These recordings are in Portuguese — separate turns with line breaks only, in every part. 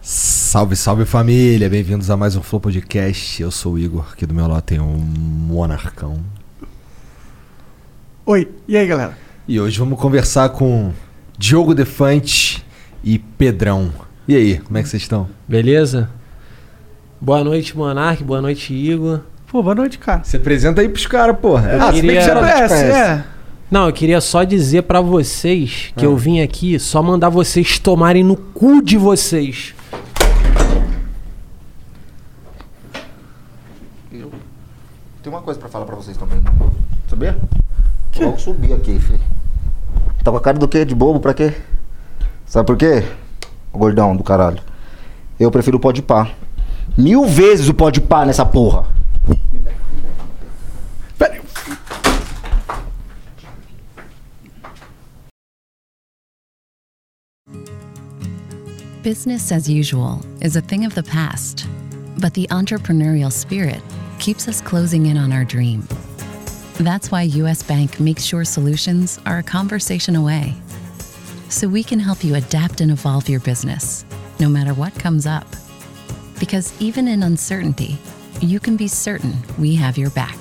Salve, salve família! Bem-vindos a mais um Flow Podcast. Eu sou o Igor, aqui do meu lado tem um monarcão.
Oi, e aí galera?
E hoje vamos conversar com Diogo Defante e Pedrão. E aí, como é que vocês estão?
Beleza? Boa noite, Monark. Boa noite, Igor.
Pô, boa noite, cara.
Se apresenta aí pros caras,
Ah,
porra. Ah,
Eu queria-
você não te
Parece,
conhece.
é.
Não, eu queria só dizer pra vocês
Ah.
que eu vim aqui só mandar vocês tomarem no cu de vocês.
Eu tenho uma coisa pra falar pra vocês também. Sabia? Que? Logo subi aqui, filho. Tá com a cara do quê? De bobo? Pra quê? Sabe por quê? Gordão do caralho. Eu prefiro o pó de pá. Mil vezes o pó de pá nessa porra.
Business as usual is a thing of the past, but the entrepreneurial spirit keeps us closing in on our dream. That's why US Bank makes sure solutions are a conversation away. So we can help you adapt and evolve your business, no matter what comes up. Because even in uncertainty, you can be certain we have your back.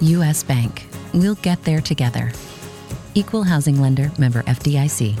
US Bank, we'll get there together. Equal Housing Lender, member FDIC.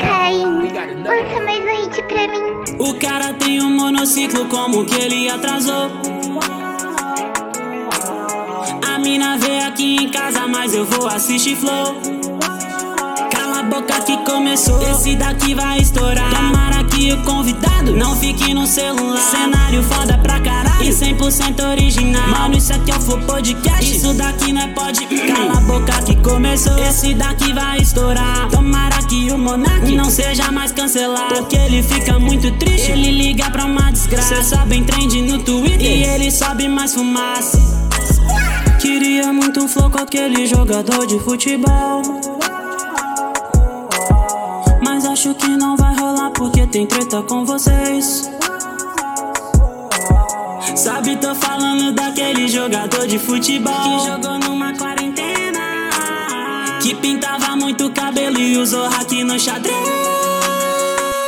Caio, banca mais leite pra mim.
O cara tem um monociclo, como que ele atrasou? A mina veio aqui em casa, mas eu vou assistir flow. Cala a boca que começou, esse daqui vai estourar. Tomara que o convidado não fique no celular. Cenário foda pra caralho e 100% original. Mano, isso aqui é o Flow Podcast, isso daqui não é pode. Cala a boca que começou, esse daqui vai estourar. Tomara que o Monark não seja mais cancelado. Porque ele fica muito triste, ele liga pra uma desgraça. Cê sobe em trend no Twitter e ele sobe mais fumaça. Queria muito um flow com aquele jogador de futebol. Mas acho que não vai rolar porque tem treta com vocês. Sabe, tô falando daquele jogador de futebol que jogou numa quarentena. Que pintava muito cabelo e usou hack no xadrez.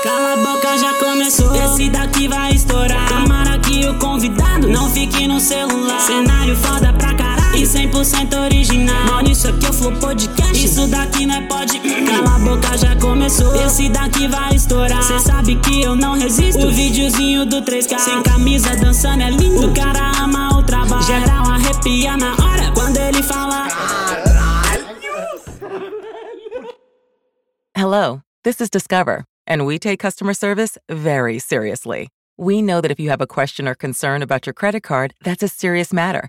Cala a boca, já começou. Esse daqui vai estourar. Tomara que o convidado não fique no celular. Cenário foda pra caralho e 100% original. Mano, isso aqui é o Flow Podcast. Isso daqui não é pode. Cala a boca, já começou. Esse daqui vai estourar. Cê sabe que eu não resisto. O videozinho do 3K. Sem camisa, dançando é lindo. O cara ama o trabalho. Geral arrepia na hora quando ele fala.
Hello, this is Discover, and we take customer service very seriously. We know that if you have a question or concern about your credit card, that's a serious matter,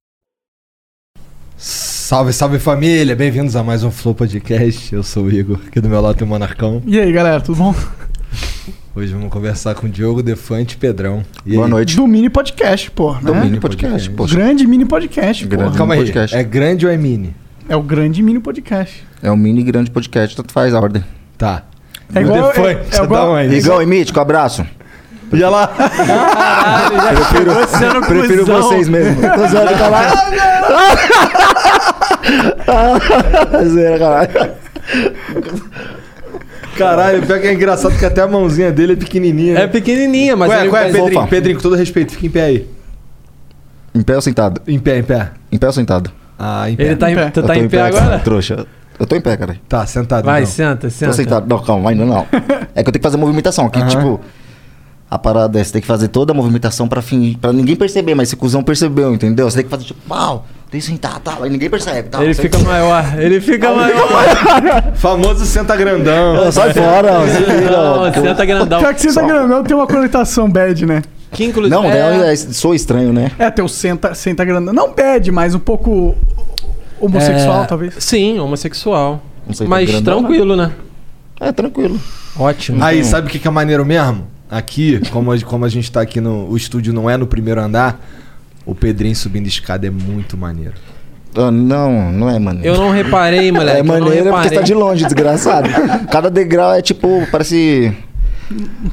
Salve, salve família! Bem-vindos a mais um Flow Podcast. Eu sou o Igor, aqui do meu lado tem o Monarcão.
E aí, galera, tudo bom?
Hoje vamos conversar com o Diogo Defante e Pedrão. E
Boa
aí?
noite.
Do mini podcast, pô, né?
Do mini podcast,
podcast,
pô.
Grande mini podcast, pô.
Grande.
Calma aí,
Podcast.
é grande ou é mini?
É o grande mini podcast.
É um mini grande podcast, tanto faz a ordem.
Tá.
É
O
igual-
Defante,
é- é
você
igual-
dá onde?
Igão e Mítico, abraço.
Olha lá!
Prefiro,
sendo
prefiro
cuzão.
vocês mesmo. Tô zoando, caralho. Zoeira, caralho.
Caralho, pior que é engraçado que até a mãozinha dele é pequenininha.
É
né?
pequenininha, mas
Ué,
ele
ué,
mas-
Pedrinho,
fofa.
Pedrinho, com todo respeito, fica em pé aí.
Em pé ou sentado?
Em pé, em pé.
Em pé ou sentado?
Ah, em pé.
Ele tá em, tu
Eu
tá
tô
em pé agora?
Trouxa. Eu tô em pé, cara.
Tá, sentado.
Vai,
então.
senta,
Tô
senta.
sentado. Não, calma, ainda não. É que eu tenho que fazer movimentação. Que, tipo, a parada é, você tem que fazer toda a movimentação pra fingir, pra ninguém perceber, mas esse cuzão percebeu, entendeu? Você tem que fazer, tipo, pau, tem que sentar, tal, aí ninguém percebe, tal.
Ele
Você-
fica maior, ele fica maior.
Famoso senta grandão.
Não, sai fora, ó, você tira, ó.
É. Não, senta grandão.
Pior que você tá grandão tem uma conotação bad, né?
Que inclusive.
Não,
é,
né, eu sou estranho, né?
É, tem o senta, senta grandão. Não bad, mas um pouco homossexual, talvez.
É, Sim, homossexual.
Não sei, tá
Mas
grandão,
tranquilo, né?
É, tranquilo.
Ótimo.
Aí, sabe o que, que é maneiro mesmo? Aqui, como a, como a gente tá aqui no. O estúdio não é no primeiro andar, o Pedrinho subindo escada é muito maneiro.
Ah, não, não é maneiro.
Eu não reparei, moleque.
é
eu não
maneiro é porque você
reparei.
tá de longe, desgraçado. Cada degrau é tipo, parece.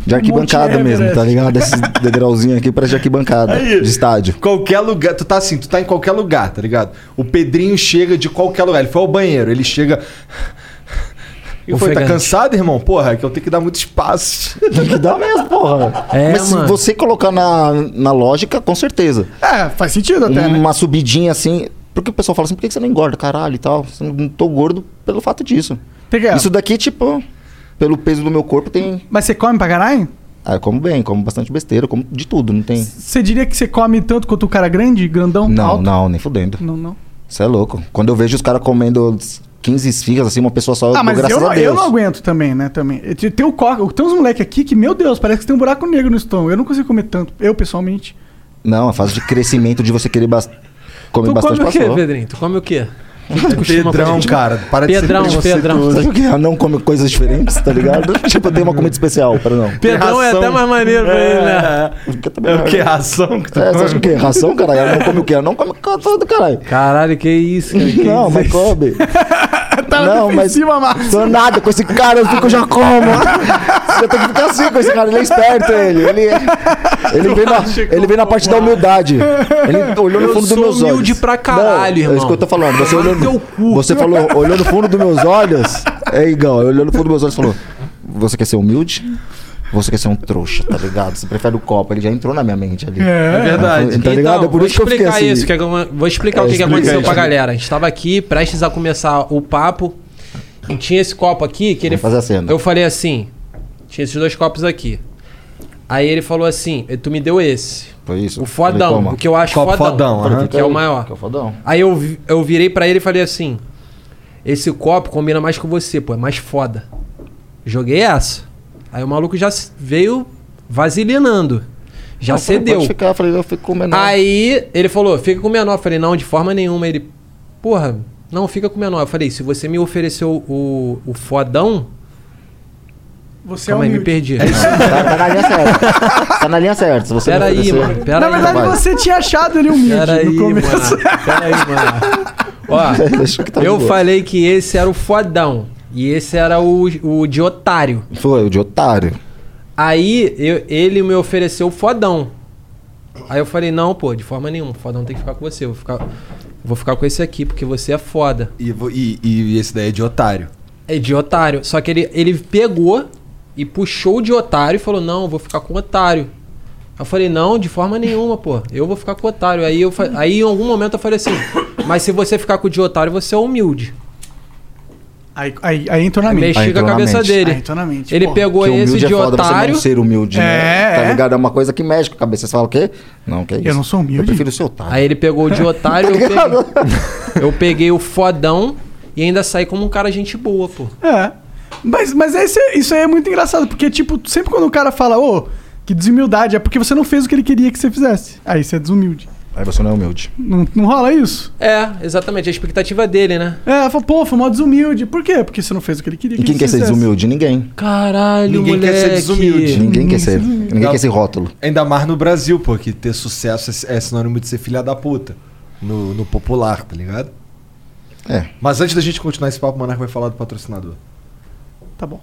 De arquibancada
Monte
mesmo, tá
Everest.
ligado? Esse degrauzinho aqui parece de arquibancada, de estádio.
Qualquer lugar, tu tá assim, tu tá em qualquer lugar, tá ligado? O Pedrinho chega de qualquer lugar. Ele foi ao banheiro, ele chega. E foi, tá
Ofegante.
cansado, irmão? Porra, é que eu tenho que dar muito espaço.
Tem que dar mesmo, porra.
É,
Mas
mano.
se você colocar na, na lógica, com certeza.
É, faz sentido até, né?
Uma subidinha assim. Porque o pessoal fala assim, por que que você não engorda, caralho e tal? Eu não tô gordo pelo fato disso.
Tem que- é?
Isso daqui, tipo, pelo peso do meu corpo, tem.
Mas você come pra caralho?
Ah, eu como bem, como bastante besteira, eu como de tudo, não tem.
Você diria que você come tanto quanto o cara grande, grandão,
Não,
alto?
não, nem fudendo.
Não, não.
Você é louco. Quando eu vejo os caras comendo 15 esfirras, assim, uma pessoa só, eu
Ah,
dou
mas
graças
eu não,
a
eu
Deus.
não aguento também, né? Também. Eu te- Tem, o coca, tem uns moleque aqui que, meu Deus, parece que tem um buraco negro no estômago. Eu não consigo comer tanto. Eu, pessoalmente.
Não, a fase de crescimento de você querer bas- comer
Tu
bastante
come o quê,
passou.
Pedrinho? Tu come o quê? O que tu costuma
Pedrão,
comer?
cara, para
Pedrão,
de ser
Pedrão.
Sabe o que? Não come coisas diferentes, tá ligado? tipo, tem uma comida especial, pera não.
Pedrão é
Ração.
até mais maneiro pra ele, né?
Porque também
É o
não-
que? Ração que tu
É, você acha
come?
o quê? Ração, caralho? Ela não come o quê? Ela não come tudo, caralho.
Caralho, que isso, cara. que
não,
isso.
mas come.
tá
não, mas.
defensiva, Márcio.
Sou nada com esse cara, eu fico, eu já como. Você tem que ficar assim com esse cara, ele é esperto, ele. Ele, é ele, vem, na, ele vem na parte da humildade. Ele olhou
Eu
no fundo dos
sou
meus olhos.
humilde pra caralho,
não, É isso
irmão.
que eu tô falando. Você, olhou,
no teu cu.
você falou, olhou no fundo dos meus olhos. É igual, olhou no fundo dos meus olhos e falou: Você quer ser humilde? Você quer ser um trouxa, tá ligado? Você prefere o copo. Ele já entrou na minha mente ali.
É verdade.
Tá ligado? É por
Então, vou
isso que eu fiquei
explicar
assim.
isso. que eu- vou explicar
É,
o que, que
explica
aconteceu
aí.
pra galera. A gente tava aqui, prestes a começar o papo. E tinha esse copo aqui que ele.
Vamos fazer a cena.
Eu falei assim: tinha esses dois copos aqui. Aí ele falou assim: tu me deu esse.
Foi isso.
O fodão,
Falei, toma.
o que eu acho
Copo
fodão.
fodão, aham.
Que é o maior.
Que é o fodão.
Aí eu, vi- eu virei pra ele e falei assim: Esse copo combina mais com você, pô, é mais foda. Joguei essa. Aí o maluco já se- veio vasilinando. Já
Eu falei,
cedeu.
Pode ficar, eu falei, eu fico comendo.
Aí ele falou: Fica com o menor. Eu falei: Não, de forma nenhuma. Ele, porra, não, fica com o menor. Eu falei: Se você me ofereceu o, o fodão.
Você
Calma
é
aí, me
humilde.
perdi.
Tá, tá na linha certa. Tá na linha certa. Se você
Pera
me
aí,
oferecer-
mano. Pera
Na
aí,
verdade,
mano.
você tinha achado ele humilde
Pera aí,
no
mano.
começo.
Pera aí, mano. Ó,
Deixa que tá de
Eu
boa.
falei que esse era o fodão. E esse era o, o de otário.
Foi, o de otário.
Aí eu- ele me ofereceu o fodão. Aí eu falei, não, pô, de forma nenhuma, o fodão tem que ficar com você. Eu vou ficar, vou ficar com esse aqui, porque você é foda.
E, vo- e- e esse daí é de otário.
É de otário. Só que ele, ele pegou e puxou de otário e falou: Não, eu vou ficar com otário. Eu falei: Não, de forma nenhuma, pô. Eu vou ficar com otário. Aí, eu, fa- aí em algum momento eu falei assim: Mas se você ficar com o de otário, você é humilde.
Aí, aí, aí entrou na
Aí então,
mente.
Aí
mexiga
entrou
a
na
cabeça
mente.
dele.
Aí entrou na mente.
ele
porra.
pegou
Porque
esse
Tipo, humilde
de
é foda
otário.
você não ser humilde, né?
É,
Tá
é.
ligado? É uma coisa que mexe com a cabeça. Você fala o quê? Não, que é isso.
não sou humilde.
Eu prefiro ser otário.
Aí ele pegou o de otário, eu peguei, eu peguei o fodão e ainda saí como um cara gente boa, pô.
É. Mas, mas esse, isso aí é muito engraçado, porque, tipo, sempre quando o cara fala, ô, que desumildade, é porque você não fez o que ele queria que você fizesse. Aí você é desumilde.
Aí você não é humilde.
Não, não rola isso?
É, exatamente, a expectativa dele, né?
É, fala, pô, foi mó desumilde. Por quê? Porque você não fez o que ele queria
E quem
você
quer ser
fizesse.
desumilde? Ninguém.
Caralho,
Ninguém quer ser
moleque.
desumilde.
Ninguém
Hum.
quer ser. Ninguém quer esse rótulo.
Ainda mais no Brasil, pô, que ter sucesso é é sinônimo de ser filha da puta. No, no popular, tá ligado?
É.
Mas antes da gente continuar esse papo, o Monarca vai falar do patrocinador.
Tá bom.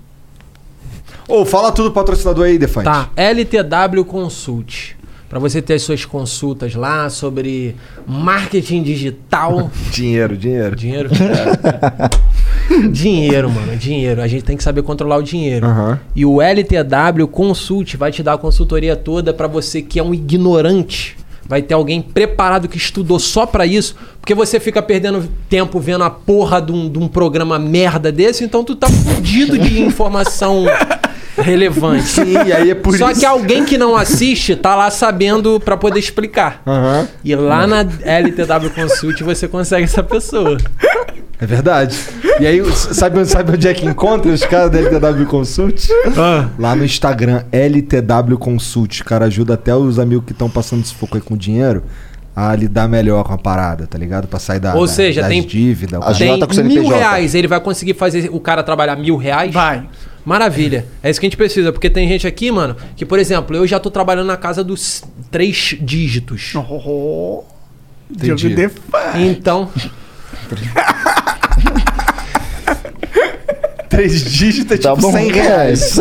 Ô, fala tudo do patrocinador aí, Defante.
Tá, LTW Consult. Pra você ter as suas consultas lá sobre marketing digital.
Dinheiro, dinheiro.
dinheiro. é. dinheiro, mano, é dinheiro. A gente tem que saber controlar o dinheiro.
Aham.
E o LTW Consult vai te dar a consultoria toda pra você que é um ignorante. Vai ter alguém preparado que estudou só pra isso, porque você fica perdendo tempo vendo a porra de um, de um programa merda desse, então tu tá fudido de informação relevante.
Sim, e aí é por
Só
isso.
que alguém que não assiste tá lá sabendo pra poder explicar.
Aham.
E lá na LTW Consult você consegue essa pessoa.
É verdade. E aí, s- sabe, sabe onde é que encontra os caras da LTW Consult?
Ah.
Lá no Instagram, LTW Consult. Cara, ajuda até os amigos que estão passando sufoco aí com dinheiro a lidar melhor com a parada, tá ligado? Pra sair da,
Ou
da-
seja,
das
tem-
dívida.
A gente-
Tem
tá com
mil
CNPJ.
reais, ele vai conseguir fazer o cara trabalhar mil reais?
Vai.
Maravilha. É isso que a gente precisa, porque tem gente aqui, mano, que, por exemplo, eu já tô trabalhando na casa dos três dígitos.
Oh,
Entendi.
Diogo Defante.
Então,
Três dígitos,
Tá bom. É, 100 reais.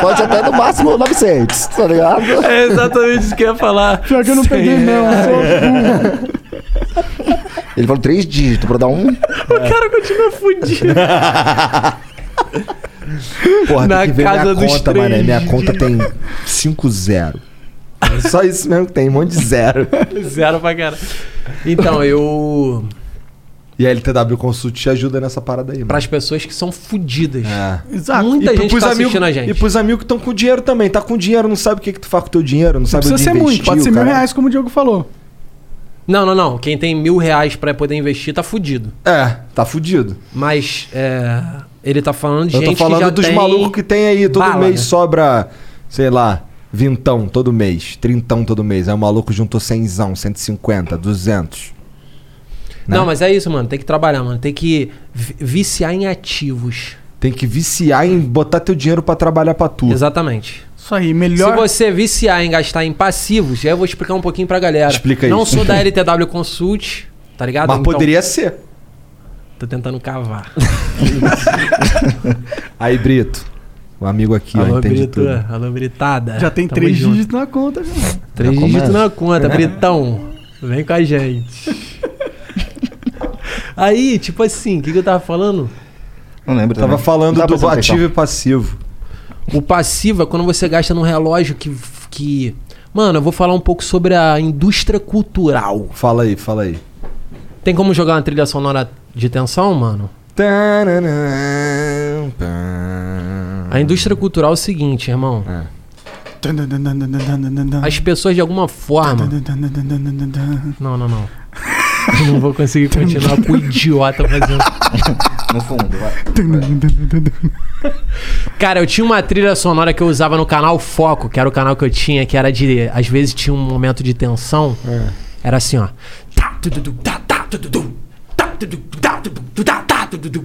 Pode ser até no máximo 900, tá ligado?
é exatamente isso que eu ia falar. É.
Pior que eu não peguei, não. eu sou-
Ele falou três dígitos pra dar
O
um.
cara continua fudido.
Porra,
Na
tem que ver
casa
minha
dos
conta,
três
mané. Minha conta tem 5 zero. É Só isso mesmo que tem, um monte de zero.
Zero pra cara. Então, eu...
E a LTW Consult te ajuda nessa parada aí, mano.
Pras pessoas que são fudidas.
É.
Exato.
Muita
E pro-
gente
pros
tá
amigos-
assistindo a gente.
E pros amigos que estão com dinheiro também. Tá com dinheiro, não sabe o que, que tu faz com o teu dinheiro, não
Não
sabe
precisa
onde
ser
investir,
muito, pode ser
o
mil
cara-
reais, como o Diogo falou.
Não, não, não. Quem tem mil reais pra poder investir tá fudido.
É, tá fudido.
Mas é, ele tá falando de
Eu
gente
tô
que já
falando dos
tem...
malucos que tem aí. Todo
bala,
mês
né?
sobra, sei lá, vintão todo mês, trintão todo mês. Aí o maluco juntou cenzão, 150, 200. né?
Não, mas é isso, mano. Tem que trabalhar, mano. Tem que vi- viciar em ativos.
Tem que viciar em botar teu dinheiro pra trabalhar pra tu.
Exatamente.
Isso aí, melhor.
Se você viciar em gastar em passivos, aí eu vou explicar um pouquinho pra galera.
Explica
Não
isso.
sou da LTW Consult, tá ligado?
Mas
Então,
poderia ser.
Tô tentando cavar.
Aí, Brito. Um amigo aqui, ó,
Alô,
entende
Brito. é.
tudo.
Alô, Britada.
Já tem
Tamo
três
junto.
dígitos na conta, já.
Três
Já
dígitos
começa?
na
É.
conta, Britão. Vem com a gente. Aí, tipo assim, o que, que eu tava falando?
Não lembro.
Tava
também.
falando
Não tava
do
prestando
ativo
atenção.
e passivo.
O passivo é quando você gasta num relógio que. que... Mano, eu vou falar um pouco sobre a indústria cultural.
Fala aí, fala aí.
Tem como jogar uma trilha sonora de tensão, mano?
Tananã, pã.
A indústria cultural é o seguinte, irmão.
É.
As pessoas de alguma forma. Não, não, não. Eu não vou conseguir continuar com o idiota fazendo.
No fundo, vai.
Cara, eu tinha uma trilha sonora que eu usava no canal Foco, que era o canal que eu tinha, que era de. Às vezes tinha um momento de tensão.
É.
Era assim, ó. tá,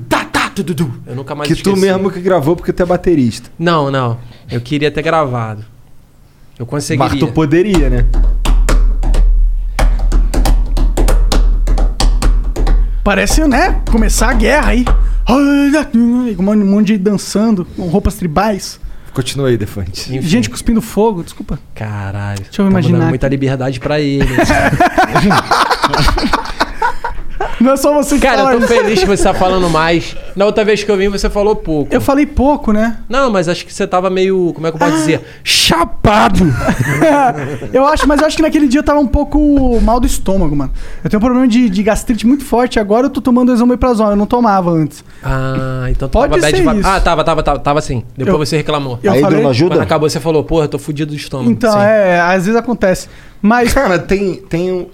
tá, Eu nunca mais
Que tu
esqueci.
mesmo que gravou porque tu é baterista.
Não, não. Eu queria ter gravado. Eu
Mas tu
conseguiria.
poderia, né?
Parece, né? Começar a guerra aí. Um monte de gente dançando, com roupas tribais.
Continua aí, Defante.
Enfim.
Gente cuspindo fogo, desculpa.
Caralho. Tá
eu
tamo
imaginar
dando
aqui.
muita liberdade pra ele.
Não é só você que
Cara,
fala
eu tô
isso.
feliz que você tá falando mais. Na outra vez que eu vim, você falou pouco.
Eu falei pouco, né?
Não, mas acho que você tava meio. Como é que eu posso dizer? Chapado!
eu acho, mas eu acho que naquele dia eu tava um pouco mal do estômago, mano. Eu tenho um problema de, de gastrite muito forte. Agora eu tô tomando exomeprazol, eu não tomava antes.
Ah, então tu
Pode
tava
ser
vibe.
isso.
Ah, tava, tava, tava, tava sim. Depois
Eu-
você reclamou.
eu
Aí,
falei-
Bruno,
Quando
ajuda?
acabou, você falou, porra, tô fudido do estômago.
Então,
Sim.
é, às vezes acontece. Mas,
Cara, tem, tem um.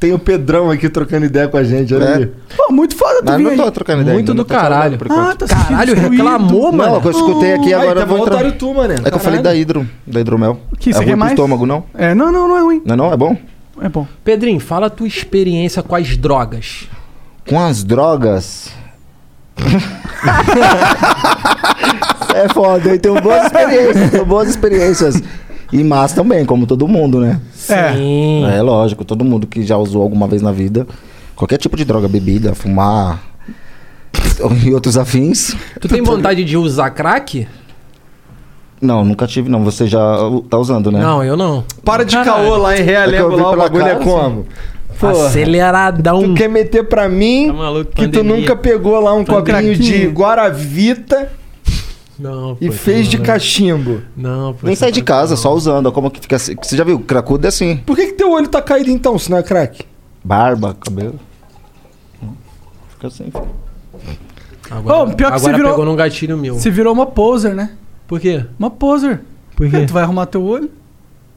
Tem o Pedrão aqui trocando ideia com a gente, olha
É.
ali.
pô, muito foda tu
Não,
vir
não tô
aí.
trocando ideia.
Muito
ainda,
do
não tô trocando
caralho.
ideia por
Ah,
enquanto.
tá
Caralho,
sentindo
reclamou,
doido.
Não,
mano.
eu escutei aqui,
Aí,
agora eu
tava
vou
o
entrar.
otário tu, mané.
É que eu falei da hidro, da hidromel.
Que,
é
você
ruim
quer
pro
mais?
estômago, não?
É, não, não, não é ruim.
Não é não? É bom?
É bom.
Pedrinho, fala a tua experiência com as drogas.
Com as drogas... é foda, eu tenho boas experiências, tenho boas experiências. E más também, como todo mundo, né?
É.
Sim.
É lógico, todo mundo que já usou alguma vez na vida, qualquer tipo de droga, bebida, fumar e outros afins.
Tu tem vontade de usar crack?
Não, nunca tive, não. Você já uh, tá usando, né?
Não, eu não.
Para de
Caralho.
caô lá em
É que eu vi
Realengo lá, o
pela
bagulho
cara,
é como? Porra.
Aceleradão.
Tu quer meter pra mim
Tá maluco,
que tu
pandemia.
nunca pegou lá um copinho de
craquinho.
Guaravita
Não, pô, tá
e
né?
fez de
não.
cachimbo.
Não, pô,
Nem
você
sair de
tá-
casa, só usando. ó, Como que fica assim? Você já viu? Cracudo é assim.
Por que, que teu olho tá caído então, se não é crack?
Barba, cabelo. Hum, Fica assim. filho.
Agora,
Ô, pior que você
agora
virou-
pegou num gatilho meu.
Você virou uma poser, né?
Por quê?
Uma poser.
Por
É, tu vai arrumar teu olho?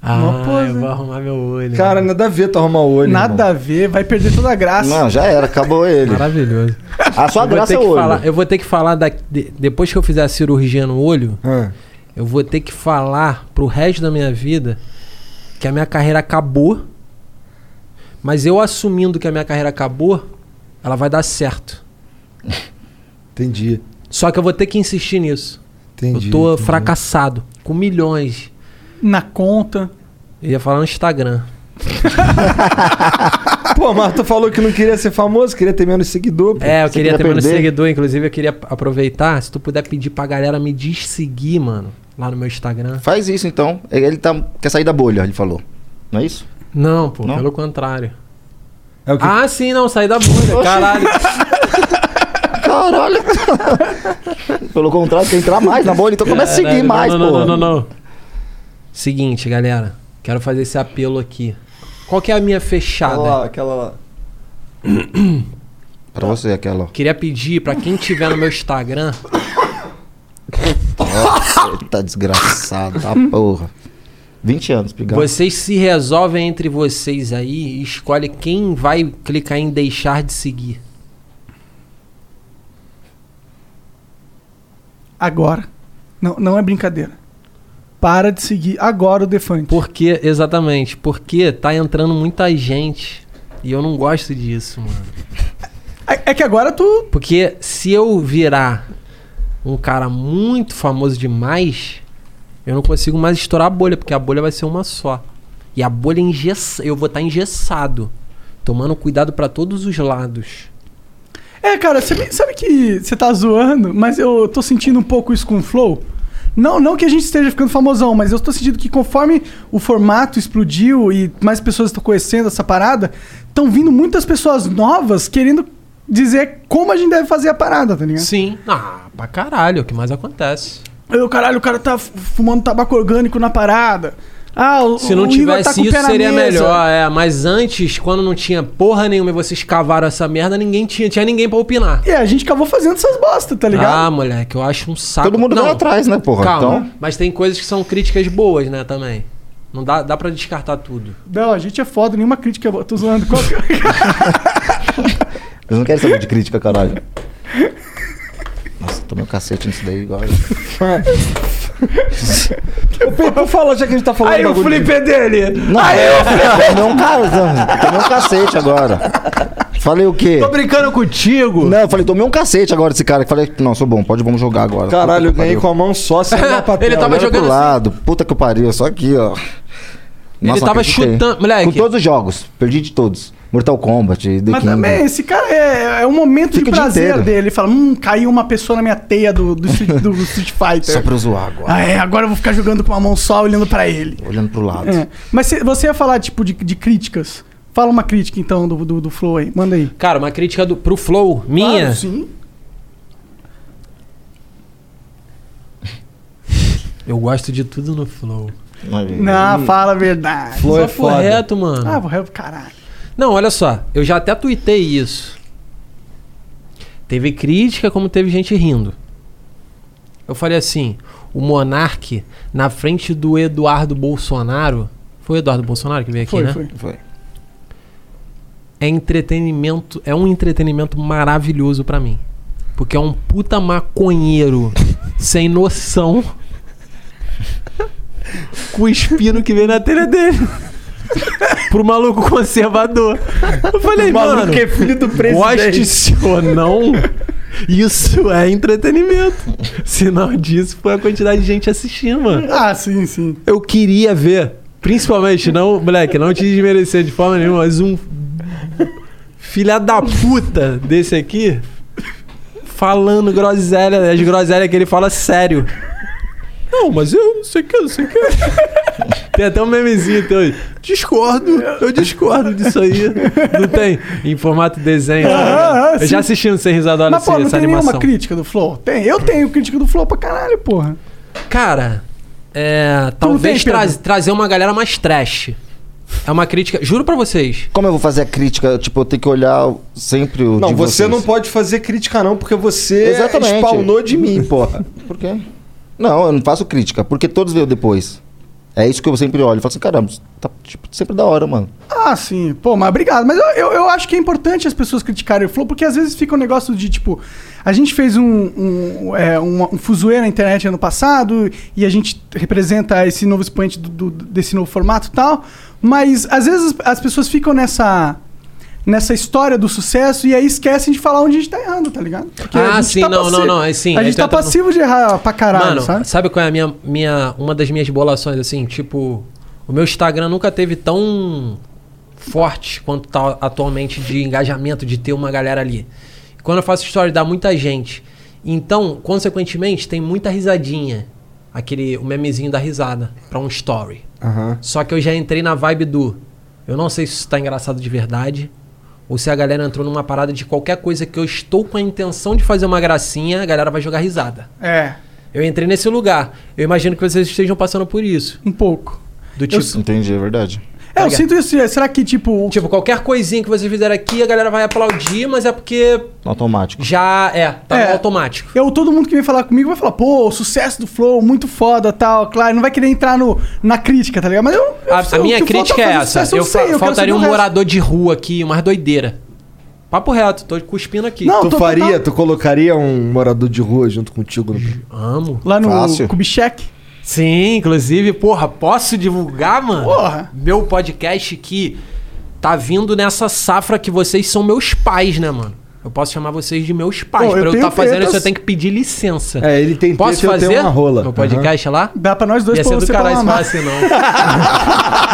Ah,
Uma pose,
eu
né?
vou arrumar meu olho.
Cara, nada a ver tu arrumar o olho.
Nada a ver, vai perder toda a graça.
Não, já era, acabou ele.
Maravilhoso.
A sua
Eu vou,
graça
ter
é o
que
olho.
falar, eu vou ter que falar da- de- depois que eu fizer a cirurgia no olho,
irmão. Ah.
eu vou ter que falar pro resto da minha vida que a minha carreira acabou. Mas eu assumindo que a minha carreira acabou, ela vai dar certo.
Entendi.
Só que eu vou ter que insistir nisso.
Entendi.
eu tô
entendi.
fracassado, com milhões.
Na conta.
Eu ia falar no Instagram.
Pô, mas tu falou que não queria ser famoso, queria ter menos seguidor. pô.
É, eu
Você
queria
queria
ter menos
perder?
seguidor, inclusive eu queria aproveitar, se tu puder pedir pra galera me desseguir, mano, lá no meu Instagram.
Faz isso então. Ele tá, quer sair da bolha, ele falou. Não é isso?
Não, pô,
Não?
pelo contrário.
É o que-
Ah, sim, não, saí da bolha, caralho.
Caralho! Pelo contrário, tem que entrar mais na bolha, então começa a seguir
Caralho, não,
mais,
não,
pô.
Não, não, não, não. Seguinte, galera, quero fazer esse apelo aqui. Qual que é a minha fechada?
aquela lá.
Pra você, aquela. ó.
Queria pedir pra quem tiver no meu Instagram,
Você tá desgraçado, tá porra. 20 anos, pigão.
vocês se resolvem entre vocês aí e escolhe quem vai clicar em deixar de seguir.
Agora. Não, não é brincadeira. Para de seguir agora o Defante.
Porque, exatamente, porque tá entrando muita gente e eu não gosto disso, mano.
É, é que agora tu.
Porque se eu virar um cara muito famoso demais, eu não consigo mais estourar a bolha, porque a bolha vai ser uma só. E a bolha é engessa, eu vou estar engessado, tomando cuidado pra todos os lados.
É, cara, você me- sabe que você tá zoando, mas eu tô sentindo um pouco isso com o Flow. Não, não que a gente esteja ficando famosão, mas eu tô sentindo que conforme o formato explodiu e mais pessoas estão conhecendo essa parada, estão vindo muitas pessoas novas querendo dizer como a gente deve fazer a parada, tá ligado?
Sim. Ah, pra caralho, é o que mais acontece.
Eu, caralho, o cara tá f- fumando tabaco orgânico na parada. Ah, o,
Se não
o Igor tá
tivesse
com o pé
isso,
na
seria
mesa.
melhor. É, mas antes, quando não tinha porra nenhuma e vocês cavaram essa merda, ninguém tinha, tinha ninguém pra opinar.
E É, a gente acabou fazendo essas bosta, tá
Ah,
ligado?
moleque, eu acho um saco.
Todo mundo
não,
vai atrás, né, porra?
Calma,
Então,
mas tem coisas que são críticas boas, né, também. Não dá, dá pra descartar tudo.
Não, a gente é foda, nenhuma crítica. é boa. Tô zoando. Qual que...
eu não quero saber de crítica, caralho. Nossa, tomei um cacete nisso daí agora.
Ô, Pedro, fala já que a gente tá falando
Aí o
bagulho
Felipe é dele.
Não, tomei um cara, tomei um cacete agora. Falei o quê?
brincando contigo!
Não, eu falei, tomei um cacete agora esse cara. que Falei, não, sou bom, pode, vamos jogar agora.
Caralho,
Puta
eu
que
ganhei
pariu.
com a mão só, sem dar pra
Ele
tela. é
tava
Olha pro
jogando assim.
lado, puta que pariu, só aqui, ó.
Ele
não
tava
acreditei.
chutando- moleque.
Com todos os jogos, perdi de todos. Mortal Kombat, The
Mas
King.
também, esse cara é, é um momento
Fica
de
o dia
prazer
inteiro.
dele. Ele fala: hum, caiu uma pessoa na minha teia do, do, Street- do Street
Só
Fighter.
pra eu zoar agora.
Ah, é, agora eu vou ficar jogando com uma mão só olhando pra ele.
Olhando pro lado.
É. Mas cê- você ia falar, tipo, de, de críticas. Fala uma crítica, então, do, do, do Flow aí. Manda aí.
Cara, uma crítica do, pro Flow, minha.
Claro, sim.
Eu gosto de tudo no Flow.
Não, fala a verdade.
Flow
Só
é
for
foda.
reto, mano.
Ah, vou re- caralho.
Não, olha só, eu já até tuitei isso. Teve crítica, como teve gente rindo. Eu falei assim: o Monark, na frente do Eduardo Bolsonaro. Foi o Eduardo Bolsonaro que veio aqui,
Foi,
né?
foi.
Foi.
É entretenimento, é um entretenimento maravilhoso pra mim. Porque é um puta maconheiro sem noção. cuspindo que vem na telha dele. Pro maluco conservador. Eu falei, mano.
é filho do
Goste-se ou não, isso é entretenimento. Sinal disso foi a quantidade de gente assistindo, mano.
Ah, sim, sim.
Eu queria ver, principalmente, não, moleque, não te desmerecer de forma nenhuma, mas um filha da puta desse aqui falando groselha, as groselhas que ele fala sério. Não, mas eu não sei o que, não sei o que. Tem até um memezinho teu aí. Discordo, eu discordo disso aí. Não tem? Em formato desenho.
Ah, ah,
eu já
sim.
assisti no Sem Risada, olha
Mas,
essa,
pô, não
essa
tem nenhuma
animação.
crítica do Flow? Tem. Eu tenho crítica do Flow pra caralho, porra.
Cara, é, talvez
tem, Pedro?
traz- trazer uma galera mais trash. É uma crítica. Juro pra vocês.
Como eu vou fazer a crítica? Tipo, eu tenho que olhar o- sempre o.
Não,
de
você
vocês.
não pode fazer crítica, não, porque você
Exatamente.
spawnou de mim, porra.
Por quê? Não, eu não faço crítica, porque todos veio depois. É isso que eu sempre olho. Eu falo assim, caramba, tá tipo, sempre da hora, mano.
Ah, sim. Pô, mas obrigado. Mas eu, eu, eu acho que é importante as pessoas criticarem o Flow, porque às vezes fica um negócio de, tipo... A gente fez um, um, é, um, um fuzuê na internet ano passado e a gente representa esse novo expoente do- do- desse novo formato e tal. Mas às vezes as, as pessoas ficam nessa... Nessa história do sucesso, e aí esquecem de falar onde a gente tá errando, tá ligado? Porque a
Ah,
gente
sim, não, não, não, é sim,
a
aí
gente
tu
tá
entra no-
passivo de errar pra caralho,
Mano,
sabe?
sabe? qual é a minha, minha. Uma das minhas bolações, assim, tipo. O meu Instagram nunca teve tão forte quanto tá atualmente de engajamento, de ter uma galera ali. Quando eu faço story, dá muita gente. Então, consequentemente, tem muita risadinha. Aquele, o memezinho da risada pra um story.
Aham.
Só que eu já entrei na vibe do. Eu não sei se isso tá engraçado de verdade. Ou se a galera entrou numa parada de qualquer coisa que eu estou com a intenção de fazer uma gracinha, a galera vai jogar risada.
É,
Eu entrei nesse lugar. Eu imagino que vocês estejam passando por isso.
um pouco.
Do tipo.
Entendi, é verdade.
É, eu sinto isso. é, Será que, tipo, o
Tipo, qualquer coisinha que vocês fizerem aqui, a galera vai aplaudir, mas é porque
Automático.
já é, tá
É.
no automático.
Eu, todo mundo que vem falar comigo vai falar, pô, sucesso do Flow, muito foda tal. Claro, não vai querer entrar no, na crítica, tá ligado? Mas eu. eu-
A,
eu-
a minha
que o Flow tá
crítica é
fazendo
essa.
sucesso,
eu fa-
sei, quero saber
faltaria
o
um
resto.
morador de rua aqui, umas doideira. Papo reto, tô cuspindo aqui.
Não,
Tu
tô-
faria,
tá-
tô-
tu colocaria um morador de rua junto contigo no.
Amo.
Lá no
Fácil.
Kubitschek.
Sim, inclusive, porra, posso divulgar, mano?
Porra.
Meu podcast que tá vindo nessa safra que vocês são meus pais, né, mano? Eu posso chamar vocês de meus pais.
Pô, eu
pra eu
tenho
estar fazendo
tetas.
isso, eu tenho que pedir licença.
É, ele tem
Posso
teta e eu
fazer
tenho uma rola.
meu podcast lá?
Dá pra nós dois
Ia
pra
ser do
você tá falar
caralho assim. se
uma
falasse não.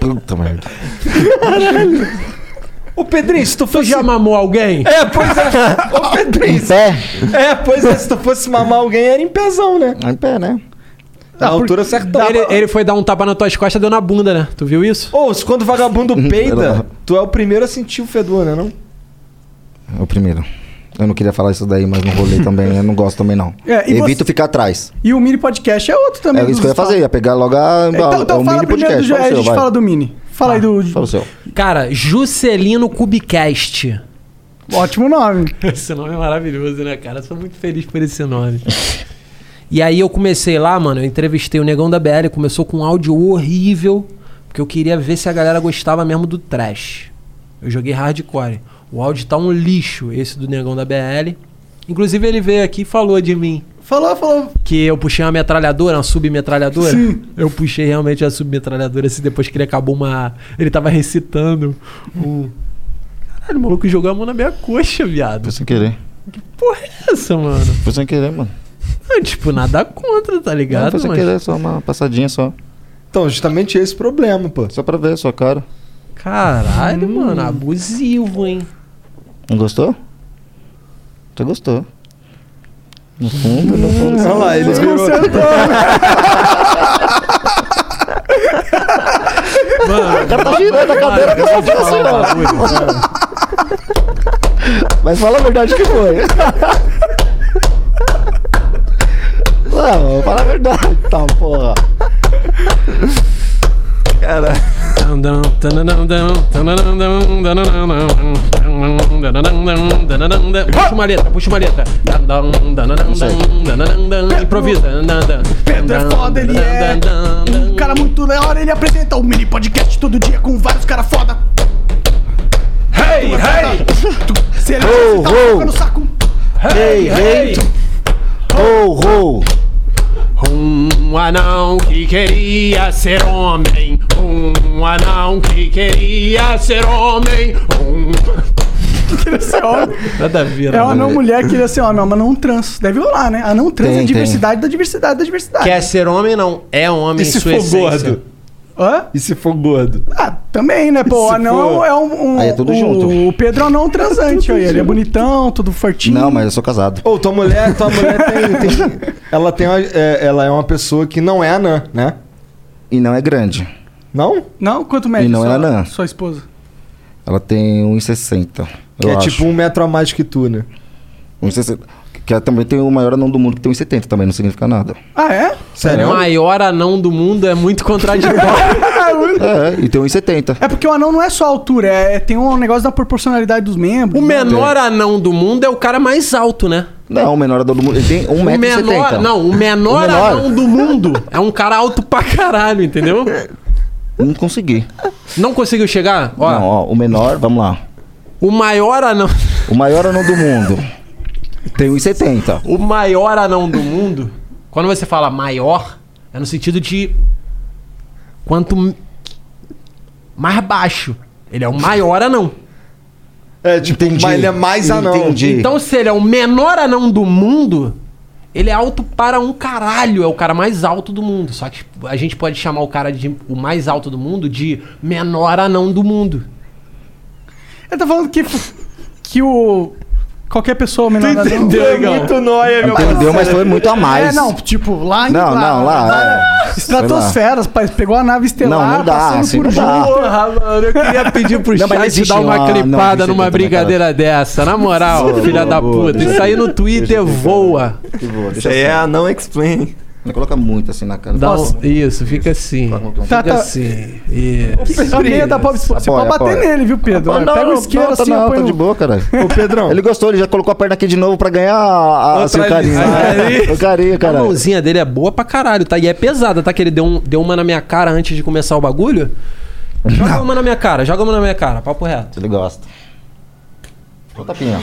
Puta merda.
Ô, Pedrinho, se tu
Tu
fosse.
já mamou alguém?
É, pois é. Ô, Pedrinho.
Em pé?
É, pois é, se tu fosse mamar alguém, era em pezão, né?
Em pé, né?
Na altura certa.
Ah, Ele, ele foi dar um tapa nas tuas costas, deu na bunda, né? Tu viu isso?
Ô, se quando o vagabundo peida,
Ela-
tu é o primeiro a sentir o fedor, né? Não?
É o primeiro. Eu não queria falar isso daí, mas no rolê também, eu não gosto também, não.
É, e
Evito
você-
ficar atrás.
E o mini podcast é outro também.
É isso
dos
que eu ia fazer,
espaços.
ia pegar logo a.
Então, então
é o
fala
mini
primeiro
podcast. fala o
do Joel, a
seu,
gente
vai.
fala do mini. Fala aí do.
Fala o seu.
Cara, Juscelino Kubicast.
Ótimo nome.
Ah. Esse nome é maravilhoso, né, cara? Eu sou muito feliz por esse nome. e aí eu comecei lá, mano, eu entrevistei o Negão da BL, começou com um áudio horrível, porque eu queria ver se a galera gostava mesmo do trash. Eu joguei hardcore. O áudio tá um lixo, esse do Negão da BL. Inclusive ele veio aqui e falou de mim.
Falou, falou.
Que eu puxei uma metralhadora, uma submetralhadora.
Sim.
Eu puxei realmente a submetralhadora assim, depois que ele acabou uma. Ele tava recitando um. Caralho, o maluco jogou a mão na minha coxa, viado.
Foi sem querer.
Porra, é essa, mano?
Foi sem querer, mano.
Eu, tipo, nada contra, tá
Não,
ligado?
foi sem
mas-
querer, só uma passadinha só.
Então, justamente esse problema, pô.
Só pra ver a sua cara.
Caralho,
Hum.
mano, abusivo, hein?
Não gostou? Você gostou. No fundo, no fundo.
Olha lá, ele virou.
O cara tá girando a cadeira pra eu falar assim, ó. Mas fala a verdade que foi. Não, fala a verdade, tá, porra. Cara,
Puxa uma letra, puxa uma letra. Improvisa.
Pedro é foda, ele é um cara muito da hora. Ele apresenta o mini podcast todo dia com vários caras foda. Hey, hey! Se ele
Oh,
tá um
oh.
pouco no saco,
ei, ei, rou, rou.
Um anão que queria ser homem. Um anão que queria ser homem. Um.
queria ser homem.
Nada a ver,
É uma não mulher que queria ser homem, mas não trans. Deve rolar, né? A não trans
né? Tem,
é
tem.
diversidade da diversidade da diversidade.
Quer ser homem, não. É homem
E se
em sua
for
essência.
gordo?
Hã?
E se for gordo?
Ah, também, né? Pô, o
Se
anão
for-
é um. um-
Aí é tudo
o,
junto.
O Pedro é um anão transante, olha. Ele é bonitão, tudo fortinho.
Não, mas eu sou casado.
Ô, tua mulher, tua mulher tem. tem- ela, tem uma- é, ela é uma pessoa que não é anã, né?
E não é grande.
Não?
Não? Quanto mede
E não
sua,
é anã.
sua esposa?
Ela tem 1,60.
Que
eu
é
acho.
tipo um metro a mais que tu, né?
1,60. Que ela também tem o maior anão do mundo, que tem 1,70 também, não significa nada.
Ah, é?
Sério?
Maior anão do mundo é muito contraditório.
É, e tem 1,70.
É porque o anão não é só a altura, é, tem um negócio da proporcionalidade dos membros. né?
o menor anão do mundo é o cara mais alto, né?
Não, o menor anão do um mundo. Ele tem 1,70m.
o menor, não, o menor,
O menor.
anão do mundo é um cara alto pra caralho, entendeu?
Não consegui.
Não conseguiu chegar? Ó,
Não, ó, o menor, vamos lá.
o maior anão,
O maior anão do mundo tem 1,70.
o maior anão do mundo. Quando você fala maior, é no sentido de quanto m- mais baixo, ele é o maior anão.
É, tipo,
Entendi.
mas ele é mais anão.
Entendi.
Então, se ele é o menor anão do mundo, ele é alto para um caralho. É o cara mais alto do mundo. Só que a gente pode chamar o cara de o mais alto do mundo de menor anão do mundo.
Ele tá falando que, que o. Qualquer pessoa menor da-
É
muito nóia, meu
Entendeu, mas foi muito a mais.
É, não, tipo, lá em
não, não, lá. é.
Estratosferas, pai, pegou a nave estelar,
Não, não dá,
passando
assim,
por
não dá.
Júpiter.
Porra, mano, eu queria pedir pro
Não, mas não
chat
existe
dar uma
uma- não,
clipada
não,
numa
isso aí também, né,
brigadeira dessa. Na moral,
Boa,
filha
boa,
da
boa,
puta.
deixa
Isso aí
eu
no Twitter voa.
Que boa,
Isso
deixa
aí
assim.
é a não explain.
Não coloca muito assim na cara.
Dá um- isso, fica assim.
Tá,
Fica
tá.
assim. Isso.
A meia da Bob Esponja. Você
Apoia,
pode bater
apoia.
nele, viu, Pedro?
Não,
Pega o
não,
isqueiro
não, tá
assim,
não,
põe
tá
o-
de boa, cara.
Ô, Pedrão.
Ele gostou, ele já colocou a perna aqui de novo pra ganhar a, a, assim, o
Outra
carinho.
vez.
O carinho,
A
cara.
mãozinha dele é boa pra caralho, tá? E é pesada, tá? Que ele deu, um, deu uma na minha cara antes de começar o bagulho. Joga uma na minha cara, joga uma na minha cara, papo reto.
Ele gosta. Ô, tapinha.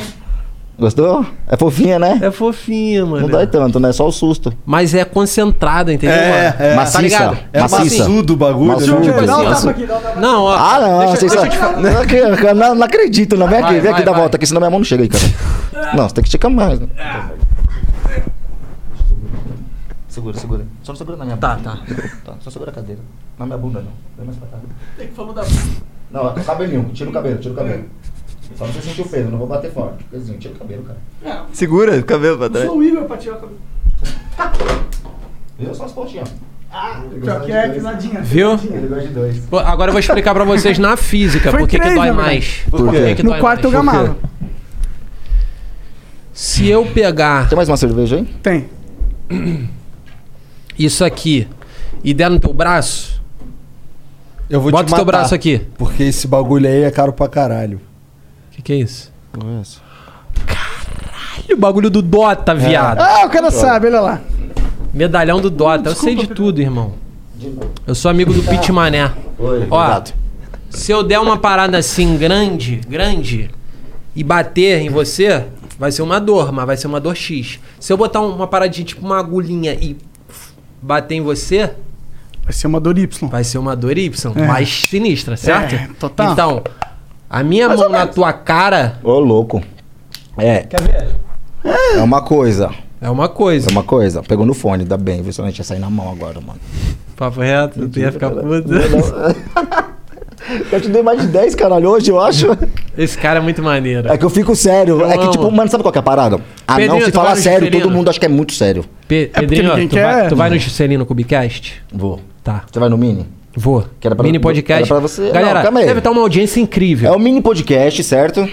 Gostou? É fofinha, né?
É fofinha, mano.
Não dói tanto, né? Só o susto.
Mas é concentrada, entendeu?
É,
mano?
é.
Tá
Maciça,
ligado?
É
Maciça.
maçudo o bagulho.
Maçudo,
né?
assim,
Dá um
ó.
tapa aqui, dá um tapa.
Não, ó.
Ah, não,
deixa,
vocês
deixa eu
só-
te falar.
não, acre- não, não acredito, não. Vem aqui,
Vai,
vem
vai,
aqui, dá
vai.
volta, que senão minha mão não chega aí, cara. Não, você tem que esticar mais. né? Segura, segura. Só não segura na minha
Tá,
bunda.
tá.
Tá, só segura a cadeira. Na minha bunda, não. Vem mais pra cá. Tem que falar da bunda. Não, o cabelinho. Tira o cabelo, tira o cabelo. Só pra você sentir o peso, não vou bater forte. Pezinho, tira o cabelo, cara.
Segura o cabelo pra trás.
Sou o Igor pra tirar o cabelo.
Viu? Só as pontinhas.
Pior que é pisadinha.
Viu?
Ele gosta de dois.
Pô, Agora eu vou explicar pra vocês na física
Foi
por que, que
três,
dói
na verdade.
mais.
Por
Por
quê?
que que
No
dói
quarto eu
mais.
gamava.
Se eu pegar
Tem mais uma cerveja aí?
Tem.
isso aqui e der no teu braço,
Eu vou
bota
te
o
matar,
teu braço aqui.
Porque esse bagulho aí é caro pra caralho.
O que, que é isso? Caralho, o bagulho do Dota,
É.
viado.
Ah, o cara sabe, olha lá.
Medalhão do Dota. eu sei de tudo, irmão. Eu sou amigo do Pit Mané.
Oi,
Ó, se eu der uma parada assim grande, grande, e bater em você, vai ser uma dor, mas vai ser uma dor X. Se eu botar uma paradinha, tipo uma agulhinha e bater em você,
Vai ser uma dor Y.
vai ser uma dor Y, mais sinistra, certo?
É, total.
Então, a minha mão na tua cara
Ô, louco. É. Quer ver? É uma coisa.
é uma coisa.
É uma coisa. Pegou no fone, ainda bem. Viu se não ia sair na mão agora, mano.
Papo reto, tu ia ficar puto.
Eu te dei mais de 10, caralho, hoje, eu acho.
Esse cara é muito maneiro.
É que eu fico sério. é que,
amo.
tipo, mano, sabe qual que é a parada? Ah,
Pedrinho,
não, se
tu vai
falar
no
sério,
Juscelino?
todo mundo acha que é muito sério.
Pe- Pedrinho,
ninguém
tu, vai,
quer-
tu vai no Juscelino Cubicast?
Vou.
Tá.
Você vai no mini?
Vou.
Que era pra-
mini podcast.
era pra você-
Galera,
Não, calma aí.
deve estar uma audiência
É
incrível.
o mini podcast, certo?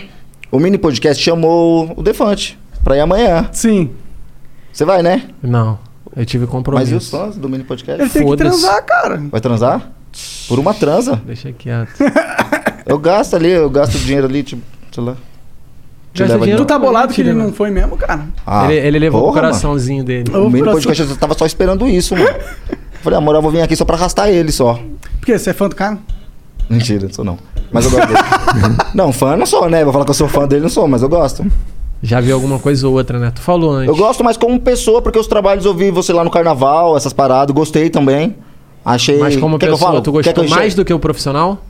O mini podcast chamou o Defante pra ir amanhã.
Sim.
Você vai, né?
Não, eu tive
Mas
compromisso.
e os fãs do mini
Ele
podcast?
tem que
Foda-se.
transar, cara.
Vai transar? Por uma transa.
Deixa quieto.
Eu gasto ali, eu gasto dinheiro ali, tipo, sei lá.
Gasta
leva
dinheiro
Tu tá
pra
bolado que ele
mentira, né?
não foi mesmo, cara?
Ah,
ele, ele levou o
porra,
coraçãozinho dele.
mano. O mini
coração.
podcast eu tava só esperando isso, mano. Falei, amor, eu vou vir aqui só pra arrastar ele só.
Por quê? Você é fã do cara?
Mentira, sou não. Mas eu gosto dele. não, fã eu não sou, né? Vou falar que eu sou fã dele, não sou, mas eu gosto.
Já viu alguma coisa ou outra, né? Tu falou antes.
Eu gosto mais como pessoa, porque os trabalhos eu vi você lá no carnaval, essas paradas, gostei também. Achei.
Mas como
Quer que eu
pessoa,
falo?
tu
Quer que
gostou
eu enche-
mais do que o profissional?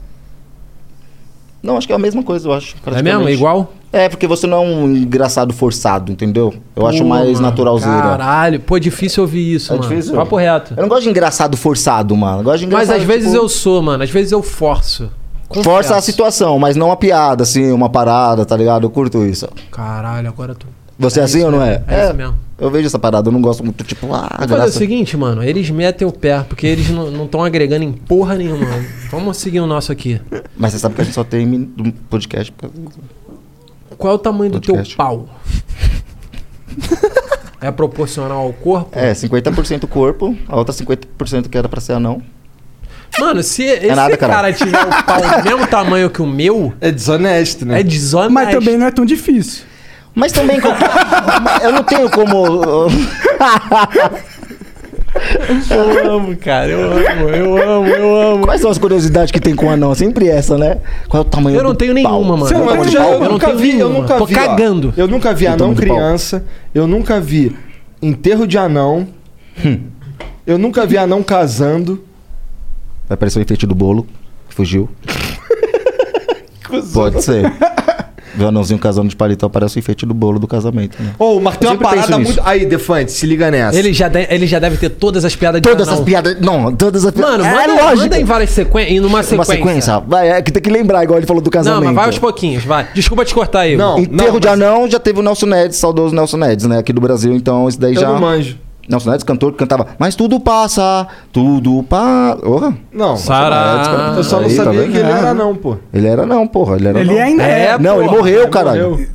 Não, acho que é a mesma coisa, eu acho.
É mesmo?
praticamente.
Igual?
É, porque você não é um engraçado forçado, entendeu? Eu acho
Pô,
mais
mano,
naturalzinho.
Caralho, pô, difícil ouvir isso,
É
mano.
difícil?
Papo reto.
Eu não gosto de engraçado forçado, mano. Eu gosto de
Mas
engraçado,
às vezes
tipo,
eu sou, mano. Às vezes eu forço. Confesso.
Força assim. a situação, mas não a piada, assim, uma parada, tá ligado? Eu curto isso.
Caralho, agora tu.
Você é assim
isso
ou não é?
mesmo, é isso mesmo.
Eu vejo essa parada, eu não gosto muito, tipo, ah,
Vamos fazer o
graça.
seguinte, mano. Eles metem o pé, porque eles não estão agregando em porra nenhuma. Vamos seguir o nosso aqui.
Mas você sabe que a gente só tem mini- um podcast. pra-
Qual é o tamanho do
Podcast.
teu pau? é proporcional ao corpo?
É, 50% corpo, a outra 50% que era pra ser anão.
Mano, se esse
É nada,
cara,
cara.
tiver o pau do mesmo tamanho que o meu,
É desonesto, né?
é desonesto.
Mas também não é tão difícil.
Mas também. com- eu não tenho como. uh, tipo,
Eu amo, cara. Eu amo, eu amo, eu amo.
Quais são as curiosidades que tem com o anão? Sempre essa, né? Qual é o tamanho
Eu não
do
tenho
pau?
nenhuma, mano.
Você não
Eu
tem
eu,
de
já-
pau?
eu
não
nunca
tenho
vi, eu
nenhuma.
nunca
Tô
vi.
cagando.
ó. Eu nunca vi
Eu
anão
tomo de pau.
criança, eu nunca vi enterro de anão,
Hum.
eu nunca vi anão casando.
Vai aparecer o efeito do bolo. que Fugiu. Pode ser. Vê o anãozinho casando de paletó, parece o enfeite do bolo do casamento. Né?
Ô, mas tem
Eu
uma
sempre penso
parada
nisso.
muito. Aí, Defante, se liga nessa.
Ele já, de- ele já deve ter todas as piadas de
Todas
anão.
as piadas. Não, todas as piadas.
Mano,
é
manda,
lógico.
manda em várias sequências, em numa sequência.
Uma sequência. Vai, é que tem que lembrar, igual ele falou do
Não,
casamento.
mas vai aos pouquinhos, vai. Desculpa te cortar aí.
Não,
Enterro de
mas
anão já teve o Nelson Nedes, saudoso Nelson Nedes, né? Aqui do Brasil, então esse daí
Eu
já.
não manjo.
Nelson Nedes, cantor, que cantava, mas tudo passa, tudo passa. Porra,
Não.
Sará.
Eu só não
Aí, tá
sabia
vendo?
que ele era anão, pô.
ele era não, porra. Ele, era
Ele
não.
ainda é. tá.
É,
Não, ele
porra.
morreu, caralho.
Morreu.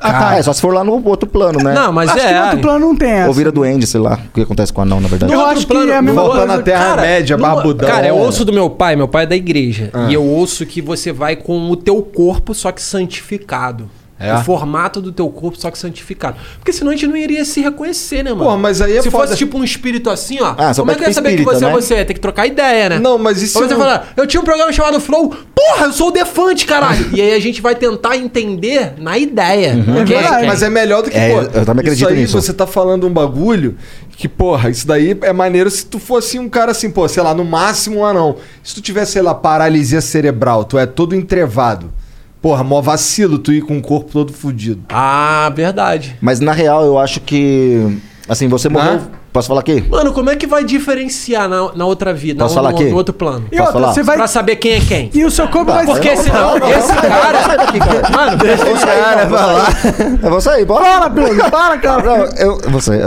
Ah, é, só se for lá no outro plano, né?
Não, mas
Acho que
é.
no outro plano não tem essa.
Ou vira doente, sei lá. O que acontece com o anão, na verdade.
Eu
No
acho
outro
que é a mesma
no-
coisa. Voltando à Terra-média,
numa-
barbudão.
é
Ah.
Cara,
um
eu ouço do meu pai, meu pai é da igreja. E eu ouço que você vai com o teu corpo, só que santificado.
É?
O formato do teu corpo, só que santificado. Porque senão a gente não iria se reconhecer, né, mano?
Pô, mas aí é
Se
foda.
fosse tipo um espírito assim, ó.
Ah, só
como é que
pode
eu ia
tipo
saber que
espírita,
você é
né?
você? Tem que trocar ideia, né?
Não, mas e se
Ou você
não-
falar, eu tinha um programa chamado Flow, porra, eu sou o Defante, caralho. e aí a gente vai tentar entender na ideia.
É
Quem é
verdade,
quem.
mas é melhor do que,
É,
pô,
eu também acredito
isso aí
nisso.
você tá falando um bagulho que, porra, isso daí é maneiro se tu fosse um cara assim, pô, sei lá, no máximo um anão. Se tu tivesse, sei lá, paralisia cerebral, tu é todo entrevado. Porra, mó vacilo tu ir com o corpo todo fudido.
Ah, verdade.
Mas na real, eu acho que. Assim, você morreu.
Ah.
Posso falar aqui?
Mano, como é que vai diferenciar na, na outra vida,
Posso
na-
falar
no,
aqui?
no outro plano?
E
Posso
outra,
falar? Tá,
você vai.
Pra saber quem é quem.
E o seu corpo vai.
Porque senão, esse cara. Mano, presta
Eu vou sair, não, eu vou sair. Eu vou sair, bora. Para, Pedro, para, cara. Não, eu, eu vou sair.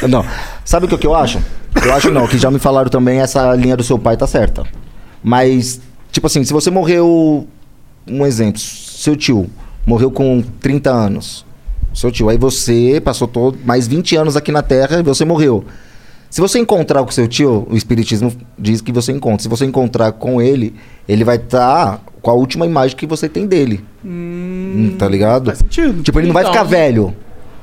Eu- Não, sabe o que, que eu acho? Eu acho não, que já me falaram também, essa linha do seu pai tá certa. Mas, tipo assim, se você morreu. Um exemplo, seu tio morreu com 30 anos. Seu tio, aí você passou todo, mais 20 anos aqui na Terra e você morreu. Se você encontrar com seu tio, o Espiritismo diz que você encontra. Se você encontrar com ele, ele vai estar com a última imagem que você tem dele. Hum, tá ligado?
Faz sentido.
Tipo, ele não vai
Então.
ficar velho.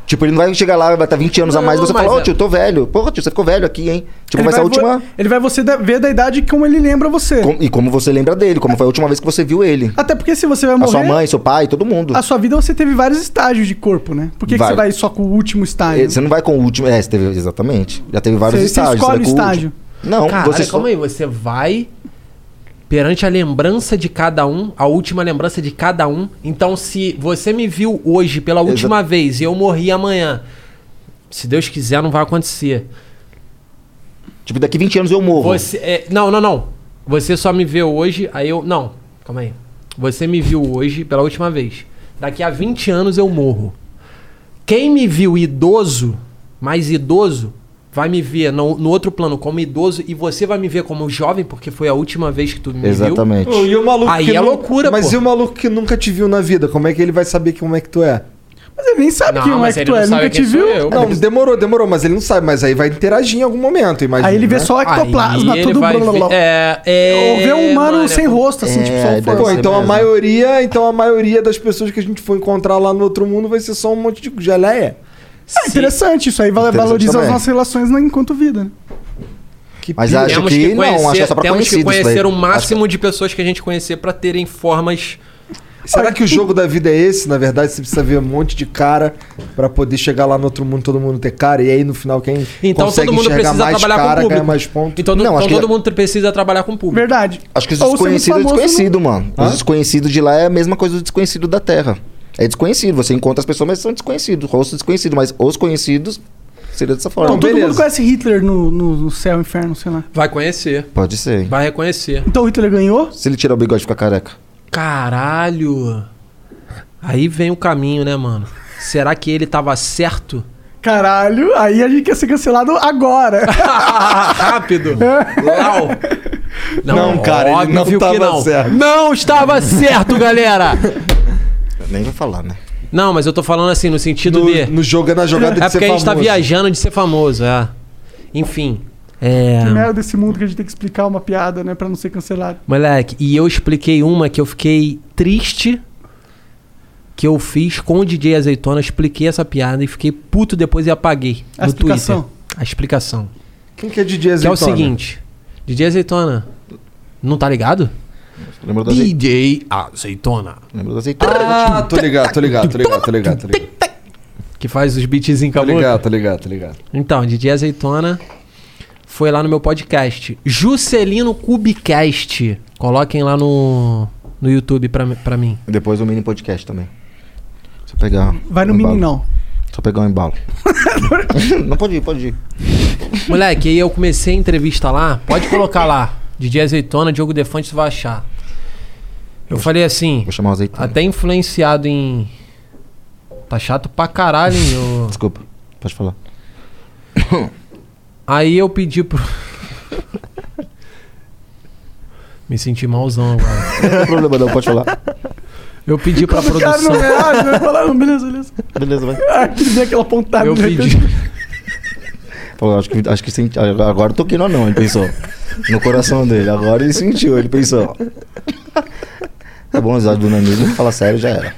Tipo, ele não vai chegar lá, vai estar 20 anos a
Não,
mais e você
mas
fala, ô
é-
tio, tô velho. Porra, tio, você ficou velho aqui, hein? Tipo,
ele
vai ser a
vo-
última. É.
Ele vai você da- ver da idade como ele lembra você.
com- E como você lembra dele, como foi a última vez que você viu ele.
Até porque se você vai
A
morrer.
sua mãe, seu pai, todo mundo.
A sua vida você teve vários estágios de corpo, né? Por que, que
Vai.
você vai só com o último estágio?
É, Você não vai com o último. É, você teve. Exatamente. Já teve vários
Você- você
estágios. é
escolhe
vai com
o
último.
estágio.
Não,
Caralho,
você.
calma aí, você vai perante a lembrança de cada um, a última lembrança de cada um. Então, se você me viu hoje pela última vez e eu morri amanhã, se Deus quiser, não vai acontecer.
Tipo, daqui 20 anos eu morro.
Você. é, não, não, não. Você só me vê hoje, aí eu. Não, calma aí. Você me viu hoje pela última vez. Daqui a 20 anos eu morro. Quem me viu idoso, mais idoso, vai me ver no, no outro plano como idoso e você vai me ver como jovem, porque foi a última vez que tu me
Exatamente.
Pô, e o maluco
Aí
que
é
nu-
loucura,
Mas
pô.
e o maluco que nunca te viu na vida? Como é que ele vai saber como é que tu é?
Mas ele nem sabe
Não,
quem é
mas
que
ele
tu
não
é, ele
sabe
nunca
quem
te
sou
viu.
eu.
Não, demorou, demorou, mas ele não sabe. Mas aí vai interagir em algum momento, imagina.
Aí ele vê
né?
só
viu. Aí
ectoplasma,
ele
tudo blá
vai
blá blá.
ver- É, é,
Ou vê um humano
mano, é
sem rosto, assim,
É,
tipo, só um
aí
fã.
deve
Pô,
ser
então a
mesmo.
maioria, então a maioria das pessoas que a gente for encontrar lá no outro mundo vai ser só um monte de geleia.
É interessante, isso aí val-
Interessante
valoriza as
também.
nossas relações na- enquanto vida, né?
Que
Mas
pira.
acho
Temos
que
que,
não,
conhecer,
acho que é só pra
temos que
conhecidos daí.
conhecer o
Acho
máximo de pessoas que a gente conhecer pra terem formas.
Será que o jogo da vida é esse? Na verdade, você precisa ver um monte de cara pra poder chegar lá no outro mundo, todo mundo ter cara. E aí, no final, quem
Então
consegue
todo mundo
enxergar
precisa
mais
trabalhar
cara
com o
ganha
público.
mais pontos.
Então,
Não,
então
acho que-
todo mundo precisa trabalhar com o público.
Verdade.
Acho que os
Ou ser muito
desconhecidos é
famoso no-
desconhecido, mano.
Hã?
Os desconhecidos de lá é a mesma coisa do desconhecido da Terra. É desconhecido, você encontra as pessoas, mas são desconhecidos. Rosto desconhecido, mas os conhecidos seria dessa forma.
Não,
Então todo
beleza.
mundo conhece Hitler no, no, no céu, inferno, sei lá.
Vai conhecer,
Pode ser. hein?
vai reconhecer.
Então o Hitler ganhou?
Se ele tirar o bigode e ficar careca.
Caralho! Aí vem o caminho, né, mano? Será que ele tava certo?
Caralho, aí a gente quer ser cancelado agora.
Rápido! Lau!
Não, cara, ele não tava certo.
Não estava certo, galera!
Nem vai falar, né?
Não, mas eu tô falando assim, no sentido
No,
de.
no jogo é na jogada de
É
ser
porque a gente tá
famoso.
viajando de ser famoso, é. Enfim. É.
Que merda desse mundo que a gente tem que explicar uma piada, né? Pra não ser cancelado.
Moleque, e eu expliquei uma que eu fiquei triste que eu fiz com o DJ Azeitona. Eu expliquei essa piada e fiquei puto depois e apaguei
A
no
explicação.
Twitter. A explicação.
Quem que é DJ
Que é o
Azeitona?
seguinte: DJ Azeitona, não tá ligado?
Lembra do azeite?
DJ Azeitona.
Lembra do azeite?
Ah, tô ligado, tô ligado, tô ligado, tô ligado, tô ligado.
Que faz os beats em
Tô
caboclo.
ligado, tô ligado, tô ligado.
Então, DJ Azeitona foi lá no meu podcast. Juscelino Cubicast. Coloquem lá no, no YouTube pra, mi- pra mim.
Depois o mini podcast também. Só pegar.
Vai no
um
mini,
embalo.
não.
Só pegar um embalo. não pode ir, pode ir.
Moleque, aí eu comecei a entrevista lá. Pode colocar lá. DJ Azeitona, Diogo Defante, você vai achar. Eu falei assim,
Vou chamar o azeite.
até influenciado em. Tá chato pra caralho, hein? ô.
Desculpa, pode falar.
Aí eu pedi pro. Me senti malzão agora.
Não tem problema, não, pode falar.
Eu pedi pra
O cara não
produção.
reage, né? Fala, não, beleza, beleza.
Beleza, vai.
Ah, que vem aquela pontada. né?
Eu
de repente.
pedi.
Falou, acho que, acho que senti, agora eu toquei no anão, ele pensou. No coração dele. Agora ele sentiu, ele pensou. Tá bom, Zé do Nanilo, fala sério, já era.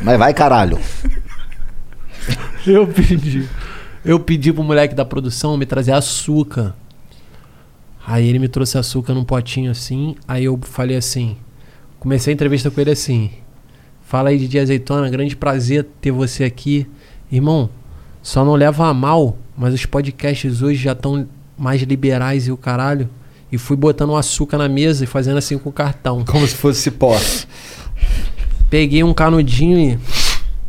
Mas vai, caralho.
Eu pedi. Eu pedi pro moleque da produção me trazer açúcar. Aí ele me trouxe açúcar num potinho assim. Aí eu falei assim. Comecei a entrevista com ele assim. Fala aí, Didi Azeitona, grande prazer ter você aqui. Irmão, só não leva a mal, mas os podcasts hoje já estão mais liberais e o caralho. E fui botando um açúcar na mesa e fazendo assim com o cartão.
Como se fosse pó.
Peguei um canudinho e.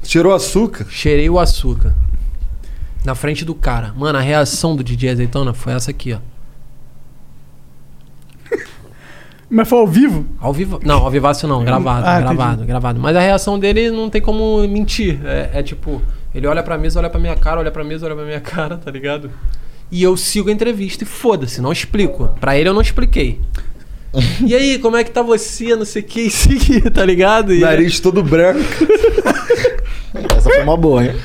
Tirou açúcar?
Cheirei o açúcar. Na frente do cara. Mano, a reação do DJ Azeitona foi essa aqui, ó.
Mas foi ao vivo?
Ao vivo. Não, ao vivaço não, gravado,
Ah,
gravado,
entendi.
gravado. Mas a reação dele não tem como mentir. É, é tipo, ele olha pra mesa, olha pra minha cara, olha pra mesa, olha pra minha cara, tá ligado? E eu sigo a entrevista e foda-se, não explico. Pra ele eu não expliquei. E aí, como é que tá você? Não sei o que, e seguir, tá ligado? E-
Nariz todo branco.
Essa foi uma boa, hein?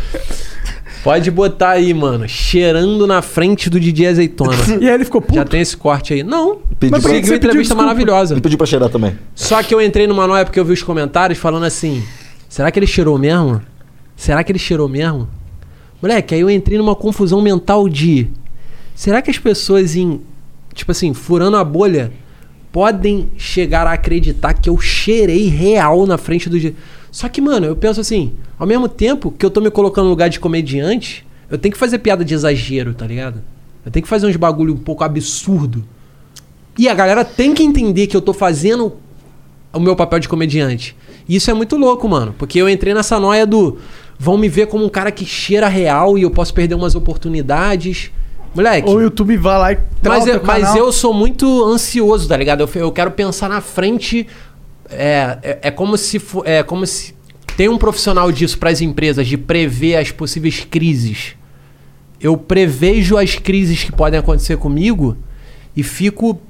Pode botar aí, mano. Cheirando na frente do DJ Azeitona.
E aí ele ficou puto.
Já tem esse corte aí. Não.
Pedi
Mas
pra-
consegui uma
você pediu
entrevista
desculpa.
maravilhosa.
Ele pediu pra cheirar também.
Só que eu entrei numa noia porque eu vi os comentários falando assim: será que ele cheirou mesmo? Será que ele cheirou mesmo? Moleque, aí eu entrei numa confusão mental de: será que as pessoas em. Tipo assim, furando a bolha, podem chegar a acreditar que eu cheirei real na frente do. di- Só que, mano, eu penso assim: ao mesmo tempo que eu tô me colocando no lugar de comediante, eu tenho que fazer piada de exagero, tá ligado? Eu tenho que fazer uns bagulho um pouco absurdo. E a galera tem que entender que eu tô fazendo o meu papel de comediante. E isso é muito louco, mano. Porque eu entrei nessa noia do. Vão me ver como um cara que cheira real e eu posso perder umas oportunidades. Moleque.
Ou o YouTube vai lá e
mas,
trava
eu,
o
mas
canal.
eu sou muito ansioso, tá ligado? Eu, fe- eu quero pensar na frente. É, é, é como se. fo- É como se. Tem um profissional disso para as empresas, de prever as possíveis crises. eu prevejo as crises que podem acontecer comigo e fico.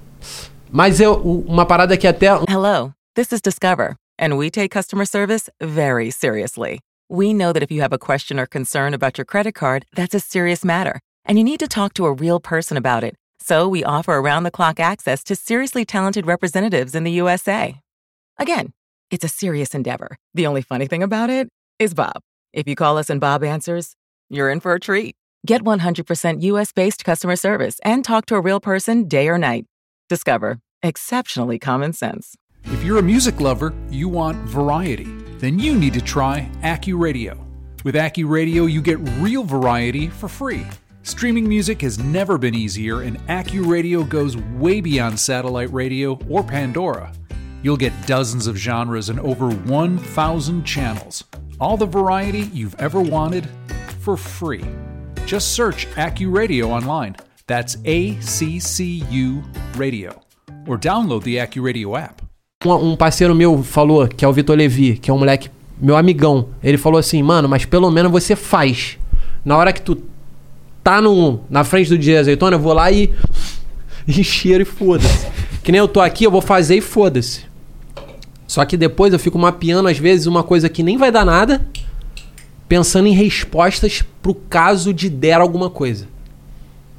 Mas eu, u- uma parada que até. um
Hello, this is Discover, and we take customer service very seriously. We know that if you have a question or concern about your credit card, that's a serious matter, and you need to talk to a real person about it. So we offer around the clock access to seriously talented representatives in the USA. Again, it's a serious endeavor. The only funny thing about it is Bob. If you call us and Bob answers, you're in for a treat. Get 100% US based customer service and talk to a real person day or night. Discover exceptionally common sense.
If you're a music lover, you want variety. Then you need to try AccuRadio. With AccuRadio, you get real variety for free. Streaming music has never been easier, and AccuRadio goes way beyond satellite radio or Pandora. You'll get dozens of genres and over 1,000 channels. All the variety you've ever wanted for free. Just search AccuRadio online. That's A C C U Radio. Or download the AccuRadio app.
Um um parceiro meu falou, que é o Vitor Levi, que é um moleque, meu amigão. Ele falou assim, mano, mas pelo menos você faz. Na hora que tu tá no, na frente do DJ Azeitona, eu vou lá e. e cheiro e foda-se. Que nem eu tô aqui, eu vou fazer e foda-se. Só que depois eu fico mapeando, às vezes, uma coisa que nem vai dar nada, pensando em respostas pro caso de der alguma coisa.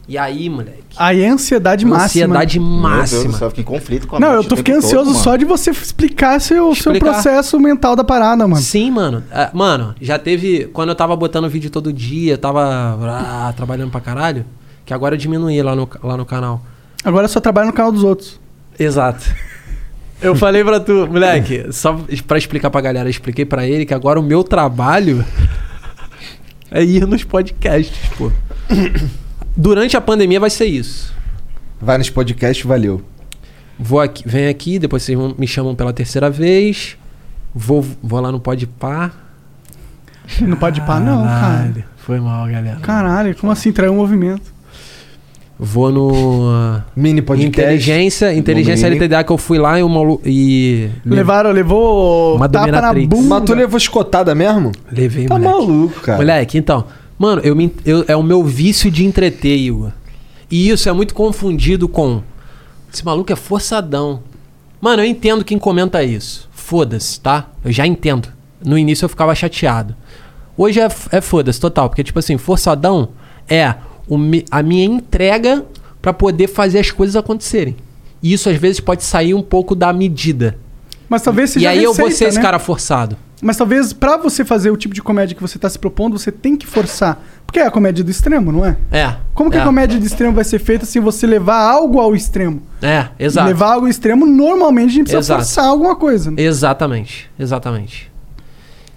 E aí, moleque?
Aí é ansiedade máxima.
Ansiedade
Meu Deus do
máxima.
céu, eu fiquei em conflito com a
Não,
mente
eu
o
tô
tempo
fiquei
todo,
ansioso
mano.
só de você explicar seu, seu
Explicar.
processo mental da parada, mano.
Sim, mano. Ah, Mano, já teve. Quando eu tava botando vídeo todo dia, eu tava ah, trabalhando pra caralho, que agora eu diminuí lá no, lá no canal.
Agora eu só trabalho no canal dos outros.
Exato. Eu falei pra tu, moleque, só pra explicar pra galera, eu expliquei pra ele que agora o meu trabalho é ir nos podcasts, pô. Durante a pandemia vai ser isso.
Vai nos podcasts, valeu.
Vou aqui, vem aqui, depois vocês vão- me chamam pela terceira vez. Vou, vou lá no Podpar.
Não pode pá, não, cara.
Caralho, Foi mal, galera.
Caralho, como assim? Traiu o movimento.
Vou no. ah,
Mini podcast.
Inteligência, inteligência
mini.
LTDA que eu fui lá e o malu... e
Levaram, levou
Uma
tapa na
dominatrix.
bunda.
Mas tu levou escotada mesmo?
levei
Tá
moleque.
maluco, cara.
Moleque, então, mano, eu me- eu- é o meu vício de entreter, Igor. E isso é muito confundido com esse maluco é forçadão. Mano, eu entendo quem comenta isso. Foda-se, tá? Eu já entendo. No início eu ficava chateado. Hoje é, f- é foda-se total, porque tipo assim, forçadão é o mi- a minha entrega pra poder fazer as coisas acontecerem. E isso às vezes pode sair um pouco da medida.
Mas talvez seja
e aí eu vou
receita,
ser esse
né?
cara forçado.
Mas talvez pra você fazer o tipo de comédia que você tá se propondo, você tem que forçar. Porque é a comédia do extremo, não é?
É.
Como que
é,
a comédia de extremo vai ser feita se você levar algo ao extremo?
É,
E
exato.
Levar algo ao extremo, normalmente a gente precisa
Exato.
forçar alguma coisa. né?
Exatamente, exatamente.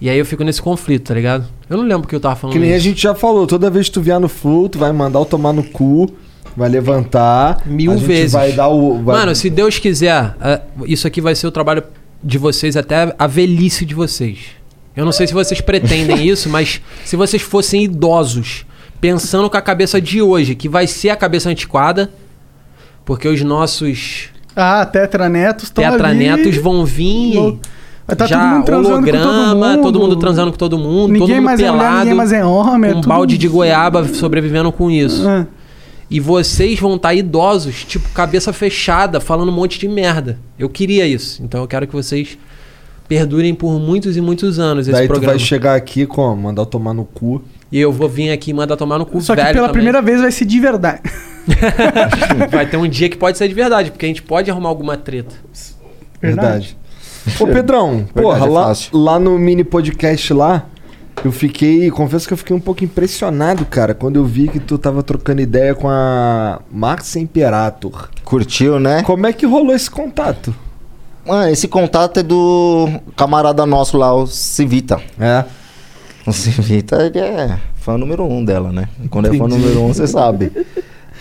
E aí eu fico nesse conflito, tá ligado? Eu não lembro o que eu tava falando.
Que nem a
disso.
gente já falou, toda vez que tu vier no flow, tu vai mandar o tomar no cu, vai levantar.
Mil
a gente
vezes.
Vai dar o. vai-
Mano, se Deus quiser, ah, isso aqui vai ser o trabalho de vocês até a velhice de vocês. Eu não sei se vocês pretendem isso, mas se vocês fossem idosos, pensando com a cabeça de hoje, que vai ser a cabeça antiquada, porque os nossos
Ah, tetranetos estão
tetranetos vão vir.
Lou- Vai tá todo
já
mundo transando com todo
holograma, todo mundo.
mundo.
transando com todo mundo, todo
Ninguém
mundo
mais
pelado.
é mulher, ninguém mais é homem. é
um
tudo-
balde de goiaba sobrevivendo com isso.
Ah,
E vocês vão estar idosos, tipo, cabeça fechada, falando um monte de merda. Eu queria isso. Então eu quero que vocês perdurem por muitos e muitos anos esse
Daí tu
programa.
vai chegar aqui como? Mandar o tomar no cu.
E eu vou vir aqui e mandar tomar no cu
Só que
velho
pela
também.
primeira vez vai ser de verdade.
Vai ter um dia que pode ser de verdade, porque a gente pode arrumar alguma treta.
Verdade. Ô, Pedrão, porra,
é
lá,
fácil.
lá no mini podcast lá, eu fiquei. Confesso que eu fiquei um pouco impressionado, cara, quando eu vi que tu tava trocando ideia com a Márcia Imperator.
Curtiu, né?
Como é que rolou esse contato?
Mano, esse contato é do camarada nosso lá, o Civita.
É.
O Civita, ele é fã número um dela, né? E Quando é fã número um, você sabe.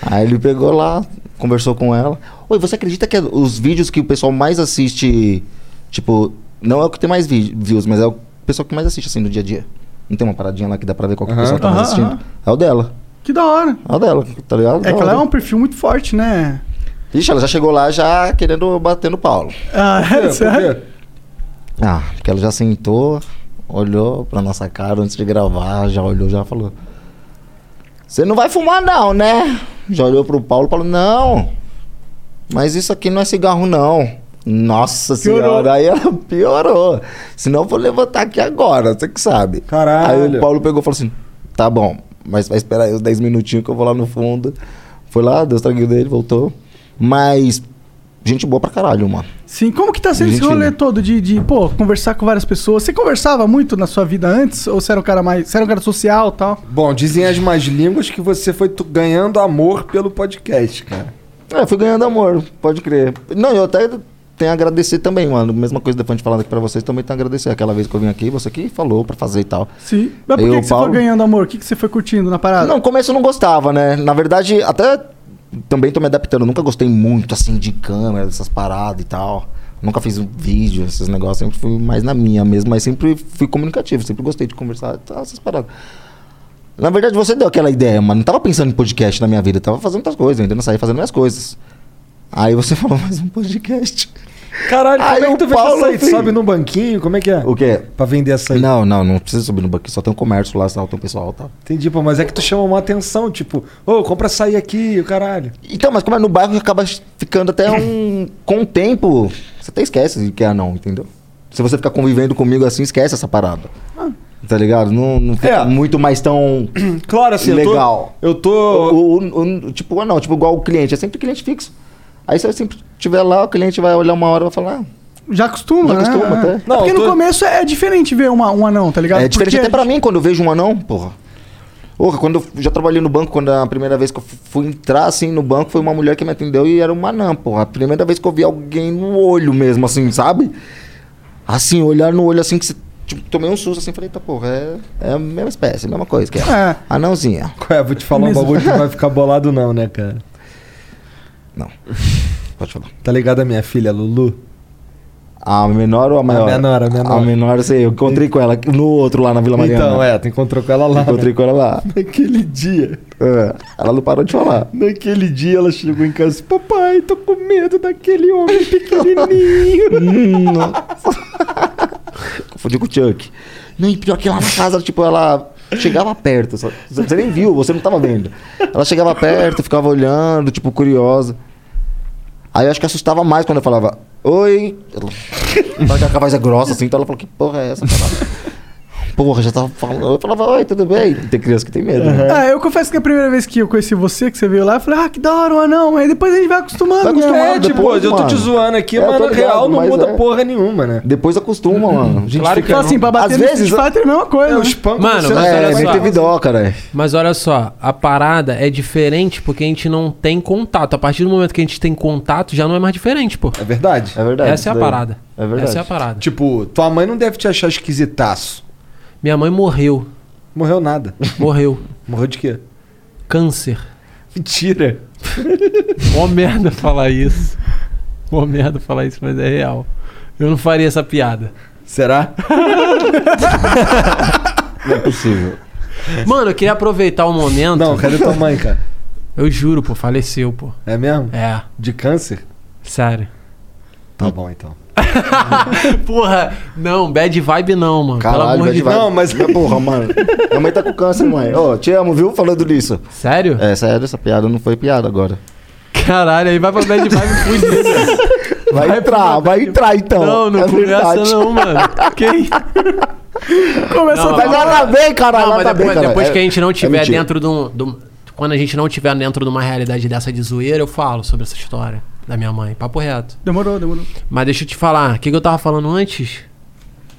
Aí ele pegou lá, conversou com ela. Oi, você acredita que é os vídeos que o pessoal mais assiste, tipo, não é o que tem mais vi- views, mas é o pessoal que mais assiste, assim, no dia a dia. Não tem uma paradinha lá que dá pra ver qual que o
Aham.
pessoal tá mais
Aham,
assistindo.
aham.
É o dela.
Que da hora.
É o dela, tá ligado?
É que
o
ela é
dela.
um perfil muito forte, né?
Ixi, ela já chegou lá tá já querendo bater no Paulo.
Ah,
É,
é, sério?
porque-
Ah, porque ela já sentou, olhou pra nossa cara antes de gravar, já olhou, já falou. Você não vai fumar, não, né? Já olhou pro Paulo e falou: Não, mas isso aqui não é cigarro, não. Nossa senhora, aí ela piorou. Senão eu vou levantar aqui agora, você que sabe.
Caralho.
Aí o Paulo pegou e falou assim: Tá bom, mas vai esperar aí uns 10 minutinhos que eu vou lá no fundo. Foi lá, deu o traguinho dele, voltou. Mas, gente boa pra caralho, mano.
Sim, como que tá sendo esse
Gente,
rolê
né?
todo de, de, pô, conversar com várias pessoas? Você conversava muito na sua vida antes? Ou você era um cara mais. Você era um cara social e tal?
Bom, dizem as más línguas que você foi tu- ganhando amor pelo podcast, cara.
É, fui ganhando amor, pode crer. Não, eu até tenho a agradecer também, mano. Mesma coisa da Fante falando aqui pra vocês, também tenho a agradecer. Aquela vez que eu vim aqui, você que falou pra fazer e tal.
Sim. Mas por
Eu,
que, que você foi
Paulo?
ganhando amor? O que, que você foi curtindo na parada?
Não, no começo eu não gostava, né? Na verdade, até também tô me adaptando. Eu Nunca gostei muito, assim, de câmera, dessas paradas e tal. Nunca fiz um vídeo, esses negócios. Sempre fui mais na minha mesmo, mas sempre fui comunicativo. Sempre gostei de conversar e tal, essas paradas. Na verdade, você deu aquela ideia, mano. Não tava pensando em podcast na minha vida. eu Tava fazendo outras coisas, eu ainda não saí fazendo minhas coisas. Aí você falou, mas um podcast.
Caralho,
Aí
como é que
o
tu fez
Paulo,
essa aí? Tu
filho.
sobe num banquinho? Como é que é?
O quê?
Pra vender essa aí.
Não, não, não precisa subir no banco. Só tem um comércio lá, só tem um pessoal e tal.
Entendi, pô, mas é que tu chama uma atenção, tipo, ô, compra açaí aqui, o caralho.
Então, mas como é no bairro, acaba ficando até um. Com o tempo, você até esquece de que é anão, entendeu? Se você ficar convivendo comigo assim, esquece essa parada. Tá ligado? Não, não fica
Ah. É.
muito mais tão.
Claro, assim, eu tô-
Legal.
Eu tô.
O, o- o- tipo, anão, tipo, igual o cliente. É sempre cliente fixo. Aí se eu sempre tiver lá, o cliente vai olhar uma hora e vai falar. "Ah,
Já acostuma,
Já
né?
acostuma, até.
É
Não,
porque
eu
no
tô-
começo é diferente ver uma, um anão, tá ligado?
É diferente
Porque
até pra mim quando eu vejo um anão, porra. Porra, quando eu já trabalhei no banco, quando a primeira vez que eu fu- fui entrar assim no banco, foi uma mulher que me atendeu e era uma anã, porra. A primeira vez que eu vi alguém no olho mesmo, assim, sabe? Assim, olhar no olho assim que você. Tipo, tomei um susto assim, falei, tá porra, é, é a mesma espécie, a mesma coisa que é.
É.
Anãozinha.
Qual é? Vou te falar um
Mesmo.
bagulho que não vai ficar bolado, não, né, cara?
Não. Pode falar.
Tá ligado a minha filha, Lulu?
A menor ou a maior?
menor, a menor.
A menor, eu sei, eu encontrei com ela no outro lá na Vila Mariana.
Então, é, tu encontrou com ela lá.
Encontrei
né?
com ela lá.
Naquele dia.
É, Ela não parou de falar.
Naquele dia ela chegou em casa e disse, papai, tô com medo daquele homem pequenininho.
Hum,
Confundi com o Chuck. Não, e pior que lá na casa, tipo, ela chegava perto. só- Você nem viu, você não tava vendo. Ela chegava perto, ficava olhando, tipo, curiosa. Aí eu acho que assustava mais quando eu falava, oi. Ela que a voz é grossa, assim, então ela falou, que porra é essa? Parada? Porra, já tava falando. Eu falava, oi, tudo bem? Tem criança que tem medo, né?
Uhum.
É, eu confesso que a primeira vez que eu conheci você, que você veio lá, eu falei, ah, que da hora, um anão. Aí depois a gente vai acostumando.
Vai
né?
acostumando.
É, tipo,
depois,
eu tô te
mano.
zoando aqui,
É,
mas
tô
na
ligado,
real não
mas
muda
é.
porra nenhuma, né?
Depois acostuma, mano.
Claro que
Fala assim, pra bater
Às
no
vezes,
Street Fighter é a mesma coisa.
Eu
né?
espanco
Mano,
você
mas
na
olha
É,
cara.
nem
só.
teve dó, cara.
Mas olha só, a parada é diferente porque a gente não tem contato. A partir do momento que a gente tem contato, já não é mais diferente, pô.
É verdade?
É verdade.
Essa é a
isso daí.
parada.
É verdade.
Essa é a parada.
Tipo, tua mãe não deve te achar esquisitaço.
Minha mãe morreu.
Morreu nada.
Morreu.
Morreu de quê?
Câncer.
Mentira.
Mó merda falar isso. Mó merda falar isso, mas é real. Eu não faria essa piada.
Será?
Não é possível.
Mano, eu queria aproveitar o momento.
Não, cadê tua mãe, cara?
Eu juro, pô, faleceu, pô.
É mesmo?
É,
De câncer?
sério.
Tá bom, então.
Porra, não, bad vibe não, mano. Pelo
Caralho,
amor de
Bad
Deus.
Vibe.
Não, mas-
porra, mano. Minha mãe tá com câncer, mãe. Ô, te amo, viu? Falando nisso.
Sério?
É, sério, essa piada não foi piada agora.
Caralho, aí vai pra bad vibe fudido.
Vai, entrar, vai entrar então.
Não, não
é
começa
verdade.
não, mano. Quem?
Começa
Não,
a
Mas
não,
ela tá bem, caralho.
Não,
ela
mas
tá
depois,
bem, cara.
depois
É-
que a gente não
é
tiver
mentira.
dentro de um, de um- Quando a gente não tiver dentro de uma realidade dessa de zoeira, eu falo sobre essa história da minha mãe. Papo reto.
Demorou, demorou.
Mas deixa eu te falar, o que, que eu tava falando antes?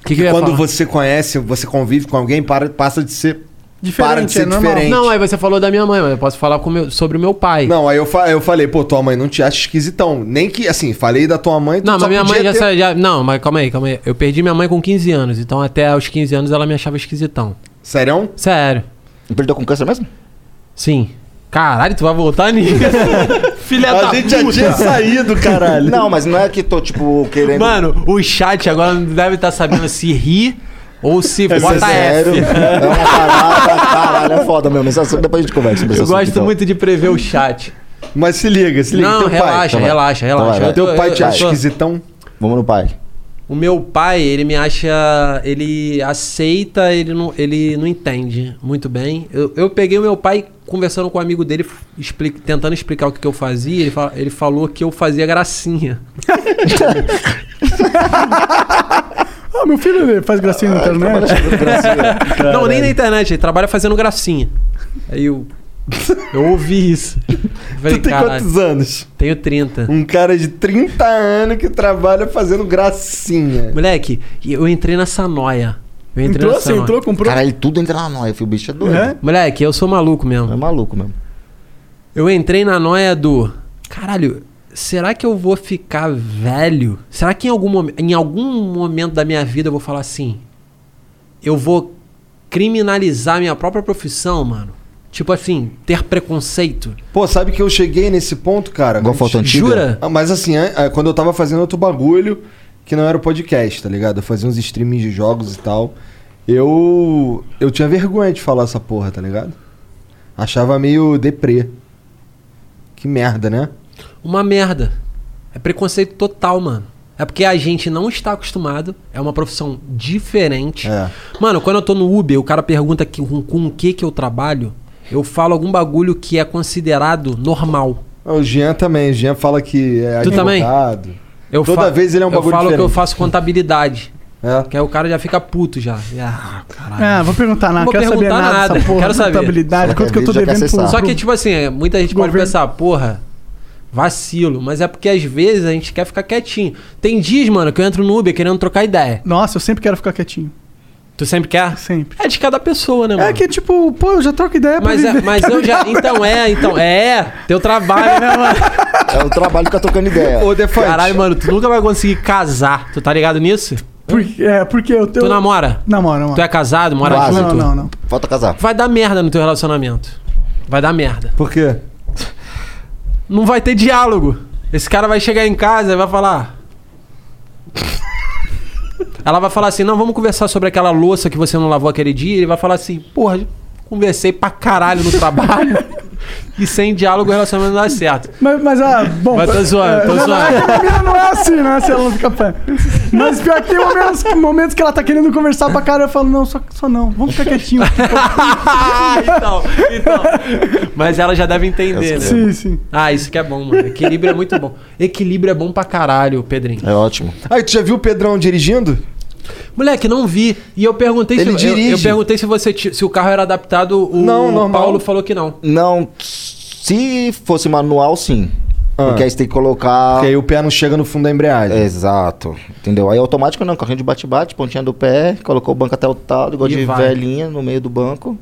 O que, que eu ia
Quando
falar?
você conhece, você convive com alguém, para, passa de ser.
Diferente,
para de ser
é normal.
diferente.
Não, aí você falou da minha mãe, mas eu posso falar com o meu- sobre o meu pai.
Não, aí eu, fa- eu falei, pô, tua mãe não te acha esquisitão. Nem que, assim, falei da tua mãe, tu
Não, mas
só
minha mãe
podia
já,
ter-
sa- já. Não, mas calma aí, calma aí. Eu perdi minha mãe com 15 anos, então até aos 15 anos ela me achava esquisitão.
Sério?
Sério.
Perdeu com câncer mesmo?
Sim. Caralho, tu vai voltar nisso? Filha da puta.
saído, caralho.
Não, mas não é que tô, tipo, querendo.
Mano, o chat agora não deve estar sabendo se ri ou se
é
bota
sério.
F.
É uma parada, caralho. É foda mesmo. Esse assunto, depois a gente conversa. sobre esse
Eu
assunto,
gosto
então.
muito de prever o chat.
Mas se liga, se liga.
não,
teu pai.
relaxa,
então vai.
relaxa,
Então
relaxa.
vai, vai.
Eu tô-
Teu pai te
eu- eu
acha
tô-
esquisitão?
Vamos no pai.
O meu pai, ele me acha. Ele aceita, ele não, ele não entende muito bem. Eu, eu peguei o meu pai conversando com um amigo dele, expli- tentando explicar o que, que eu fazia, ele, fa- ele falou que eu fazia gracinha.
Ah, meu filho ele faz gracinha
Ah,
na
tá
internet.
Não, nem na internet, ele trabalha fazendo gracinha. Aí eu. Eu ouvi isso.
Tu tem quantos anos?
Tenho 30.
Um cara de 30 anos que trabalha fazendo gracinha.
Moleque, eu entrei nessa noia. Eu entrei
Entrou,
nessa
você
noia.
entrou, comprou.
Caralho, tudo entra na noia, filho. O bicho é doido.
É?
Moleque, eu sou maluco mesmo.
É maluco mesmo.
Eu entrei na noia do. Caralho, será que eu vou ficar velho? Será que em algum, mom- em algum momento da minha vida eu vou falar assim? Eu vou criminalizar minha própria profissão, mano? Tipo assim, ter preconceito.
Pô, sabe que eu cheguei nesse ponto, cara?
Igual foto antiga.
Jura?
Ah, mas assim, an- ah, quando eu tava fazendo outro bagulho, que não era o podcast, tá ligado? Eu fazia uns streamings de jogos e tal. Eu. Eu tinha vergonha de falar essa porra, tá ligado? Achava meio deprê. Que merda, né?
Uma merda. É preconceito total, mano. É porque a gente não está acostumado, é uma profissão diferente.
É.
Mano, quando eu tô no Uber, o cara pergunta que, com, com o que que eu trabalho, eu falo algum bagulho que é considerado normal.
Ah, O Jean também. O Jean fala que é
Tu também?
advogado.
Eu
Toda
fa-
vez ele é um bagulho
Eu falo que eu
diferente.
faço contabilidade.
É.
Que aí o cara já fica puto já. E, Ah, caralho.
Ah, vou perguntar nada,
Não vou
quero saber
perguntar
nada
nada,
dessa porra.
quero saber.
Contabilidade,
Só
quanto que eu tô
quer ver, já
é
devendo
quer
pro,
acessar.
Só que, tipo assim, muita gente pode
Governo.
pensar, porra, vacilo. Mas é porque às vezes a gente quer ficar quietinho. Tem dias, mano, que eu entro no Uber querendo trocar ideia.
Nossa, eu sempre quero ficar quietinho.
Tu sempre quer?
Sempre.
É de cada pessoa, né, mano?
É que tipo, pô, eu já troco ideia pra
Mas, é-
viver. tá
mas eu já. Então é, então. É, teu trabalho, né, mano?
É o trabalho ficar trocando ideia.
Ô, Defante.
Caralho, mano, tu nunca vai conseguir casar. Tu tá ligado nisso?
Por- é, porque eu tenho...
Tu namora?
Namora, namora.
Tu é casado, mora
Quase.
junto?
Não, não, não.
Falta casar.
Vai dar merda no teu relacionamento. Vai dar merda.
Por quê?
Não vai ter diálogo. Esse cara vai chegar em casa e vai falar. Ela vai falar assim: não, vamos conversar sobre aquela louça que você não lavou aquele dia. Ele vai falar assim: porra, conversei pra caralho no trabalho. e sem diálogo o relacionamento não dá certo.
Mas, mas, ah, bom...
Mas tô zoando, tô
é,
zoando.
A mina não é assim, né? Se ela não fica pé. Mas pior que tem momentos, momentos que ela tá querendo conversar pra cara, eu falo, não, só, só não, vamos ficar quietinho.
Ah, então, então. Mas ela já deve entender, né?
sim, sim.
Ah, isso que é bom, mano. Equilíbrio é muito bom. Equilíbrio é bom pra caralho, Pedrinho.
É ótimo.
Aí, tu já viu o Pedrão dirigindo?
Moleque, não vi. E eu perguntei
Ele
se eu- eu,
dirige.
perguntei se você ti- se o carro era adaptado. O
Não, normal.
Paulo falou que não.
Não, se fosse manual, sim.
Ah.
Porque aí você tem que colocar.
Porque aí o pé não chega no fundo da embreagem.
Exato, entendeu? Aí automático não, carrinho de bate-bate, pontinha do pé, colocou o banco até o tal, igual
E
de
vai.
velhinha no meio do banco,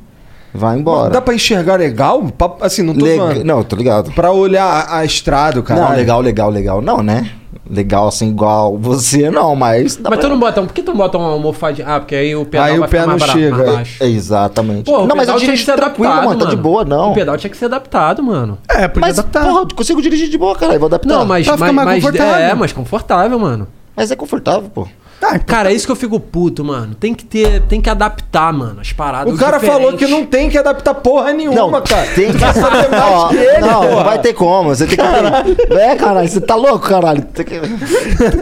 vai embora.
Dá pra enxergar legal? Pa- Assim, não tô
Lega-
zoando.
Não, tô ligado.
Pra olhar a, a estrada, cara.
Não, legal, legal, legal. Não, né? Legal assim, igual você, não, mas. dá
Mas
pra-
tu não bota um. Por que tu não bota uma almofadinha? Ah, porque aí o pedal
Aí
vai
o pé
ficar mais
não
barato,
chega. é.
mais baixo.
Exatamente.
Pô, o
não, mas
pedal tinha
eu
que
dirijo
ser
tranquilo,
adaptado,
mano,
mano.
Tá de boa, não.
O pedal tinha que ser adaptado, mano.
É, podia
Mas,
adaptar.
porra, eu consigo dirigir de boa, cara. Eu vou adaptar.
Não, mas,
pra ficar
mas,
mais
mas-
confortável.
é, mais confortável, mano.
Mas é confortável, pô.
Ah, então-
Cara, é isso que eu fico puto, mano. Tem que ter, tem que adaptar, mano, as paradas.
O cara
diferentes.
falou que não tem que adaptar porra nenhuma, cara.
Tem que saber mais que ele, Não, não vai ter como. Você tem que ter. É, caralho, você tá louco, caralho. Tem que-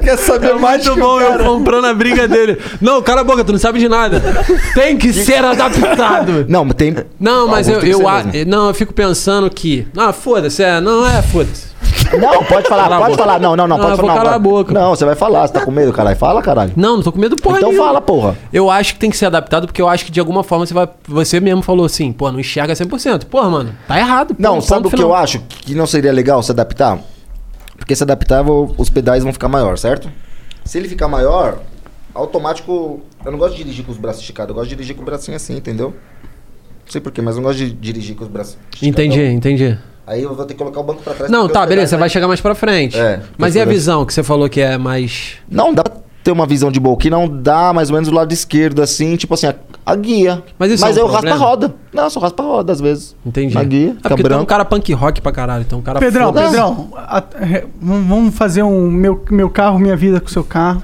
Quer saber
É
mais
muito
que o
bom
cara.
eu comprando a briga dele. Não, cala a boca, tu não sabe de nada. Tem que ser adaptado.
Não, mas tem.
Não, mas
Algum
eu,
tem que
eu,
ser
a-
mesmo.
não, eu fico pensando que. Ah, foda-se, é, não é, foda-se.
Não, pode falar,
Cala a
pode
boca.
falar. Não, não, não,
Não, eu
pode
vou
falar. não,
calar a
vai.
boca.
Não, você vai falar. Você tá com medo, caralho? Fala, caralho.
Não, não tô com medo porra
Então
nenhuma.
fala, porra.
Eu acho que tem que ser adaptado, porque eu acho que de alguma forma você vai. Você mesmo falou assim, pô, não enxerga 100%. Porra, mano, tá errado.
Não,
ponto,
sabe o
ponto
que
final.
eu acho que não seria legal se adaptar? Porque se adaptar, vou- os pedais vão ficar maior, certo? Se ele ficar maior, automático. Eu não gosto de dirigir com os braços esticados, eu gosto de dirigir com o bracinho assim, entendeu? Não sei porquê, mas eu não gosto de dirigir com os braços esticados.
Entendi, entendi.
Aí eu vou ter que colocar o banco pra trás.
Não,
porque
tá,
os
beleza,
pedais
você vai chegar mais pra frente.
É,
Mas
pois
e a
parece.
visão que você falou que é mais.
Não, dá pra ter uma visão de boa que não dá mais ou menos do lado esquerdo, assim, tipo assim, a, a guia.
Mas isso é um
eu raspo a
problema?
roda. Não, eu só raspa a roda às vezes.
Entendi.
Na guia,
é
fica
porque tu é um
branco.
cara punk rock pra caralho, então um cara.
Pedrão,
foda-se.
Pedrão, a- é, vamos vamos fazer um meu, meu carro, minha vida com o seu carro.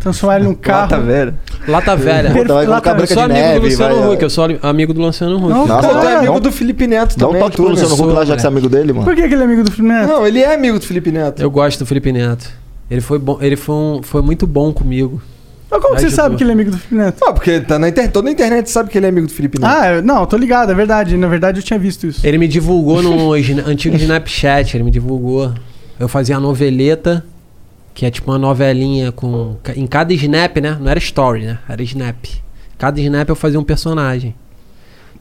Transformar ele num carro.
Lata velha.
Lata velha.
Pedro-
Então vai
lá
Eu
colocar
também.
branca
sou
de
amigo do
neve.
Luciano
Vai,
Huck, eu sou ali- amigo do Luciano Huck.
Não,
Nossa,
Pô, tu é
cara.
amigo
não-
do Felipe Neto
Dá um
também.
toque pro
tu,
Luciano
né?
Huck lá, já que você é amigo dele, mano.
Por que aquele amigo do filme? Neto?
Não, ele é amigo do Felipe Neto.
um, Eu gosto do Felipe Neto. Ele foi bom, ele foi, um- foi muito bom comigo.
Mas como que você
Ajudou.
sabe que ele é amigo do Felipe Neto?
Ah, porque ele tá na internet. Toda a internet sabe que ele é amigo do Felipe Neto.
Ah, eu- não, eu tô ligado, é verdade. Na verdade, eu tinha visto isso.
Ele me divulgou no sna- antigo Snapchat, ele me divulgou. Eu fazia a noveleta, que é tipo uma novelinha com. ca- Em cada Snap, né? Não era story, né? Era Snap. Cada Snap eu fazia um personagem.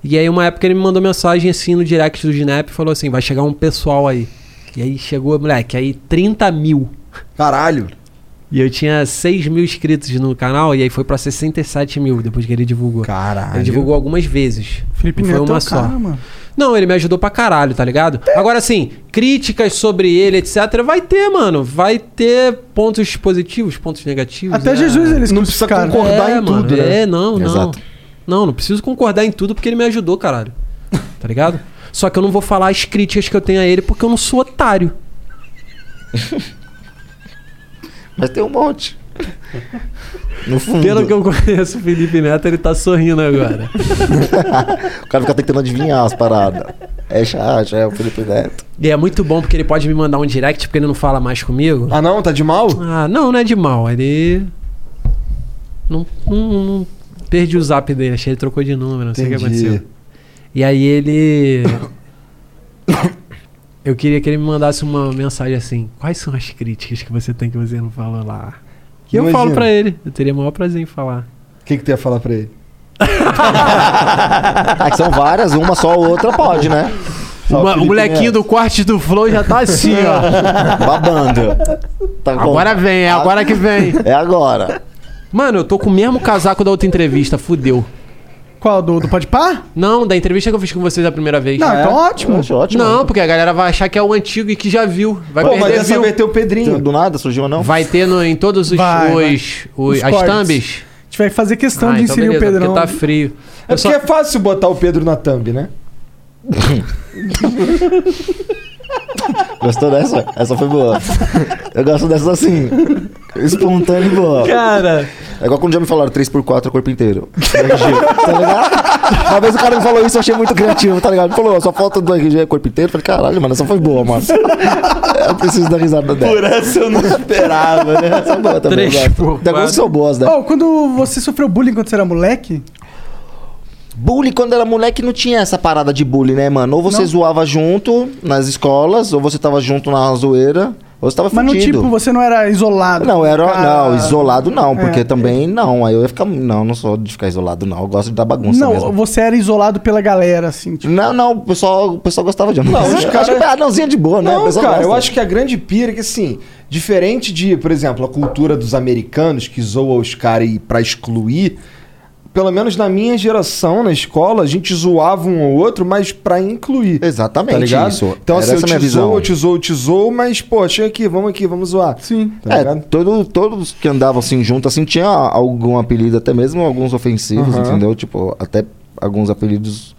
E aí uma época ele me mandou mensagem assim no direct do Snap e falou assim: vai chegar um pessoal aí. E aí chegou, moleque, aí 30 mil.
Caralho!
E eu tinha 6 mil inscritos no canal, e aí foi pra 67 mil depois que ele divulgou.
Caralho.
Ele divulgou algumas vezes.
Felipe
Não foi
Neto é
uma
o
só.
cara, mano.
Não, ele me ajudou pra caralho, tá ligado? Agora, assim, críticas sobre ele, etc., vai ter, mano. Vai ter pontos positivos, pontos negativos.
Até
né?
Jesus eles
É. Não precisa
crucificaram.
concordar
É,
em
mano,
tudo, né?
É, não, não.
Exato.
Não, não preciso concordar em tudo porque ele me ajudou, caralho. Tá ligado? Só que eu não vou falar as críticas que eu tenho a ele porque eu não sou otário.
Mas tem um monte. No fundo.
Pelo que eu conheço o Felipe Neto, ele tá sorrindo agora.
O cara fica tentando adivinhar as paradas. É chato, é o Felipe Neto.
e é muito bom porque ele pode me mandar um direct porque ele não fala mais comigo.
Ah, não? Tá de mal?
Ah, não, não é de mal. Ele. Não, não- não- Perdi o zap dele, achei que ele trocou de número, não sei o que
Entendi.
aconteceu. E aí ele. Eu queria que ele me mandasse uma mensagem assim: Quais são as críticas que você tem que você não falou lá? E eu
Imagina.
falo pra ele, eu teria o maior prazer em falar.
O que, que tu ia falar pra ele?
Ah, que são várias, uma só, outra pode, né? Só
Uma- o
Felipe
é.
molequinho
Neto.
do corte do Flow já tá assim, ó.
Babando. Tá com-
Agora vem, é agora que vem.
É agora.
Mano, eu tô com o mesmo casaco da outra entrevista, fudeu.
Qual? Do, do Podpah?
Não, da entrevista que eu fiz com vocês a primeira vez.
Não, então ótimo.
Poxa, É? ótimo.
Não, porque a galera vai achar que é o antigo e que já viu. Vai
Pô, mas
perder
dessa
view.
vez tem o Pedrinho.
Do nada surgiu, um não?
Vai ter no- em todos os,
Vai,
os,
vai.
os-
Os
as
cortes.
thumbs.
A gente vai fazer questão
Ah,
de inserir o
beleza,
Pedrão.
Porque tá frio.
É
Eu
porque
só,
é fácil botar o Pedro na thumb, né?
Gostou dessa? Essa foi boa. Eu gosto dessas assim. Espontânea e boa.
cara,
É igual quando já me falaram 3x4 o corpo inteiro. RG, tá ligado? Uma vez o cara me falou isso, eu achei muito criativo, tá ligado? Ele falou, só falta do RG é corpo inteiro. Eu falei, caralho, mano, essa foi boa, mano. Eu preciso dar risada dela. Por essa eu não esperava, né? Essa é boa também.
Três
eu gosto.
por
Tem algumas que são boas, né?
Oh, quando você sofreu bullying quando você era moleque,
Bullying, quando era moleque, não tinha essa parada de bullying, né, mano? Ou você zoava junto nas escolas, ou você tava junto na zoeira, ou você tava
mas não
fudido.
tipo, você não era isolado.
Não, era.
Cara-
Não, isolado não, porque
É.
também não. Aí eu ia ficar. Não, não sou de ficar isolado, não. Eu gosto de dar bagunça
Não,
mesmo.
você era isolado pela galera, assim. Tipo,
Não, não, o pessoal, o pessoal gostava de anão.
Não, os
acho
cara-
que é anãozinho de boa, né?
Não,
O pessoal
cara,
gosta.
eu acho que a grande pira é que, assim, diferente de, por exemplo, a cultura dos americanos que zoa os caras e- pra excluir, pelo menos na minha geração, na escola, a gente zoava um ou outro, mas pra incluir.
Exatamente
Tá ligado?
isso.
Então,
Era
assim, eu
essa
te
minha visão.
zoo, eu te zoo, eu te zoo, mas, pô, chega aqui, vamos aqui, vamos zoar.
sim.
Tá
é,
ligado?
todo, todos que andavam assim junto, assim, tinha algum apelido, até mesmo alguns ofensivos,
Aham.
entendeu? Tipo, até alguns apelidos,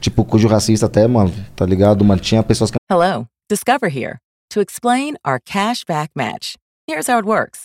tipo, cujo racista até, mano, tá ligado? Mano, tinha pessoas que
Hello, Discover here to explain our cash back match. Here's how it works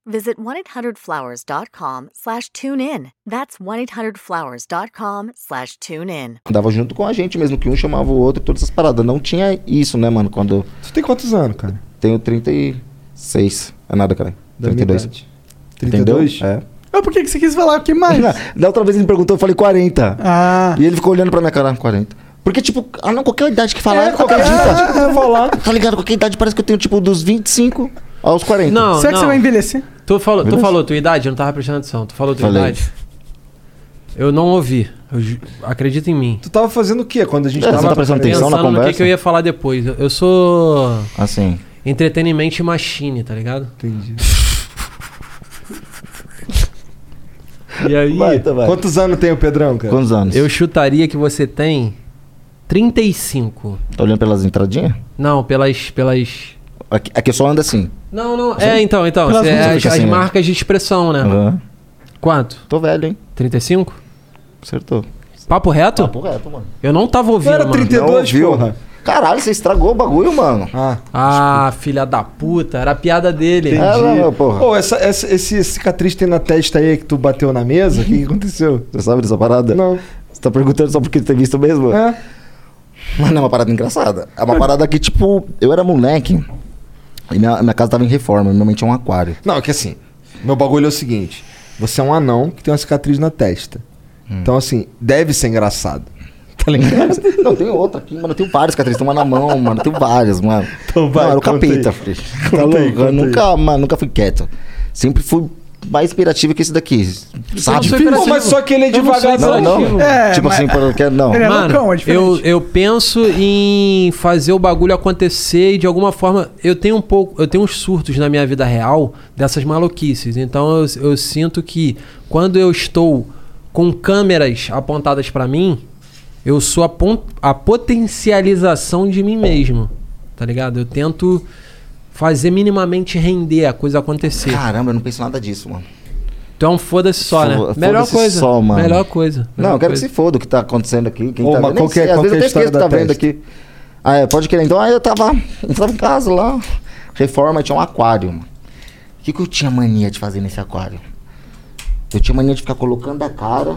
visit 1-800-Flowers.com slash tune in. That's 1-800-Flowers.com slash tune in.
andavam junto com a gente mesmo, que um chamava o outro, todas essas paradas. Não tinha isso, né, mano? Quando eu
Tu tem quantos anos, cara?
tenho 36. É nada, cara.
Da minha
32.
idade. 32?
Entendeu? É.
Mas por que que você quis falar? O que mais?
né? Da outra vez ele me perguntou, eu falei 40.
Ah,
E ele ficou olhando pra minha cara, 40. Porque, tipo, ah, não, qualquer idade que falar,
É,
eu
qualquer
acredito.
idade que eu falar.
Tá ligado? Qualquer idade parece que eu tenho, tipo, dos 25 aos 40.
Não,
será que você
não.
vai envelhecer?
tu falou, tu falou tua idade? Eu não tava prestando atenção. Tu falou tua
Falei.
idade? Eu não ouvi. Eu ju- acredita em mim.
Tu tava fazendo o quê quando a gente
É, você
tava...
tá prestando atenção? na
Pensando no que,
conversa?
que eu ia falar depois. Eu, eu sou.
Assim.
Entretenimento e machine, tá ligado? Entendi. E aí?
Quantos anos tem o Pedrão, cara?
então Quantos anos?
Eu chutaria que você tem 35.
Tá olhando pelas entradinhas? É
Não, pelas. pelas...
Aqui, aqui só anda assim.
Não, não. É, então, então.
Pelas
cê- as,
músicas fica
as
assim, né?
marcas de expressão, né?
Aham.
Quanto?
Tô velho, hein?
35?
Acertou.
Papo reto?
Papo reto, mano.
Eu não tava ouvindo. mano.
viu? Caralho, você estragou o bagulho, mano.
Ah,
Ah, filha da puta. Era a piada dele.
Ah,
entendi. Pô, essa, essa, esse cicatriz que tem na testa aí que tu bateu na mesa, o que que aconteceu?
Você sabe dessa parada?
Não.
Você tá perguntando só porque tem visto mesmo?
É.
Mano, é uma parada engraçada. É uma parada que, tipo, eu era moleque e minha, minha casa tava em reforma, minha mãe tinha um aquário.
Não, é que assim, meu bagulho é o seguinte: você é um anão que tem uma cicatriz na testa.
Hum.
Então, assim, deve ser engraçado. Tá ligado?
Não, tem outra aqui, mano. Eu tenho várias cicatrizes. Tem uma na mão, mano. Eu tenho várias, mano.
Então vai,
não, era o
conta
capeta,
aí.
filho.
Conta
Tá louco?
aí, conta
eu
aí.
nunca, mano, nunca fui quieto. Sempre fui mais inspirativo que esse daqui. Sabe?
sou imperativo.
Pô, mas só que ele é
Eu não sou É,
devagar,
Não,
imperativo.
não. tipo assim, pra- não quero, não.
Mano, eu, eu penso em fazer o bagulho acontecer e de alguma forma eu tenho um pouco, eu tenho uns surtos na minha vida real dessas maluquices. Então eu, eu sinto que quando eu estou com câmeras apontadas pra mim, eu sou a, pon- a potencialização de mim mesmo. Tá ligado? Eu tento fazer minimamente render a coisa acontecer.
Caramba, eu não penso nada disso, mano.
Então foda-se só, né?
Foda-
Melhor
foda-se
coisa.
Só, mano.
Melhor coisa.
não,
melhor
eu quero
coisa.
que se foda o que tá acontecendo aqui. Quem
Ô,
tá
mas
vendo,
qual
nem
que
sei,
é-
às
qual
vezes eu até
que é a história
esqueço que tá
da
vendo
testa?
aqui. Ah, é, pode querer. Então, aí eu tava, eu tava em casa lá, reforma, tinha um aquário, mano. O que, que eu tinha mania de fazer nesse aquário? Eu tinha mania de ficar colocando a cara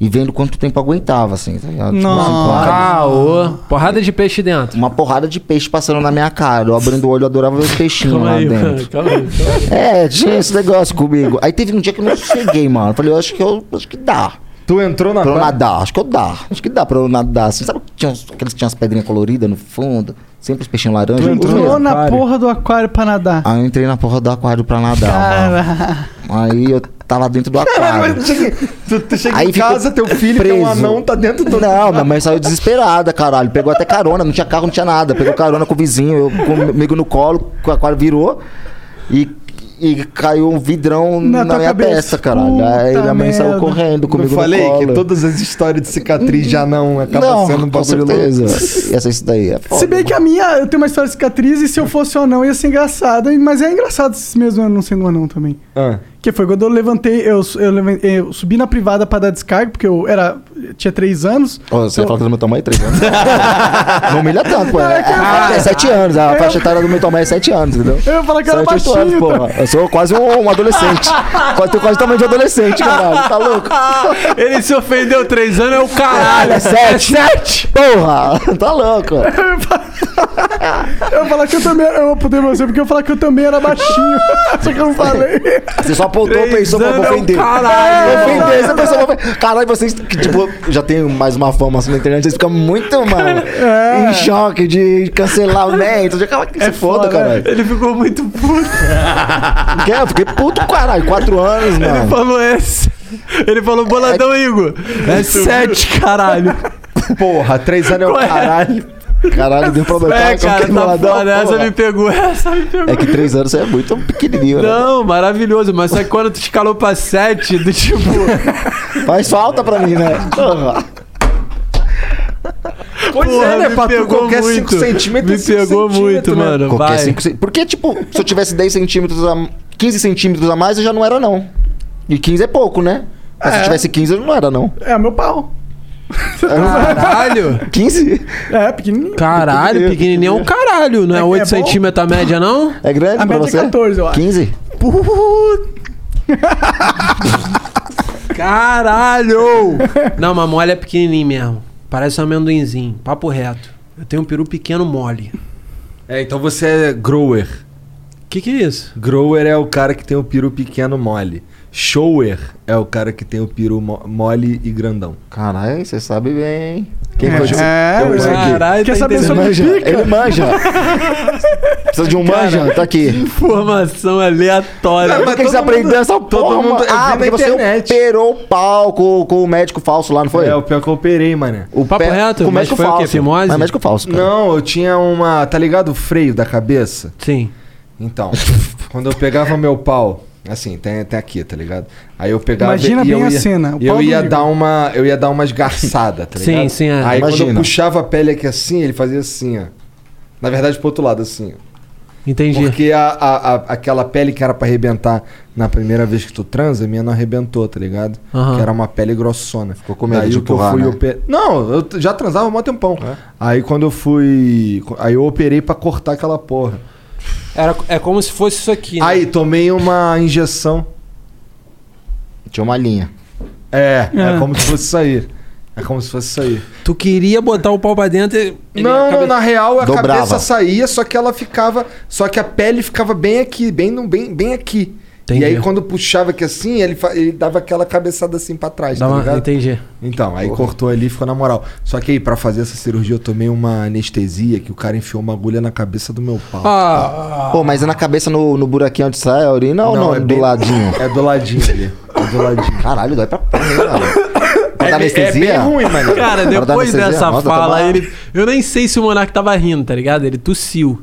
e vendo quanto tempo aguentava, assim, tá ligado? Tipo, assim,
Não.
claro.
Caô. Porrada de peixe dentro.
Uma porrada de peixe passando na minha cara. Ah, Eu abrindo o olho, eu adorava ver os peixinhos lá dentro.
calma aí.
É, tinha esse negócio comigo. Aí teve um dia que eu não cheguei, mano. Eu Falei, eu acho que eu acho que dá.
Tu entrou na
Pra eu
quadra?
nadar, acho que eu dá. Acho que dá pra eu nadar. Assim, sabe que tinha, uns- aqueles que tinham as pedrinhas coloridas no fundo? Sempre os peixinhos laranja.
Tu
Os
entrou
mesmos.
na porra do aquário pra nadar.
Aí eu entrei na porra do aquário pra nadar.
Cara.
mano. Aí eu tava dentro
É,
do
Caralho,
aquário.
mas chega- tu, tu chega em
ficou
casa, teu filho, teu anão tá dentro do.
Não, minha mãe saiu desesperada, caralho. Pegou até carona, não tinha carro, não tinha nada. Pegou carona com o vizinho, eu comigo no colo, o aquário virou e, e caiu um vidrão
Na
na,
tua
minha
cabeça.
testa, caralho.
Puta
Aí minha mãe
merda.
saiu correndo
Eu
comigo
falei
no colo.
que todas as histórias de cicatriz de anão acabam sendo um
com
bagulho
certeza.
louco.
Essa isso daí é foda.
Se bem que a minha, eu tenho uma história de cicatriz e se eu fosse um anão ia ser engraçado. e- Mas é engraçado mesmo eu não sendo um anão também.
Ah,
Que foi quando eu levantei, eu, su- eu, levan- eu subi na privada pra dar descarga, porque eu era tinha três anos.
Ó, você ia
Então-
falar que do meu tamanho é 3 anos. Não humilha tanto, pô. É, é, é 7 anos. A faixa etária do meu tamanho é 7 anos, entendeu?
Eu ia falar que eu era
Sete, oito
baixinho.
anos,
então.
porra. Eu sou quase um, um adolescente. quase, tenho quase o tamanho de adolescente, caralho. Tá louco?
Ele se ofendeu três anos, é o caralho.
Caralho, é 7. Porra, tá louco.
Eu ia falar que eu também era. Eu poder você porque eu ia falar que eu também era baixinho. Só que eu não falei.
Você só apontou e pensou, vou
anos é um
ofender.
caralho. É.
Vou ofender, essa pessoa vai ofender. Caralho, vocês, que, tipo, já tem mais uma fama assim na internet, vocês ficam muito, mano,
É.
em choque de cancelar o neto. Caralho, que se foda, caralho.
né? Ele ficou muito puto.
Que é? Eu fiquei puto, caralho. Quatro anos, mano.
Falou esse. Ele falou boladão, Igor. É sete, caralho.
porra, três anos é o
Qual é?
caralho.
Caralho, deu um problema.
É, cara, tá
que boladão,
foda. Essa
porra.
me pegou, essa me pegou.
É que três anos você é muito pequenininho, né?
Não, maravilhoso, mas só que quando tu escalou pra sete, do tipo.
Faz falta pra mim, né? Porra.
Pois
Porra,
é, né,
me
Pato?
pegou
Qualquer
muito.
5 centímetros é
Me
cinco
pegou muito,
centímetros, né?
mano.
Qualquer
vai.
cinco cen- Porque, tipo, se eu tivesse 10 centímetros a 15 centímetros a mais, eu já não era, não. E 15 é pouco, né? Mas
É.
se eu tivesse 15, eu não era, não.
É meu pau.
Ah.
Caralho.
15?
É, pequenininho.
Caralho, pequenininho é um caralho. Não é,
É- é
8
bom?
centímetros a média, não?
É grande
A
pra
média é
você?
14, eu acho.
15?
Puta.
Caralho! Não, mas mole é pequenininho mesmo. Parece um amendoinzinho. Papo reto. Eu tenho um peru pequeno mole.
É, então você é grower.
Que que é isso?
Grower é o cara que tem o peru pequeno mole. Shower é o cara que tem o peru mo- mole e grandão.
Caralho, você sabe bem. hein? Quem
É,
foi dizer?
é,
Eu mando aqui.
caralho,
Quer
tá
saber
Ele
entendendo.
sobre
manja,
pica?
ele manja. Precisa de um manja? Tá aqui.
Informação aleatória.
Mas por que que você aprendeu essa
todo
porra?
É, mundo-
mano?
eu vi
ah,
na
porque você
internet.
operou o pau com, com o médico falso lá, não foi?
É, o pior que eu operei, mané.
o
Papo
pé-
reto?
Com o
Mas
médico
foi o quê?
falso.
Fimose?
Mas médico falso, cara.
Não, eu tinha uma. Tá ligado o freio da cabeça?
Sim.
Então, quando eu pegava meu pau, assim, tem até aqui, tá ligado? Aí eu pegava
Imagina
e
bem
eu
a
ia,
cena, o
e eu
pau do
ia
Igor.
dar uma, eu ia dar uma esgarçada, tá
Sim,
ligado?
sim, é.
Aí quando eu
Imagina.
puxava a pele aqui assim, ele fazia assim, ó. Na verdade, pro outro lado, assim. ó.
Entendi.
Porque a, a- a- aquela pele que era pra arrebentar na primeira vez que tu transa, a minha não arrebentou, tá ligado?
Aham.
Que era uma pele grossona. Ficou
com medo
Aí
de
o que eu
empurrar,
fui
né? É.
oper- Não, eu t- já transava há mó tempão. Aí quando eu fui. Aí eu operei pra cortar aquela porra.
Era, é como se fosse isso aqui. né?
Aí, tomei uma injeção.
Tinha uma linha.
É, é,
É.
como se fosse sair. É como se fosse sair.
Tu queria botar o pau pra dentro e. ele
não,
acaba-
não, na real a
Dobrava.
cabeça saía, só que ela ficava. Só que a pele ficava bem aqui, bem, no- bem, bem aqui.
Entendi.
E aí quando puxava aqui assim, ele, fa- ele dava aquela cabeçada assim pra trás,
Dá
tá
uma-
ligado?
Entendi.
Então, aí cortou ali e ficou na moral. Só que aí, pra fazer essa cirurgia, eu tomei uma anestesia que o cara enfiou uma agulha na cabeça do meu pau.
Ah,
Pô, mas é na cabeça, no, no buraquinho onde sai a urina ou não?
é
do
bem-
ladinho?
É do ladinho ali. É do ladinho.
Caralho, dói pra porra, hein, mano? Mas
É
dá
bem- é
anestesia?
bem ruim, mano.
cara,
Pra dar
depois
anestesia?
dessa
Nossa,
fala,
tomar-
ele. Eu nem sei se o Monark tava rindo, tá ligado? Ele tossiu.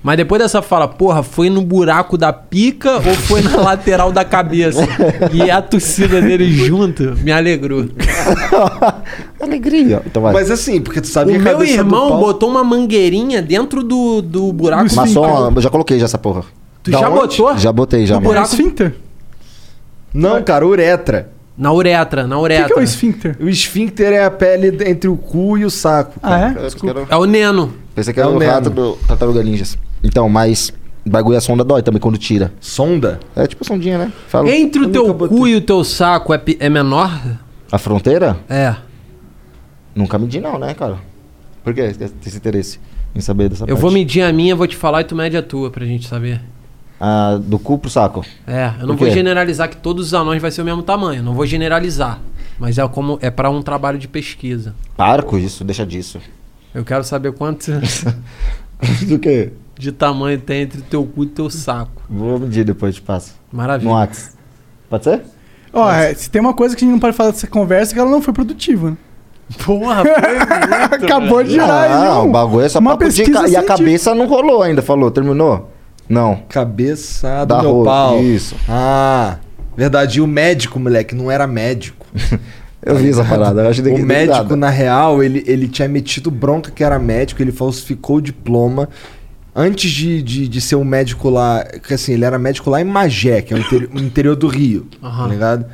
Mas depois dessa fala, porra, foi no buraco da pica ou foi na lateral da cabeça? E a tossida dele junto me alegrou.
Alegria. Então vai.
Mas assim, porque tu
O
sabia que a
meu
cabeça do
irmão
pau-
botou uma mangueirinha dentro do, do buraco.
Maçom, eu já coloquei já essa porra.
Tu
Da
já
onde?
botou?
Já botei já,
No
mano.
É um
buraco-
esfíncter?
Não, cara, uretra.
Na uretra, na
O que,
uretra.
que é o esfíncter?
O esfíncter é a pele d- entre o cu e o saco.
Ah, é?
um
É o neno.
Pensei que era
É o
o
mesmo.
rato do Tartaruga Ninjas. Então, mas bagulho a sonda dói também quando tira.
Sonda?
É tipo sondinha, né? Fala.
Entre o
eu
teu
nunca botei.
cu e o teu saco é, pe- é menor?
A fronteira?
É.
Nunca medi não, né, cara? Por que esse esse interesse em saber dessa
Eu vou medir a minha, vou te falar e tu mede a tua pra gente saber.
Ah, do cu pro saco.
É, eu não
Por
vou
quê?
generalizar que todos os anões vai ser o mesmo tamanho. Não vou generalizar. Mas é como é para um trabalho de pesquisa.
Para com isso, deixa disso.
Eu quero saber quanto
do que?
de tamanho tem entre o teu cu e o teu saco.
Vou medir depois, te passo.
Maravilha.
No Whats. Pode ser?
Ó, é, se tem uma coisa que a gente não pode falar dessa conversa, é que ela não foi produtiva, né?
Porra, foi
Acabou de gerar aí,
Não,
um-
o bagulho é só
uma
papo de
pesquisa
ca- E a
científica.
cabeça não rolou ainda, falou. Terminou? Não.
Cabeça do
Da
meu
rola,
pau.
isso.
Ah, verdade. E o médico, moleque, não era médico. Tá
Eu vi essa parada, eu acho que
O médico, Tipo, na real, ele, ele tinha metido bronca que era médico, ele falsificou o diploma. Antes de, de, de ser um médico lá, que assim, ele era médico lá em Magé, que é o interi- o interior do Rio,
Aham.
tá ligado?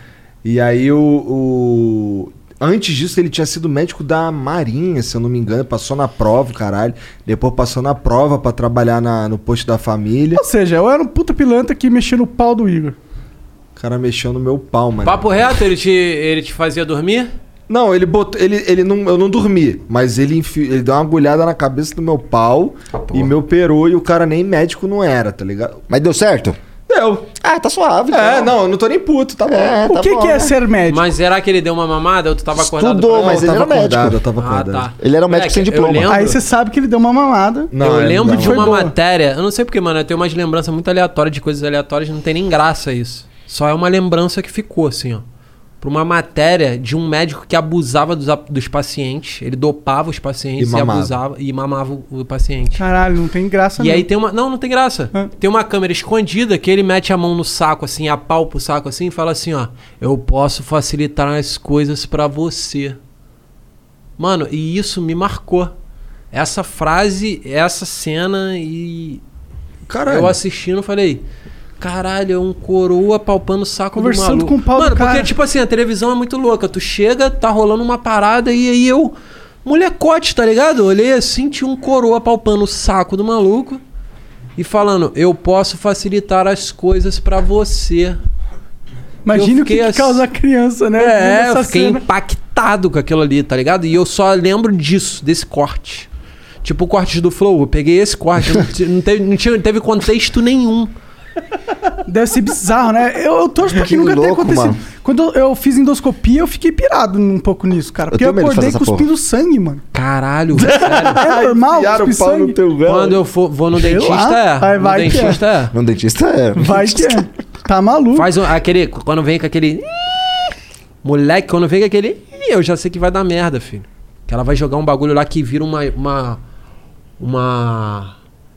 E aí o, o- Antes disso, ele tinha sido médico da Marinha, se eu não me engano, passou na prova, caralho. Depois passou na prova pra trabalhar na- no posto da família.
Ou seja, eu era um puta pilantra que mexia no pau do Igor.
O cara mexeu no meu pau, mano.
Papo reto, ele te, ele te fazia dormir?
Não, ele botou. Ele, ele não, eu não dormi, mas ele, enfi- ele deu uma agulhada na cabeça do meu pau e me operou e o cara nem médico não era, tá ligado?
Ah, Mas deu certo?
Deu.
Ah, tá suave.
É,
então.
não, eu não tô nem puto, tá bom.
É,
o
tá
que,
bom,
que é
né?
ser médico?
Mas será que ele deu uma mamada ou tu tava acordado?
Estudou,
pra-
mas
eu
ele
tava
era médico.
acordado, eu tava
Ah,
acordado.
tá.
Ele era um médico sem
que eu
diploma.
lembro-
Aí você sabe que ele deu uma mamada.
Não,
eu
é,
ele
lembro
não.
de uma
Foi boa.
matéria, eu não sei porque, mano, eu tenho umas lembranças muito aleatórias de coisas aleatórias, não tem nem graça isso. Só é uma lembrança que ficou, assim, ó. Pra uma matéria de um médico que abusava dos, a- dos pacientes, ele dopava os pacientes
E
e,
mamava.
abusava e mamava o- o paciente.
Caralho, não tem graça
E
não.
aí tem uma. Não, não tem graça.
Hã?
Tem uma câmera escondida que ele mete a mão no saco, assim, apalpa o saco assim e fala assim, ó. Eu posso facilitar as coisas pra você. Mano, e isso me marcou. Essa frase, essa cena e.
Caralho.
Eu assistindo falei. Caralho, é um coroa palpando o saco do
Conversando
maluco.
com o pau do
Mano, porque,
cara.
tipo assim, a televisão é muito louca. Tu chega, tá rolando uma parada e aí eu. Molecote, tá ligado? Olhei assim, tinha um coroa palpando o saco do maluco e falando: Eu posso facilitar as coisas pra você.
Imagina
eu
o que,
fiquei
que
ass-
causa a criança, né?
É,
Vendo
eu
essa
fiquei
cena.
impactado com aquilo ali, tá ligado? E eu só lembro disso, desse corte. Tipo cortes do Flow, eu peguei esse corte, não, te- não teve, não tinha- não teve contexto nenhum.
Deve ser bizarro, né? Eu, eu torço pra que,
Que
nunca tenha
louco,
acontecido.
mano.
Quando eu fiz endoscopia, eu fiquei pirado um pouco nisso, cara. Porque eu,
tenho medo de
acordei
fazer essa
cuspindo sangue, mano.
Caralho,
É normal?
Enfiaram
cuspir
o pau no
sangue?
teu velho.
Quando eu for, vou no
Sei
dentista,
lá.
é.
Vai- vai
no
que
dentista, é.
No dentista é.
Vai que é. Tá maluco.
Faz um- aquele. Quando vem com aquele. Moleque, quando vem com aquele. Eu já sei que vai dar merda, filho. Que ela vai jogar um bagulho lá que vira uma. Uma. uma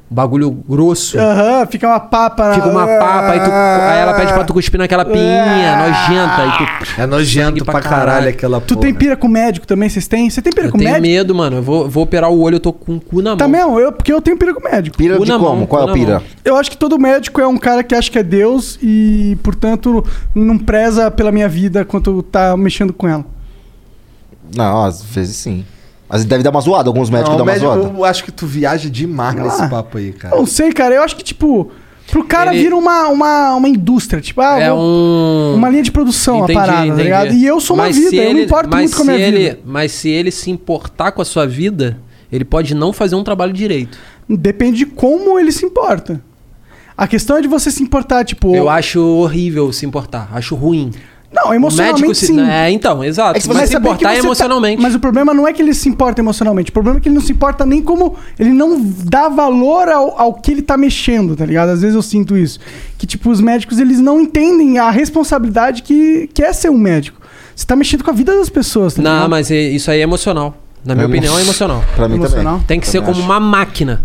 um bagulho grosso.
Aham, fica uma papa. na-
Fica uma papa, aí, tu, aí ela pede pra tu cuspir
É.
naquela pinha, nojenta. Aí tu,
É nojento pra,
pra
caralho,
caralho.
aquela
Tu tem pira com médico também? Vocês têm? Você tem pira
eu
com
tenho
médico?
medo, mano. Eu vou, vou operar o olho, eu tô com o cu na mão.
Tá mesmo? Eu, porque eu tenho pira com médico.
Pira
Cu
de
na
como?
mão,
Qual é
cu
a
na
pira?
mão.
Eu acho que todo médico é um cara que acha que é Deus e, portanto, não preza pela minha vida quando tá mexendo com ela.
Não, às vezes sim. Mas deve dar uma zoada, alguns médicos
Não,
dão uma
médico,
zoada.
eu acho que tu viaja demais
Ah,
nesse papo aí, cara.
Eu não sei, cara. Eu acho que, tipo, pro cara
Ele-
vira uma, uma, uma indústria. Tipo, ah,
É
vou-
um.
uma linha de produção a parada, tá ligado? E eu sou uma vida, eu não importo muito com a
se
minha
ele,
vida.
Mas se ele se importar com a sua vida, ele pode não fazer um trabalho direito.
Depende de como ele se importa. A questão é de você se importar, tipo.
Eu acho horrível se importar, acho ruim.
Não, emocionalmente
o médico se...
sim.
É, então, exato.
É que se você
mas
Mas
se
saber que
importar
você tá-
emocionalmente.
Mas o problema não é que ele se importa emocionalmente. O problema é que ele não se importa nem como. Ele não dá valor ao, ao que ele tá mexendo, tá ligado? Às vezes eu sinto isso. Que, tipo, os médicos, eles não entendem a responsabilidade que, que é ser um médico. Você tá mexendo com a vida das pessoas, tá
Não,
ligado?
mas é- isso aí é emocional. Na minha
É emo-
opinião, é emocional.
Pra mim
Emocional.
também.
Tem que ser
Também
como
acho.
uma máquina.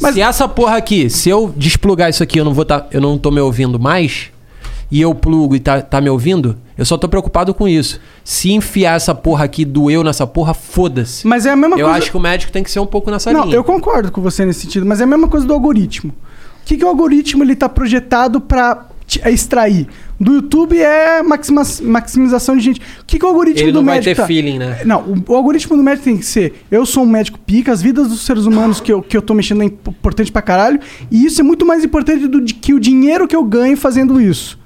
Mas-
se essa porra aqui, se eu desplugar isso aqui, eu não vou tá, eu não tô me ouvindo mais, e eu plugo e tá, tá me ouvindo, eu só tô preocupado com isso. Se enfiar essa porra aqui, doeu nessa porra, foda-se.
Mas é a mesma
eu
coisa.
acho que o médico tem que ser um pouco nessa
Não,
linha.
eu concordo com você nesse sentido, mas é a mesma coisa do algoritmo. O que, que o algoritmo ele tá projetado para extrair? Do YouTube é maxima- maximização de gente. O que, que o algoritmo
Ele
do
não vai
médico
ter
tá?
feeling, né?
Não, o, o algoritmo do médico tem que ser: eu sou um médico pica, as vidas dos seres humanos que eu, que eu tô mexendo é imp- importante pra caralho, e isso é muito mais importante do de- que o dinheiro que eu ganho fazendo isso.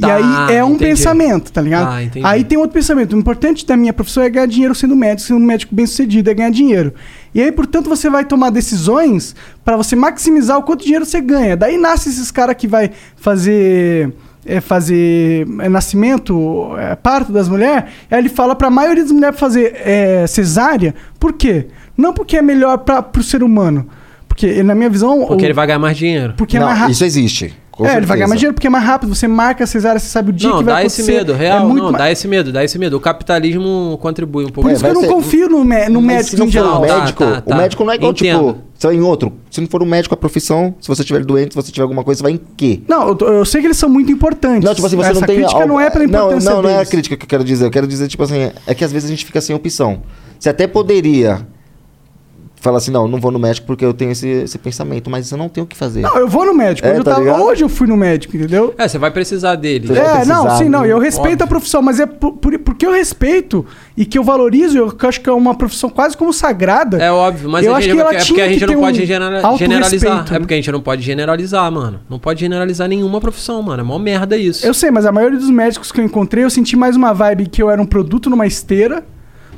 Tá,
e aí é um
entendi.
pensamento, tá ligado?
Ah, entendi.
aí tem outro pensamento. O importante da minha profissão é ganhar dinheiro sendo médico, sendo um médico bem sucedido, é ganhar dinheiro. E aí, portanto, você vai tomar decisões pra você maximizar o quanto dinheiro você ganha. Daí nasce esses caras que vai fazer. É fazer é, nascimento, é, parto das mulheres, aí ele fala pra maioria das mulheres fazer é, cesárea. Por quê? Não porque é melhor para pro ser humano. Porque, na minha visão.
Porque
o-
ele vai ganhar mais dinheiro.
porque é
Não,
mais rápido.
isso existe. com
É, ele vai ganhar
certeza.
mais dinheiro porque é mais rápido. Você marca a cesárea, você sabe o dia
Não,
que vai
dá
acontecer.
esse medo, real.
É muito
não,
ma-
dá esse medo, dá esse medo. O capitalismo contribui um pouco.
Por isso
vai
que eu não
ser-
confio no, mé- no
Mas
médico
se não
em
for
geral.
um
Tá,
médico,
tá, tá.
o médico não é igual,
Entendo.
tipo, você vai em outro. Se não for um médico, a profissão, se você tiver doente, se você tiver alguma coisa, você vai em quê?
Não, eu, tô- eu sei que eles são muito importantes.
Não, tipo assim, você
Essa
não tem...
crítica
algo-
não é pela importância
Não, não, não é a
deles.
crítica que eu quero dizer. Eu quero dizer, tipo assim, é que às vezes a gente fica sem opção. Você até poderia falar assim, não, não vou no médico porque eu tenho esse, esse pensamento, mas eu não tenho o que fazer.
Não, eu vou no médico.
É,
hoje, eu
tá
tava-
ligado?
hoje eu fui no médico, entendeu?
É, você vai precisar dele.
vai
É,
precisar,
não, sim, não.
né?
Eu respeito a profissão, mas é por, por- porque eu respeito e que eu valorizo, eu acho que é uma profissão quase como sagrada.
É óbvio, mas
eu
a
acho
gente,
que ela
é porque
tinha
a
que
gente
ter
não
um né?
pode genera- generalizar.
autorrespeito,
É porque a gente não pode generalizar, mano. Não pode generalizar nenhuma profissão, mano. É mó merda isso.
Eu sei, mas a maioria dos médicos que eu encontrei, eu senti mais uma vibe que eu era um produto numa esteira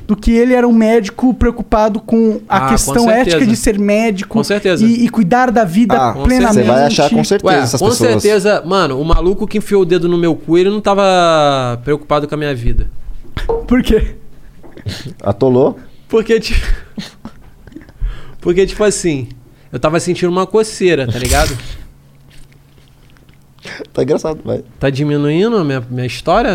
do que ele era um médico preocupado com a
Ah, com
questão
certeza.
ética de ser médico
Com certeza.
E, e cuidar da vida
Ah,
com
plenamente.
Você vai achar com certeza
Ué,
essas
com
pessoas.
certeza, mano, o maluco que enfiou o dedo no meu cu, ele não tava preocupado com a minha vida.
Por quê?
Atolou.
Porque, tipo. Porque, tipo assim, eu tava sentindo uma coceira, tá ligado?
Tá engraçado, vai.
Tá diminuindo a minha, minha história?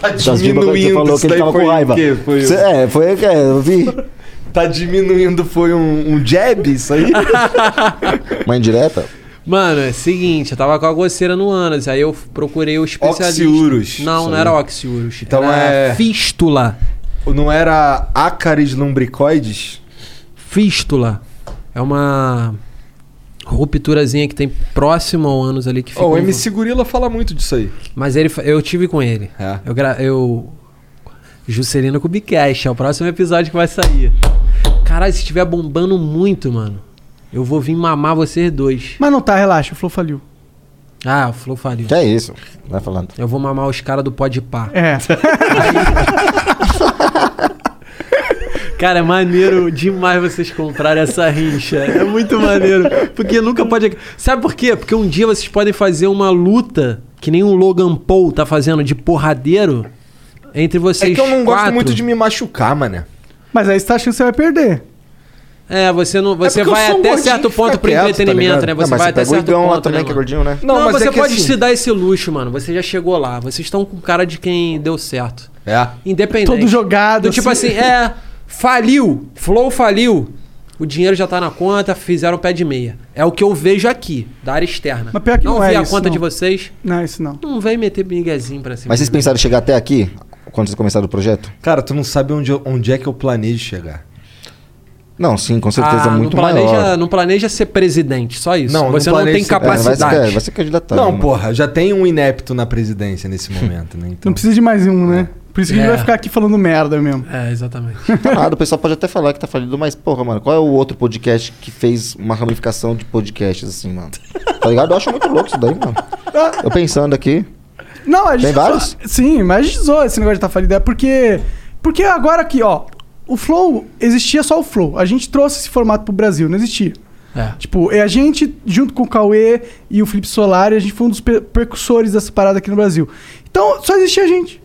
Tá
Tá Você falou que ele tava com raiva.
Foi
Cê- é, foi o que é, eu vi.
Tá diminuindo, foi um, um jab isso aí?
Uma Tá indireta?
Mano, é seguinte, eu tava com a goceira no ânus, aí eu procurei o especialista.
Oxiurus.
Não,
Isso
não
aí.
era oxiurus.
Então
era
é-
Fístula.
Não era ácaris lumbricoides?
Fístula. É uma rupturazinha que tem próximo ao ânus ali que fica.
Ó, o
um-
MC Gorila fala muito disso aí.
Mas ele, fa- eu tive com ele.
É.
Eu, gra... eu. Juscelino Kubicast, é o próximo episódio que vai sair. Caralho, se estiver bombando muito, mano, eu vou vir mamar vocês dois.
Mas não tá, relaxa, o Flow faliu.
Ah, o Flow faliu.
Que é isso? Vai falando.
Eu vou mamar os caras do Pode Pá.
É.
Cara, é maneiro demais vocês comprarem essa rincha. É muito maneiro. Porque nunca pode. Sabe por quê? Porque um dia vocês podem fazer uma luta que nem o Logan Paul tá fazendo de porradeiro entre vocês
É que eu não gosto
quatro-
muito de me machucar, mané.
Mas aí você tá achando que você vai perder.
É, você não, você
porque eu
vai
sou um
até
gordinho
certo
que
ponto
fica
pro
quieto, tá
entretenimento,
ligado?
né?
Não,
Você
mas
vai
você
até
pega o
certo
Igão lá
ponto,
também,
né,
que é
mano?
gordinho, né?
Não,
Não, mas
você
é que
pode
assim-
se dar esse luxo, mano. Você já chegou lá. Vocês estão com cara de quem deu certo.
É.
Independente.
Todo jogado,
Do tipo
assim.
assim, é, faliu, Flow faliu. O dinheiro já tá na conta, fizeram o pé de meia. É o que eu vejo aqui, da área externa.
Mas pior que não
vi
é
a
isso,
conta
não.
de vocês.
Não, isso não.
Não vem meter miguezinho pra cima.
Mas vocês
de mim.
pensaram em chegar até aqui? Quando vocês começaram o projeto?
Cara, tu não sabe onde, eu- onde é que eu planejo chegar.
Não, sim, com certeza
Ah,
muito
não planeja,
maior.
Não planeja ser presidente, só isso.
é Não,
você
não
não,
planeja
tem
ser- é, vai
É, vai,
capacidade.
se- é, vai ser candidatar.
não,
né?
porra, já tem um inepto na presidência nesse momento, né? Então,
Não precisa de mais um, né? Por isso que a gente
É.
vai ficar aqui falando merda mesmo.
É, exatamente.
Tá nada, o pessoal pode até falar que tá falido, mas, porra, mano, qual é o outro podcast que fez uma ramificação de podcasts assim, mano? Tá ligado? Eu acho muito louco isso daí, mano.
Ah.
Eu pensando aqui.
Não, a gente
Tem
zoa-
vários?
Sim, mas a gente zoa esse negócio de tá falido. É porque. Porque agora aqui, ó. O Flow existia só o Flow. A gente trouxe esse formato pro Brasil, não existia.
É.
Tipo, é a gente, junto com o Cauê e o Felipe Solari, a gente foi um dos per- precursores dessa parada aqui no Brasil. Então, só existia a gente.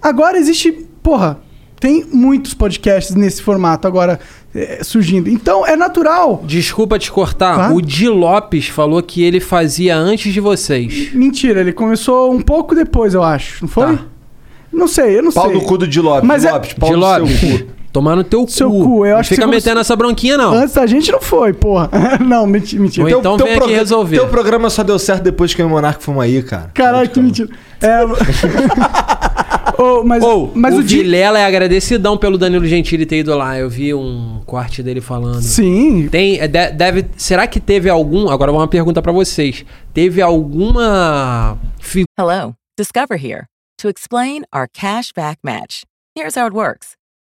Agora existe, porra, tem muitos podcasts nesse formato agora eh, surgindo. Então, é natural.
Desculpa te cortar.
Claro.
O Di Lopes falou que ele fazia antes de vocês.
Mentira, ele começou um pouco depois, eu acho, não
Tá.
foi? Não sei, eu não
pau
sei.
no cu do Di Lopes.
Mas é-
Lopes, pau
Di
no
Lopes,
seu cu.
tomar no teu
Seu
cu.
cu, eu
não
acho que
fica
você
metendo essa bronquinha, não.
Antes da gente não foi, porra. não, menti- mentira.
Ou então vem aqui
programa-
resolver.
teu programa só deu certo depois que eu e o Monarca fomos aí, cara.
Caralho, que mentira. É... Ô, mas,
Ou,
mas
o,
o dia.
Vilela é agradecidão pelo Danilo Gentili ter ido lá. Eu vi um corte dele falando.
Sim.
Tem, é, de- deve, será que teve algum... Agora uma pergunta pra vocês. Teve alguma... fi-
Hello, Discover here to explain our cash back match. Here's how it works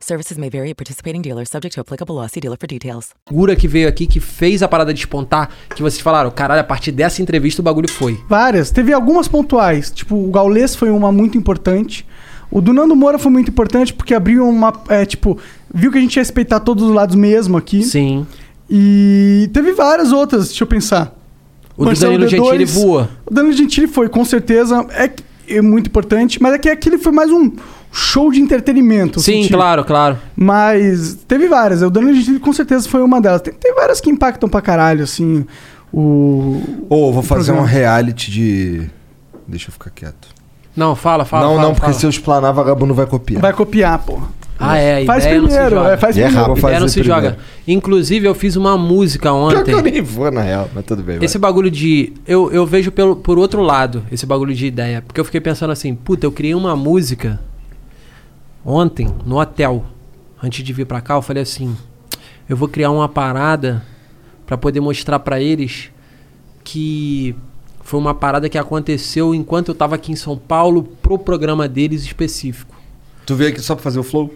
Services may vary at participating dealers, subject to applicable law. See dealer for details.
figura que veio aqui, que fez a parada despontar, que vocês falaram, caralho, a partir dessa entrevista o bagulho foi.
Várias. Teve algumas pontuais. Tipo, o Gaules foi uma muito importante. O do Nando Moura foi muito importante porque abriu uma. É, tipo, viu que a gente ia respeitar todos os lados mesmo aqui.
Sim.
E teve várias outras, deixa eu pensar.
O do Danilo
D2,
Gentili voa.
O Danilo Gentili foi, com certeza. É, que- é muito importante. Mas é que aquele foi mais um show de entretenimento. eu
Sim,
senti.
claro, claro.
Mas teve várias. O Danilo Gentili com certeza foi uma delas. Tem, tem várias que impactam pra caralho, assim. O.
Ou vou fazer um
programa.
reality de. Deixa eu ficar quieto.
Não, fala, fala.
não,
fala,
não, porque
fala.
se eu explanar, vagabundo vai copiar.
Vai É copiar, porra.
Ah, é,
faz
ideia não se
primeiro,
joga.
é, faz
E é
primeiro.
rápido.
Ideia não
fazer
se
primeiro.
joga. Inclusive, eu fiz uma música
Pior que eu
ontem.
nem vou, na real, mas tudo bem. vai.
Esse bagulho de. Eu, eu vejo pelo, por outro lado esse bagulho de ideia. Porque eu fiquei pensando assim, puta, eu criei uma música ontem no hotel. Antes de vir pra cá, eu falei assim: eu vou criar uma parada pra poder mostrar pra eles que foi uma parada que aconteceu enquanto eu tava aqui em São Paulo pro programa deles específico.
Tu veio aqui só pra fazer o flow?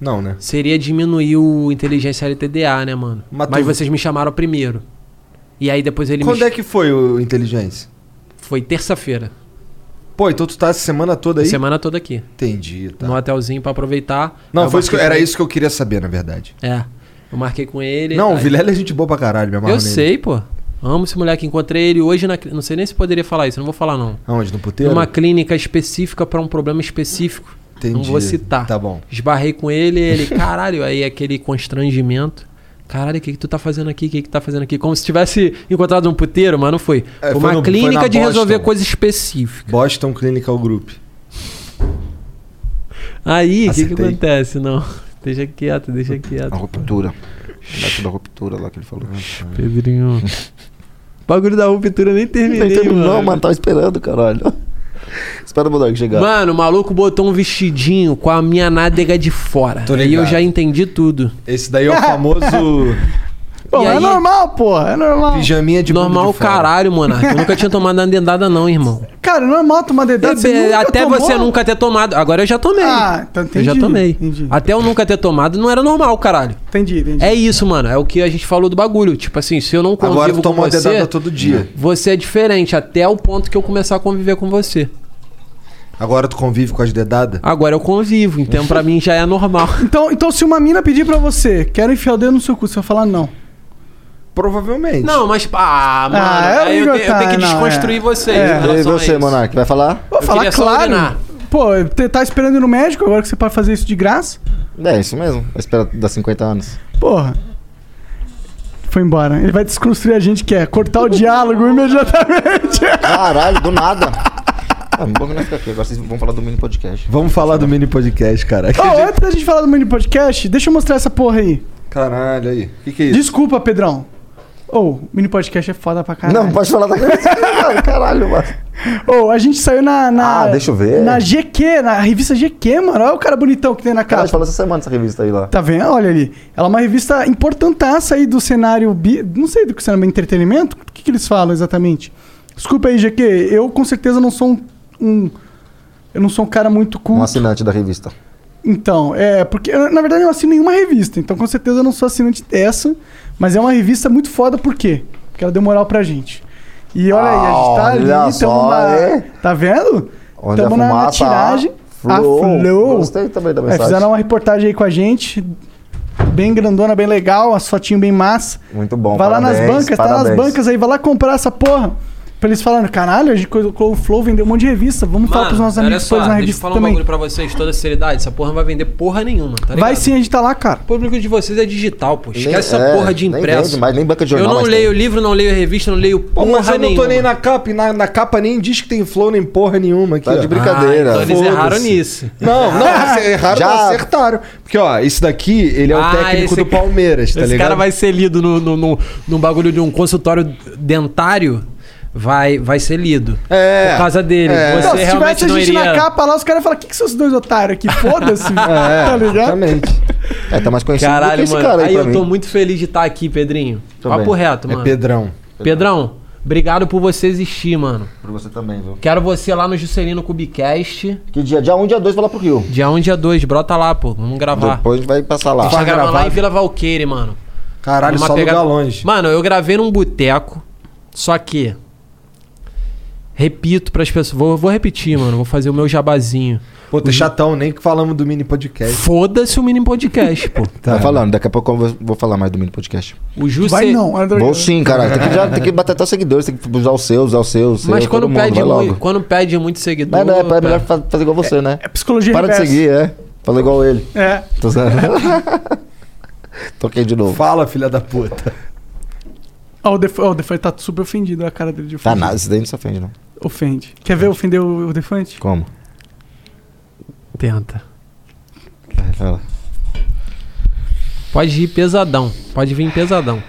Não, né?
Seria diminuir o inteligência LTDA, né, mano?
Mas
Mas,
tu-
vocês me chamaram primeiro. E aí depois ele
Quando
me.
é que foi o Inteligência?
Foi terça-feira.
Pô, então tu tá essa semana toda aí?
Semana toda aqui.
Entendi, tá.
No hotelzinho pra aproveitar. Aí
Não,
eu
foi isso que-
marquei
era
com-
isso que eu queria saber, na verdade.
É. Eu marquei com ele.
Não, o
aí-
Vilela é gente boa pra caralho, minha
Eu sei, pô. Amo esse moleque. Encontrei ele hoje na. cli- Não sei nem se poderia falar isso, não vou falar, não.
Aonde? No puteiro?
Numa clínica específica pra um problema específico.
Entendi.
Não vou citar.
Tá bom.
Esbarrei com ele, ele, caralho, aí aquele constrangimento. Caralho, o que, que tu tá fazendo aqui? O que, que tá fazendo aqui? Como se tivesse encontrado um puteiro, mas não foi.
É,
foi
foi
uma
no- foi
clínica
na
de resolver
Boston.
coisa específica.
Boston Clinical Group.
Aí, o que, que
Acertei.
acontece? Não.
Deixa quieto, deixa quieto.
A ruptura. Daqui da ruptura lá que ele falou.
Pedrinho. O bagulho da ruptura nem terminei,
Nem terminou,
mano.
mano. Tava esperando, caralho. Espera o Monark chegar.
Mano, o maluco botou um vestidinho com a minha nádega de fora. E eu já entendi tudo.
Esse daí é o famoso.
Pô,
E
é
aí?
normal, porra. É normal.
Pijaminha de
Normal o caralho, Monark. Eu nunca tinha tomado uma dedada, não, irmão.
Cara, é normal tomar dedada.
Bebê,
você nunca
até
tomou?
você nunca ter tomado. Agora eu já tomei.
Ah, então
Eu
entendi.
já tomei. Até eu nunca ter tomado não era normal, caralho.
Entendi, entendi.
É isso, mano. É o que a gente falou do bagulho. Tipo assim, se eu não convivo
Agora tu
com
toma uma
você...
dedada todo dia.
Você é diferente, até o ponto que eu começar a conviver com você.
Agora tu convive com as dedadas?
Agora eu convivo, então pra mim já é normal.
Então, então, se uma mina pedir pra você, quero enfiar o dedo no seu cu, você vai falar não.
Provavelmente.
Não, mas. Ah, mano.
Ah, eu
aí eu,
digo,
te- eu
tá,
tenho que
não,
desconstruir
é.
vocês.
É.
em relação
E
a
você,
isso.
Monark, vai falar?
Vou falar,
queria só
claro.
ordenar.
Pô, você tá esperando ir no médico agora que você pode fazer isso de graça?
É, isso mesmo. Vai esperar dar 50 anos.
Porra. Foi embora. Ele vai desconstruir a gente que é cortar o diálogo imediatamente.
Caralho, do nada. Ah, bom que não fica aqui. Agora vocês vão falar do mini podcast.
Vamos falar do mini podcast,
Tá
cara.
Ó, antes da gente falar do mini podcast, deixa eu mostrar essa porra aí.
Caralho, aí. O que, que é isso?
Desculpa, Pedrão. Ô, o mini podcast é foda pra caralho.
Não, pode falar da coisa. Caralho, mano.
Ô, a gente saiu na, na.
Ah, deixa eu ver.
Na GQ, na revista GQ, mano. Olha o cara bonitão que tem na
Cara, a
capa.
gente falou essa semana essa revista aí lá.
Tá vendo? Olha ali. Ela é uma revista importantaça aí do cenário. Bi... Não sei do que cenário entretenimento. O que, que eles falam exatamente? Desculpa aí, GQ. Eu com certeza não sou um. um- eu não sou um cara muito culto.
Um assinante da revista.
Então, é, porque eu, na verdade eu não assino nenhuma revista, então com certeza eu não sou assinante dessa, mas é uma revista muito foda, por quê? Porque ela deu moral pra gente. E olha aí, a gente tá ali,
Olha
tamo
só,
na-
hein?
Tá vendo?
Olha
Tamo
a
na, na
fumaça,
tiragem.
ah, flow. Gostei também da
É,
mensagem.
fizeram uma reportagem aí com a gente, bem grandona, bem legal, a fotinho bem massa.
Muito bom.
vai lá nas
parabéns,
bancas, tá nas
parabéns.
bancas aí, vai lá comprar essa porra. Pra eles falarem, caralho, a gente colocou o Flow, vendeu um monte de revista, vamos falar pros nossos
olha
amigos
só,
todos na
deixa eu
revista
falar um
também.
bagulho pra vocês, toda seriedade. Essa porra não vai vender porra nenhuma, tá ligado?
Vai sim, a gente tá lá, cara.
O público de vocês é digital, pô. Esquece
Nem-
essa
é,
porra de
nem
impresso.
vende mais, nem banca de jornal
Eu não
mais
leio livro, não leio revista, não leio porra
Pô, mas eu não
nenhuma.
tô nem na capa, e na, na capa nem diz que tem flow nem porra nenhuma aqui.
Tá de
ó.
brincadeira.
Ah, então eles
Foda-se.
erraram nisso.
Não, não, vocês erraram,
Já-
não acertaram. Porque, ó, esse daqui, ele é o
Ah,
técnico
esse
do
aqui-
Palmeiras, tá
Esse
ligado?
cara vai ser lido no, no, no- num bagulho de um consultório dentário. Vai, vai ser lido.
É.
Por causa dele. Você
É.
Não, Então, se
realmente
tivesse a
não
gente
iria...
na capa lá, os caras falam: que, que são esses dois otários aqui? Foda-se, tá ligado?
Exatamente.
É, tá mais conhecido do que
Caralho,
esse
mano.
cara aí,
aí
pra
eu
mim.
tô muito feliz de estar aqui, Pedrinho.
Também.
Papo reto,
É
mano.
Pedrão.
Pedrão, obrigado por você existir, mano.
Pra você também, viu?
Quero você lá no Juscelino Cubicast.
Que dia? Dia 1, um, dia 2, vai lá pro Rio.
Dia 1, dia 2, brota lá, pô. Vamos gravar.
Depois a gente vai passar lá.
A gente tá gravando lá em Vila Valqueire, mano.
Caralho,
Numa
só
pegada-
lugar longe.
Mano, eu gravei num boteco, só que. Repito pras pessoas. Vou, vou repetir, mano. Vou fazer o meu jabazinho.
Pô, tá chatão, nem que falamos do mini podcast.
Foda-se o mini podcast, pô.
Tá falando, daqui a pouco eu vou, vou falar mais do mini podcast.
O Jusce...
Vai não, André.
Vou sim, caralho. Tem que, já, tem que bater até os seguidores, tem que usar os seus, usar os seus.
Mas
seus,
quando
todo é mundo,
pede, um
vai logo.
muito, quando pede muito seguidor. tá.
Mas não, é, é melhor
pé.
fa- fazer igual você, né?
É psicologia
Para de
reversa.
seguir, é. Fala igual ele.
É.
Tô zoando. Toquei de novo.
Fala, filha da puta.
Ó, Ah, o Defante o Defante tá super ofendido, a cara dele de
Tá
ofendido.
nada, isso daí não se ofende, não.
Ofende. Quer ver ofender o, o Defante?
Como?
Tenta.
Vai, fala.
Pode ir pesadão. Pode vir pesadão.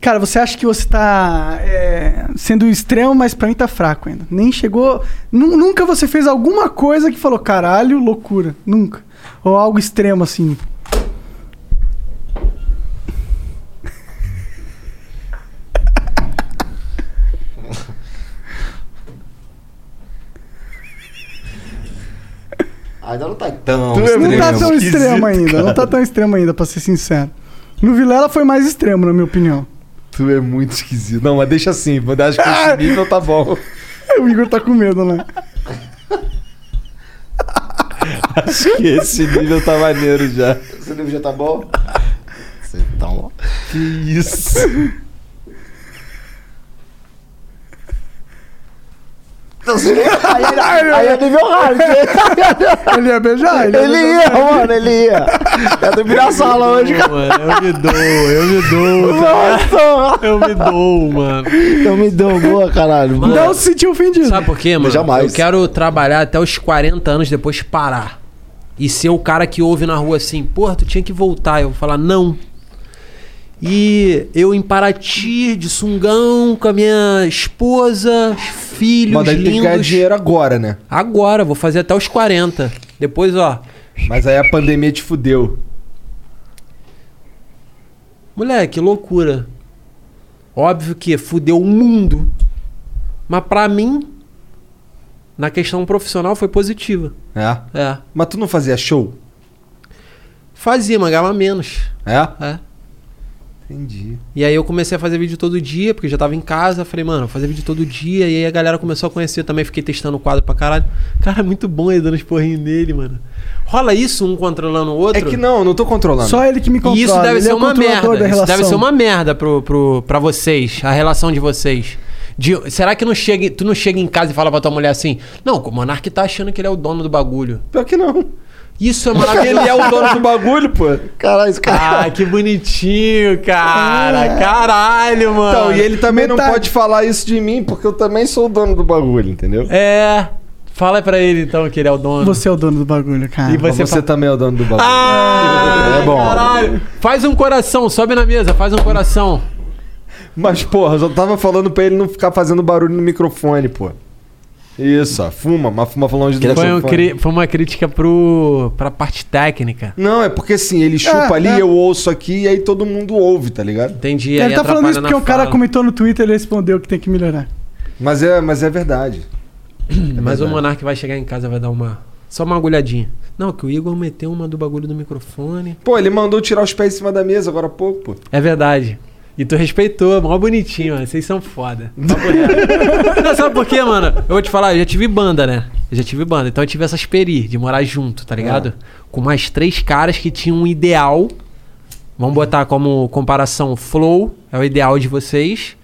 Cara, você acha que você tá é, sendo extremo, mas pra mim tá fraco ainda. Nem chegou. nu- Nunca você fez alguma coisa que falou, caralho, loucura. Nunca. Ou algo extremo assim.
Ainda não tá tão.
é
não tá tão
Esquisito,
extremo ainda. Não tá
cara.
tão extremo ainda, pra ser sincero. No Vilela foi mais extremo, na minha opinião.
Tu é muito esquisito. Não, mas deixa assim, mas acho que esse nível tá bom.
O Igor tá com medo, né?
Acho que esse nível tá maneiro já.
Esse livro já tá bom? Você tá louco.
Que isso.
Aí, aí é nível hard.
Ele ia beijar? Ele, ia
Ele
beijar.
ia, mano, ele ia. É Eu dormi na sala hoje, cara.
eu me dou, eu me dou.
Nossa!
Eu me dou, mano.
Eu me deu boa, caralho.
Mano,
Não se sentiu ofendido.
Sabe por quê, mano?
Jamais.
Eu quero trabalhar até os 40 anos depois parar. E ser o cara que ouve na rua assim, porra, tu tinha que voltar. Eu vou falar, não. E eu em Paraty, de sungão, com a minha esposa, filhos
Mas daí tem que ganhar
lindos.
dinheiro agora, né?
Agora, vou fazer até os 40. Depois, ó.
Mas aí a pandemia te fudeu.
Moleque, que loucura. Óbvio que fudeu o mundo. Mas pra mim, na questão profissional, foi positiva.
É?
É.
Mas tu não fazia show?
Fazia, mas ganhava menos.
É?
É.
Entendi.
E aí eu comecei a fazer vídeo todo dia, porque já tava em casa. Falei, mano, vou fazer vídeo todo dia. E aí a galera começou a conhecer também. Fiquei testando o quadro pra caralho. Cara, é muito bom aí dando os porrinhos nele, mano. Rola isso, um controlando o outro?
É que não, eu não tô controlando.
Só ele que me controla.
E isso deve
ele
ser
é o
uma
controlador
merda.
da
Isso deve
relação.
ser uma merda pro, pro, pra vocês, a relação de vocês. De- será que não chega, tu não chega em casa e fala pra tua mulher assim? Não, o Monark tá achando que ele é o dono do bagulho.
Pior que não.
Isso é maravilhoso. ele é o dono do
bagulho, pô. Caralho, esse
cara. Ah, que bonitinho, cara.
É.
Caralho, mano.
Então, e ele também não pode falar isso de mim, porque eu também sou o dono do bagulho, entendeu?
É. Fala pra ele então que ele é o dono.
Você é o dono do bagulho, cara.
E você,
fa-
também é o dono do bagulho.
Ah,
é bom.
Caralho. Faz um coração, sobe na mesa, faz um coração.
Mas, porra, eu só tava falando pra ele não ficar fazendo barulho no microfone, pô. Isso, ó, fuma, mas fuma longe do
Foi, um
microfone.
cri- foi uma crítica pro, pra parte técnica.
Não, é porque assim, ele chupa
É,
ali,
é.
eu ouço aqui, e aí todo mundo ouve, tá ligado?
Entendi.
Ele tá falando isso porque o cara comentou no Twitter e ele respondeu que tem que melhorar.
Mas é, mas é verdade. É
Mas o
verdade.
Monark vai chegar em casa vai dar uma. Só uma agulhadinha. Não, que o Igor meteu uma do bagulho do microfone.
Pô, ele mandou tirar os pés em cima da mesa agora há pouco, pô.
É verdade. E tu respeitou, mó bonitinho, mano. Vocês são foda. Papo reto. Não, sabe por quê, mano? Eu vou te falar, eu já tive banda, né? Eu já tive banda. Então eu tive essas peri de morar junto, tá
É.
ligado? Com mais três caras que tinham um ideal. Vamos botar como comparação flow, é o ideal de vocês.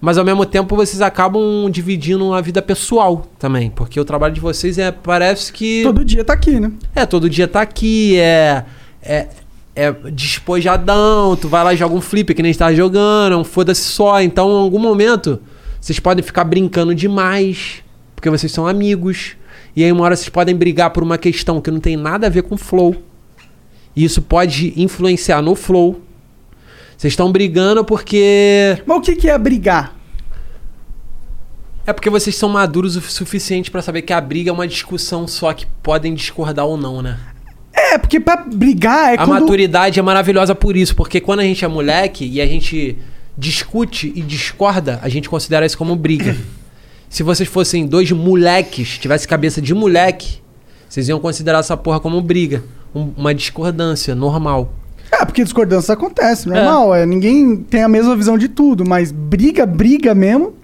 Mas ao mesmo tempo vocês acabam dividindo a vida pessoal também. Porque o trabalho de vocês é. Parece que.
Todo dia tá aqui, né?
É, todo dia tá aqui, é. É, é despojadão, tu vai lá e joga um flip que nem está jogando, é um foda-se só. Então, em algum momento, vocês podem ficar brincando demais, porque vocês são amigos. E aí, uma hora, vocês podem brigar por uma questão que não tem nada a ver com flow. E isso pode influenciar no flow. Vocês estão brigando porque.
Mas o que, que é brigar?
É porque vocês são maduros o suficiente pra saber que a briga é uma discussão só que podem discordar ou não, né?
É, porque pra brigar é
a
quando...
maturidade é maravilhosa por isso, porque quando a gente é moleque e a gente discute e discorda, a gente considera isso como briga. Se vocês fossem dois moleques, tivesse cabeça de moleque, vocês iam considerar essa porra como briga, um- uma discordância normal.
É, porque discordância acontece, normal. É. ninguém tem a mesma visão de tudo, mas briga, briga mesmo.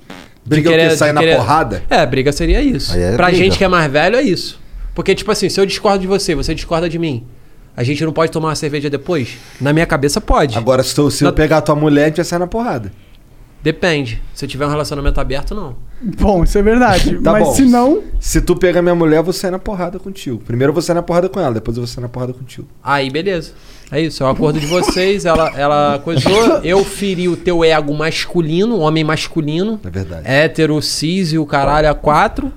Briga
De
o quê?
de
Sair na porrada?
É, briga seria isso.
Aí é
pra
briga.
gente que é mais velho, é isso. Porque, tipo assim, se eu discordo de você, você discorda de mim, a gente não pode tomar uma cerveja depois? Na minha cabeça, pode. Tá-
Agora, se eu, se eu pegar tua mulher, a gente vai sair na porrada.
Depende. Se eu tiver um relacionamento aberto, não.
Bom, isso é verdade.
Tá
mas
bom.
se não,
Se tu pegar minha mulher, eu vou sair na porrada contigo. Primeiro eu vou sair na porrada com ela, depois eu vou sair na porrada contigo.
Aí, beleza. É isso, é o acordo de vocês. Ela, ela coisou. Eu feri o teu ego masculino, homem masculino.
É verdade.
Hétero, cis e o caralho a quatro.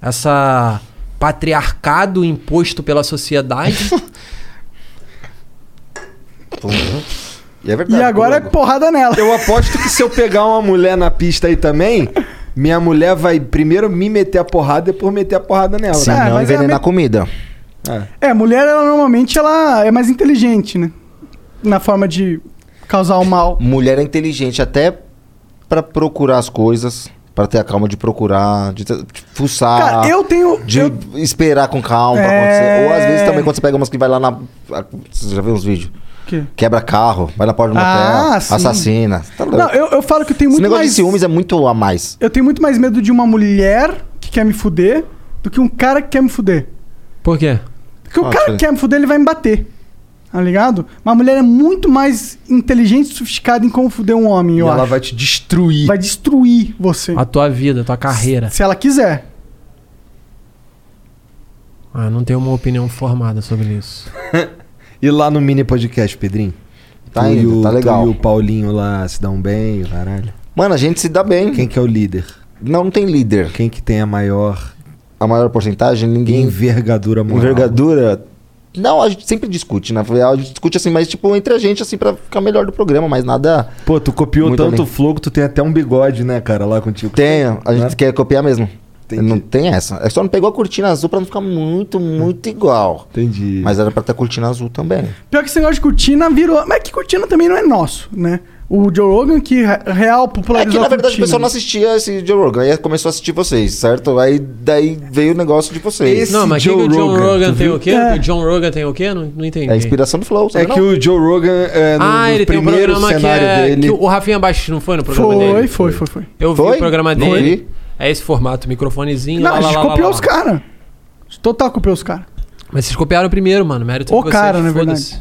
Essa patriarcado imposto pela sociedade.
E é
e agora é porrada nela.
Eu aposto que se eu pegar uma mulher na pista aí também, minha mulher vai primeiro me meter a porrada, depois meter a porrada nela. né?
Se não envenenar Ah, é a comida.
É, mulher, ela normalmente ela é mais inteligente, né? Na forma de causar o mal.
Mulher é inteligente até pra procurar as coisas, pra ter a calma de procurar, de, te- de fuçar.
Cara, eu tenho-
De esperar com calma pra
É.
acontecer. Ou às vezes também quando você pega umas que vai lá na. a- Você já viu uns vídeos?
Que?
Quebra carro, vai na porta do
Ah,
motel,
sim.
assassina. Tá louco.
Não, eu, eu falo que eu tenho
Esse
muito
negócio
mais.
de ciúmes é muito a mais.
Eu tenho muito mais medo de uma mulher que quer me fuder do que um cara que quer me fuder.
Por quê?
Porque o
Ah,
cara
sim.
que quer me fuder, ele vai me bater. Tá ligado? Mas a mulher é muito mais inteligente e sofisticada em como fuder um homem,
E
eu
ela
acho.
vai te destruir.
Vai destruir você.
A tua vida, a tua carreira.
Se ela quiser.
Ah, eu não tenho uma opinião formada sobre isso.
E lá no mini podcast, Pedrinho?
Tá
Tu e
indo,
o-
tá legal.
Tu e o Paulinho lá se dão bem, o caralho.
Mano, a gente se dá bem.
Quem que é o líder?
Não, não tem líder.
Quem que tem a maior
a maior porcentagem, ninguém.
Envergadura moral.
Envergadura. Não, a gente sempre discute, na real. A gente discute assim, mas tipo, entre a gente, assim, pra ficar melhor do programa, mas nada.
Pô, tu copiou tanto o flow que tu tem até um bigode, né, cara, lá contigo.
Tenho, Tipo, a gente quer copiar mesmo. Não tem essa. É só não pegou a cortina azul pra não ficar muito, muito igual.
Entendi.
Mas era pra ter cortina azul também.
Pior que esse negócio de cortina virou. Mas que cortina também não é nosso, né? O Joe Rogan que re- real
É
popularizou.
que na verdade o
cortina.
pessoal não assistia esse Joe Rogan, aí começou a assistir vocês, certo? Aí daí veio o negócio de vocês.
não, mas o que que o John Rogan tem o quê?
É.
O John Rogan tem o quê? Não, não entendi.
a inspiração do Flow, sabe
É que
não?
o Joe Rogan, é, no,
ah,
no
ele tem um
primeiro
programa que,
cenário
é,
dele...
que o Rafinha Baixos não foi no programa
Foi,
dele?
foi, foi, foi.
Eu vi
Foi?
o programa
Não
dele. É esse formato, microfonezinho.
Não,
lá,
a
lá,
gente
lá, lá,
copiou
lá.
os caras. Total copiou os caras.
Mas vocês copiaram primeiro, mano. Mérito
O
de vocês,
cara, na
foda-se.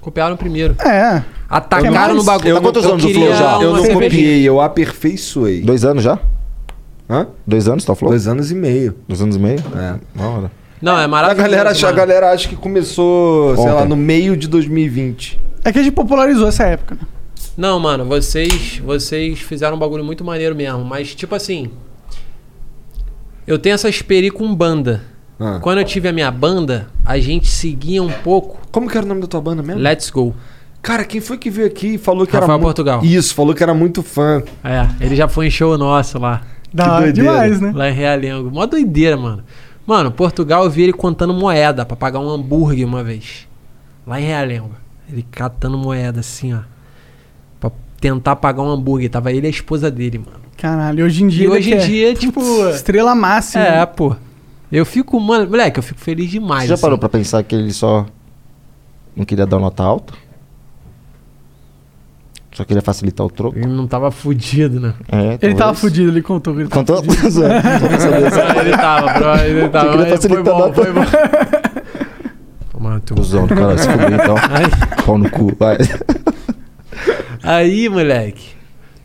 Copiaram primeiro.
É.
Atacaram Tá no bagulho.
Eu, não-
Eu queria
Eu
uma
não
cerveja.
copiei, eu aperfeiçoei.
Dois anos já?
Hã?
Dois anos, tá Flow?
Dois anos e meio.
Dois anos e meio?
É.
Na hora.
Não, é
A
maravilhoso.
galera, acha, a
mano.
galera acha que começou, sei
Ontem.
lá, no meio de 2020.
É que a gente popularizou essa época. né?
Não, mano, vocês, vocês fizeram um bagulho muito maneiro mesmo. Mas, tipo assim. Eu tenho essas peri com banda.
Ah.
Quando eu tive a minha banda, a gente seguia um pouco.
Como que era o nome da tua banda mesmo?
Let's Go.
Cara, quem foi que veio aqui e falou que
Rafael
era mu-
Portugal.
Isso, falou que era muito fã.
É, ele já foi em show nosso lá.
Da hora
doideira.
demais, né?
Lá em Realengo. Mó doideira, mano. Mano, Portugal eu vi ele contando moeda pra pagar um hambúrguer uma vez. Lá em Realengo. Ele catando moeda assim, ó. Pra tentar pagar um hambúrguer. Tava ele e a esposa dele, mano.
Caralho, hoje em dia.
E hoje em
daqui é
dia, tipo.
Estrela máxima. né?
É, pô. Eu fico, mano. Moleque, eu fico feliz demais.
Você já
assim.
parou pra pensar que ele só não queria dar nota alta? Só queria facilitar o troco?
Ele não tava fudido, né?
É,
Ele tava
talvez.
fudido, ele contou. Ele tá tava
Contou?
fudido.
Tô zoando, tô pensando nisso.
É, ele tava, bro. Ele
Só
tava.
queria
Mas Foi
facilitar
bom,
nada.
foi bom. Mano, tu...
Cusão do cara, se fuder então. Pau no cu, vai.
Aí, moleque.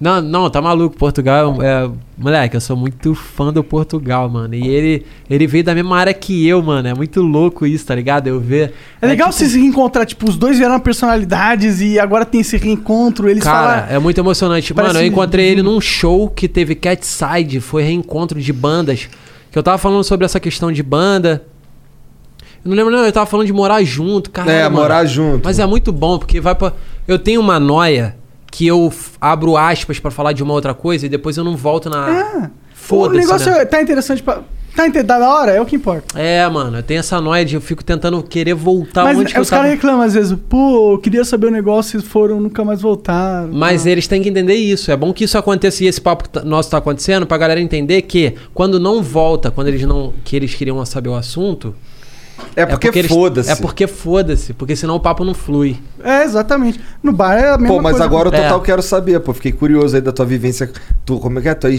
Não, não, tá maluco. Portugal é. Moleque, eu sou muito fã do Portugal, mano. E ele, ele veio da mesma área que eu, mano. É muito louco isso, tá ligado? Eu ver.
É legal vocês se reencontrar, tipo, os dois vieram personalidades e agora tem esse reencontro. Eles
Cara,
falaram.
é muito emocionante.
Parece- um
Mano, eu encontrei ele num show que teve Catside, foi reencontro de bandas. Que eu tava falando sobre essa questão de banda. Eu não lembro, não, eu tava falando de morar junto, cara.
É, morar junto.
Mas é muito bom, porque vai pra. Eu tenho uma noia que eu f- abro aspas pra falar de uma outra coisa e depois eu não volto na.
É, "Ah, O
Foda-se.
negócio
né?
é- tá interessante pra. Tá, inte- tá da hora? É o que importa.
É, mano, eu tenho essa noia de eu fico tentando querer voltar
Mas
Tá, onde que
é,
eu
os caras
tava.
reclamam às vezes, pô, eu queria saber o negócio, vocês foram, nunca mais
Então.
voltaram.
Mas eles têm que entender isso. É bom que isso aconteça e esse papo que tá- nosso tá acontecendo pra galera entender que quando não volta, quando eles não. que eles queriam saber o assunto.
É porque,
eles-
foda-se.
É porque foda-se, porque senão o papo não flui.
É, exatamente. No bar é a mesma
Pô, mas
coisa.
agora eu
É.
total quero saber, pô. Fiquei curioso aí da tua vivência. Tu, como é que é? Tua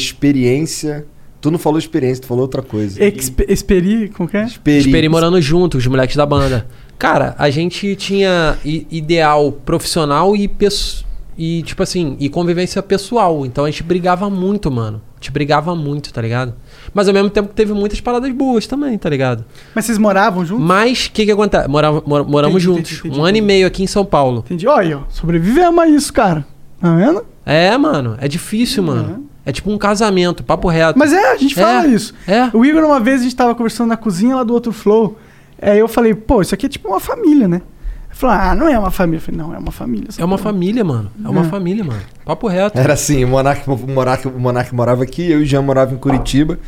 experiência. Tu não falou experiência, tu falou outra coisa.
Exp- Experi, como que é?
Experi-
Esperi morando junto, os moleques da banda. Cara, a gente tinha i- ideal profissional e pesso- e tipo assim, e convivência pessoal. Então a gente brigava muito, mano. A gente brigava muito, tá ligado? Mas ao mesmo tempo que teve muitas paradas boas também, tá ligado?
Mas vocês moravam juntos?
Mas o que que acontece? Morava- mora- moramos
Entendi,
juntos.
entendi, entendi,
um ano e meio aqui em São Paulo.
Entendi. Olha, ó, sobrevivemos a isso, cara. Tá vendo?
É, mano. É difícil, mano. É tipo um casamento, papo reto.
Uhum. Mas é, a gente fala
É,
isso.
É.
O Igor, uma vez, a gente tava conversando na cozinha lá do outro flow. Aí eu falei, pô, isso aqui é tipo uma família, né? Ele falou, ah, não é uma família. Eu falei, não, é uma família. essa
É uma
porra.
família, mano. É
Uhum.
uma família, mano. Papo reto.
Era assim, o Monark, o, Monark, o Monark morava aqui, eu e o Jean morava em Curitiba.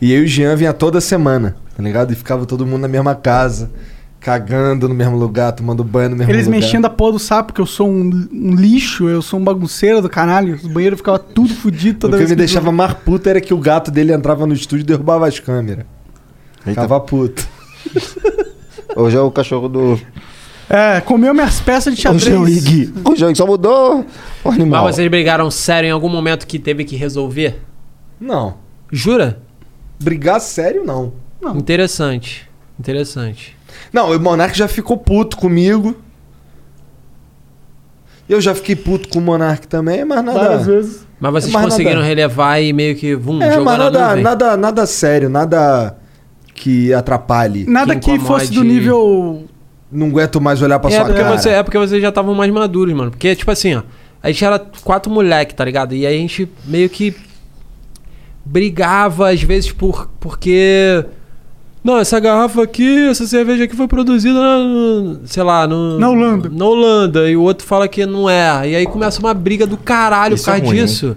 E eu e o Jean vinha toda semana, tá ligado? E ficava todo mundo na mesma casa, cagando no mesmo lugar, tomando banho no mesmo
Eles
né?
lugar.
mexendo a porra do sapo, porque eu sou um, um lixo, eu sou um bagunceiro do caralho. Os banheiros ficavam tudo fodido
O
toda
que
vez
me
que eu-
deixava mais puto era que o gato dele entrava no estúdio e derrubava as câmeras.
Eita.
Ficava puto.
Hoje é o cachorro do.
É, comeu minhas peças de xadrez.
Hoje é o Ig. Hoje é o Ig, só mudou o
Mas
animal.
vocês brigaram sério em algum momento que teve que resolver?
Não.
Jura?
Brigar sério, não.
Não.
Interessante. Interessante.
Não, o Monark já ficou puto comigo. Eu já fiquei puto com o Monark também, mas nada. É.
Várias vezes.
Mas vocês
Mas nada-
conseguiram relevar e meio que, vum,
É,
jogou
mas
na
nada,
nuvem.
nada, nada sério, nada que atrapalhe.
Nada
Que
que, fosse do
incomode.
nível.
Não aguento mais olhar pra
é,
sua
porque
cara.
você, é porque vocês já estavam mais maduros, mano. Porque, tipo assim, ó. A gente era quatro moleque, tá ligado? E aí a gente meio que brigava, às vezes, por, porque Não, essa garrafa aqui, essa cerveja aqui foi produzida, na, sei lá, no, na Holanda. Na Holanda. E o outro fala que não é. E aí começa uma briga do caralho
Isso
por
é
causa
ruim, hein?
disso.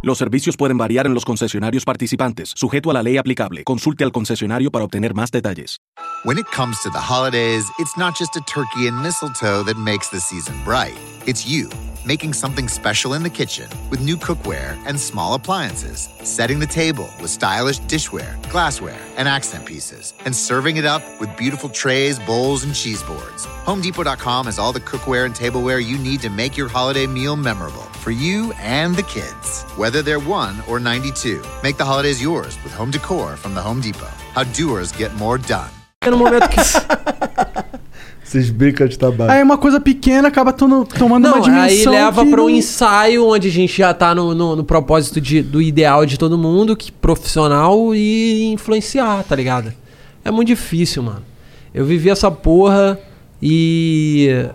Los servicios pueden variar en los concesionarios participantes, sujeto a la ley aplicable. Consulte al concesionario para obtener más detalles.
When it comes to the holidays, it's not just a turkey and mistletoe that makes the season bright. It's you making something special in the kitchen with new cookware and small appliances, setting the table with stylish dishware, glassware, and accent pieces, and serving it up with beautiful trays, bowls, and cheese boards. HomeDepot.com has all the cookware and tableware you need to make your holiday meal memorable for you and the kids. Whether they're 1 or 92, make the holidays yours with home decor from the Home Depot. How doers get more done.
No momento que.
Vocês brincam de tabaco.
Aí uma coisa pequena acaba tono- tomando
Não,
uma dimensão.
aí leva
que
para um
não-
ensaio onde a gente já tá no, no, no propósito de, do ideal de todo mundo, que profissional e influenciar, tá ligado? É muito difícil, mano. Eu vivi essa porra e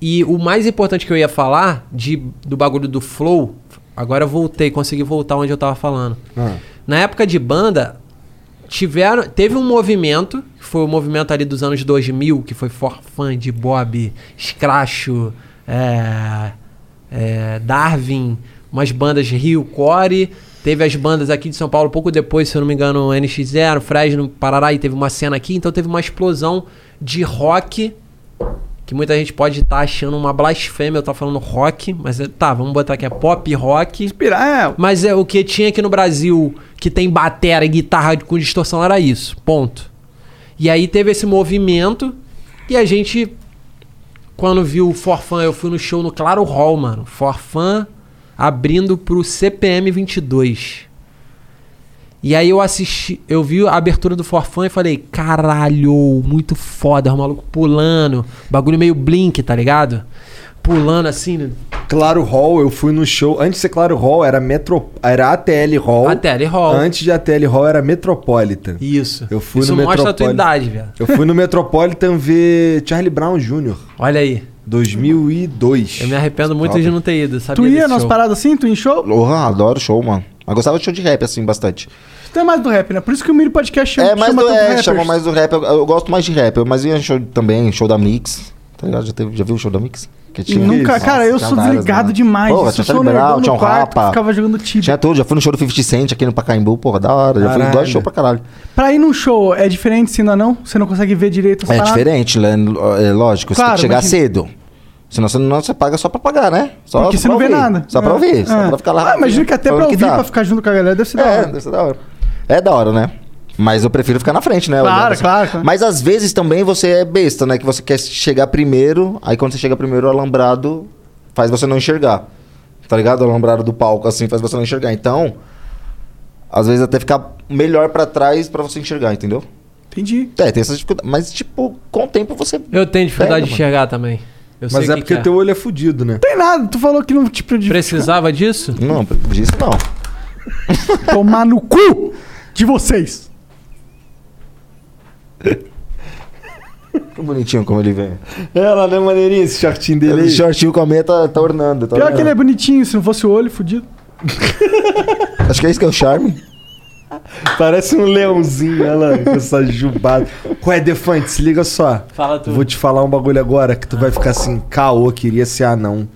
e o mais importante que eu ia falar de, do bagulho do flow, agora eu voltei, consegui voltar onde eu tava falando.
Ah.
Na época de banda, tiveram, teve um movimento, que foi o movimento ali dos anos 2000, que foi Forfã, de Bob, Scratcho, é, é, Darwin, umas bandas Rio Core. Teve as bandas aqui de São Paulo pouco depois, se eu não me engano, NX0, Fresno, Parará, e teve uma cena aqui. Então teve uma explosão de rock que muita gente pode estar achando uma blasfêmia eu estar falando rock, mas é- tá, vamos botar aqui é pop rock. Mas é o que tinha aqui no Brasil que tem batera e guitarra com distorção era isso. Ponto. E aí teve esse movimento e a gente quando viu o Forfan, eu fui no show no Claro Hall, mano. Forfan abrindo pro CPM 22. E aí eu assisti, eu vi a abertura do Forfã e falei, caralho, muito foda, o maluco pulando, bagulho meio blink, tá ligado? Pulando assim, né?
Claro Hall, eu fui no show. Antes de ser Claro Hall, era, Metro, era ATL Hall.
ATL Hall.
Antes de ATL Hall era Metropolitan.
Isso.
Eu fui
Isso
no
mostra a tua
Metropolitan.
idade, velho.
Eu fui no Metropolitan ver Charlie Brown Jr.
Olha aí.
2002. Eu
me arrependo muito
Top.
de não ter ido, sabia?
Tu ia
desse
nas
show?
paradas assim? Tu ia em show?
Porra, adoro show, mano. Mas gostava de show de rap, assim, bastante.
Tu é mais do rap, né? Por isso um que o Mini Podcast chama,
É, mais
chama
do,
tanto
é,
rappers.
chama mais do rap. Eu, eu gosto mais de rap, eu- mas ia em show também, show da Mix. Tá ligado? Já, teve, já viu o show da Mix? Que
E nunca, cara, eu sou desligado demais.
Porra, tinha
disso. eu
Charlie
sou nerdão
Brown,
no
tinha um
quarto,
Rapa.
ficava jogando Tibia.
Tinha tudo, já fui no show do 50 Cent aqui no Pacaembu, porra, da hora. Já fui em dois
Caralho. Tá
shows pra caralho.
Pra ir num show é diferente se ainda não? Você não consegue ver direito as
É
paradas?
diferente, né? É lógico,
Claro,
você tem que chegar
imagina.
cedo. Senão você, não, você paga só pra pagar, né? Só
Porque
só
você
pra
não vê
ouvir.
nada.
Só pra
É.
ouvir, só
É.
pra ficar lá.
Ah, imagino que até pra
falando
ouvir,
dá.
pra ficar junto com a galera, deve ser da hora.
É, deve ser da hora. É da hora, né? Mas eu prefiro ficar na frente, né?
Claro,
Olhando assim.
claro, claro.
Mas às vezes também você é besta, né? Que você quer chegar primeiro, aí quando você chega primeiro, o alambrado faz você não enxergar. Tá ligado? O alambrado do palco, assim, faz você não enxergar. Então, às vezes até ficar melhor pra trás pra você enxergar, entendeu?
Entendi.
É, tem essas dificuldades. Mas, tipo, com o tempo você.
Eu tenho dificuldade
Pega,
de
mano.
enxergar também. Eu
Mas
sei o
é
que
porque
que
teu
olho é fudido, né?
Tem nada, tu falou que não te prejudicou.
Precisava disso?
Não, disso não.
Tomar no cu de vocês.
Que bonitinho como ele vem.
Ela
né,
não é maneirinha esse shortinho
Ele shortinho com a meia tá, tá ornando. tá
Pior que
ornando.
ele é bonitinho, se não fosse o olho, fudido.
Acho que é isso que é o charme.
Parece um leãozinho, ela com essa jubada. Ué, Defante, se liga só.
Fala tu.
Vou te falar um bagulho agora que tu vai ficar assim, caô, queria ser anão.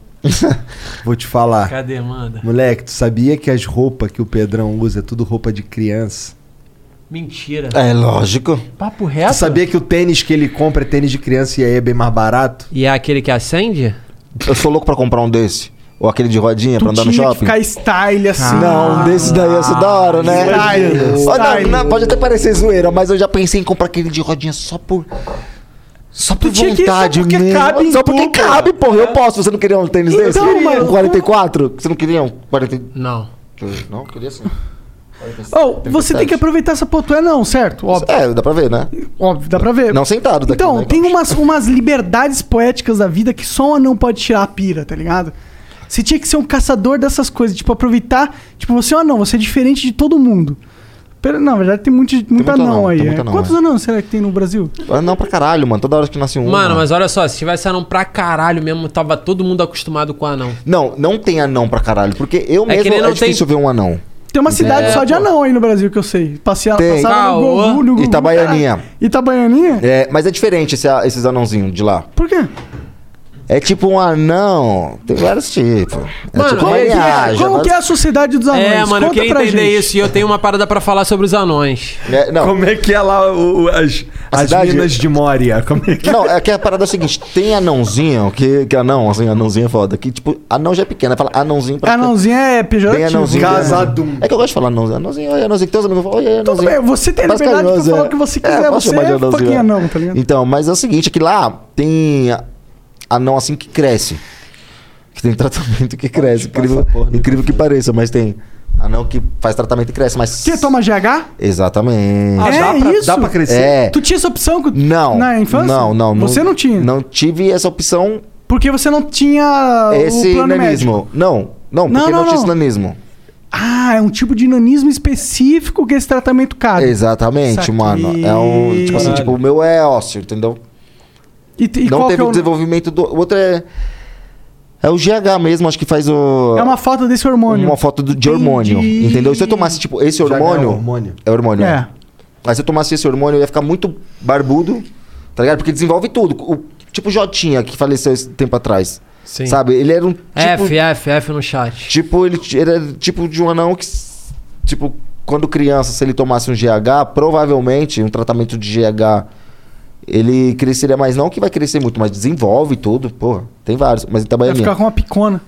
Vou te falar.
Cadê, manda?
Moleque, tu sabia que as roupas que o Pedrão usa é tudo roupa de criança?
Mentira.
É,
Papo
Tu
reto?
sabia que o tênis que ele compra é tênis de criança e aí é bem mais barato?
E é aquele que acende?
Eu sou louco pra comprar um desse. Ou aquele de rodinha pra andar no
Tinha que
shopping.
ficar style assim.
Não, um desse daí ia ser da hora, né? Ó,
Style,
não,
style.
não, pode até parecer zoeira, mas eu já pensei em comprar aquele de rodinha só por. Só por
tinha que ir só
vontade,
porque
mesmo.
cabe em
Só porque
tu,
cabe, porra. Eu posso. Você não queria um tênis
Então,
desse?
mano.
Um 44? Você não queria um 40...
Não.
Não, eu queria sim.
Oh, você tem que aproveitar essa potué não, certo? Óbvio.
É, dá pra ver, né?
Óbvio, dá pra ver.
Não sentado daqui,
Então,
né?
tem umas, umas liberdades poéticas da vida que só um anão pode tirar a pira, tá ligado? Você tinha que ser um caçador dessas coisas, tipo, aproveitar. Tipo, você é um anão, você é diferente de todo mundo. Pera, não, na verdade tem muito, muito,
muito
anão,
anão,
aí.
tem muito
é.
anão,
Quantos
é.
anãos será que tem no Brasil?
Ah, Não pra caralho, mano. Toda hora que nasce um.
Mano, mas olha só, se tivesse anão pra caralho mesmo, tava todo mundo acostumado com anão.
Não, não tem anão pra caralho. Porque eu
É que
mesmo
nem
é
não
difícil ver um anão.
Tem uma cidade
É,
só de
pô.
anão aí no Brasil que eu sei. Passear,
Tem.
passava no
Caô.
Gugu, no Gugu.
Itabaianinha.
Itabaianinha?
É, mas é diferente esse- esses anãozinhos de lá.
Por quê?
É tipo um anão. Tem vários tipos. É
Mano,
tipo uma
é-
linhagem,
Como
mas-
que é a sociedade dos anões?
É, mano, eu
Conta
queria
pra
entender
gente.
isso e eu tenho uma parada pra falar sobre os anões.
É, não.
Como é que é lá o- o- as, as
cidade-
minas de Moria? Como é que
Não, é que a parada é a seguinte: tem anãozinho, que, que anão, assim, anãozinho é foda. Que tipo, anão já é pequeno. Fala anãozinho pra
Anãozinho é pejorativo.
Bem anãozinho. bem
Casado.
anãozinho. É que eu gosto de falar anãozinho. Anãozinho, oi, anãozinho. Que teus amigos falam, oi, anãozinho.
Tudo bem, É, você tem a
Mas
liberdade pra
carinhoso,
falar
é.
o que você
É,
quiser.
posso
você
chamar de
é
anãozinho,
fucking
é.
anão, tá ligado?
Então, mas é o seguinte, é que lá tem a- anão assim que cresce. Que tem tratamento que cresce. Incrível, incrível que pareça, mas tem anão que faz tratamento e cresce, mas...
Que toma GH?
Exatamente.
é isso?
É.
Tu tinha essa opção com-
Não.
na infância?
Não, não.
Você não tinha?
Não tive essa opção,
Porque você não tinha o
esse
plano
nanismo.
médico.
Não, não,
Não,
porque não,
não,
tinha esse
não.
nanismo.
Ah, é um tipo de nanismo específico que esse tratamento cabe.
Exatamente,
Saquei.
mano. É um. Tipo assim,
Caralho.
tipo, o meu é ósseo, entendeu?
E, te- e
não
qual que
teve
é
o
o-
desenvolvimento do. O outro é. É o GH mesmo, acho que faz o.
É uma falta desse hormônio.
uma foto do- de hormônio.
Entendi.
Entendeu? Se eu tomasse, tipo, esse
GH é
hormônio.
hormônio?
É hormônio.
É.
é. Mas se eu tomasse esse hormônio, eu ia ficar muito barbudo, tá ligado? Porque desenvolve tudo. O, tipo o Jotinha, que faleceu esse tempo atrás.
Sim.
Sabe? Ele era um. Tipo,
É.
F, F, F no chat.
Tipo, ele t- ele era tipo de um anão que. s- Tipo, quando criança, se ele tomasse um GH, provavelmente um tratamento de GH. Ele cresceria mais, não que vai crescer muito, mas desenvolve tudo, porra. Tem vários. Mas tá em
Vai
Itabaianinha.
ficar com uma picona.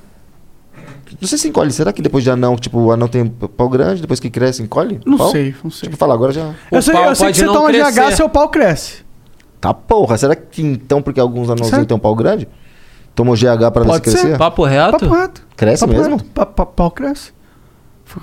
Não sei se encolhe. Será que depois de anão, tipo, o anão tem p- pau grande, depois que cresce, encolhe?
Não
Pau?
sei, não sei.
Tipo, fala, agora já.
eu sei, eu sei que você toma GH, seu pau cresce.
Tá porra, será que então porque alguns anãozinhos têm um pau grande? Tomou GH pra não
Pode ser.
crescer?
Papo reto?
Papo reto.
Cresce
Papo
mesmo?
reto. Pa- pa- Pau cresce.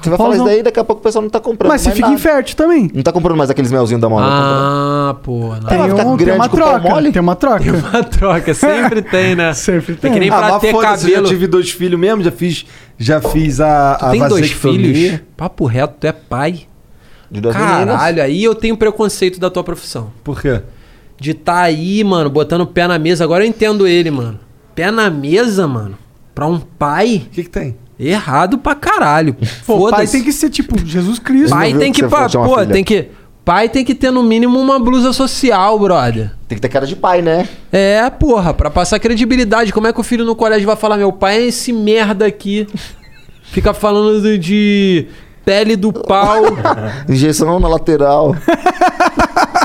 Você vai falar isso daí, daqui a pouco o pessoal não tá comprando.
Mas você
mais
fica
nada.
infértil também.
Não tá comprando mais aqueles melzinhos da moda.
Ah, pô. não.
Ela
Tem,
fica
um, tem
grande
uma
com o pau mole?
troca. Tem uma troca.
Uma troca, sempre tem, né? Sempre
tem.
É que nem
Ah,
pra
mas
ter
foda-se, eu já
cabelo.
tive dois filhos mesmo, já fiz, já fiz a, a
Tem dois
vasectomia.
filhos? Papo reto, tu é pai?
De duas meninas.
Caralho, aí eu tenho preconceito da tua profissão.
Por quê?
De tá aí, mano, botando o pé na mesa. Agora eu entendo ele, mano. Pé na mesa, mano. Pra um pai.
O que, que tem?
Errado pra caralho.
Pô, pai
Foda-se.
tem que ser tipo Jesus Cristo.
Pai
viu
tem
que
que.
você falou
pa-
que tinha uma
Pô,
filha?
tem que. Pai tem que ter no mínimo uma blusa social, brother.
Tem que ter cara de pai, né?
É, porra, pra passar credibilidade. Como é que o filho no colégio vai falar, meu pai é esse merda aqui? Fica falando de, de pele do pau.
Injeção na lateral.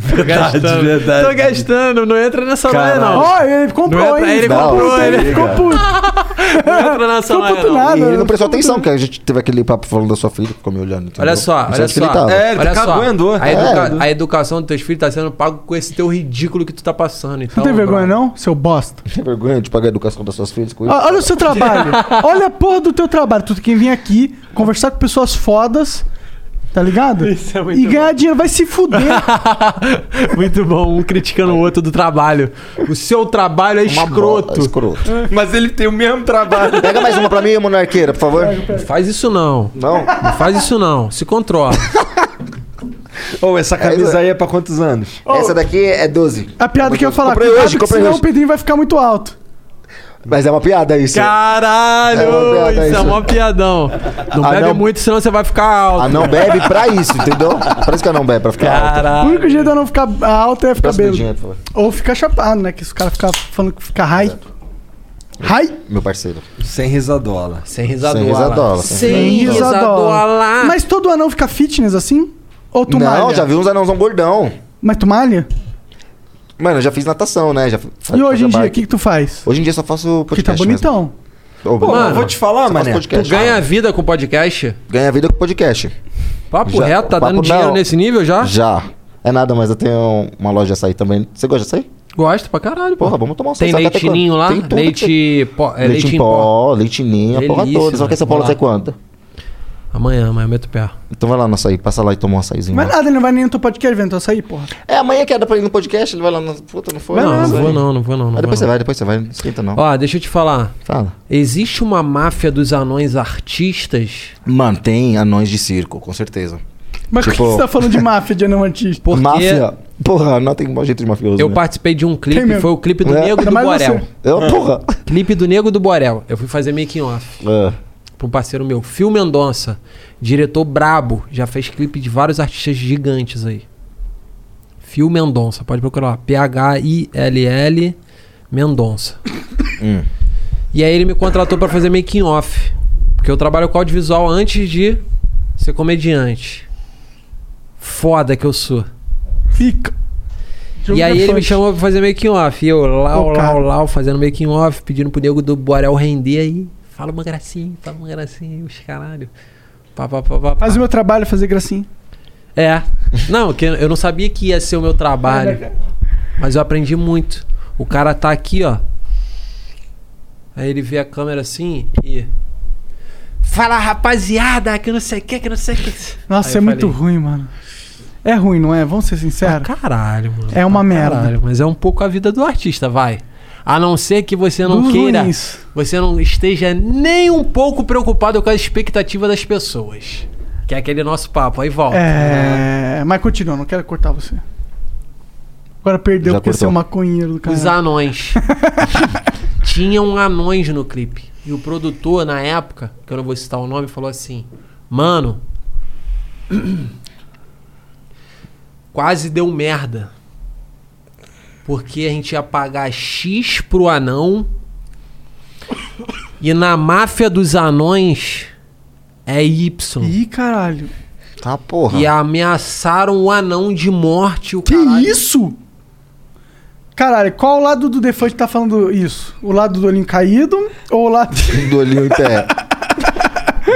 Verdade, verdade.
Tô gastando, não entra nessa
Caralho.
laia, não.
Ó, ele comprou,
Não é pra
hein?
ele, comprou,
puto,
ele
ficou puto.
Não entra nessa
Ficou
laia,
puto
não.
E
nada.
ele não prestou atenção, porque a gente teve aquele papo falando da sua filha, ficou me olhando. entendeu?
Olha só,
Não sei
olha
onde que ele
só.
tava.
É, ele
olha
tá
só.
cagando,
né?
é.
a, educa-
É.
a educação dos teus filhos tá sendo pago com esse teu ridículo que tu tá passando. Então,
Não tem vergonha,
brother.
não, seu bosta?
Tem vergonha de pagar a educação das suas filhas com isso?
Ó, Olha o seu trabalho. Olha a porra do teu trabalho. Tu tem que vir aqui, conversar com pessoas fodas, tá ligado?
é
e ganhar dinheiro. Vai se fuder.
Muito bom, um criticando o outro do trabalho. O seu trabalho é
Uma bola,
escroto.
escroto.
É.
Mas ele tem o mesmo trabalho.
Pega mais uma pra mim, monarqueira, por favor.
Não faz isso não.
Não?
Não faz isso não. Se controla.
Ou essa camisa aí é pra quantos anos?
Essa daqui é 12.
A piada que eu ia falar.
Comprei
cuidado
hoje,
que
comprei
senão
hoje.
o Pedrinho vai ficar muito alto.
Mas é uma piada isso.
Caralho!
É uma piada
isso é
isso.
mó piadão. Não
Ah,
bebe
não.
muito, senão você vai ficar alto.
Anão bebe pra isso, entendeu? Pra isso que anão bebe, pra ficar alto.
O
Caralho.
único jeito de eu não ficar alto é ficar
Próximo
bêbado.
dedinho, por favor.
Ou ficar chapado, né? Que os caras ficam falando que fica high. High?
Meu parceiro.
Sem risadola.
Sem risadola.
Sem risadola, sem
Sem risadola.
Mas todo anão fica fitness assim? Ou tu
Não,
malha?
já vi uns anãozão gordão.
Mas tu malha?
Mano, eu já fiz natação, né? Já
E hoje em dia, o que, que tu faz?
Hoje em dia só faço
Porque tá
podcast mesmo.
bonitão.
Ô,
Pô,
Mano,
eu vou te falar,
só faço
mané.
podcast.
Tu ganha vida com podcast?
Ganha vida com podcast.
Papo
Já-
reto, tá
papo
dando dinheiro
não.
nesse nível já?
Já. É nada, mas eu tenho uma loja de açaí também. Você gosta de açaí?
Gosto pra caralho, pô.
Porra, vamos tomar um açaí.
Tem
sabe até
leite
quando?
ninho lá?
Tem tudo
leite, pó, é,
leite, em pó, leite em ninho, a porra
Delícia,
toda. Só que essa
mano.
porra sai
Vamos
quando?
É Amanhã, amanhã eu meto o pé.
Então vai lá no açaí, passa lá e toma um açaizinho.
Mas
lá.
nada, ele não vai nem no teu podcast vendo teu açaí, porra.
É, amanhã que era pra ir no podcast, ele vai lá na. Puta, não foi?
Não, não vou não, não vou não. não
Mas depois
vou
você vai, depois você vai. Não esquenta não.
Ó, deixa eu te falar.
Fala.
Existe uma máfia dos anões artistas?
Mano, tem anões de circo, com certeza.
Mas por
Tipo-
que você tá falando de máfia de anão artista?
Máfia. Porra, não tem um jeito de mafioso.
Eu
né?
participei de um
Tem
clipe,
mesmo.
foi o clipe do
É.
Nego
Ainda
do
mais
Borel.
você. É. Eu, porra.
Clipe do Nego do Borel. Eu fui fazer making off
É.
pra um parceiro meu, Phil Mendonça, diretor brabo, já fez clipe de vários artistas gigantes aí. Phil Mendonça, pode procurar lá. P-H-I-L-L Mendonça. E aí ele me contratou pra fazer making off. Porque eu trabalho com audiovisual antes de ser comediante. Foda que eu sou.
Fica.
E aí ele me
Elefante.
chamou pra fazer making off. E eu, lau,
Ô,
lau,
cara.
lau, fazendo making off, pedindo pro nego do Borel render aí. Fala uma gracinha, fala uma gracinha, os caralho. Pá, pá, pá, pá, pá.
Faz o meu trabalho, fazer gracinha.
É. Não, que eu não sabia que ia ser o meu
É, né,
trabalho. Mas eu aprendi muito. O cara tá aqui, ó. Aí ele vê a câmera assim e. Fala rapaziada, que não sei o que, que não sei o que.
Nossa,
Aí
é
eu
muito
falei, Ah,
ruim, mano. É ruim, não é? Vamos ser sinceros.
Caralho, mano.
É uma
Pra
merda.
caralho, mas é um pouco a vida do artista, vai. A não ser que você não
Dos
queira,
ruins.
você não esteja nem um pouco preocupado com a expectativa das pessoas. Que é aquele nosso papo, aí volta. né?
É. Mas continua, não quero cortar você. Agora perdeu
Já
porque você é
cortou.
um maconheiro do
Os
cara.
anões. Tinham anões no clipe. E o produtor, na época, que eu não vou citar o nome, falou assim: Mano. quase deu merda. Porque a gente ia pagar X pro anão. E na máfia dos anões é Y.
Ih, caralho.
Tá, porra.
E ameaçaram o anão de morte. O
que isso? Caralho, qual o lado do Defante tá falando isso? O lado do olhinho caído ou o lado.
Do olhinho em pé.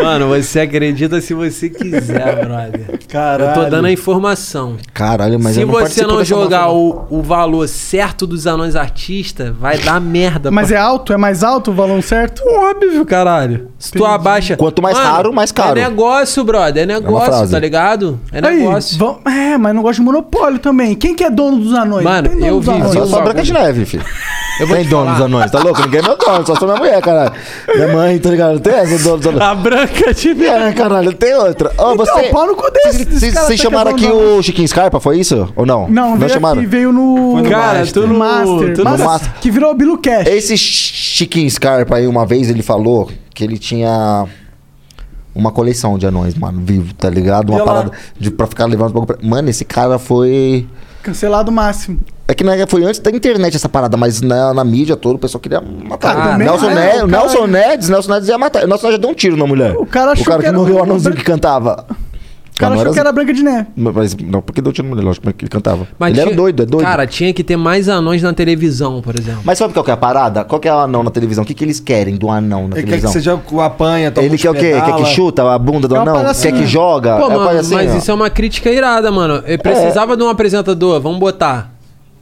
Mano, você acredita se você quiser, brother.
Caralho.
Eu tô dando a informação.
Caralho, mas
se
eu não
você
participo
não
dessa
jogar o, o valor certo dos anões artistas, vai dar merda.
Mas
pra-
é alto? É mais alto o valor certo?
Óbvio, caralho. Se tu abaixa.
Quanto mais caro, mais caro.
É negócio, brother. É negócio,
frase.
tá ligado? É
Aí,
negócio.
vam- É, mas não gosto de monopólio também. Quem que é dono dos anões?
Mano,
Tem dono
eu
dos
vivi
anões.
Só,
um
só Branca de
bagulho.
Neve, filho.
Eu vou
Tem
te
dono
falar.
dos anões, tá louco? Ninguém é meu dono, só sou minha mulher, caralho. Minha mãe, tá ligado? Não tem essa dono dos
Ah,
anões.
A branca de
Neve. É, caralho, tem outra. Ó,
Então,
você...
pau no cu desse,
Vocês-
desse
Vocês
cara
vocês
tá
chamaram aqui
quebrando nós.
o Chiquinho Scarpa, foi isso? Ou não?
Não, veio aqui, veio no.
Foi no
Cara,
Master.
tu não-
Master,
tu não-
Master,
Master.
Que virou o Bilu Cash.
Esse Chiquinho Scarpa aí, uma vez, ele falou que ele tinha uma coleção de anões, mano, vivo, tá ligado? Uma
Olha lá.
parada de, pra ficar levando um pouco pra... Mano, esse cara foi...
Cancelado o máximo.
É que né, foi antes da internet essa parada, mas na, na mídia toda o pessoal queria matar.
Ah,
Nelson,
é,
Ne-
o cara-
Nelson Nedes, Nelson Nedes ia matar. Nelson Nedes deu um tiro na mulher.
O cara achou
o cara
que
que,
era- um
morreu, o anãozinho que cantava.
O cara
Não,
achou
era-
que era Branca de Neve.
Mas não, porque deu tiro na mulher, lógico, porque ele cantava.
Mas
ele era
tinha-
doido, é doido.
Cara, tinha que ter mais anões na televisão, por exemplo.
Mas sabe qual que é a parada? Qual que é o anão na televisão? O que, que eles querem do anão na
Ele quer que
televisão?
você já apanha, toma
Ele
um
uns
quer o quê? Quer
pedala.
que chuta a bunda do
É uma
anão?
parada
Quer
assim,
que
ó.
joga?
Pô,
é uma
mano,
parada assim,
mas
ó. É.
isso é uma crítica irada, mano. Eu precisava de um apresentador, vamos botar.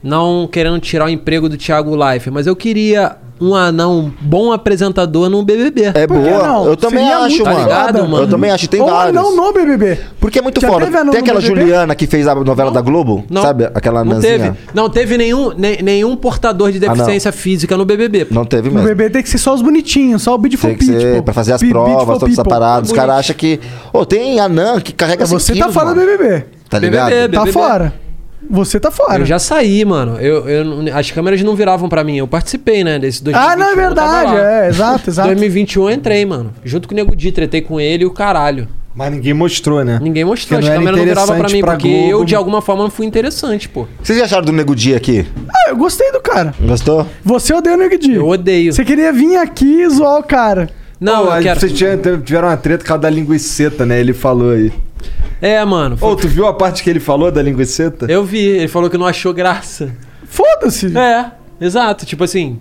Não querendo tirar o emprego do Thiago Life, mas eu queria um anão, um bom apresentador num BBB.
É
Por que
boa.
não?
Eu também
Seria
acho,
muito
mano.
foda,
Eu
Tá mano.
também acho, tem
Ou um
vários.
não no BBB.
Porque é muito
Já
foda.
teve anão
Tem
no
aquela
BBB?
Juliana que fez a novela da Globo?
Não.
Sabe? Aquela
Não
nanzinha.
teve, não teve nenhum, ne- nenhum portador de
Assim, Ah, não.
deficiência física no BBB. pô.
Não teve
No
mesmo.
BBB tem que ser só os bonitinhos, só o Beautiful
Tem que
People.
ser pra fazer as
Be-
provas,
Beautiful
todas essa
People. É
parada. Os caras acham que. Ô, tem anã que carrega cinco
Você tá
quilos,
fora do
é mano.
BBB.
Tá ligado?
BBB.
Tá fora. Você tá fora.
Eu já saí, mano. Eu, eu não- as câmeras não viravam pra mim. Eu participei, né, desse 2021.
Ah, não, é
eu tava
verdade.
lá.
É, exato, exato.
2021 eu entrei, mano. Junto com o Nego Di, tretei com ele e o caralho.
Mas ninguém mostrou, né?
Ninguém mostrou,
Porque
as
não era
câmeras não viravam pra
interessante
mim,
pra
porque
Globo. né?
eu, de alguma forma, não fui interessante, pô.
O que Vocês acharam do Nego Dia aqui?
Ah, eu gostei do cara.
Gostou?
Você odeia o Nego Di.
Eu odeio.
Você queria vir aqui e zoar o cara.
Não,
Pô,
eu
aí
quero.
Vocês tinham- tiveram uma treta por causa da linguiceta, né? Ele falou aí.
É, mano.
Ô, tu viu a parte que ele falou da linguiceta?
Eu vi, ele falou que não achou graça.
Foda-se.
É, exato. Tipo assim,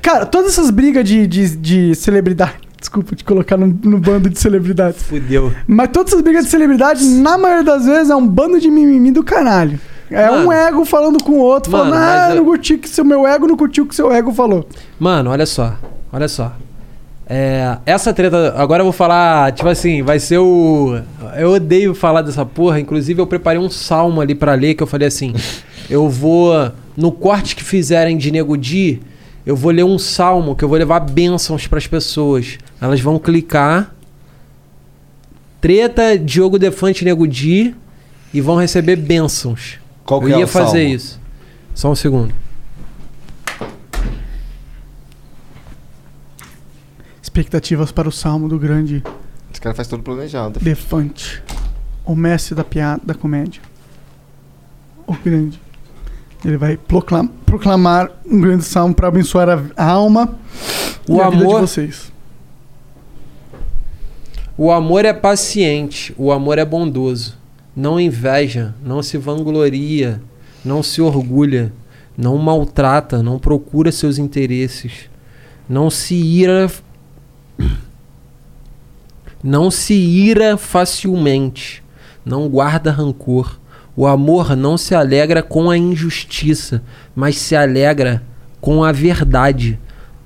Cara, todas essas brigas de, de, de celebridade. Desculpa te colocar no, no bando de celebridades.
fudeu.
Mas todas essas brigas de celebridade, na maioria das vezes, é um bando de mimimi do caralho. É
Mano.
um ego falando com o outro,
Mano,
falando,
mas é
ah, eu
eu-
não curti que seu meu ego não curtiu o que seu ego falou.
Mano, olha só. Olha só. É, essa treta, agora eu vou falar, tipo assim, vai ser o. Eu odeio falar dessa porra, inclusive eu preparei um salmo ali pra ler que eu falei assim: eu vou. No corte que fizerem de Nego Di, eu vou ler um salmo que eu vou levar bênçãos pras pessoas. Elas vão clicar. Treta, Diogo Defante e Nego Di, e vão receber bênçãos.
Qual que
eu
é
ia
o
fazer
salmo?
isso. Só um segundo.
Expectativas para o salmo do grande
Esse cara faz tudo planejado.
Defante. O mestre da piada, da comédia. O grande. Ele vai proclam- proclamar um grande salmo para abençoar a, a alma
O
e a vida de
amor-
vocês.
O amor é paciente, o amor é bondoso. Não inveja, não se vangloria, não se orgulha, não maltrata, não procura seus interesses, não se ira. Não se ira facilmente, não guarda rancor. O amor não se alegra com a injustiça, mas se alegra com a verdade.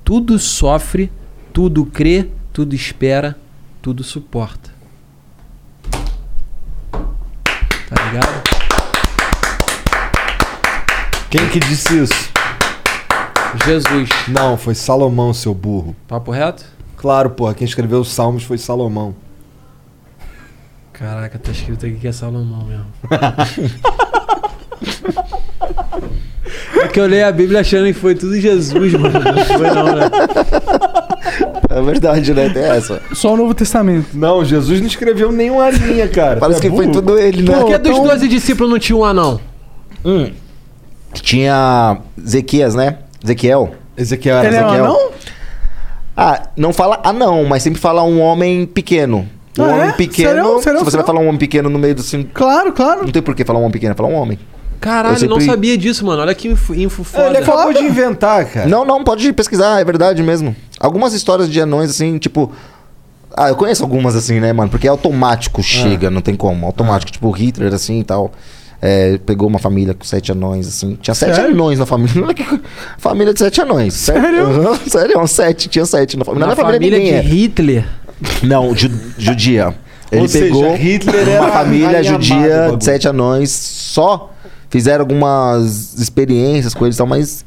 Tudo sofre, tudo crê, tudo espera, tudo suporta. Tá ligado?
Quem que disse isso?
Jesus.
Não, foi Salomão, seu burro.
Papo reto?
Claro, porra. Quem escreveu os salmos foi Salomão.
Caraca, tá escrito aqui que é Salomão mesmo. é que eu leio a Bíblia achando que foi tudo Jesus, mano. Não foi não, né?
É verdade, né? Tem essa.
Só o Novo Testamento.
Não, Jesus não escreveu nenhuma linha, cara. é
Parece que foi tudo ele, né?
Por que é dos 12 discípulos não tinha um anão?
Hum.
Tinha Zequias, né? Zequiel.
Ezequiel
Ele é um anão?
Ah, não fala anão, mas sempre fala um homem pequeno. Um
Ah,
homem
é?
pequeno.
Serão? Serão?
se você vai
Serão?
falar um homem pequeno no meio do cinco.
Claro, claro.
Não tem por que falar um homem pequeno, falar um homem.
Caralho,
Eu sempre-
não sabia disso, mano. Olha que info, info É, foda.
Ele acabou
é
de inventar, cara.
Não, não, pode pesquisar, é verdade mesmo. Algumas histórias de anões, assim, tipo. Ah, eu conheço algumas assim, né, mano? Porque é
Ah.
automático, chega, não tem como. Automático, tipo, Hitler, assim e tal. é, pegou uma família com sete anões, assim. Tinha sete
Sério?
anões na família. Olha que co- Família de sete anões. Sério? Aham, Sério, sete. Tinha sete na família.
Na
não é família,
família
ninguém
de
é.
Hitler.
Não, ju- judia. Ele
Ou seja,
pegou
Hitler era
uma família
rainha amada do
judia
bagulho.
de sete anões só. Fizeram algumas experiências com eles e tal, mas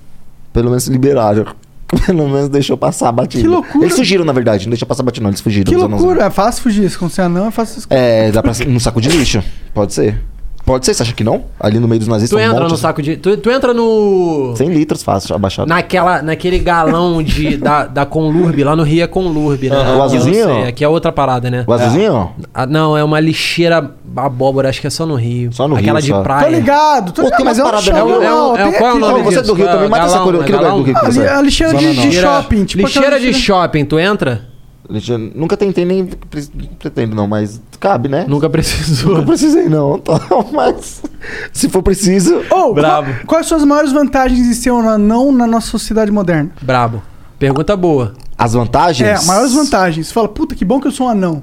pelo menos liberaram. Pelo menos deixou passar a batida.
Que loucura.
Eles fugiram, na verdade. Não deixou passar a batida, não. Eles fugiram.
Que
os anãos.
loucura. É fácil fugir. Se você é anão, é fácil...
É, dá pra... No saco de lixo. Pode ser. Pode ser, você acha que não? Ali no meio dos nazistas,
Tu
um
entra
monte,
no saco de. Tu, tu entra no.
100 litros fácil, abaixado.
Naquela, naquele galão de, da, da Conlurb, lá no Rio é Conlurb, né?
Aham. O
Aqui eu não
azulzinho?
sei, Aqui é outra parada, né?
O azulzinho?
Ah, não, é uma lixeira abóbora, acho que é só no Rio. Só
no
Aquela
Rio,
de
só.
praia.
Tô ligado,
Pô,
tô ligado.
tem umas
Mas é um
paradas
show
ali,
É,
normal.
o- é o-
tem
qual é o
aqui.
nome
Não, você é
disso?
do Rio também, mata essa
Galão,
coisa. Que
é
lugar
galão?
do Rio que você
Ali,
é?
a lixeira de, de
Lixeira-
shopping. Tipo
lixeira de
aquela
shopping, tu entra?
Lixo- Nunca tentei nem pre- pretendo, não, mas cabe, né?
Nunca precisou.
Nunca precisei, não. Então, mas se for preciso.
Oh,
Bravo.
qual- quais são as maiores vantagens de ser um anão na nossa sociedade moderna?
Brabo. Pergunta boa.
As vantagens?
É, maiores vantagens. Você fala, puta, que bom que eu sou um anão.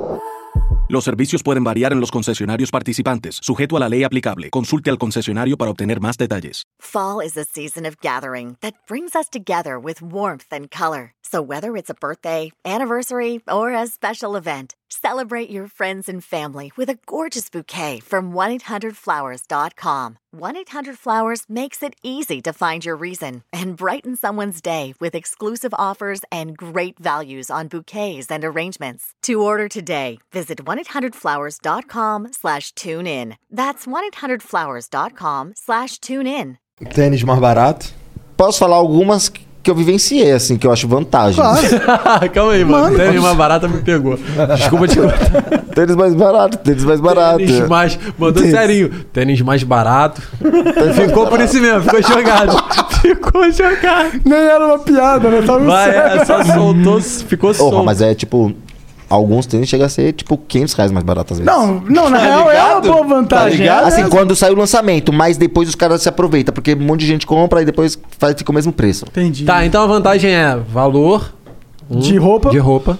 Los servicios pueden variar en los concesionarios participantes, sujeto a la ley aplicable. Consulte al concesionario para obtener más detalles.
Fall is a season of gathering that brings us together with warmth and color. So, whether it's a birthday, anniversary, or a special event, celebrate your friends and family with a gorgeous bouquet from 1-800-Flowers.com. 1-800-Flowers makes it easy to find your reason and brighten someone's day with exclusive offers and great values on bouquets and arrangements. To order today, visit 1-800-Flowers.com slash tune in. That's 1-800-Flowers.com slash tune in.
Tênis mais barato.
Posso falar algumas que eu vivenciei, assim, que eu acho vantagens.
Calma aí, mano.
Mano,
Teve
mas-
uma barata me pegou. Desculpa te contar.
tênis mais barato, tênis mais barato.
Tênis mais. Mandou
Tênis.
serinho. Tênis mais barato. ficou por isso mesmo, ficou jogado. ficou jogado.
Nem era uma piada, né? Tava
Vai,
sério.
é, só soltou, ficou
Porra,
solto.
mas é tipo. alguns tênis chega a ser tipo 500 reais mais barato às vezes.
Não, não,
Tá
na real é uma
ligado?
boa vantagem.
Tá
é
ligado? assim,
mesmo.
quando sai o lançamento, mas depois os caras se aproveitam, porque um monte de gente compra e depois faz, fica o mesmo preço.
Entendi.
Tá, então a vantagem é valor. um,
De
roupa?
De roupa.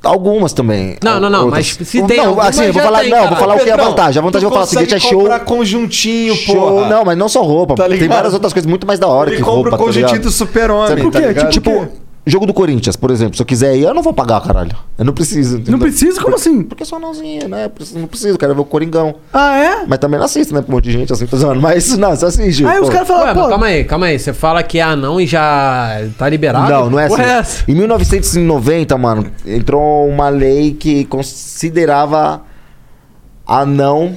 Algumas também.
Não, não, não.
Outras.
Mas se tem
não,
alguma,
assim, eu vou
já
falar,
tem,
não,
cara.
vou falar o que é a
Pedrão,
vantagem. A
tu
vantagem eu vou falar o seguinte, é
consegue
show.
comprar
conjuntinho,
show.
porra.
Não, mas não só roupa.
Tá
tem
ligado?
várias outras coisas muito mais da hora
Ele
que
compra
roupa, tá
o conjuntinho
ligado?
do super-homem,
Sabe por
tá
quê?
ligado?
Tipo, jogo do Corinthians, por exemplo. Se eu quiser ir, eu não vou pagar, caralho. Eu não preciso.
Não precisa? Como assim?
Porque só anãozinho, né? Não preciso, cara. Eu vou Coringão.
Ah, é?
Mas também não assisto, né? Pra um monte de gente assim, fazendo. Mas isso não, você assiste.
Ah,
pô.
Ué, mas calma aí, calma aí. Você fala que é anão e já tá liberado?
Não, não é assim.
Porra,
Em 1990, mano, entrou uma lei que considerava anão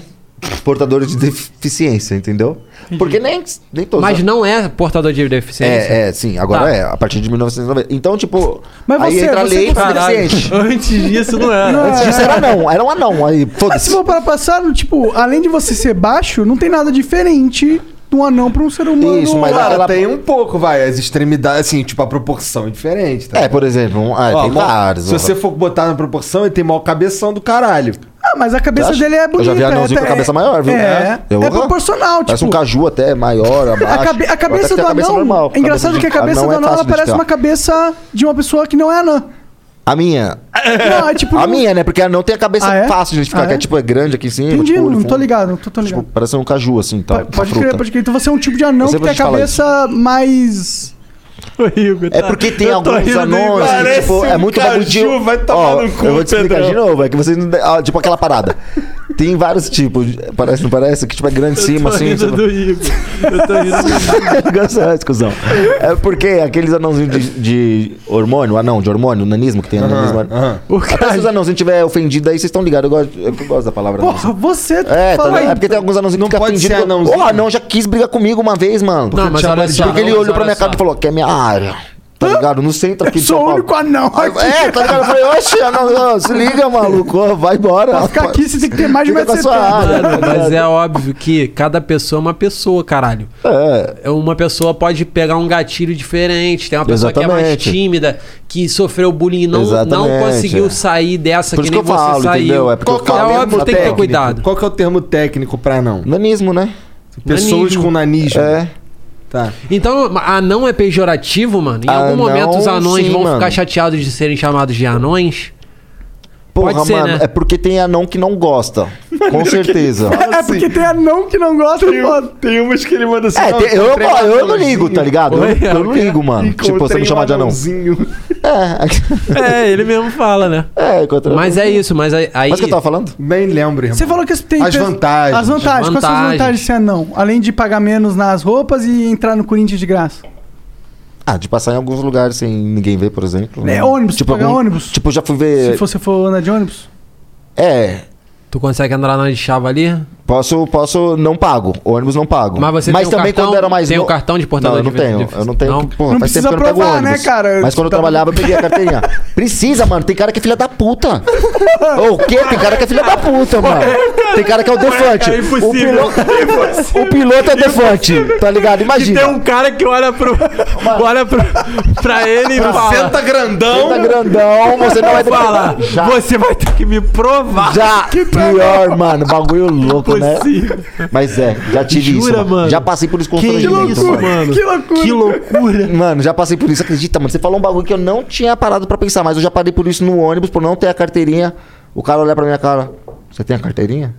portadores de deficiência, entendeu? Porque nem, nem todos.
Mas
né?
não é portador de deficiência.
É, é, sim, agora
Tá.
é, a partir de 1990. Então, tipo,
Mas
aí
você-
entra a
você
tá
lei
considera-
assim,
deficiente.
Antes disso não era.
Antes disso era anão, era um anão. Aí,
Mas se for para passar, tipo, além de você ser baixo, não tem nada diferente de um anão pra um ser humano.
Isso, mas cara, tem um pouco, vai. As extremidades, assim, tipo, a proporção é diferente, tá?
É, por exemplo, um- ah,
Ó,
tem
mó-
vários.
Se você for botar na proporção, ele tem maior cabeção do caralho.
Ah, mas a cabeça
Você acha?
dele é
Eu
bonita.
já vi anãozinho
é-
com a cabeça maior, viu?
É,
Eu-
é proporcional, tipo...
Parece um caju até maior,
A,
abaixo.
cabe- a
Até
cabeça
que tem
do
a
anão.
normal.
é engraçado que a cabeça do
é
anão
fácil
ela
de
parece
identificar.
uma cabeça de uma pessoa que não é anã.
A minha.
Não, é tipo.
A minha, né? Porque não tem a cabeça
Ah, é?
fácil de identificar,
Ah,
que é
é?
tipo, é grande aqui em cima.
Entendi,
tipo, olho
não tô
fundo.
ligado, não tô, tô ligado.
Parece um caju, assim, tá? uma
pode crer,
fruta.
pode crer. Então você é um tipo de anão
Eu
que
sempre
tem a
vou te falar
cabeça mais.
É porque tem alguns anões que, tipo,
um
é muito bagulho de... Ó, eu vou te explicar de novo, é que vocês não... de- ó, tipo aquela parada. Tem vários tipos, parece, não parece? Que tipo é grande em cima, assim.
rindo
tipo-
do Igor. Eu tô rindo do Igor.
Engraçado, discussão. É porque aqueles anãozinhos de, de hormônio, anão de hormônio, nanismo que tem
Aham,
ananismo.
aham.
Até se os anãozinhos tiver ofendido aí, vocês estão ligados. Eu gosto, eu gosto da palavra
Porra, você.
É, tá
fala
ligado?
aí.
É porque tem alguns anãozinhos que ficam
pode ser
ofendidos.
anãozinho.
O anão já quis brigar comigo uma vez, mano.
Não, mas olha só,
Porque ele
mas
olhou pra
olha
minha cara
só.
e falou, que é minha área. Tá ligado? No centro aqui de São
Sou
Paulo.
o único anão.
Aí, É, tá ligado? Eu falei, oxe, anão, não, se liga, maluco, ó, vai embora.
Pra ficar aqui, você tem que ter mais de
Fica com a sua
1,70m.
área.
Mano, mas é óbvio que cada pessoa é uma pessoa, caralho.
É.
Uma pessoa pode pegar um gatilho diferente. Tem uma pessoa que é mais
Exatamente.
tímida, que sofreu bullying e não, não
Exatamente,
conseguiu
é.
sair dessa
Por
que
isso
nem
que eu
você
falo,
saiu.
entendeu? É porque eu
Qual que é
falo,
óbvio, tem
mas
que ter
técnico.
cuidado.
Qual que é o termo técnico pra anão?
Nanismo, né?
Pessoas
Nanismo.
com nanismo.
É.
Tá.
Então, anão é pejorativo, mano? Em algum
Anão,
momento os anões
sim,
vão
mano.
ficar chateados de serem chamados de anões?
Porra,
Pode ser,
mano,
né?
é porque tem anão que não gosta. Com certeza.
É porque tem anão que não gosta, foda.
Tem umas que ele manda assim.
É,
"Não,
tem- eu,
encontrei um
eu, eu não
anãozinho."
ligo, tá ligado? Eu,
Oi,
eu não
alguém-
ligo, mano. Tipo, você
Encontrei
me chamar
um
de anão.
anãozinho.
É, ele mesmo fala, né?
É, encontrei um
Mas é isso, mas aí...
Mas o que eu tava falando?
Nem
É
lembro, irmão.
Você falou que tem
As vantagens.
As vantagens. Quais são as
Vantagens.
vantagens de ser anão? Além de pagar menos nas roupas e entrar no Corinthians de graça.
Ah, de passar em alguns lugares sem ninguém ver, por exemplo. né?
É, ônibus, pagar ônibus.
Tipo, eu já fui ver.
Se você for andar de ônibus.
É.
Tu consegue andar na de chava ali?
Posso, posso, não pago. Ônibus não pago.
Mas você tem um
também
cartão-
quando era mais
tem
no-
um cartão de portador
Não,
de
eu não tenho.
deficiência?
Eu não tenho.
Não?
que- Pô,
Não
faz tempo que eu não
precisa
pego
provar,
ônibus.
né, cara?
Mas quando eu
Tá-
trabalhava, eu peguei a carteirinha. Precisa, mano. Tem cara que é filha da puta. Ô, o quê? Tem cara que é filha da puta, mano. Tem cara que é o defante.
É
O
impossível.
piloto, o piloto é o defante. Tá ligado?
Que tem
Imagina.
um cara que olha pro. olha pro, pra ele e fala.
Senta grandão.
Tá grandão, você não vai ter que-
fala,
Já.
Você vai ter que me provar.
Já! Pior, mano. Bagulho louco, né?
Impossível.
Mas é, já tive
Jura,
isso.
mano?
Já passei por isso com
Que isso,
mano.
mano.
Que loucura.
Que loucura.
Mano, já passei por isso. Acredita, mano. Você falou um bagulho que eu não tinha parado pra pensar, mas eu já parei por isso no ônibus, por não ter a carteirinha. O cara olhar pra minha cara. Você tem a carteirinha?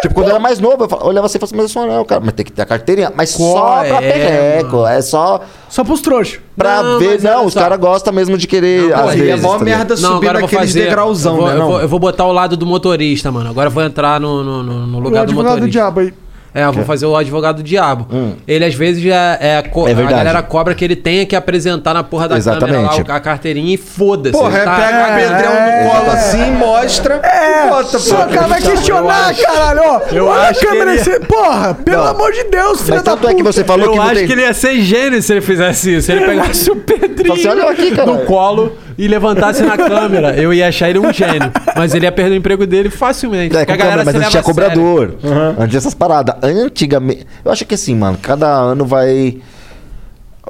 Tipo, quando eu era mais novo, eu fa- olhava assim e falava assim, mas eu sou anel, cara. Mas tem que ter a carteirinha. Mas
Qual
só pra
é,
perreco. É só
Só pros trouxas.
pra
Não,
ver.
mas olha
Não, os
só.
caras gostam mesmo de querer, às
aí é
vezes.
mó
tá ligado?
merda subir
eu vou
naqueles degrauzão,
eu vou,
né?
Eu vou,
Não.
eu vou botar o lado do motorista, mano. Agora eu vou entrar no, no, no- no
O
lugar do
advogado
motorista.
do diabo aí.
É, eu vou fazer o advogado do diabo. Ele às vezes é, é, a, co-
Hum. É
a
verdade.
galera cobra que ele tenha que apresentar na porra da câmera
Exatamente. É.
lá o- a carteirinha e foda-se.
Porra,
Ele
é,
tá-
pega a Pedrão
é.
no colo assim, mostra e bota,
Só o
pô.
cara vai questionar, caralho. Ó,
eu
olha a
acho que
câmera
ele-
aí. cê- Porra, pelo amor de Deus, filha
Mas
da
tanto
puta. é
é que você falou
Eu
que não
acho
tem...
que ele ia ser gênio se ele fizesse isso. Se ele pegasse o Pedrinho
Então Você olha aqui, cara.
no colo e levantasse na câmera, eu ia achar ele um gênio. Mas ele ia perder o emprego dele facilmente.
É,
porque
com câmera, mas
se
antes tinha
leva a sério.
cobrador. Antes dessas paradas. Antigamente. Eu acho que assim, mano, cada ano vai.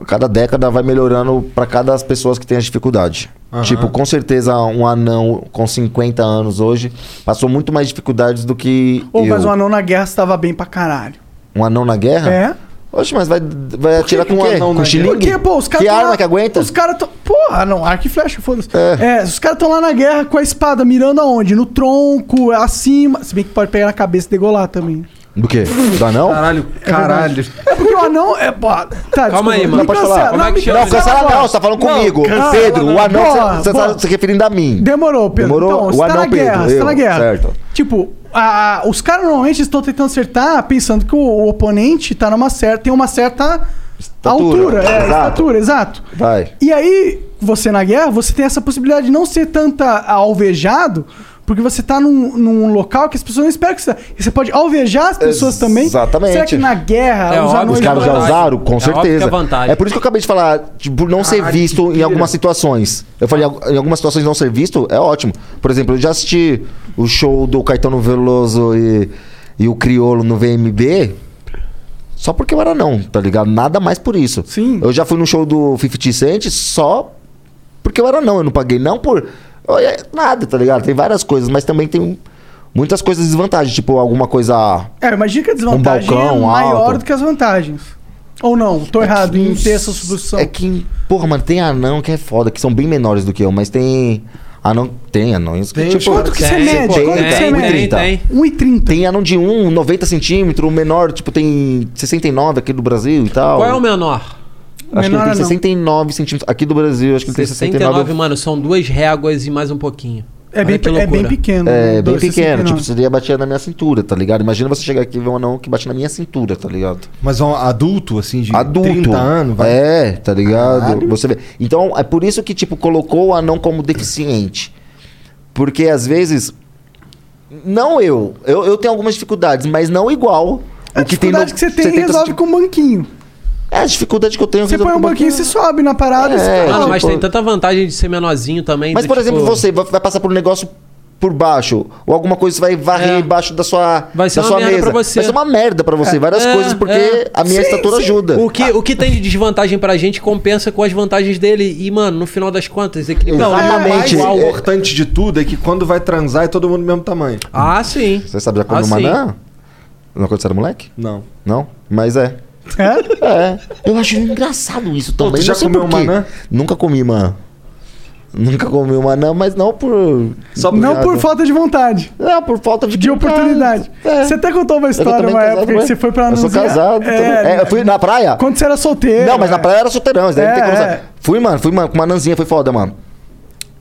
Cada década vai melhorando pra cada as pessoas que têm as dificuldade.
Aham.
Tipo, com certeza um anão com 50 anos hoje passou muito mais dificuldades do que
Ou um
eu.
mas o anão na guerra estava bem pra caralho.
Um anão na guerra?
É.
Oxe, mas vai, vai atirar com
Por
um
quê?
anão, com xilingue?
Porque, pô, os caras.
que
tão
arma
lá-
que aguenta?
Os caras tão. Porra, não, arco e flecha, foda-se. É. os caras estão lá na guerra com a espada, mirando aonde? No tronco, acima. Se bem que pode pegar na cabeça e degolar também.
Do quê? Do anão?
Caralho, caralho.
É porque o anão é. pô, Tá,
Calma aí, mano.
Me
Pode
cancela,
falar. Como é que
me
chama? Não, cancela não, você tá falando comigo. Pedro, o anão,
Boa,
você- você
boa.
tá se referindo a mim.
Demorou, Pedro.
Demorou?
Então,
O
você tá
anão
na guerra,
Pedro,
você tá na
eu,
guerra.
certo.
Tipo, a- os caras normalmente estão tentando acertar pensando que o, o oponente tá numa certa, tem uma certa altura, é,
exato.
estatura, exato.
Vai.
E aí, você na guerra, você tem essa possibilidade de não ser tanta alvejado, porque você tá num, num local que as pessoas não esperam que você. tá. E você pode alvejar as pessoas também.
Exatamente.
Será que na guerra
É óbvio,
anões
os caras já
não-
usaram? Com
É óbvio que
certeza.
é vantagem.
É por isso que eu acabei de falar, de- por não ser visto em algumas situações. Eu falei, em algumas situações não ser visto é ótimo. Por exemplo, eu já assisti o show do Caetano Veloso e, e o Criolo no VMB. Só porque eu era não, tá ligado? Nada mais por isso. Sim. Eu já fui no show do 50 Cent só porque eu era não. Eu não paguei não por eu- é nada, tá ligado? Tem várias coisas, mas também tem muitas coisas de desvantagem. Tipo, alguma coisa...
É, imagina que a desvantagem é
Um balcão
maior
alto.
do que as vantagens. Ou não, tô errado um em ter essa suposição.
É que, porra, mano, tem anão que é foda, que são bem menores do que eu, mas tem. Anão. Tem anões que. tipo,
Tem, quanto que você mede? Quanto que você mede? Tem,
1,30. Tem anão de 1, 90 centímetros, o menor, tipo, tem 69 aqui do Brasil e tal.
Qual é o menor?
Acho
menor
que ele tem
anão?
69 centímetros. Aqui do Brasil, acho que ele tem
69,
69.
mano, são duas réguas e mais um pouquinho.
É bem,
que
é
loucura.
bem pequeno.
É, bem
dois,
pequeno,
69.
tipo, seria bater na minha cintura, tá ligado? Imagina você chegar aqui e ver um anão que bate na minha cintura, tá ligado?
Mas um adulto, assim, de
adulto.
30 anos, vai.
É, tá ligado?
Caralho.
Você vê. Então, é por isso que, tipo, colocou o anão como deficiente. Porque, às vezes, não eu. Eu, eu tenho algumas dificuldades, mas não igual.
É A dificuldade que você tem resolve com um banquinho.
É, a dificuldade que eu tenho
Você põe um banquinho, você sobe na parada. e você- tá
Mano, Ah, mas tem tanta vantagem de ser menorzinho também.
É, tipo, Mas,
do
por
tipo-
exemplo, você vai vai passar por um negócio por baixo, ou alguma coisa você vai varrer embaixo da sua,
É. Vai ser
da
uma
sua
merda
mesa.
pra você.
Vai ser uma merda pra você,
É.
várias
É,
coisas, porque
é.
a minha
Sim,
estatura
sim.
ajuda. Ah.
O que, o que tem de desvantagem pra gente compensa com as vantagens dele. E, mano, no final das contas, equilibrar
Não,
é mais
O
igual.
importante de tudo é que quando vai transar é todo mundo do mesmo tamanho.
Ah, sim.
Você sabe já quando
Ah,
uma
sim.
anã? Não quando você era moleque?
Não.
Não? Mas é. É? Eu acho engraçado isso
Pô,
também.
tu Então, já
não sei
comeu
por quê.
uma anã?
Nunca comi uma. Nunca comi uma anã, mas não por.
Só por- Não por falta de vontade.
Não, por falta de, É.
oportunidade. Você até contou uma
Eu tô
história
também
uma
casado,
época que
mas
você foi pra
Eu sou
anunciar.
casado. tô-
É,
é, eu fui na praia.
Quando você era solteiro.
Não, mas na praia era solteirão, isso daí não tem
É,
como
é.
saber. Fui, mano, fui mano, com uma nanzinha, foi foda, mano.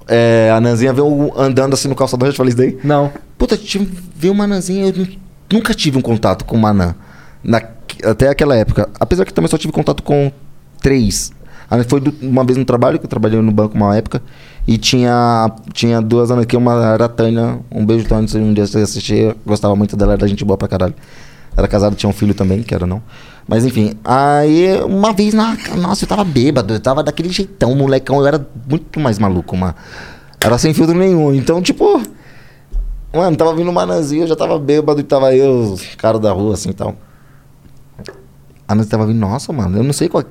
É, a nanzinha veio andando assim no calçadão, eu te falei isso daí?
Não.
Puta, eu tive- veio uma nanzinha, eu nu- nunca tive um contato com uma nan. Na, até aquela época. Apesar que também só tive contato com três. Aí Foi do- uma vez no trabalho, que eu trabalhei no banco uma época, e tinha, tinha duas anas aqui, uma era a Tânia, um beijo, Tânia, se um dia você assistir, eu gostava muito dela, era gente boa pra caralho. Era casada, tinha um filho também, que era não. Mas enfim, aí uma vez, na, nossa, eu tava bêbado, eu tava daquele jeitão, molecão, eu era muito mais maluco, mano. Era sem filtro nenhum, então tipo... Mano, tava vindo uma nanzinha, eu já tava bêbado e tava eu, os caras da rua assim e tal. A nanzinha tava vindo, nossa, mano, Ah, eu não sei qual...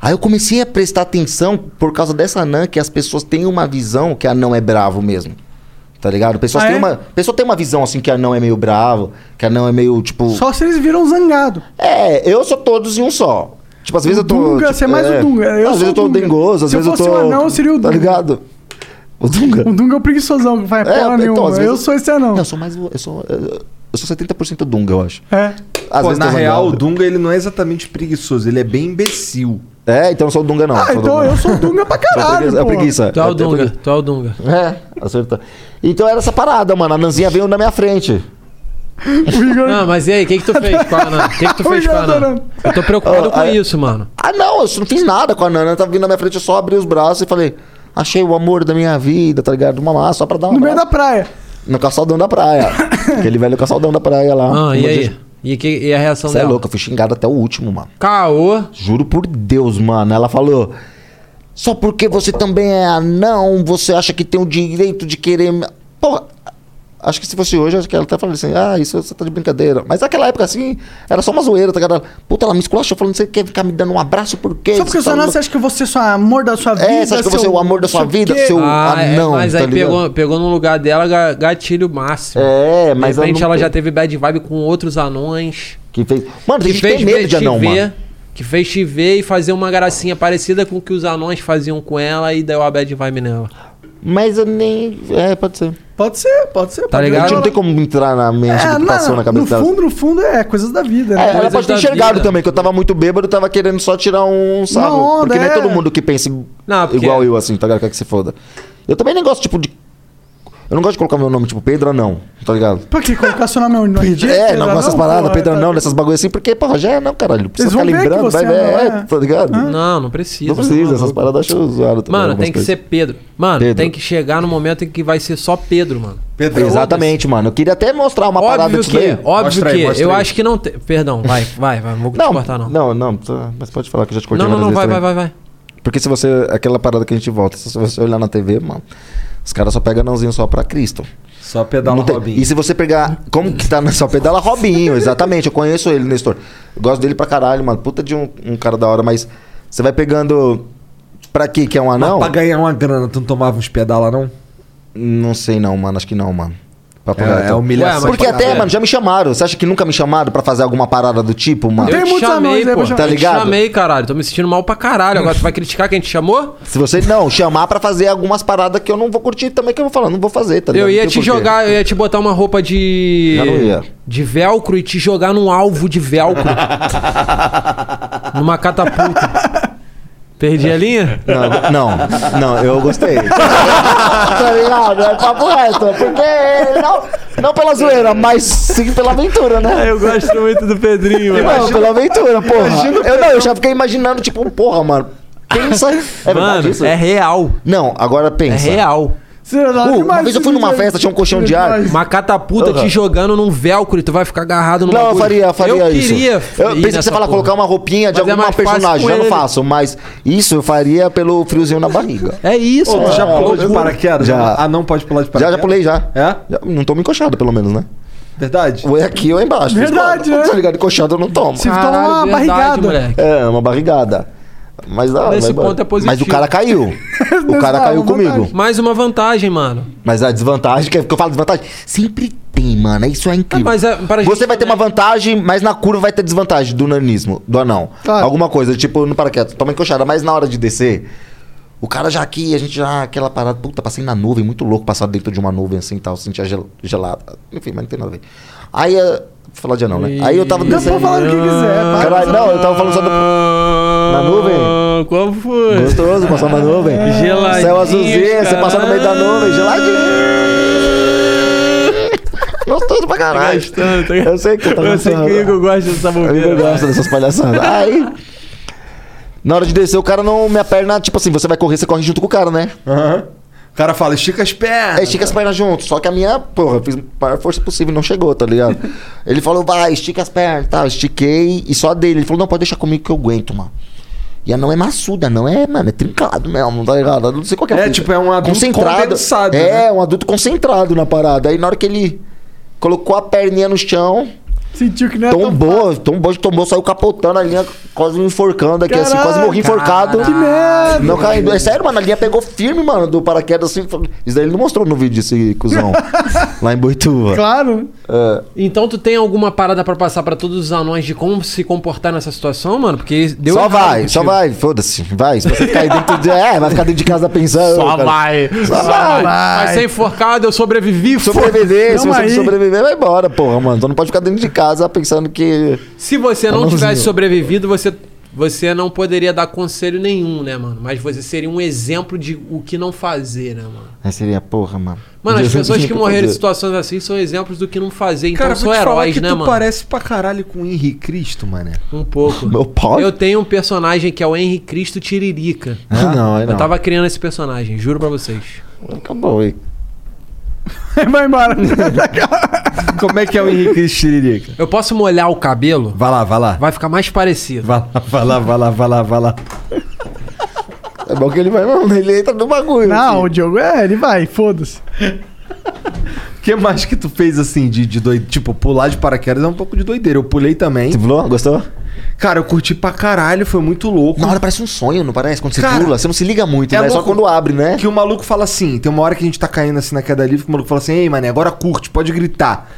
Aí eu comecei a prestar atenção por causa dessa anã que as pessoas têm uma visão que a anão é bravo mesmo. Tá ligado? Pessoas
Ah,
têm
é?
uma, pessoa tem uma visão assim que a anão é meio bravo, que a anão é meio tipo.
Só se eles viram zangado.
É, eu sou todos em um só. Tipo, às vezes
O
eu tô.
Dunga,
tipo,
você é mais o Dunga, eu
às
sou
vezes eu
o
tô
Dunga.
dengoso, às
Se eu
vezes eu tô.
fosse um anão, eu seria o
Tá
Dunga.
ligado? O Dunga.
O Dunga é o preguiçosão que vai
É,
porra
então,
nenhuma.
às vezes-
um. Eu sou esse anão.
Não, eu sou mais. Eu sou, eu eu sou 70% Dunga, eu acho.
É.
Às
Pô,
vezes
na
tá
real,
zangado.
o Dunga ele não é exatamente preguiçoso, ele é bem imbecil.
É, então eu sou o Dunga não.
Ah,
o
então
Dunga.
eu
sou o Dunga pra
caralho, preguiça- é pô. preguiça.
Tu é
É
o Dunga,
preguiça.
tu é o Dunga.
É, acertou. Então era essa parada, mano. A Nanzinha veio na minha frente.
Não, mas e aí, o que, que tu fez com a Anã? O que, que tu fez com a Anã? Eu tô preocupado
Ah,
com
ah,
isso, mano.
Ah, não, eu não fiz nada com a Nana. Ela tava vindo na minha frente, eu só abri os braços e falei: Achei o amor da minha vida, tá ligado? Uma lá, só pra dar uma.
No meio da praia.
No calçadão da praia. Aquele velho calçadão da praia lá.
Ah, e
Uma
aí?
gente-
E, que- e a reação
Você é
dela?
louco, eu fui xingado até o último, mano.
Caô.
Juro por Deus, mano. Ela falou. Só porque você também é anão, você acha que tem o direito de querer. me-" Porra, Acho que se fosse hoje, acho que ela até falaria assim, ah, isso você tá de brincadeira. Mas naquela época, assim, era só uma zoeira, tá ligado? Puta, ela me esculachou falando, você quer ficar me dando um abraço por quê?
Só porque
você
você
tá
não, você acha que você é só amor da sua vida?
É, você acha que você é o amor da sua
seu
vida,
quê?
seu
Ah, é,
anão,
mas
tá
aí
ligado?
pegou, pegou no lugar dela ga- gatilho máximo.
É, mas
De
ela
repente
não
ela,
tem-
já teve bad vibe com outros anões.
Que fez. Mano, tem
que
gente que
fez
tem medo de
te
anão,
ver,
mano.
Que fez te ver e fazer uma gracinha parecida com o que os anões faziam com ela e deu a bad vibe nela.
Mas eu nem. É, pode ser.
Pode ser, pode ser.
Tá ligado? A gente não tem como entrar na mente
É,
do que passou
não,
na
no
cabeça dela.
fundo, no fundo, é coisas da vida, né?
É, ela pode ter enxergado também, que eu tava muito bêbado, eu tava querendo só tirar um sarro.
Uma onda,
porque nem
é.
todo mundo que pensa i-
Não, porque- é.
igual eu, assim, tá ligado? Quer que se foda. Eu também nem gosto, tipo, de. Eu não gosto de colocar meu nome, tipo, Pedro Anão, tá ligado?
Por que colocar seu nome no RG?
é, não,
Pedro
com essas
Anão,
paradas,
porra,
Pedro
tá-
Anão, dessas bagulhas assim, porque, porra, já é não, caralho. Precisa
Eles vão
ficar
ver que
lembrando,
você
vai
é
ver,
anão,
é,
é.
tá ligado?
Não, não precisa. é
Não precisa, essas paradas eu acho zoado também.
Mano,
algumas
tem que
coisas.
ser Pedro. Mano,
Pedro.
tem que chegar no momento em que vai ser só Pedro, mano.
Exatamente, mano. Eu queria até mostrar uma parada
Óbvio
disso
que, é,
daí.
óbvio que, eu acho que não tem... Perdão, vai, vai, vai, não vou te cortar não.
Não, não, tá, mas pode falar que eu já te cortei
Não, não,
várias
não,
vezes
vai, vai,
também.
vai, vai.
Porque se você. Aquela parada que a gente volta, se você olhar na TV, mano, os caras só pegam anãozinho só pra Cristo.
Só pedala
Não tem-
Robinho.
E se você pegar. Como que tá na sua pedala? Robinho, exatamente. Eu conheço ele, Nestor. Eu gosto dele pra caralho, mano. Puta de um, um cara da hora, mas. Você vai pegando. Pra quê? Que é um anão?
Pra ganhar uma grana, tu não tomava uns pedala, não?
Não sei não, mano. Acho que não, mano. Papo
É,
reto.
é humilhação Ué, mas
Porque
pra
até,
caralho.
mano, já me chamaram. Você acha que nunca me chamaram pra fazer alguma parada do tipo, mano?
eu te chamei, pô.
Tá
Eu
ligado?
te chamei, caralho. Tô me sentindo mal pra caralho. Agora tu vai criticar quem te chamou?
Se você não chamar pra fazer algumas paradas que eu não vou curtir também, que eu vou falar, não vou fazer, tá
eu
ligado? Não
ia
tem
te
porquê.
jogar, eu ia te botar uma roupa de...
Já não ia.
De velcro e te jogar num alvo de velcro. numa catapulta. Perdi a linha?
É.
É
Não, não, não, eu gostei. tá ligado? É papo reto. Porque. Não, não pela zoeira, mas sim pela aventura,
Ah,
né?
Eu gosto muito do Pedrinho,
Não,
mano.
pela aventura, porra.
Imagina o
Eu não, eu já fiquei imaginando, tipo, porra, mano. Pensa. É
Mano,
verdade isso?
é real.
Não, agora pensa.
É real.
Uh, uma vez eu fui numa festa, tinha um colchão de ar.
Uma catapulta
Aham.
te jogando num velcro e tu vai ficar agarrado no
Não, eu faria, eu faria
eu
isso.
Queria
eu
ir
pensei que
nessa
você fala
porra.
colocar uma roupinha de
Mas é
algum
mais fácil
personagem,
com
eu não
ele.
faço, mas isso eu faria pelo friozinho na barriga.
É isso,
Ô, tu
mano.
já
É,
pulou de
eu-
paraquedas?
já.
Ah, não pode pular de
Já,
paraquedas?
já pulei já.
É?
Já- não tomo encoxado, pelo menos, né?
Verdade?
Ou é aqui ou é embaixo.
Verdade,
né?
né?
Tá ligado? Encoxado eu não tomo.
Se toma uma
é verdade,
barrigada.
moleque.
É, uma barrigada. Mas, ah,
Nesse
mas,
ponto é positivo.
mas o cara caiu. o cara caiu comigo.
Mais uma vantagem, mano.
Mas a desvantagem, que é que eu falo desvantagem, sempre tem, mano. Isso é incrível.
mas é- para a
Você vai ter uma vantagem, mas na curva vai ter desvantagem do nanismo, do anão. Alguma coisa, tipo, no paraquedas, toma encoxada, mas na hora de descer, o cara já aqui, a gente já, aquela parada, puta, passei na nuvem, muito louco passar dentro de uma nuvem assim e tal, sentia gel, gelada. Enfim, mas não tem nada a ver. Aí, eh, falar de anão, né? Aí eu tava
Depois
descendo.
fala o que quiser, para.
Caralho, não, eu tava falando só do... Na nuvem?
Qual foi?
Gostoso, passar na nuvem.
Geladinho,
Céu azulzinho, você passar no meio da nuvem, geladinho. Gostoso pra caralho. Eu sei que eu tava
tá Eu sei que o Igor gosta dessa bobeira.
Eu gosto dessas palhaçadas. Aí. Na hora de descer, o cara não. Minha perna, tipo assim, você vai correr, você corre junto com o cara, né?
Aham. O cara fala, estica as pernas.
É, estica as pernas junto. Só que a minha, porra, eu fiz a maior força possível, não chegou, tá ligado? Ele falou, vai, estica as pernas, tá? eu Estiquei e só a dele. Ele falou, não, pode deixar comigo que eu aguento, mano. E a não é maçuda, não é, mano, é trincado mesmo, tá ligado? Eu Não sei qual que
É,
a fita.
tipo, é um adulto condensado,
É,
né?
um adulto concentrado na parada. Aí na hora que ele colocou a perninha no chão,
Sentiu que não era tão
tombou, tombou, tombou, saiu capotando a linha, quase me enforcando aqui, assim,
Caralho,
quase morri enforcado.
Que merda!
Não caindo. É sério, mano, a linha pegou firme, mano, do paraquedas assim. falou- Isso daí ele não mostrou no vídeo, esse cuzão. lá em Boituva.
Claro.
É.
Então tu tem alguma parada pra passar pra todos os anões de como se comportar nessa situação, mano? Porque deu
só
errado
vai,
contigo.
só vai, foda-se, vai. Se você ficar aí dentro de. É, vai ficar dentro de casa pensando.
Só
cara.
vai,
Só vai.
Vai ser enforcado, eu sobrevivi.
Sobreviver, se
Tamo
você
aí.
não sobreviver, vai embora, porra, mano. Então não pode ficar dentro de casa pensando que.
Se você não
Anãozinho.
tivesse sobrevivido, você, você não poderia dar conselho nenhum, né, mano? Mas você seria um exemplo de o que não fazer, né, mano?
Aí seria, porra, mano.
Mano, as
Deus,
pessoas que
eu não sei Um o
morreram em
fazer.
situações assim são exemplos do que não fazer, então
Cara, vou
são
te falar
heróis,
que
né,
tu
mano?
parece pra caralho com o Henrique Cristo, mané.
Um pouco.
Meu pau?
Eu tenho um personagem que é o Henri Cristo Tiririca.
Ah, não, aí
Eu
não.
tava criando esse personagem, juro pra vocês.
Acabou, hein?
Vai embora.
Como é que é o Henrique Cristo Tiririca?
é? Eu posso molhar o cabelo?
Vai lá, vai lá.
Vai ficar mais parecido.
Vai lá, vai lá, vai lá, vai lá, vai lá.
tá.
É bom assim. que ele vai, mano, ele entra no bagulho.
Não, o Diogo é, ele vai, foda-se.
que mais que tu fez assim de, de doido? Tipo, pular de paraquedas é um pouco de doideira. Eu pulei também. Você
pulou? Gostou?
Cara, eu curti pra caralho, foi muito louco.
Na hora parece um sonho, não parece? Quando você
Cara, é
pula, você não se liga muito, né? Só
louco
quando abre, né?
Que o maluco fala assim: tem uma hora que a gente tá caindo assim na queda livre, que o maluco fala assim: ei, mané, agora curte, pode gritar.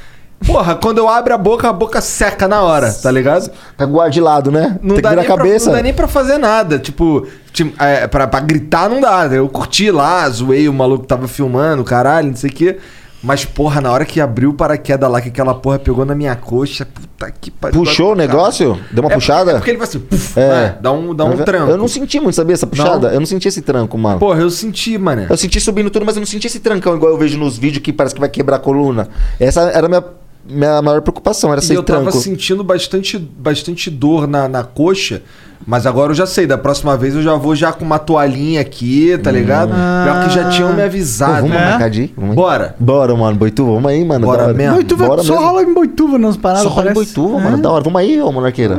Porra, quando eu abro a boca, a boca seca na hora, tá ligado?
Pega o ar de lado, né?
Não
Tem que
dá
virar
nem
a cabeça.
Pra, não dá nem pra fazer nada. Tipo, ti- é, pra, pra gritar não dá. Eu curti lá, zoei o maluco que tava filmando, caralho, não sei o quê. Mas, porra, na hora que abriu o paraquedas lá, que aquela porra pegou na minha coxa, puta que pariu.
Puxou o
Cara.
negócio? Deu uma
É-
puxada?
É porque ele vai assim, puf,
É.
né? dá um, dá um
Eu-
tranco.
Eu não senti muito, sabia, essa puxada?
Não?
Eu não senti esse tranco, mano.
Porra, eu senti, mané.
Eu senti subindo tudo, mas eu não senti esse trancão igual eu vejo nos vídeos que parece que vai quebrar a coluna. Essa era a minha, minha maior preocupação, era
E eu
ser tranco.
tava assim, sentindo bastante, bastante dor na, na coxa, mas agora eu já sei. Da próxima vez eu já vou já com uma toalhinha aqui, tá ligado? Pior que já tinham me avisado.
Ah. Pô, Hum. vamos
É?
marcar de ir? Vamos aí.
Bora.
Bora, mano. Boituva, vamos aí, mano.
Bora
da hora.
mesmo.
Boituva,
Bora
só
mesmo.
rola em Boituva nas paradas,
Só rola em
parece. É. Ah,
Boituva, mano. Da hora. Vamos aí, ô monarqueira.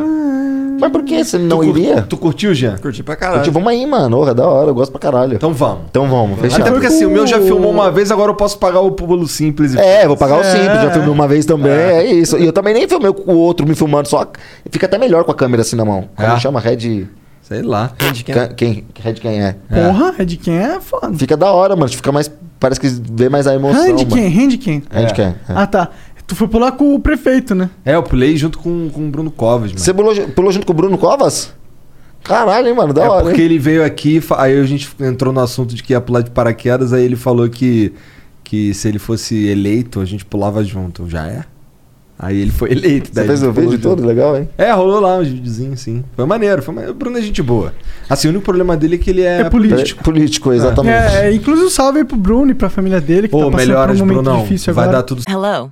Mas por que você não
Tu cur-
iria?
Tu curtiu, Jean?
Curti pra
caralho.
vamos aí, mano. Ô, é da hora, eu gosto pra caralho.
Então vamos.
Então vamos, fechado.
Até porque assim, o meu
Uh.
já filmou uma vez, agora eu posso pagar o pulo simples. e-
É, vou pagar o simples, já
É.
filmei uma vez também, é. isso. E eu também nem filmei com o outro me filmando, só fica até melhor com a câmera assim na mão. Como
É.
chama? Red...
Sei lá.
Red quem? quem? Red quem é.
Porra, é de quem é foda.
Fica da hora, mano. Fica mais... Parece que vê mais a emoção,
Handicam,
mano.
handicam.
Handicam, é.
Ah, tá. Tu foi pular com o prefeito, né?
É, eu pulei junto com, com o Bruno Covas, mano.
Você pulou, ju- pulou junto com o Bruno Covas? Caralho, hein, mano. Da
é
hora,
porque
hein?
ele veio aqui, e fa- aí a gente entrou no assunto de que ia pular de paraquedas, aí ele falou que, que se ele fosse eleito, a gente pulava junto. Já é? Aí ele foi eleito.
Você
daí
fez
a gente
o
pulou
vídeo
junto.
todo? né? Legal, hein?
É, rolou lá um videozinho, sim. Foi maneiro, foi maneiro. O Bruno é gente boa. Assim, o único problema dele é que ele é...
É político.
É político, exatamente.
É, inclusive um salve aí pro Bruno e pra família dele, que tá passando por um momento difícil agora.
Hello,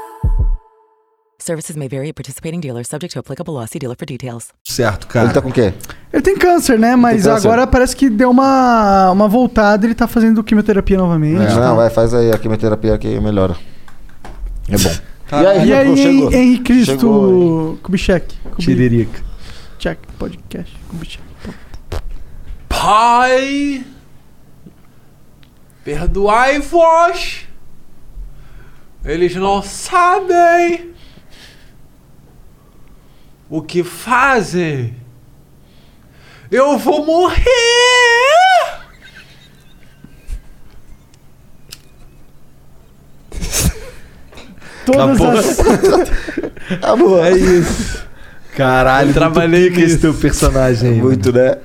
Services may vary at participating dealers, subject to applicable law. See dealer for details.
Certo, cara.
Ele tá com o quê?
Ele tem câncer, né? Mas
câncer.
agora parece que deu uma, uma voltada, ele tá fazendo quimioterapia novamente.
É,
tá?
não, vai, faz aí a quimioterapia que melhora. É bom.
E aí,
Henrique, chegou?
Henrique
Chegou,
Cristo Kubitschek? Kubi-
Tiririca.
Check, podcast, Kubitschek.
Pai, perdoai-vos. Eles não sabem o que fazem. Eu vou morrer.
Todas
Acabou.
as...
Tá bom.
É isso. Caralho, trabalhei com esse teu personagem aí. Muito,
né?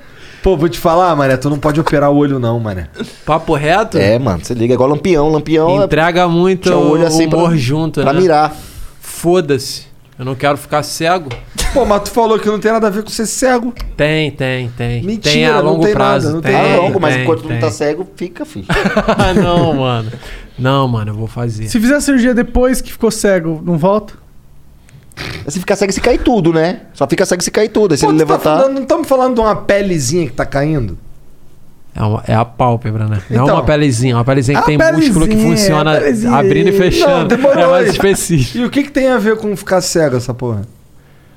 Pô, vou te falar, mané, tu não pode operar o olho não, mané.
Papo reto?
É, mano, se liga, é igual lampião.
Então
Lampião é
Entrega muito
um
Tinha o
o
olho assim
humor
pra-
junto,
pra
né?
mirar.
Foda-se. Eu não quero ficar cego.
Pô, mas tu falou que não tem nada a ver com ser cego.
Tem, tem, tem.
Mentira,
tem a
não
longo
tem
prazo.
nada, não
tem,
tem nada.
Ah, longo, mas
tem,
enquanto tu não
tem.
tá cego, fica, filho.
Ah, não, mano. Não, mano, eu vou fazer.
Se fizer a cirurgia depois que ficou cego, não volta?
Se ficar cego, se cai tudo, né? Só fica cego se cai tudo. Aí se
Pô,
ele
tu tá
levantar.
falando- É? não estamos falando de uma pelezinha que tá caindo?
É, uma- é a pálpebra, né? Não é
Então.
uma pelezinha. Uma pelezinha
É
que tem
uma
músculo que
pelezinha,
funciona
é uma pelezinha.
abrindo e
Não,
fechando.
demorou
é mais
aí.
específico.
E o que, que tem a ver com ficar cego essa porra?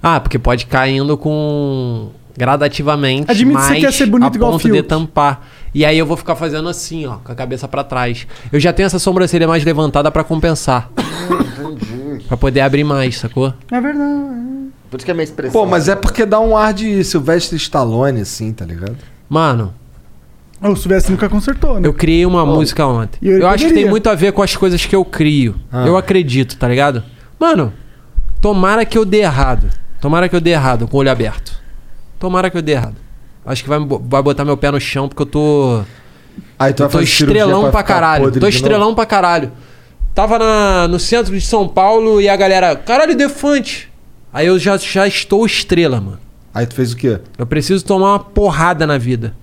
Ah, porque pode ir caindo com... Gradativamente,
Admite que
mas
você quer ser bonito
a
igual
ponto de
Fiuk.
tampar. E aí eu vou ficar fazendo assim, ó, com a cabeça pra trás. Eu já tenho essa sobrancelha mais levantada pra compensar. pra poder abrir mais, sacou?
É verdade.
Por isso que é minha expressão.
Pô, mas é porque dá um ar de Sylvester Stallone, assim, tá ligado?
Mano,
Ou se tivesse nunca consertou, né?
Eu criei uma música ontem.
E eu Ah.
Eu, acho que tem
poderia.
muito a ver com as coisas que eu crio. Eu acredito, tá ligado? Mano, tomara que eu dê errado. Tomara que eu dê errado, com o olho aberto. Tomara que eu dê errado. Acho que vai, me bo- vai botar meu pé no chão porque eu tô.
Aí tu
eu tô
vai fazer cirurgia
estrelão
pra
pra,
ficar
caralho.
podre
Tô
de
estrelão pra caralho. Tava na- no centro de São Paulo e a galera, caralho, Defante. Aí eu já, já estou estrela, mano.
Aí tu fez o quê?
Eu preciso tomar uma porrada na vida.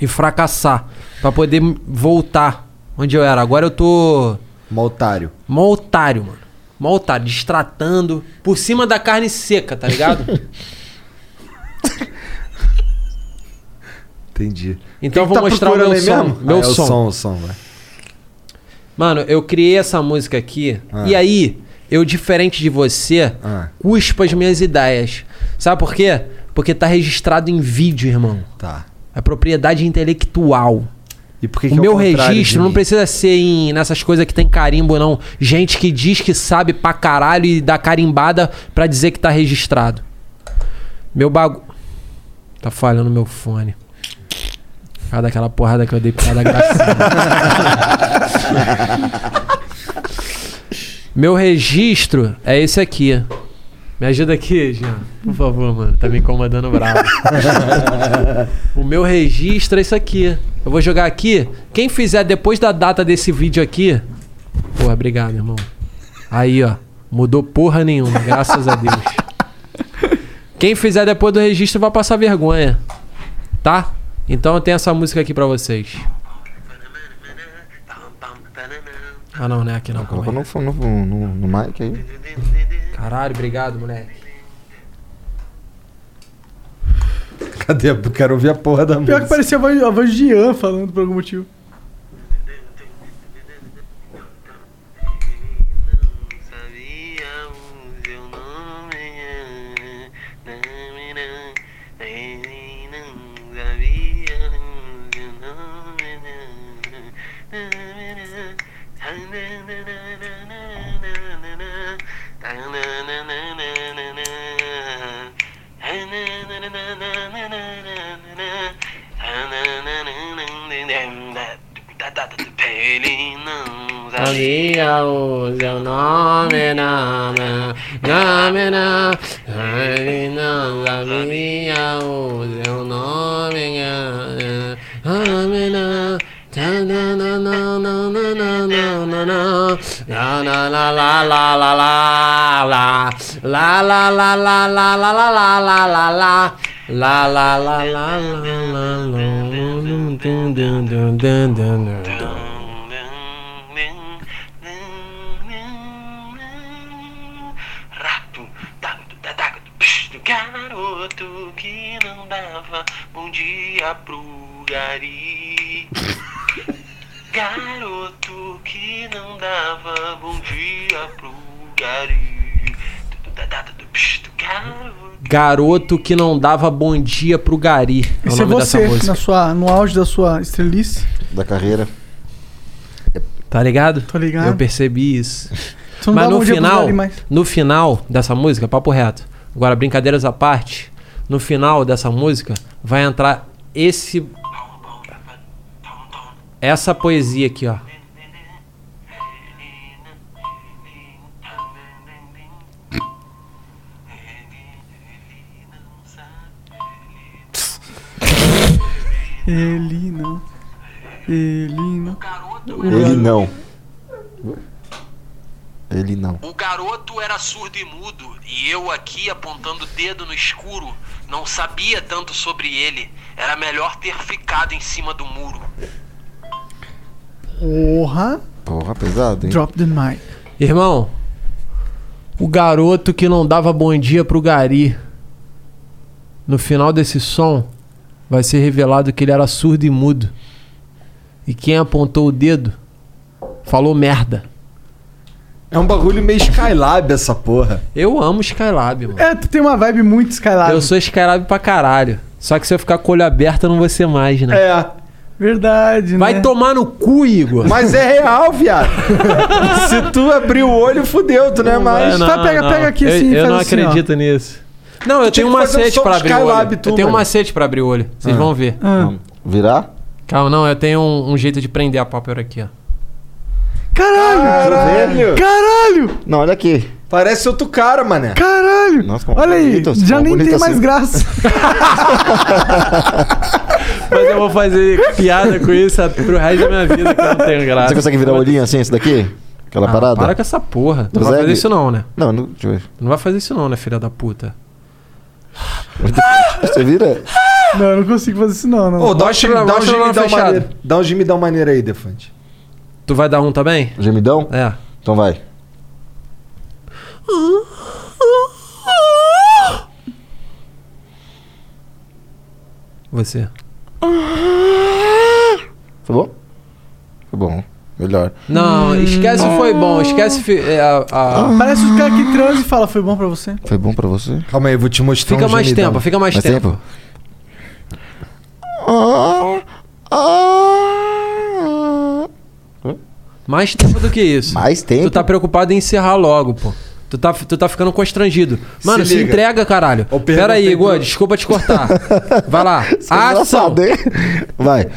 E fracassar. Pra poder m- voltar onde eu era. Agora eu tô.
Mó otário.
Mó otário, mano. Mó otário, destratando. Por cima da carne seca, tá ligado?
Entendi.
Então eu
Quem
vou
tá
mostrar o meu
procurando aí
som.
mesmo?
Meu
Ah, é o
som.
som, o som, vai.
Mano, eu criei essa música aqui.
Ah.
E aí, eu, diferente de você, cuspo as minhas ideias. Sabe por quê? Porque tá registrado em vídeo, irmão.
Tá.
É propriedade intelectual.
E por que
o
que é o
meu
contrário de
registro não
mim?
precisa ser em, nessas coisas que tem carimbo, não. Gente que diz que sabe pra caralho e dá carimbada pra dizer que tá registrado. Meu bagulho. Tá falhando meu fone. Por causa daquela porrada que eu dei por causa da gracinha. meu registro é esse aqui. Me ajuda aqui, Jean. Por favor, mano. Tá me incomodando bravo. o meu registro é isso aqui. Eu vou jogar aqui. Quem fizer depois da data desse vídeo aqui. Porra, obrigado, irmão. Aí, ó. Mudou porra nenhuma, graças a Deus. Quem fizer depois do registro vai passar vergonha. Tá? Então eu tenho essa música aqui pra vocês. Ah, não, né? Aqui não.
Colocou no, fu- no, fu- no, no mic aí.
Caralho, obrigado, moleque.
Cadê? Eu quero ouvir a porra da
Pior que
música.
parecia a voz, a voz de Ian falando por algum motivo.
Sabia é o seu nome, nome, nome, nome, não sabia o seu nome, nome, nome,
do garoto que não dava bom dia pro gari. Garoto que não dava bom dia pro gari. Do, da, da, do, psh, do garoto.
Garoto que não dava bom dia pro Gari. É o
Esse é
nome dessa
você,
música.
na sua, no auge da sua estrelice.
Da carreira.
Tá ligado? Tô
ligado.
Eu percebi isso.
Tu não
Mas
dá
no
bom dia pros
final,
animais.
no final dessa música, papo reto. Agora, brincadeiras à parte, no final dessa música vai entrar esse. Essa poesia aqui, ó.
Ele não. Ele não.
Ele não. Ele não.
O garoto era surdo e mudo, e eu aqui apontando o dedo no escuro, não sabia tanto sobre ele. Era melhor ter ficado em cima do muro.
Porra.
Porra, pesado, hein?
Drop the mic.
Irmão, o garoto que não dava bom dia pro Gari. No final desse som, vai ser revelado que ele era surdo e mudo. E quem apontou o dedo falou merda.
É um bagulho meio Skylab essa porra.
Eu amo Skylab, mano.
É, tu tem uma vibe muito Skylab.
Eu sou Skylab pra caralho. Só que se eu ficar com o olho aberto, eu não vou ser mais, né?
É.
Verdade, né?
Vai tomar no cu, Igor.
Mas é real, viado. Se tu abrir o olho, fudeu, tu não é mais.
Não,
tá, pega,
não.
pega aqui
Eu-
assim,
eu
faz
não
assim, ó.
acredito nisso. Não, eu
tinha
tenho um
que fazer um
macete
som
pra
de
abrir o
Skylab,
olho.
tu,
Eu tenho um
mano.
macete pra abrir o olho. Vocês
Ah.
vão ver.
Ah.
Virar?
Calma, não, eu tenho um, um jeito de prender a pálpebra aqui, ó.
Caralho!
Caralho!
Caralho!
Não, olha aqui.
Parece outro cara, mané.
Caralho! Caralho! Olha aí,
bonito,
já
ficou
nem
bonito
tem
assim.
mais graça.
Mas eu vou fazer piada com isso pro resto da minha vida, que eu não tenho graça.
Você consegue virar o olhinho assim, esse daqui? Aquela
Ah,
parada?
Para com essa porra. Tu não vai
Consegue?
fazer isso não, né?
Não, não, deixa eu ver.
Tu não vai fazer isso não, né, filha da puta?
Você vira?
Não, eu não consigo fazer isso não. não.
Ô, dá um gimi- dá um gemidão
fechada.
maneiro. Dá um gemidão maneiro aí, Defante.
Tu vai dar um também?
Gemidão?
É.
Então vai.
Você.
Foi bom? Foi bom. Melhor.
Não, esquece o foi bom, esquece fi- é, a, a-
Parece os caras que transam e falam, foi bom pra você.
Foi bom pra você?
Calma aí, eu vou te mostrar
Fica
um
mais
gemidão.
tempo, fica mais tempo. Mais tempo do que isso.
Mais tempo?
Tu tá preocupado em encerrar logo, pô. Tu tá, tu tá ficando constrangido. Mano, se,
liga.
entrega, caralho. Pera aí, Igor, desculpa te cortar. Vai lá.
é um
Ação.
Engraçado, hein? Vai.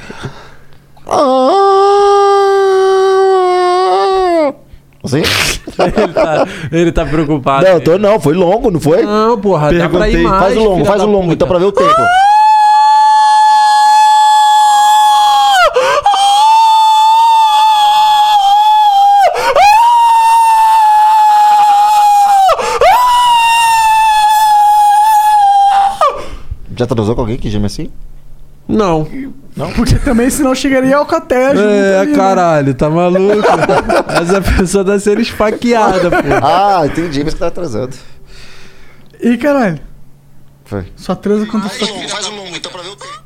Ah. Assim?
Ele tá, ele tá preocupado.
Não, eu tô não, foi longo, não foi?
Não, porra, dá pra ir mais,
Faz o longo,
filha
faz o
da
longo, então pra ver o tempo. Já transou com alguém que geme assim?
Não.
Porque também senão chegaria ao caté junto
É,
ali, né?
caralho, tá maluco? Essa pessoa tá sendo esfaqueada, pô.
Ah, entendi, mas que tava transando.
Ih, caralho.
Foi.
Só transa quando tá...
Faz o longo, então pra ver o tempo.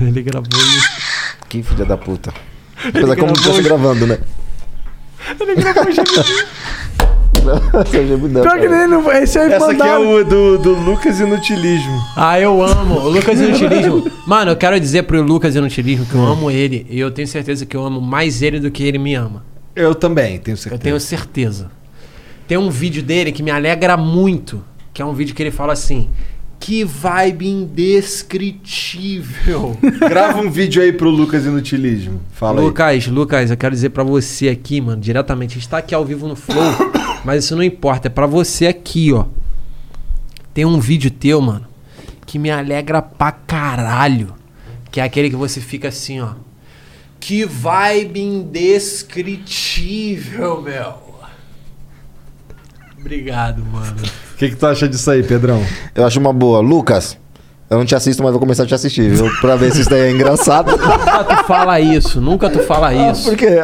Ele gravou isso.
Que filha da puta. Apesar
gravou
como se estivesse
isso.
gravando, né?
Ele gravou o gemidinho.
Seu gemidão,
Pior que
cara.
nem não- esse aí
Essa aqui é
mandaram.
o do, do Lucas Inutilismo.
Ah, eu amo. O Lucas Inutilismo. Mano, eu quero dizer pro Lucas Inutilismo que eu amo ele. E eu tenho certeza que eu amo mais ele do que ele me ama.
Eu também, tenho certeza.
Eu tenho certeza. Tem um vídeo dele que me alegra muito. Que é um vídeo que ele fala assim. Que vibe indescritível.
Grava um vídeo aí pro Lucas Inutilismo. Fala
Lucas, Lucas, eu quero dizer pra você aqui, mano, diretamente, a gente tá aqui ao vivo no Flow, mas isso não importa, é pra você aqui, ó. Tem um vídeo teu, mano, que me alegra pra caralho, que é aquele que você fica assim, ó. Que vibe indescritível, meu. Obrigado, mano.
aí. O que, que tu acha disso aí, Pedrão?
Eu acho uma boa. Lucas, eu não te assisto, mas vou começar a te assistir, viu? Pra ver se isso daí é engraçado.
Nunca tu fala isso, nunca tu fala isso.
Ah, Por quê?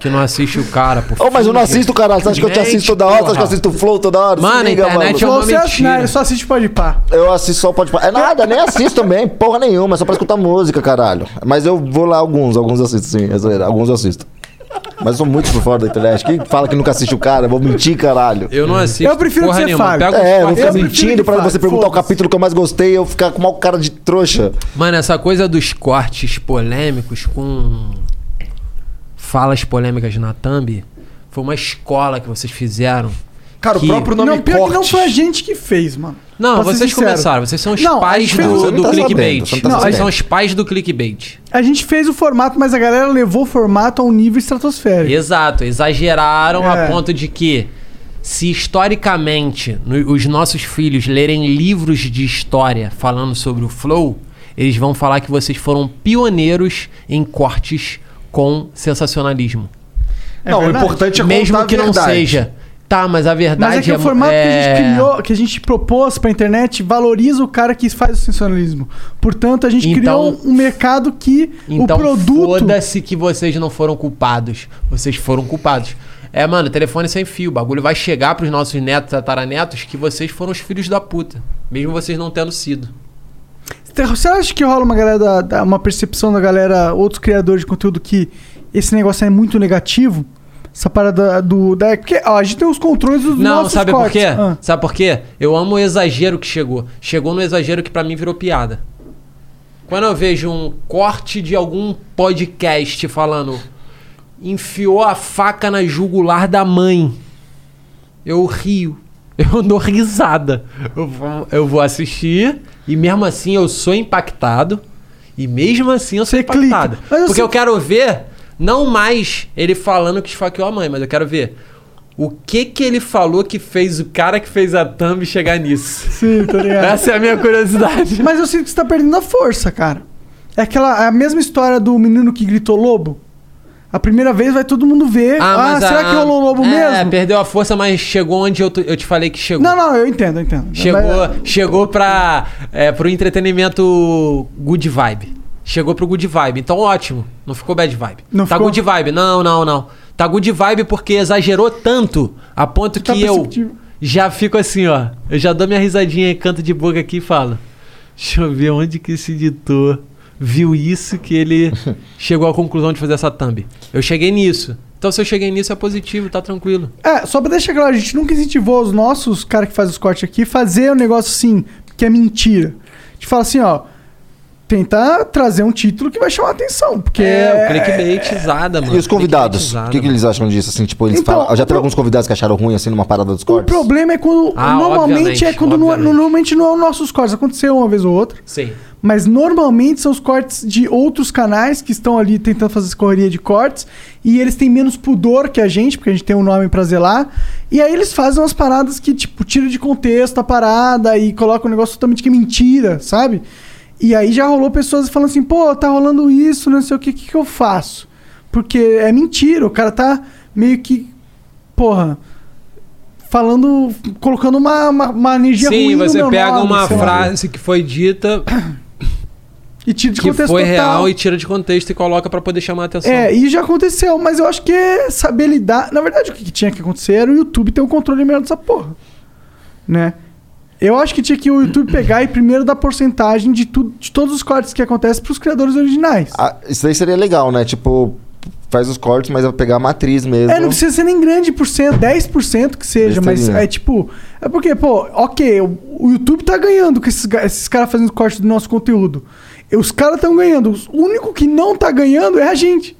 Que não assiste o cara, por
Ô, mas eu não assisto, caralho. Você acha que eu te
Gente,
assisto toda hora? Você acha que eu
porra.
assisto Flow toda hora? Se
Mano, a
liga,
internet é
maluco.
uma
Você acha, não,
mentira.
ele só assiste pode pá.
Eu assisto só pode. É nada, nem assisto também, porra nenhuma, é só pra escutar música, caralho. Mas eu vou lá alguns, alguns eu assisto, sim, é zoeira, alguns eu assisto. Mas eu sou muito por fora da internet. Quem fala que nunca assiste o cara, eu vou mentir, caralho.
Eu não assisto
Eu prefiro
porra
que você
nenhuma.
fale.
Pega os
É, eu vou
quatro
ficar
prefiro que
mentindo pra
fale,
você perguntar o
foda-se.
capítulo que eu mais gostei e eu ficar com o maior cara de trouxa.
Mano, essa coisa dos cortes polêmicos com falas polêmicas na thumb foi uma escola que vocês fizeram.
Cara,
que-
o próprio nome
Não,
é
pior que não
corte.
foi a gente que fez, mano.
Não,
Pra ser
vocês
sincero.
começaram, vocês são os
Não, a
pais
gente fez
do,
o-
você não
do
tá
clickbait.
sabendo, você não tá
Não, vocês
sabendo.
são os pais do clickbait.
A gente fez o formato, mas a galera levou o formato a um nível estratosférico.
Exato, exageraram
É.
a ponto de que se historicamente no- os nossos filhos lerem livros de história falando sobre o flow, eles vão falar que vocês foram pioneiros em cortes com sensacionalismo.
É
não, o
verdade.
importante é
Mesmo
contar
que
a
não
verdade.
seja. Tá, mas a verdade
Mas é que o formato que a gente criou, que a gente propôs pra internet, valoriza o cara que faz o sensacionalismo. Portanto, a gente
Então-
criou um mercado que
Então,
o produto.
foda-se que vocês não foram culpados. Vocês foram culpados. É, mano, telefone sem fio. O bagulho vai chegar pros nossos netos, tataranetos, que vocês foram os filhos da puta. Mesmo vocês não tendo sido.
Te- Então, Você acha que rola uma galera da- da- uma percepção da galera, outros criadores de conteúdo que esse negócio é muito negativo? Essa parada do da porque, ó, a gente tem os controles dos
Não,
nossos
sabe por
cortes.
quê?
Ah.
Sabe por quê? Eu amo o exagero que chegou. Chegou no exagero que pra mim virou piada. Quando eu vejo um corte de algum podcast falando enfiou a faca na jugular da mãe, eu rio. Eu dou risada. Eu vou, eu vou assistir e mesmo assim eu sou impactado. E mesmo assim eu sou
Você clica.
impactado.
Mas eu
Porque
sei-
eu quero ver, não mais ele falando que esfaqueou a mãe, mas eu quero ver O que que ele falou que fez o cara que fez a thumb chegar nisso?
Sim, tá ligado?
Essa é a minha curiosidade.
Mas eu sinto que você tá perdendo a força, cara. É aquela a mesma história do menino que gritou lobo. A primeira vez vai todo mundo ver. Ah,
mas
será
a-
que rolou lobo
é,
mesmo?
perdeu a força, mas chegou onde eu, t- eu te falei que chegou.
Não, não, eu entendo, eu entendo.
Chegou,
Mas- é,
chegou pra, é, pro entretenimento good vibe. Chegou pro good vibe. Então, ótimo. Não ficou bad vibe.
Não
tá
ficou?
good vibe. Não, não, não. Tá good vibe porque exagerou tanto a ponto
Tá
que eu já fico assim, ó. Eu já dou minha risadinha e canto de boca aqui e falo. Deixa eu ver onde que esse editor viu isso que ele chegou à conclusão de fazer essa thumb. Eu cheguei nisso. Então, se eu cheguei nisso, é positivo, tá tranquilo.
É, só pra deixar claro, a gente nunca incentivou os nossos cara que faz os cortes aqui fazer um negócio assim, que é mentira. A gente fala assim, ó, tentar trazer um título que vai chamar a atenção, porque
É, o clickbaitizada, mano.
E os convidados? O
Clickbaitizada,
que, que eles acham disso? Assim, tipo, eles
Então,
falam. Já teve
eu-
alguns convidados que acharam ruim assim numa parada dos
O
cortes?
problema é quando
Ah,
normalmente é
obviamente,
quando não, é- normalmente não é os nossos cortes, aconteceu uma vez ou outra.
Sim.
Mas normalmente são os cortes de outros canais que estão ali tentando fazer escorreria de cortes. E eles têm menos pudor que a gente, porque a gente tem um nome pra zelar. E aí eles fazem umas paradas que, tipo, tira de contexto a parada e colocam um negócio totalmente que é mentira, sabe? E aí já rolou pessoas falando assim, pô, tá rolando isso, não sei o que, o que, que eu faço? Porque é mentira, o cara tá meio que. Porra. Falando. colocando uma, uma, uma energia ruim
Sim,
no
você
meu
pega
nome,
uma
sei lá.
frase que foi dita
E tira de
que foi
contexto total.
real e tira de contexto e coloca pra poder chamar a atenção.
É, e já aconteceu, mas eu acho que é saber lidar. Na verdade, o que que tinha que acontecer era o YouTube ter um controle melhor dessa porra. Né? Eu acho que tinha que o YouTube pegar e primeiro dar porcentagem de, tudo, de todos os cortes que acontecem pros criadores originais.
Ah, isso daí seria legal, né? Tipo, faz os cortes, mas vai pegar a matriz mesmo.
É, não precisa ser nem grande por cento, 10% que seja, mas
Besteirinha.
é tipo. É porque, pô, ok, o o YouTube tá ganhando com esses, ga- esses caras fazendo corte do nosso conteúdo. E Os caras estão ganhando. O único que não tá ganhando é a gente.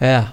É.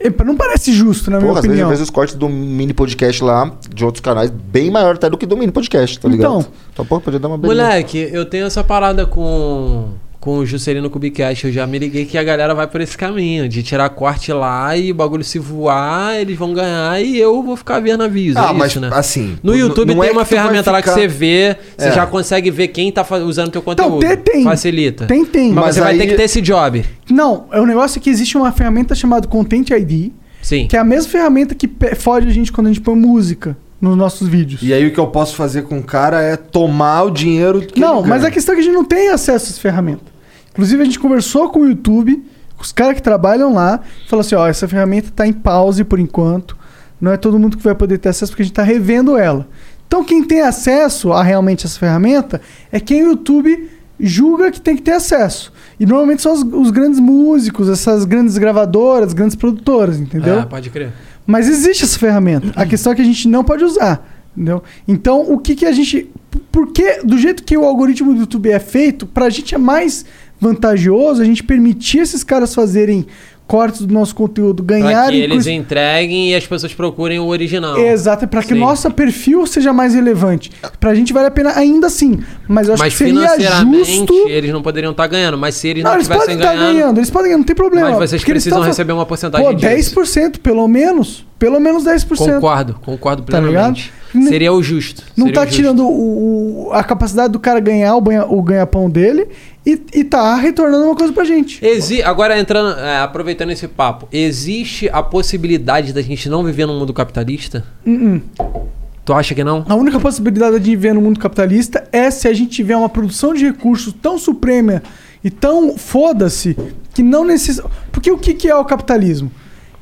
E Não parece justo, na minha
Porra, às vezes
opinião.
eu vejo os cortes do mini podcast lá, de outros canais, bem maior até do que do mini podcast, tá ligado? Então, porra, podia dar uma beleza.
Moleque, eu tenho essa parada com, com o Juscelino Kubicast. Eu já me liguei que a galera vai por esse caminho de tirar corte lá e o bagulho se voar, eles vão ganhar e eu vou ficar vendo aviso.
Ah,
é
mas,
isso, né?
assim,
No
n-
YouTube
não
tem
é
uma
que tu vai
ferramenta lá que
ficar-
você vê, você
É.
já consegue ver quem tá fa- usando teu
Então,
conteúdo.
tem- tem.
Facilita.
Tem, tem.
Mas,
Mas
você vai
aí-
ter que ter esse job.
Não, é o negócio é que existe uma ferramenta chamada Content ID.
Sim.
Que é a mesma ferramenta que pe- foge a gente quando a gente põe música nos nossos vídeos.
E aí o que eu posso fazer com o cara é tomar o dinheiro que
Não, mas a questão é que a gente não tem acesso a essa ferramenta. Inclusive, a gente conversou com o YouTube, com os caras que trabalham lá, e falou assim: ó, essa ferramenta tá em pause por enquanto. Não é todo mundo que vai poder ter acesso porque a gente tá revendo ela. Então, quem tem acesso a realmente essa ferramenta é quem o YouTube julga que tem que ter acesso. E normalmente são os, os grandes músicos, essas grandes gravadoras, grandes produtoras, entendeu?
Ah, pode crer.
Mas existe essa ferramenta. A questão é que a gente não pode usar. Entendeu? Então, o que, que a gente. Porque, do jeito que o algoritmo do YouTube é feito, pra gente é mais vantajoso a gente permitir esses caras fazerem cortes do nosso conteúdo,
Pra que
ganharem.
eles
com-
entreguem e as pessoas procurem o original.
Exato, é pra que o
Sim.
nosso perfil seja mais relevante. Pra gente vale a pena ainda assim. Mas eu acho
Mas
que seria
financeiramente
justo.
eles não poderiam estar ganhando. Mas se eles não,
Não, eles podem tá
estivessem
estar
ganhando,
ganhando, eles podem ganhar, não tem problema.
Mas vocês
porque eles
precisam
tão fa-
receber uma porcentagem
Pô,
disso.
10%, pelo menos. Pelo menos 10%.
Concordo, concordo
Tá
plenamente.
ligado?
Seria o justo.
Não
seria
tá
o justo.
tirando o- o- a capacidade do cara ganhar o, banha- o ganha-pão dele e, e tá retornando uma coisa pra gente.
Exi Agora, entrando, é, aproveitando esse papo, existe a possibilidade da gente não viver num mundo capitalista? Uh-uh.
Hum, hum.
Tu acha que não?
A única possibilidade de viver no mundo capitalista é se a gente tiver uma produção de recursos tão suprema e tão foda-se que não necessita. Porque o que, que é o capitalismo?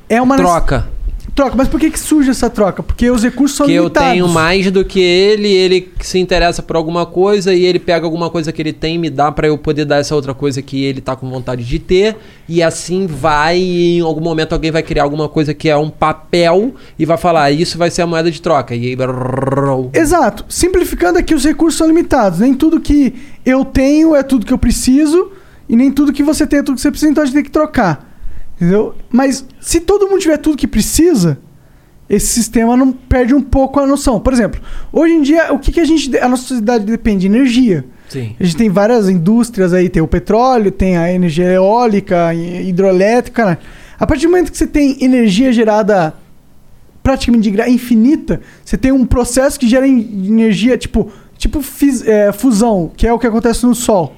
É uma nece-
Troca.
Troca, mas por que, que surge essa troca? Porque os recursos são
Que eu
limitados.
tenho mais do que ele, ele se interessa por alguma coisa e ele pega alguma coisa que ele tem e me dá pra eu poder dar essa outra coisa que ele tá com vontade de ter. E assim vai, e em algum momento alguém vai criar alguma coisa que é um papel e vai falar, "Ah, isso vai ser a moeda de troca. E aí. brrrrou.
Exato. Simplificando é que os recursos são limitados. Nem tudo que eu tenho é tudo que eu preciso. E nem tudo que você tem é tudo que você precisa, então a gente tem que trocar. Entendeu? Mas se todo mundo tiver tudo que precisa, esse sistema não perde um pouco a noção. Por exemplo, hoje em dia, o que, que a gente. A nossa sociedade depende de energia.
Sim.
A gente tem várias indústrias aí, tem o petróleo, tem a energia eólica, hi- hidrelétrica. né? A partir do momento que você tem energia gerada praticamente de gra- infinita, você tem um processo que gera en- energia tipo, tipo fis- é, fusão, que é o que acontece no Sol.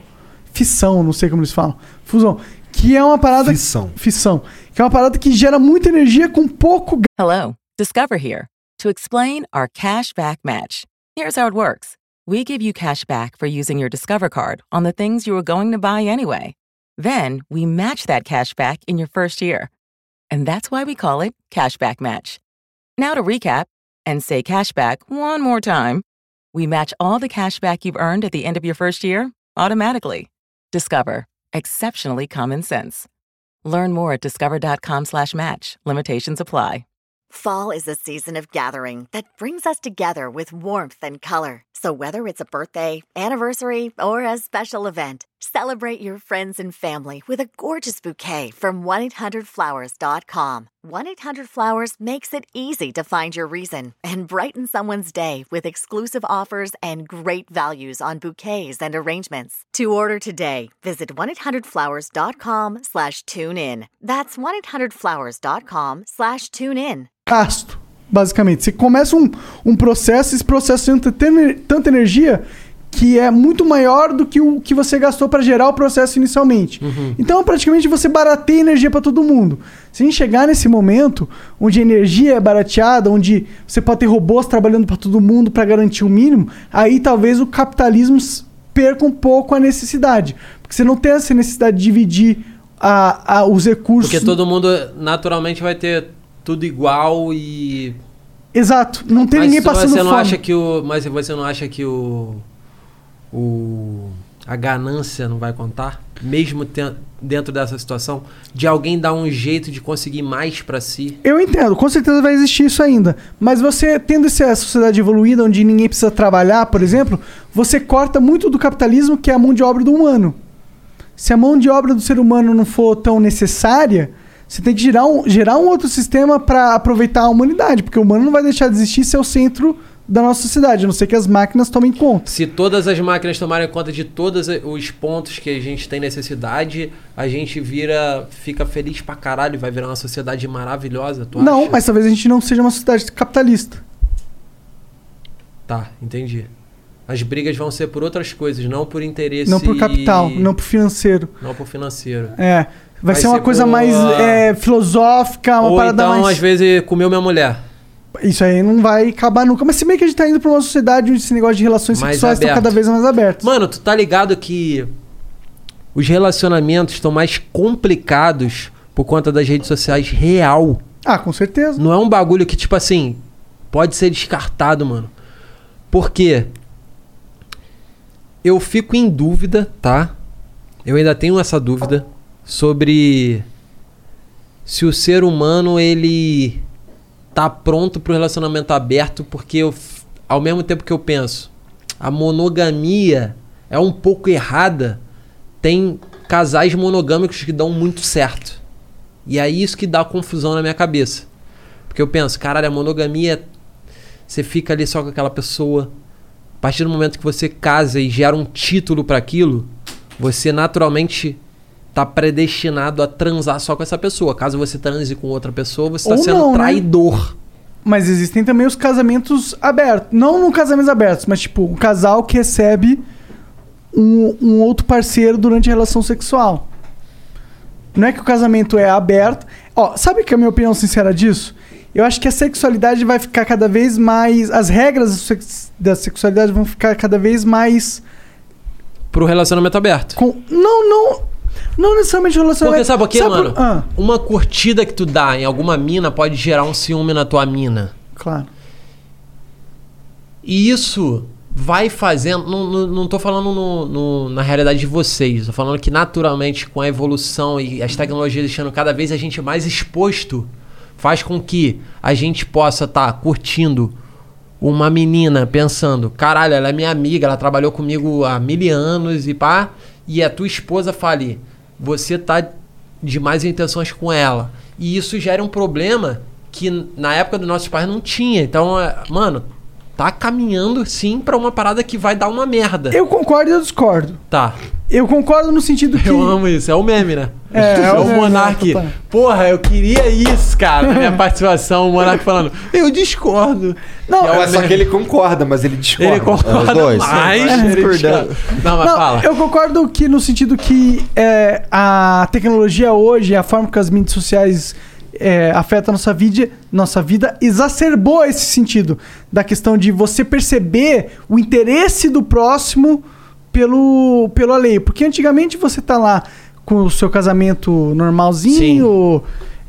Fissão, não sei como eles falam. Fusão. Que é uma parada. Fissão. Fissão. Que é uma parada que gera muita energia com pouco gás.
Hello, Discover here to explain our cash back match. Here's how it works we give you cash back for using your Discover card on the things you were going to buy anyway. Then we match that cash back in your first year. And that's why we call it cash back Match. Now to recap and say cash back one more time. We match all the cash back you've earned at the end of your first year automatically. Discover. Exceptionally common sense. Learn more at discover.com slash match. Limitations apply.
Fall is a season of gathering that brings us together with warmth and color. So, whether it's a birthday, anniversary, or a special event, celebrate your friends and family with a gorgeous bouquet from 1-800-Flowers.com. 1-800-Flowers makes it easy to find your reason and brighten someone's day with exclusive offers and great values on bouquets and arrangements. To order today, visit 1-800-Flowers.com slash tune in. That's 1-800-Flowers.com slash tune in.
gasto, basicamente. Você começa um, um processo, esse processo entra tendo tanta energia que é muito maior do que o que você gastou para gerar o processo inicialmente.
Uhum.
Então, praticamente, você barateia energia para todo mundo. Se a gente chegar nesse momento onde a energia é barateada, onde você pode ter robôs trabalhando para todo mundo para garantir o mínimo, aí talvez o capitalismo s- perca um pouco a necessidade. Porque você não tem essa necessidade de dividir a, a- os recursos.
Porque todo mundo naturalmente vai ter tudo igual e.
Exato. Não tem ninguém
tu-
passando
você não
fome.
acha que o. Mas você não acha que o. O. A ganância não vai contar? Mesmo ten- dentro dessa situação, de alguém dar um jeito de conseguir mais pra si.
Eu entendo, com certeza vai existir isso ainda. Mas você, tendo essa sociedade evoluída onde ninguém precisa trabalhar, por exemplo, você corta muito do capitalismo que é a mão de obra do humano. Se a mão de obra do ser humano não for tão necessária, você tem que gerar um, gerar um outro sistema para aproveitar a humanidade, porque o humano não vai deixar de existir ser o centro da nossa sociedade, a não ser que as máquinas tomem conta.
Se todas as máquinas tomarem conta de todos os pontos que a gente tem necessidade, a gente vira. fica feliz pra caralho, vai virar uma sociedade maravilhosa, tu
não,
acha?
mas talvez a gente não seja uma sociedade capitalista.
Tá, entendi. As brigas vão ser por outras coisas, não por interesse.
Não por capital, não por financeiro.
Não por financeiro.
É. Vai, ser uma coisa
por,
mais
ah,
é, filosófica, tá uma
Ou
parada
então,
mais.
às vezes, comeu minha mulher.
Isso aí não vai acabar nunca. Mas se bem que a gente tá indo pra uma sociedade onde esse negócio de relações
Mais
sexuais estão
aberto.
cada vez mais aberto.
Mano, tu tá ligado que os relacionamentos estão mais complicados por conta das redes sociais real.
Ah, com certeza.
Não é um bagulho que, tipo assim, pode ser descartado, mano. Porque eu fico em dúvida, tá? Eu ainda tenho essa dúvida sobre se o ser humano ele tá pronto pro relacionamento aberto, porque eu, f- ao mesmo tempo que eu penso, a monogamia é um pouco errada, tem casais monogâmicos que dão muito certo. E é isso que dá confusão na minha cabeça. Porque eu penso, caralho, a monogamia você fica ali só com aquela pessoa. A partir do momento que você casa e gera um título pra aquilo, você naturalmente tá predestinado a transar só com essa pessoa. Caso você transe com outra pessoa, você tá
Ou
sendo
não, né?
traidor.
Mas existem também os casamentos abertos. Não no casamentos abertos, mas tipo, um casal que recebe um, um outro parceiro durante a relação sexual. Não é que o casamento é aberto. Ó, sabe que é a minha opinião sincera disso? Eu acho que a sexualidade vai ficar cada vez mais. As regras da sex- da sexualidade vão ficar cada vez mais.
Pro relacionamento aberto.
Com... Não, não. Não necessariamente
Porque
relacionamento.
sabe por quê,
por-
mano?
Ah,
Uma curtida que tu dá em alguma mina pode gerar um ciúme na tua mina.
claro.
E isso vai fazendo. Não, não, não tô falando no- no- na realidade de vocês, tô falando que naturalmente com a evolução e as tecnologias deixando cada vez a gente mais exposto, faz com que a gente possa estar curtindo uma menina pensando: caralho, ela é minha amiga, ela trabalhou comigo há mil anos e pá, e a tua esposa fale: você tá de mais intenções com ela. E isso gera um problema que na época dos nossos pais não tinha. Então, é, mano,
Ah,
tá caminhando sim pra uma parada que vai dar uma merda.
Eu concordo e eu discordo.
Tá.
Eu concordo no sentido que.
Eu amo isso, é o meme, né?
É, é o
o
meme,
Monark.
total.
Porra, eu queria isso, cara, na minha participação. O Monark falando, eu discordo.
Não,
É o
é só
meme.
que ele concorda, mas ele discorda.
Ele concorda mais. ele discorda. Não, mas
É, Não,
fala.
Eu concordo que no sentido que é, a tecnologia hoje, a forma que as mídias sociais é, afetam a nossa vida, nossa vida, exacerbou esse sentido da questão de você perceber o interesse do próximo pelo, pelo alheio. Porque antigamente você tá lá com o seu casamento normalzinho...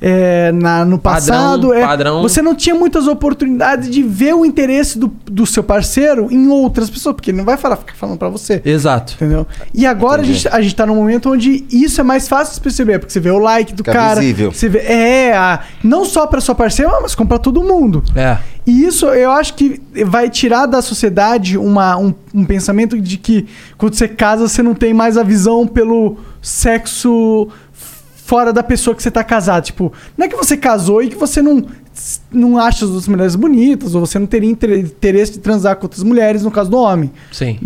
é, na- no passado, é,
padrão.
você não tinha muitas oportunidades de ver o interesse do, do seu parceiro em outras pessoas, porque ele não vai falar, ficar falando pra você.
Exato.
Entendeu? E agora a gente, a gente tá num momento onde isso é mais fácil de perceber, porque você vê o like do
Fica
cara.
visível.
Você vê, é, a- não só pra sua parceira, mas como pra todo mundo.
É.
E isso eu acho que vai tirar da sociedade uma, um, um pensamento de que quando você casa, você não tem mais a visão pelo sexo fora da pessoa que você tá casado. Tipo, não é que você casou e que você não, não acha as outras mulheres bonitas, ou você não teria inter- interesse de transar com outras mulheres, no caso do homem. Né?
Sim.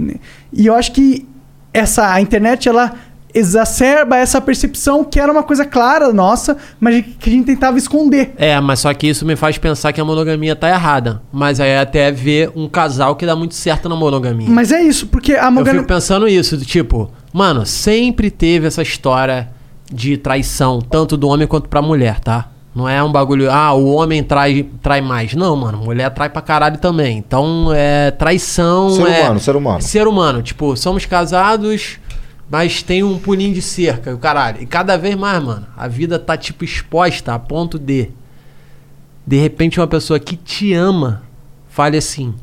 E eu acho que essa a internet ela exacerba essa percepção que era uma coisa clara nossa, mas que a gente tentava esconder.
É, mas só que isso me faz pensar que a monogamia tá errada. Mas aí até ver um casal que dá muito certo na monogamia.
Mas é isso, porque a
Eu
monogamia
fico pensando isso, do tipo, mano, sempre teve essa história de traição, tanto do homem quanto pra mulher, tá? Não é um bagulho, ah, o homem trai, trai mais. Não, mano, mulher trai pra caralho também. Então, é traição.
Ser
é-
humano, ser humano.
Ser humano. Tipo, somos casados, mas tem um pulinho de cerca, e o caralho. E cada vez mais, mano, a vida tá, tipo, exposta a ponto de. De repente, uma pessoa que te ama fale assim: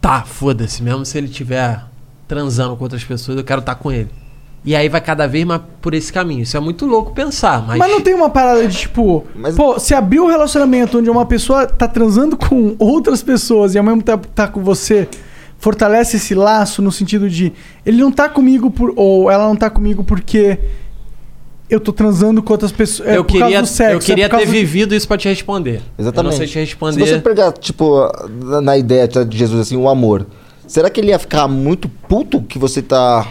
tá, foda-se, mesmo se ele tiver transando com outras pessoas, eu quero estar com ele. E aí vai cada vez mais por esse caminho. Isso é muito louco pensar, mas.
Mas não tem uma parada de tipo, pô, se abrir um relacionamento onde uma pessoa tá transando com outras pessoas e ao mesmo tempo tá com você, fortalece esse laço no sentido de ele não tá comigo por ou ela não tá comigo porque eu tô transando com outras pessoas, é
eu,
por causa
queria,
do sexo,
eu queria
é por
ter
causa do-
vivido isso pra te responder. Eu não
Exatamente.
sei te responder.
Se você pegar, tipo, na- na ideia de Jesus, assim, o amor, será que ele ia ficar muito puto que você tá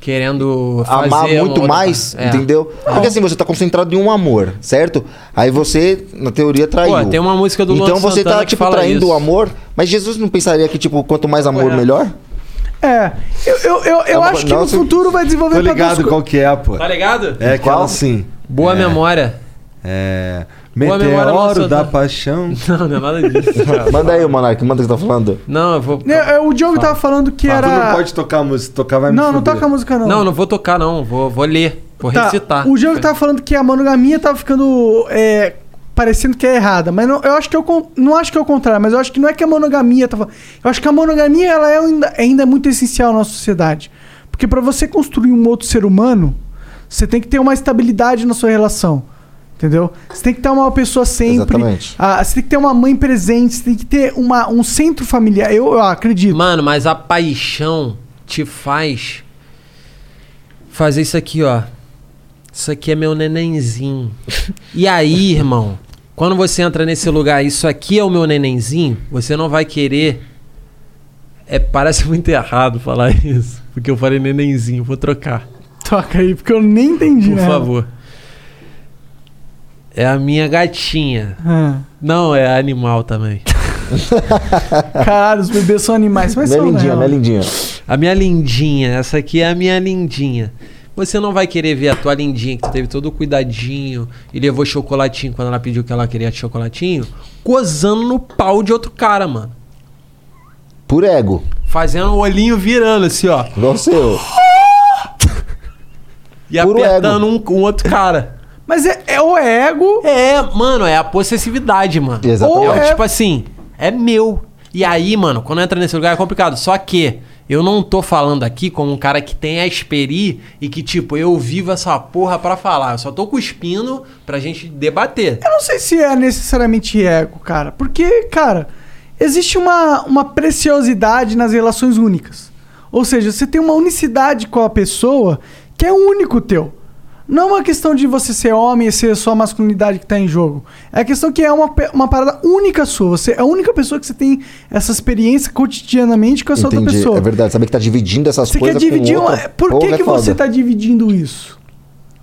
Querendo fazer
amar
uma
muito
outra-
mais,
É.
entendeu? Porque assim, você tá concentrado em um amor, certo? Aí você, na teoria, traiu.
Pô, tem uma música do Luan
Então você
Santana
tá,
que
tipo,
fala
traindo
isso.
o amor, mas Jesus não pensaria que, tipo, quanto mais amor, melhor?
É. Eu, eu, eu, eu
Tá bom,
acho que no
nossa,
futuro vai desenvolver
Tô
pra
ligado
duas co-
qual que é, pô.
Tá ligado?
É aquela assim.
Boa
É.
memória.
É.
Boa memória,
Meteoro
Luan
da
Santana.
paixão.
Não, não é nada disso. cara.
manda aí, Monark, manda o que tá falando.
Não, eu vou.
Né, é, O Diogo tava falando que
Ah,
era
Tu não pode tocar a música, tocar vai me
Não, não
fuder.
toca a música não.
Não, não vou tocar, não. Vou, vou ler. Vou
Tá,
recitar.
O Diogo tava falando que a monogamia tava ficando. é, parecendo que é errada. Mas não, eu acho que eu con- não acho que é o contrário, mas eu acho que não é que a monogamia tava. Eu acho que a monogamia ela é ainda, ainda é muito essencial na nossa sociedade. Porque pra você construir um outro ser humano, você tem que ter uma estabilidade na sua relação. Entendeu? Você tem que ter uma pessoa sempre.
Exatamente.
Ah, você tem que ter uma mãe presente, você tem que ter uma, um centro familiar. Eu, eu acredito.
Mano, mas a paixão te faz fazer isso aqui, ó. Isso aqui é meu nenenzinho. E aí, irmão, quando você entra nesse lugar, isso aqui é o meu nenenzinho, você não vai querer. É, parece muito errado falar isso, porque eu falei nenenzinho, vou trocar.
Toca aí, porque eu nem entendi.
Por
né?
favor. É a minha gatinha.
Ah.
Não, é animal também.
Caralho, os bebês são animais. Mas
Não é
são,
lindinha,
né?
não é lindinha.
A minha lindinha, essa aqui é a minha lindinha. Você não vai querer ver a tua lindinha, que tu teve todo o cuidadinho e levou chocolatinho quando ela pediu que ela queria chocolatinho, cozando no pau de outro cara, mano.
Por ego.
Fazendo o olhinho virando assim, ó.
Não sei eu.
E apertando um, um outro cara.
Mas é, é o ego.
É, mano, é a possessividade, mano.
Exatamente.
É o tipo assim, é meu. E aí, mano, quando entra nesse lugar é complicado. Só que eu não tô falando aqui como um cara que tem a experi e que, tipo, eu vivo essa porra pra falar. Eu só tô cuspindo pra gente debater.
Eu não sei se é necessariamente ego, cara. Porque, cara, existe uma, uma preciosidade nas relações únicas. Ou seja, você tem uma unicidade com a pessoa que é um único teu. Não é uma questão de você ser homem e ser só a masculinidade que tá em jogo. É a questão que é uma, pe- uma parada única sua. Você é a única pessoa que você tem essa experiência cotidianamente com essa outra
Entendi,
pessoa.
é verdade. Saber que tá dividindo essas
Você quer
coisas
dividir
com
uma...
outra,
Por que,
porra, é
que você
foda.
tá dividindo isso?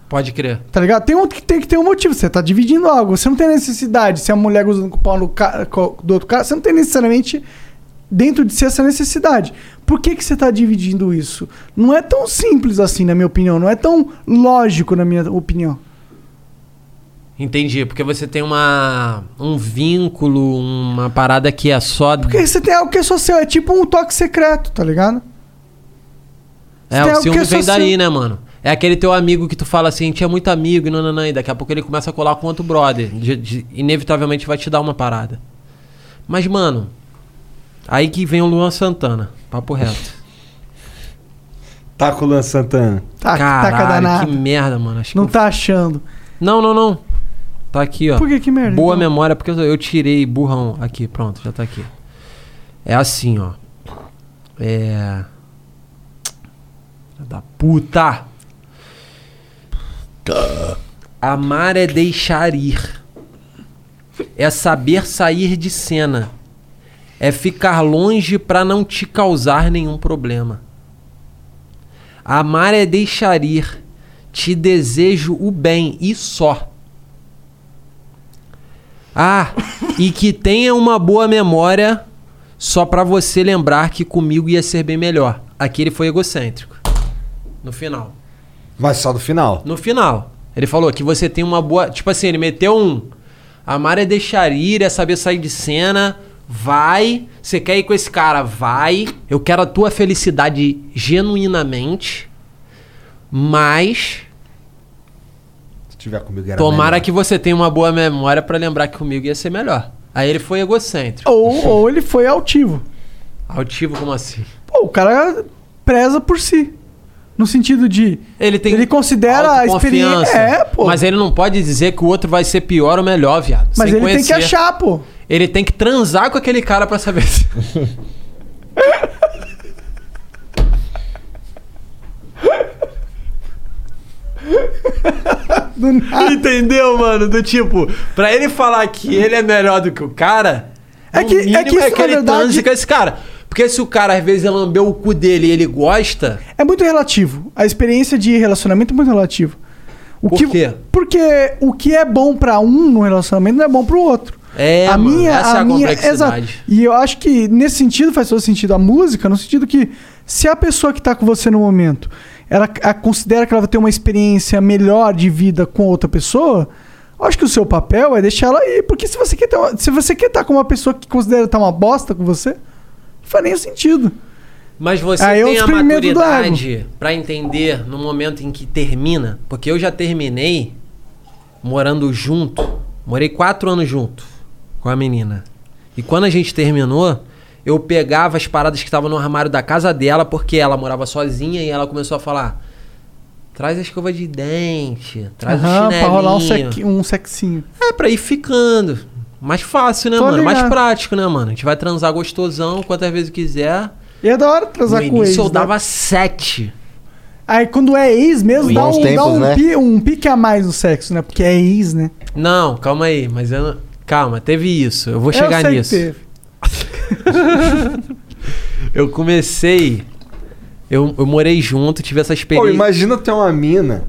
Pode crer.
Tá ligado? Tem, um, tem que ter um motivo. Você tá dividindo algo. Você não tem necessidade. Se a mulher usa o pau no ca- co- do outro cara, você não tem necessariamente dentro de si essa necessidade. Por que, que você tá dividindo isso? Não é tão simples assim, na minha opinião. Não é tão lógico, na minha opinião.
Entendi, porque você tem uma um vínculo, uma parada que é só
Porque você tem algo que é só seu. É tipo um toque secreto, tá ligado?
É,
Não,
o ciúme
porque
vem
só
daí,
ciúme-
né, mano? É aquele teu amigo que tu fala assim, tinha muito amigo, e nananã, e daqui a pouco ele começa a colar com outro brother. De- de- inevitavelmente vai te dar uma parada. Mas, mano, aí que vem o Luan Santana, papo reto.
Tá com o Luan Santana.
Tá,
Caralho,
taca danado.
que merda, mano. Acho
Não tá achando.
Não, não, não. Tá aqui, ó.
Por que que merda,
Boa
então?
memória, porque eu, eu tirei burrão aqui. Pronto, já tá aqui. É assim, ó. É. Filha Da puta! Amar é deixar ir. É saber sair de cena. É ficar longe pra não te causar nenhum problema. Amar é deixar ir. Te desejo o bem e só. Ah, e que tenha uma boa memória só pra você lembrar que comigo ia ser bem melhor. Aqui ele foi egocêntrico. No final.
É
Mas só no final.
No final. Ele falou que você tem uma boa. Tipo assim, ele meteu um. Amar é deixar ir, é saber sair de cena. Vai. Você quer ir com esse cara? Vai. Eu quero a tua felicidade genuinamente. Mas.
Se tiver comigo era
Tomara
melhor.
que você tenha uma boa memória pra lembrar que comigo ia ser melhor. Aí ele foi egocêntrico.
Ou, ou ele foi altivo.
Altivo, como assim?
Pô, o cara preza por si. No sentido de.
Ele tem.
Ele considera Ah, a experiência.
Confiança.
É, pô.
Mas ele não pode dizer que o outro vai ser pior ou melhor, viado.
Mas
sem
ele tem que
conhecer.
achar, pô.
Ele tem que transar com aquele cara pra saber se. Entendeu, mano? Do tipo, pra ele falar que ele é melhor do que o cara,
É
no
que- é
mínimo
que isso, na
que ele
verdade-
transe com esse cara. Porque se o cara às vezes lambeu o cu dele e ele gosta,
É muito relativo. A experiência de relacionamento é muito relativo. O
Por
que,
quê?
Porque o que é bom pra um no relacionamento não é bom pro outro.
É, mano, essa é a complexidade.
E eu acho que nesse sentido faz todo sentido a música, no sentido que se a pessoa que tá com você no momento, ela a- considera que ela vai ter uma experiência melhor de vida com outra pessoa, eu acho que o seu papel é deixar ela ir, porque se você quer ter uma- se você quer estar com uma pessoa que considera estar uma bosta com você, não faz nenhum sentido.
Mas você
Aí é um
tem a
experimento do
maturidade pra entender no momento em que termina, porque eu já terminei morando junto, morei quatro anos junto com a menina. E quando a gente terminou, eu pegava as paradas que estavam no armário da casa dela, porque ela morava sozinha e ela começou a falar: traz a escova de dente, traz
Aham,
o chinelinho.
pra rolar um, sexi- um sexinho.
É, pra ir ficando. Mais fácil, né,
Tô
mano? Mais
ligado.
prático, né, mano? A gente vai transar gostosão quantas vezes quiser.
E é da hora transar
No
com
início
ex.
eu
né?
dava sete.
Aí quando é ex mesmo,
Nos
dá,
bons
um, dá
tempos,
um,
né?
pi- um pique a mais no sexo, né? Porque é ex, né?
Não, calma aí, mas eu não... Calma, teve isso. Eu vou
Eu
chegar
sei que
nisso.
teve.
Eu comecei. Eu, eu morei junto, tive essa
Pô,
experiência.
imagina ter uma mina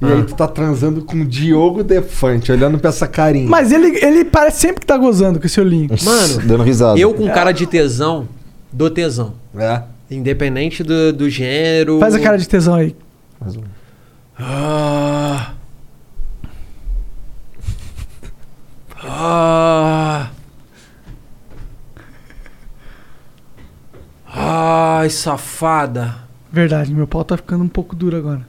e
Ah.
aí tu tá transando com o Diogo Defante, olhando pra essa carinha.
Mas ele, ele parece sempre que tá gozando com esse olhinho.
Mano, eu com cara de tesão, dou tesão.
É.
Independente do, do gênero.
Faz a cara de tesão aí.
Ah. Ah. Ai, safada.
Verdade, meu pau tá ficando um pouco duro agora.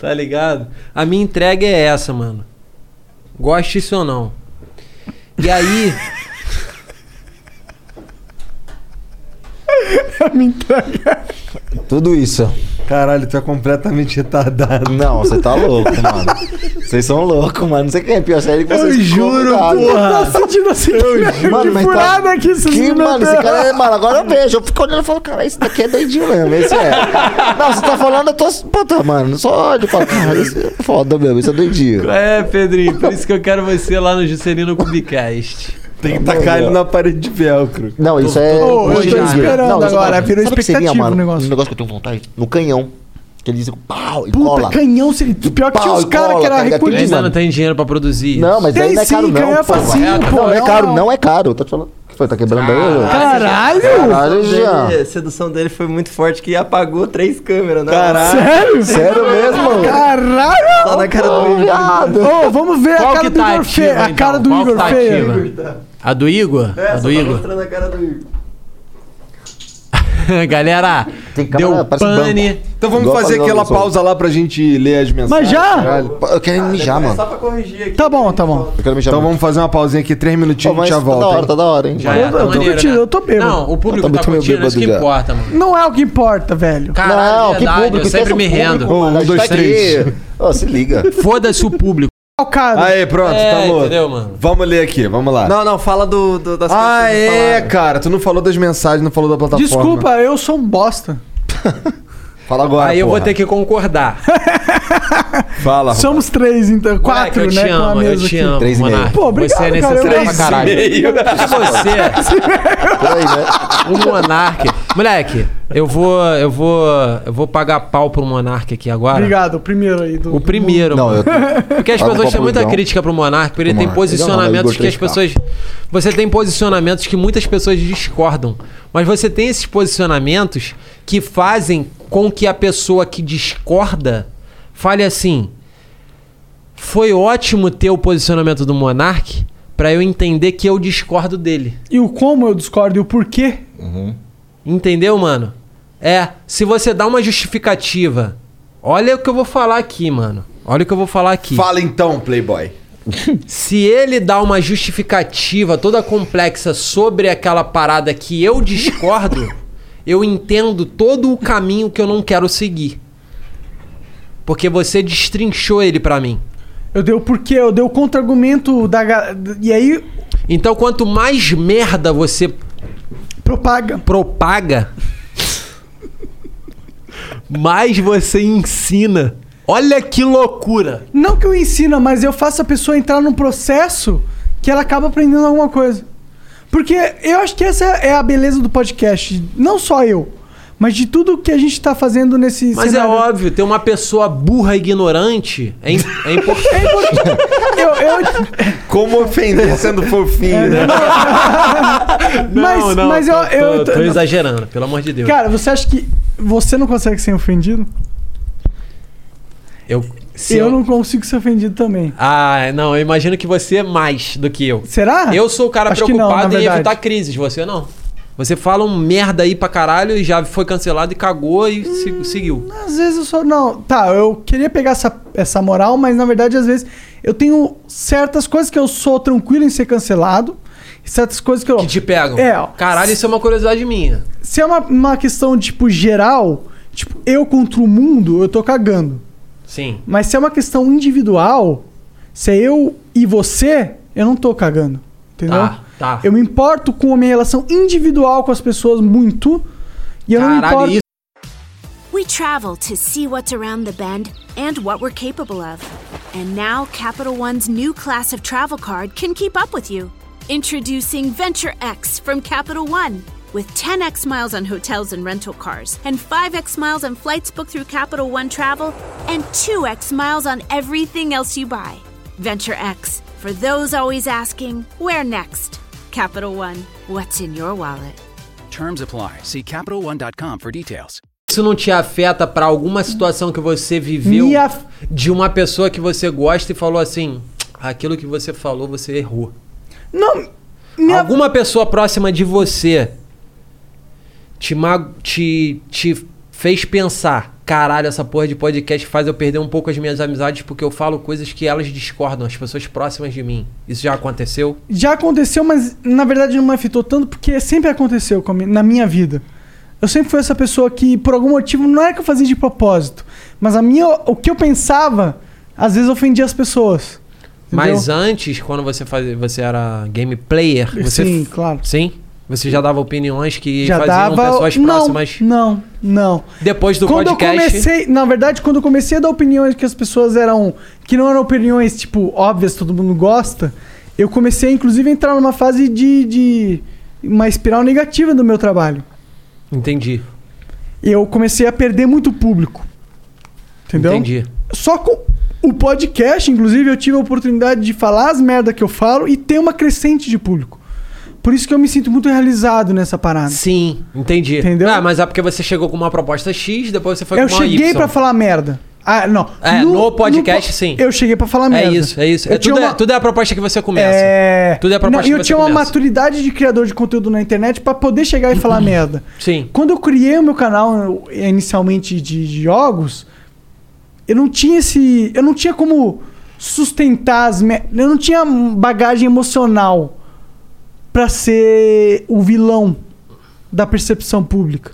Tá ligado? A minha entrega é essa, mano. Goste isso ou não. E aí.
Tudo isso.
Caralho, tu é completamente retardado.
Não, você tá louco, mano. Vocês são loucos, mano. Não sei quem é pior série que
Eu
vocês.
juro,
convidaram.
porra.
Tá sentindo assim,
né? Eu, mano, mas tá...
furada aqui, vocês
que,
não
mano, esse
notaram.
cara é, mano, agora eu vejo. Eu fico olhando e falo, cara, esse daqui é doidinho mesmo, esse é. Não, você tá falando, eu tô. Puta, mano, só olho e falo, cara, esse é foda mesmo, esse é doidinho.
É, Pedrinho, por isso que eu quero você lá no Juscelino Cubicast.
Tem que tacar ele na parede de velcro.
Não, isso é.
Ô, eu tô
hoje em dia.
esperando
Não, isso-
agora, virou
sabe o que seria,
expectativa
mano?
o negócio.
Um negócio que eu tenho vontade. No canhão. Que eles dizem, pau, e
Puta,
cola.
canhão, se- pior que tinha
Pau
os
e
caras
cola,
que era
cara,
Ele
que
ainda não
mano.
recordista.
tem dinheiro pra produzir isso.
Não, mas
Tem
daí não é
sim,
caro, não.
canhão é
pô.
facinho, pô,
Não, não é
não,
caro,
não.
não é caro. Eu tô te falando. O que foi? Tá quebrando aí? ó?
Caralho!
Caralho,
A
Jean.
sedução dele- sedução dele foi muito forte que apagou três câmeras, né?
Sério?
Sério mesmo, mano?
Caralho!
Só na cara
Ô,
do
viado.
Ô, vamos ver a
Qual
cara
que
do
tá
Igor
ativa,
feia. A
então?
cara do
Qual que
Igor
tá ativa?
feia.
A do Igor?
É,
a
só
do
tá
Igor?
mostrando a cara do Igor.
Galera,
Tem
deu
câmera, parece um
pane.
Então vamos
Igual
fazer
falando,
aquela
sou-
pausa lá pra gente ler as mensagens.
Mas já?
Caralho.
Pô, Eu quero
É só
mijar, mano.
pra corrigir aqui.
Tá bom, tá bom.
Eu quero mijar.
Então vamos fazer uma pausinha aqui, três minutinhos
Pô,
e a
mas
gente já
tá da hora,
volta.
tá
hein?
da hora, hein?
Já
Eu
é,
tô-
tá
eu tô
maneiro,
curtindo,
né?
eu tô bêbado.
Não, o público
Eu também
tá
tô meio
curtindo, isso que
bêbado já.
importa, mano.
Não é o que importa, velho.
Caralho,
É
é
não,
verdade,
que público,
eu
que
sempre
esse
me
público,
rendo.
mano?
Um,
A gente
dois,
tá
três.
aqui. Ô, se liga.
Foda-se o público.
Calcado.
Aê, pronto,
É,
tá louco.
entendeu, mano?
Vamos ler aqui, vamos
Ah.
lá.
Não, não, fala do, do- das
ah,
coisas que vocês
é,
falaram.
cara. Tu não falou das mensagens, não falou da plataforma.
Desculpa, eu sou um bosta.
Fala agora,
Aí eu vou
porra.
ter que concordar.
Fala, Romão.
Somos três, então.
Moleque,
Quatro, né?
eu te
com a
amo, eu
mesa
te
aqui.
amo.
Três e meio.
Monark.
Pô, obrigado,
Você é
cara, eu-
necessário pra
Três e
caralho. Se você,
Por aí, né?
o Monark... Moleque, eu vou, eu vou, eu vou pagar pau pro Monark aqui agora.
Obrigado, o primeiro aí. Do,
O primeiro,
Não,
mano.
eu
Porque as
Paga
pessoas
pau
têm
pro
muita
Igão.
crítica pro Monark, porque ele tem
Monark. Igão não,
posicionamentos
Igor
que as
3K.
pessoas. Você tem posicionamentos que muitas pessoas discordam. Mas você tem esses posicionamentos que fazem com que a pessoa que discorda fale assim. Foi ótimo ter o posicionamento do Monark pra eu entender que eu discordo dele.
E o como eu discordo e o porquê.
Entendeu, mano? É, se você dá uma justificativa. Olha o que eu vou falar aqui, mano. Olha o que eu vou falar aqui.
Fala então, Playboy.
Se ele dá uma justificativa toda complexa sobre aquela parada que eu discordo, eu entendo todo o caminho que eu não quero seguir. Porque você destrinchou ele pra mim.
Eu dei o porquê, eu dei o contra-argumento da. ga- E aí,
Então, quanto mais merda você
propaga.
propaga, mais você ensina. Olha que loucura!
Não que eu ensina, mas eu faço a pessoa entrar num processo que ela acaba aprendendo alguma coisa. Porque eu acho que essa é a beleza do podcast. Não só eu, mas de tudo que a gente tá fazendo nesse
Mas é
cenário.
óbvio, ter uma pessoa burra e ignorante é, im- é importante.
Eu, eu- É,
Como ofender sendo fofinho, né?
é-
mas mas eu,
tô,
eu
tô- tô exagerando, pelo amor de Deus.
Cara, você acha que você não consegue ser ofendido?
eu, se
eu não consigo ser ofendido também.
Ah, não, eu imagino que você é mais do que eu.
Será?
Eu sou o cara
Acho que não,
preocupado
na
em
verdade.
evitar crises, você não. Você fala um merda aí pra caralho e já foi cancelado e cagou e se- seguiu.
Às vezes eu sou. Não, tá, eu queria pegar essa, essa moral, mas na verdade, às vezes, eu tenho certas coisas que eu sou tranquilo em ser cancelado. e Certas coisas que eu.
Que te pegam.
É, ó.
Caralho, isso é uma curiosidade minha.
Se é uma, uma questão, tipo, geral, tipo, eu contra o mundo, eu tô cagando.
Sim.
Mas se é uma questão individual, se é eu e você, eu não tô cagando. Entendeu?
Tá, tá.
Eu me importo com a minha relação individual com as pessoas muito. E eu não me
Caralho,
importo.
isso.
We travel to see what's around the bend and what we're capable of. And now Capital One's new class of travel card can keep up with you. Introducing Venture X from Capital One. With 10x miles on hotels and rental cars, and 5x miles on flights booked through Capital One Travel, and 2x miles on everything else you buy. Venture X, for those always asking, where next? Capital One, what's in your wallet?
Terms apply. See CapitalOne.com for details.
Isso não te afeta pra alguma situação que você viveu
Me af-
de uma pessoa que você gosta e falou assim: aquilo que você falou, você errou.
Não. Me af-
Alguma pessoa próxima de você te, ma- te, te fez pensar: caralho, essa porra de podcast faz eu perder um pouco as minhas amizades porque eu falo coisas que elas discordam, as pessoas próximas de mim. Isso já aconteceu?
Já aconteceu, mas na verdade não me afetou tanto, porque sempre aconteceu comigo, na minha vida. Eu sempre fui essa pessoa que, por algum motivo, não era que eu fazia de propósito, mas a minha, o que eu pensava, às vezes ofendia as pessoas. entendeu?
Mas antes, quando você fazia, você era game player, você
Sim, claro.
Sim. Você já dava opiniões que
já
faziam
dava.
pessoas
não,
próximas.
não, não.
Depois do
quando eu
podcast.
comecei, na verdade, quando eu comecei a dar opiniões que as pessoas eram. que não eram opiniões, tipo, óbvias, todo mundo gosta, eu comecei, inclusive, a entrar numa fase de. de uma espiral negativa do meu trabalho.
Entendi.
Eu comecei a perder muito público. Entendeu?
Entendi.
Só com o podcast, inclusive, eu tive a oportunidade de falar as merda que eu falo e ter uma crescente de público. Por isso que eu me sinto muito realizado nessa parada.
Sim. Entendi. Entendeu? Ah, mas é porque você chegou com uma proposta X, depois você foi
eu
com uma
cheguei
Y.
pra falar merda. Ah, não.
É, no, podcast,
po-
sim.
Eu cheguei pra falar
É
merda.
isso, é isso. É,
Eu tinha
tudo, é,
uma-
tudo é a proposta que você começa.
É.
Tudo é a proposta
Não, e
que
eu
você
tinha uma
começa.
maturidade de criador de conteúdo na internet pra poder chegar e falar merda.
Sim.
Quando eu criei o meu canal eu, inicialmente de, de jogos, eu não tinha esse. Eu não tinha como sustentar as merdas. Eu não tinha bagagem emocional pra ser o vilão da percepção pública.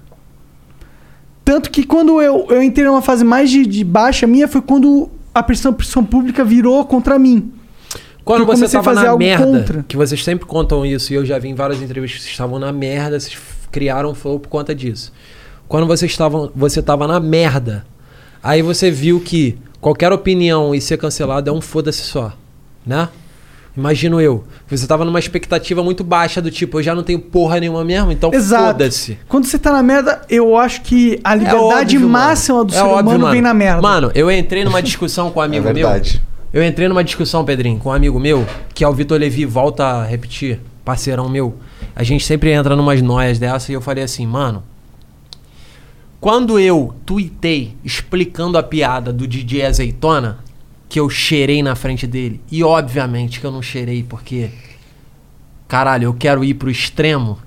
Tanto que quando eu, eu entrei numa fase mais de, de baixa minha foi quando a percepção pública virou contra mim.
Quando
Eu
você
comecei a
tava
fazer
na
algo
merda,
contra.
que vocês sempre contam isso, e eu já vi em várias entrevistas que vocês estavam na merda, vocês f- criaram flow por conta disso. Quando vocês estavam, você tava na merda, aí você viu que qualquer opinião e ser cancelado é um foda-se só, né? Imagino eu. Você tava numa expectativa muito baixa do tipo, eu já não tenho porra nenhuma mesmo, então
Exato.
foda-se.
Quando você tá na merda, eu acho que a liberdade
É óbvio, mano.
máxima do
É
ser
óbvio,
humano
mano.
vem na merda.
Mano, eu entrei numa discussão com um amigo meu. Eu entrei numa discussão, Pedrinho, com um amigo meu, que é o Vitor Levi, volta a repetir, parceirão meu. A gente sempre entra numas noias dessa e eu falei assim, mano. Quando eu tuitei explicando a piada do DJ Azeitona, que eu cheirei na frente dele, e obviamente que eu não cheirei porque. Caralho, eu quero ir pro extremo.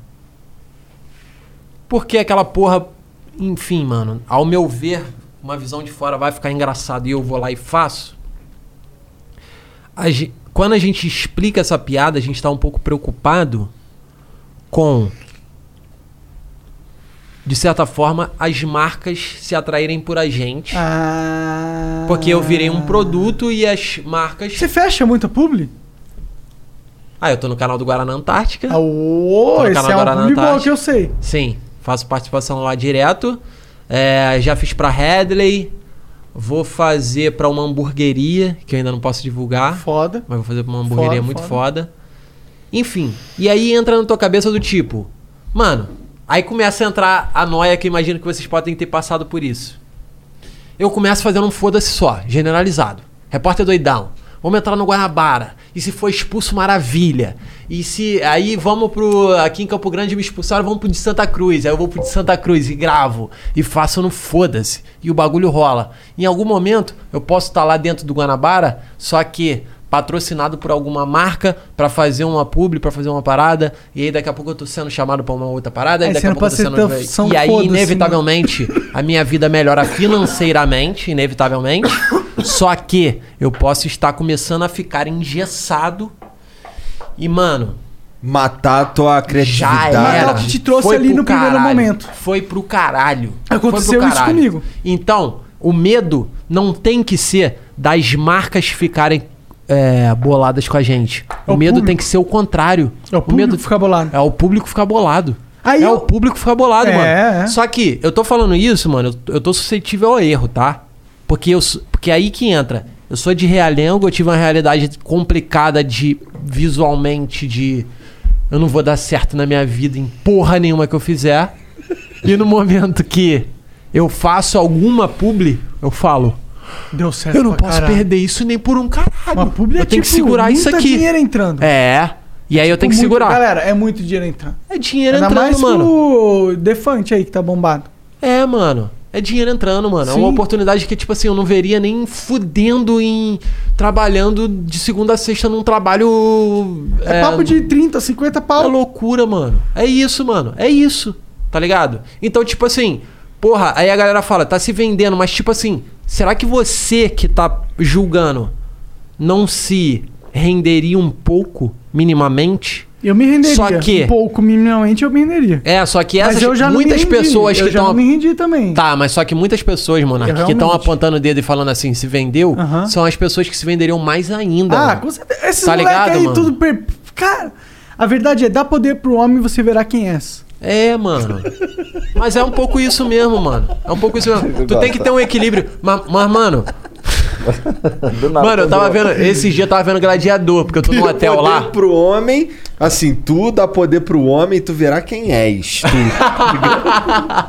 Porque aquela porra. Enfim, mano. Ao meu ver, uma visão de fora vai ficar engraçado e eu vou lá e faço. A ge- quando a gente explica essa piada, a gente tá um pouco preocupado com. De certa forma, as marcas se atraírem por a gente. Porque eu virei um produto e as marcas.
Você fecha muito a publi?
Ah, eu tô no canal do Guarana Antártica.
Ah, Ô,
Tô no
esse
canal
é
Guarana
um publi bom
Antártica.
que eu sei.
Sim, faço participação lá direto. É, já fiz pra Headley. Vou fazer pra uma hamburgueria, que eu ainda não posso divulgar.
Foda.
Mas vou fazer pra uma hamburgueria
Foda,
muito
foda.
foda. Enfim, e aí entra na tua cabeça do tipo, mano, aí começa a entrar a noia que eu imagino que vocês podem ter passado por isso. Eu começo fazendo um foda-se só, generalizado. Repórter doidão. Vamos entrar no Guanabara. E se for expulso, maravilha. E se. Aí vamos pro. Aqui em Campo Grande me expulsaram, vamos pro de Santa Cruz. Aí eu vou pro de Santa Cruz e gravo. E faço no foda-se. E o bagulho rola. Em algum momento, eu posso estar lá dentro do Guanabara, só que patrocinado por alguma marca pra fazer uma publi, pra fazer uma parada. E aí daqui a pouco eu tô sendo chamado pra uma outra parada.
Aí
e daqui
você
a
não
pouco eu
pode ser tão-
tô
são
sendo. E aí,
foda-se,
inevitavelmente. Inevitavelmente, a minha vida melhora financeiramente, inevitavelmente. Só que eu posso estar começando a ficar engessado. E, mano.
Matar a tua criatividade.
Já
é
era.
Te
trouxe
Foi
ali
pro
no primeiro momento.
Foi pro caralho.
Aconteceu
Foi pro
isso comigo.
Então, o medo não tem que ser das marcas ficarem é, boladas com a gente.
É
O, medo tem que ser o contrário. É o,
público
medo
ficar bolado.
É o público ficar bolado.
Aí
é
eu-
o público ficar bolado,
É,
mano.
é.
Só que eu tô falando isso, mano, eu, eu tô suscetível ao erro, tá? Porque eu sou- porque aí que entra. Eu sou de realengo, eu tive uma realidade complicada de visualmente de eu não vou dar certo na minha vida em porra nenhuma que eu fizer. E no momento que eu faço alguma publi, eu falo,
Deu certo.
eu não
pra
posso
caralho.
perder isso nem por um caralho.
Uma publi é
eu tenho que
tipo,
segurar isso
muita
aqui.
dinheiro entrando. Tipo,
É. E aí eu tenho que
Muito-
segurar.
Galera, é muito dinheiro entrando.
É dinheiro
Ainda
entrando,
mais
mano.
pro Defante aí que tá bombado.
É, mano. É dinheiro entrando, mano. É uma
Sim.
oportunidade que, tipo assim, eu não veria nem fudendo em. trabalhando de segunda a sexta num trabalho.
É, papo de 30, 50 pau.
É loucura, mano. É isso, mano. É isso. Tá ligado? Então, tipo assim, porra, aí a galera fala, tá se vendendo, mas tipo assim, será que você que tá julgando não se renderia um pouco, minimamente?
Eu me renderia.
Só que-
Um pouco minimamente eu me renderia.
É, só que
Mas
essas
eu já não me
muitas
rendi,
pessoas
eu
que
já
estão
não me rendi também.
Tá, mas só que muitas pessoas,
Eu
Monark, que
realmente.
estão apontando o dedo e falando assim, se vendeu, são as pessoas que se venderiam mais ainda.
Ah,
mano.
com certeza. Esses
Tá
moleque
ligado,
aí
mano?
tudo per... Cara, a verdade é, dá poder pro homem e você verá quem és.
É, mano. Mas é um pouco isso mesmo, mano. É um pouco isso mesmo. Tu tem que ter um equilíbrio. Mas, mas, mano. mano, eu tava vendo. Esses dias eu tava vendo Gladiador, porque eu tô num
Dá
hotel
poder
lá.
pro homem, assim, tu dá poder pro homem e tu verá quem és. Tu.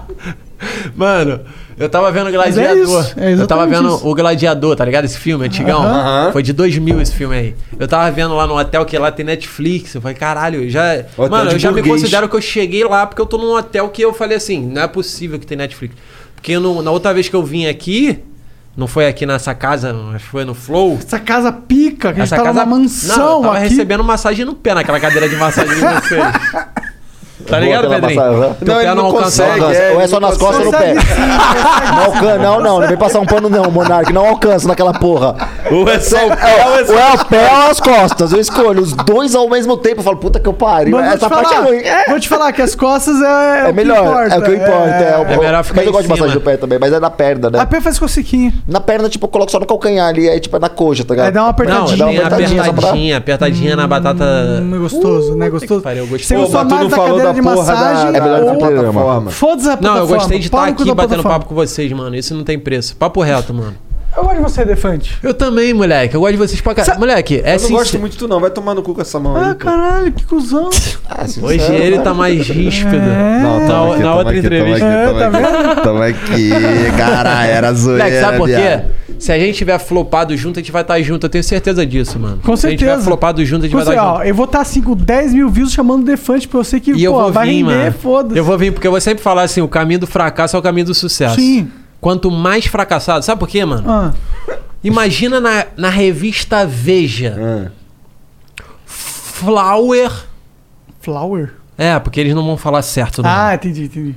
Mano, eu tava vendo
Mas é
Gladiador.
isso, é
eu tava
exatamente
vendo
isso.
o Gladiador, tá ligado? Esse filme antigão.
Aham.
Foi de 2000 esse filme aí. Eu tava vendo lá no hotel que lá tem Netflix. Eu falei, caralho, eu já.
Hotel
mano,
de
eu já me
burguês.
considero que eu cheguei lá porque eu tô num hotel que eu falei assim, não é possível que tem Netflix. Porque no- na outra vez que eu vim aqui, não foi aqui nessa casa, mas foi no Flow.
Essa casa pica, que a gente tava numa
Não,
mansão
eu tava
aqui.
recebendo massagem no pé, naquela cadeira de massagem de vocês. Tá
Boa
ligado,
aquela
Pedrinho?
massagem, né?
Teu
Não,
pé
ele não
alcança.
consegue, Não, é, ou é ele só não nas costas ou no consegue. pé? Não, não, não, não vem passar um pano não, Monark, não alcança naquela porra. Ou é só o pé, ou é, o pé ou as costas. Eu escolho os dois ao mesmo tempo. Eu falo, puta que eu pariu.
Mas vou te
Essa parte
falar,
é ruim. É,
Vou te falar que as costas é,
é melhor, é o que importa. É, o- mas eu
em
gosto de massagem
cima.
do pé também, mas é na perna, né?
A pé faz cociquinha.
Na perna, tipo, eu coloco só no calcanhar ali, aí tipo é na coxa, tá ligado?
Aí dá uma
Não,
Dá uma apertadinha, só pra-
apertadinha, apertadinha na batata. Uh,
Não Hum, é gostoso, né? Gostoso.
Pariu, eu
Você
gostei.
gostou mais da cadeira de massagem
É melhor
ou- Foda-se a
Não, eu
plataforma,
gostei de
pau
estar
no cu
aqui
da
batendo
plataforma.
papo com vocês, mano. Isso não tem preço. Papo reto, mano.
Eu gosto de você, Defante.
Eu também, moleque. Eu gosto de vocês pra caralho. Moleque, é
eu não
sincero.
gosto muito de tu não, vai tomar no cu com essa mão aí. cara.
Caralho, que cuzão.
Hoje ele tá mais
É.
ríspido. tá
Não,
na
tamo aqui,
na
tamo
outra
aqui, tamo
entrevista.
aqui,
É,
tamo
tá
aqui.
vendo?
Tamo aqui, caralho, era
Moleque,
zoeira,
sabe por quê?
viado.
Se a gente tiver flopado junto, a gente vai estar junto. Eu tenho certeza disso, mano.
Com
Se a gente tiver
certeza.
flopado junto, a gente
Com
vai
certeza,
estar
ó,
junto.
eu vou estar Tipo assim com 10 mil views chamando o Defante pra eu sei que,
E eu vou
vai
vir,
render,
mano.
foda-se.
Eu vou vir porque eu vou sempre falar assim, o caminho do fracasso é o caminho do sucesso.
Sim.
Quanto mais fracassado, sabe por quê, mano?
Ah.
Imagina na, na revista Veja. Flower.
Flower?
É, porque eles não vão falar certo, não.
Ah, entendi, entendi.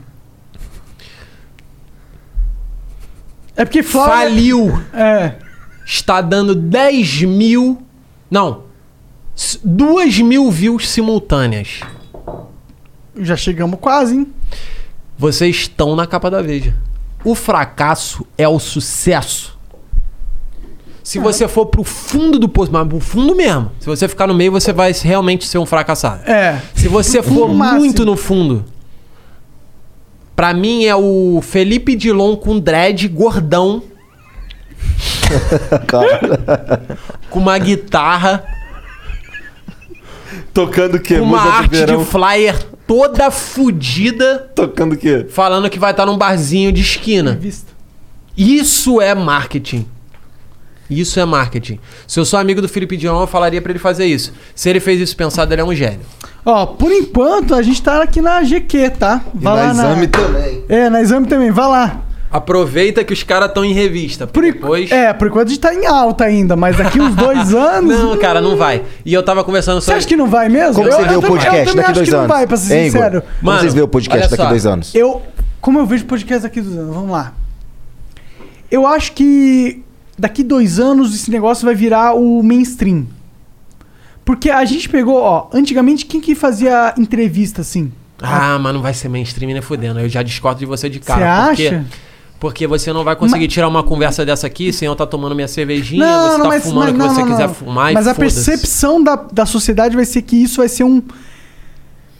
É porque Flower.
Faliu.
É.
Está dando 10 mil. Não. 2 mil views simultâneas.
Já chegamos quase, hein?
Vocês estão na capa da Veja. O fracasso é o sucesso.
É.
Se você for pro fundo do poço, mas pro fundo mesmo. Se você ficar no meio, você vai realmente ser um fracassado.
É.
Se você for
máximo.
muito no fundo. Pra mim é o Felipe Dilon com dread gordão, com uma guitarra,
Tocando o quê?
com uma
Música de
arte de
verão.
flyer toda fudida.
Tocando o quê?
Falando que vai estar num barzinho de esquina. Isso é marketing. Isso é marketing. Se eu sou amigo do Felipe Dilon, eu falaria pra ele fazer isso. Se ele fez isso pensado, ele é um gênio.
Ó, por enquanto a gente tá aqui na GQ, tá? Vai
na
lá
Exame também.
É, na exame também, vai lá.
Aproveita que os caras estão em revista. Por depois.
É, por enquanto a gente tá em alta ainda, mas daqui uns dois anos.
Não, cara, não vai. E eu tava conversando
Você
sobre.
acha que não vai mesmo?
Como você vê o
também-
podcast
também
daqui
acho
dois
que
anos?
Não vai, pra ser
Hein, Igor?
sincero.
Como Mano, vocês veem o podcast
olha
daqui
só.
dois anos?
Eu, como eu vejo podcast daqui dois anos, vamos lá. Eu acho que daqui dois anos esse negócio vai virar o mainstream. Porque a gente pegou, ó, antigamente quem que fazia entrevista assim?
Ah, mas não vai ser mainstream, né? Fudendo. Eu já discordo de você de
Você
cara. porque-
acha?
Porque você não vai conseguir tirar uma conversa dessa aqui sem eu estar tomando minha cervejinha, você tá fumando o que você quiser fumar e
Mas a
foda-se.
percepção da, da sociedade vai ser que isso vai ser um.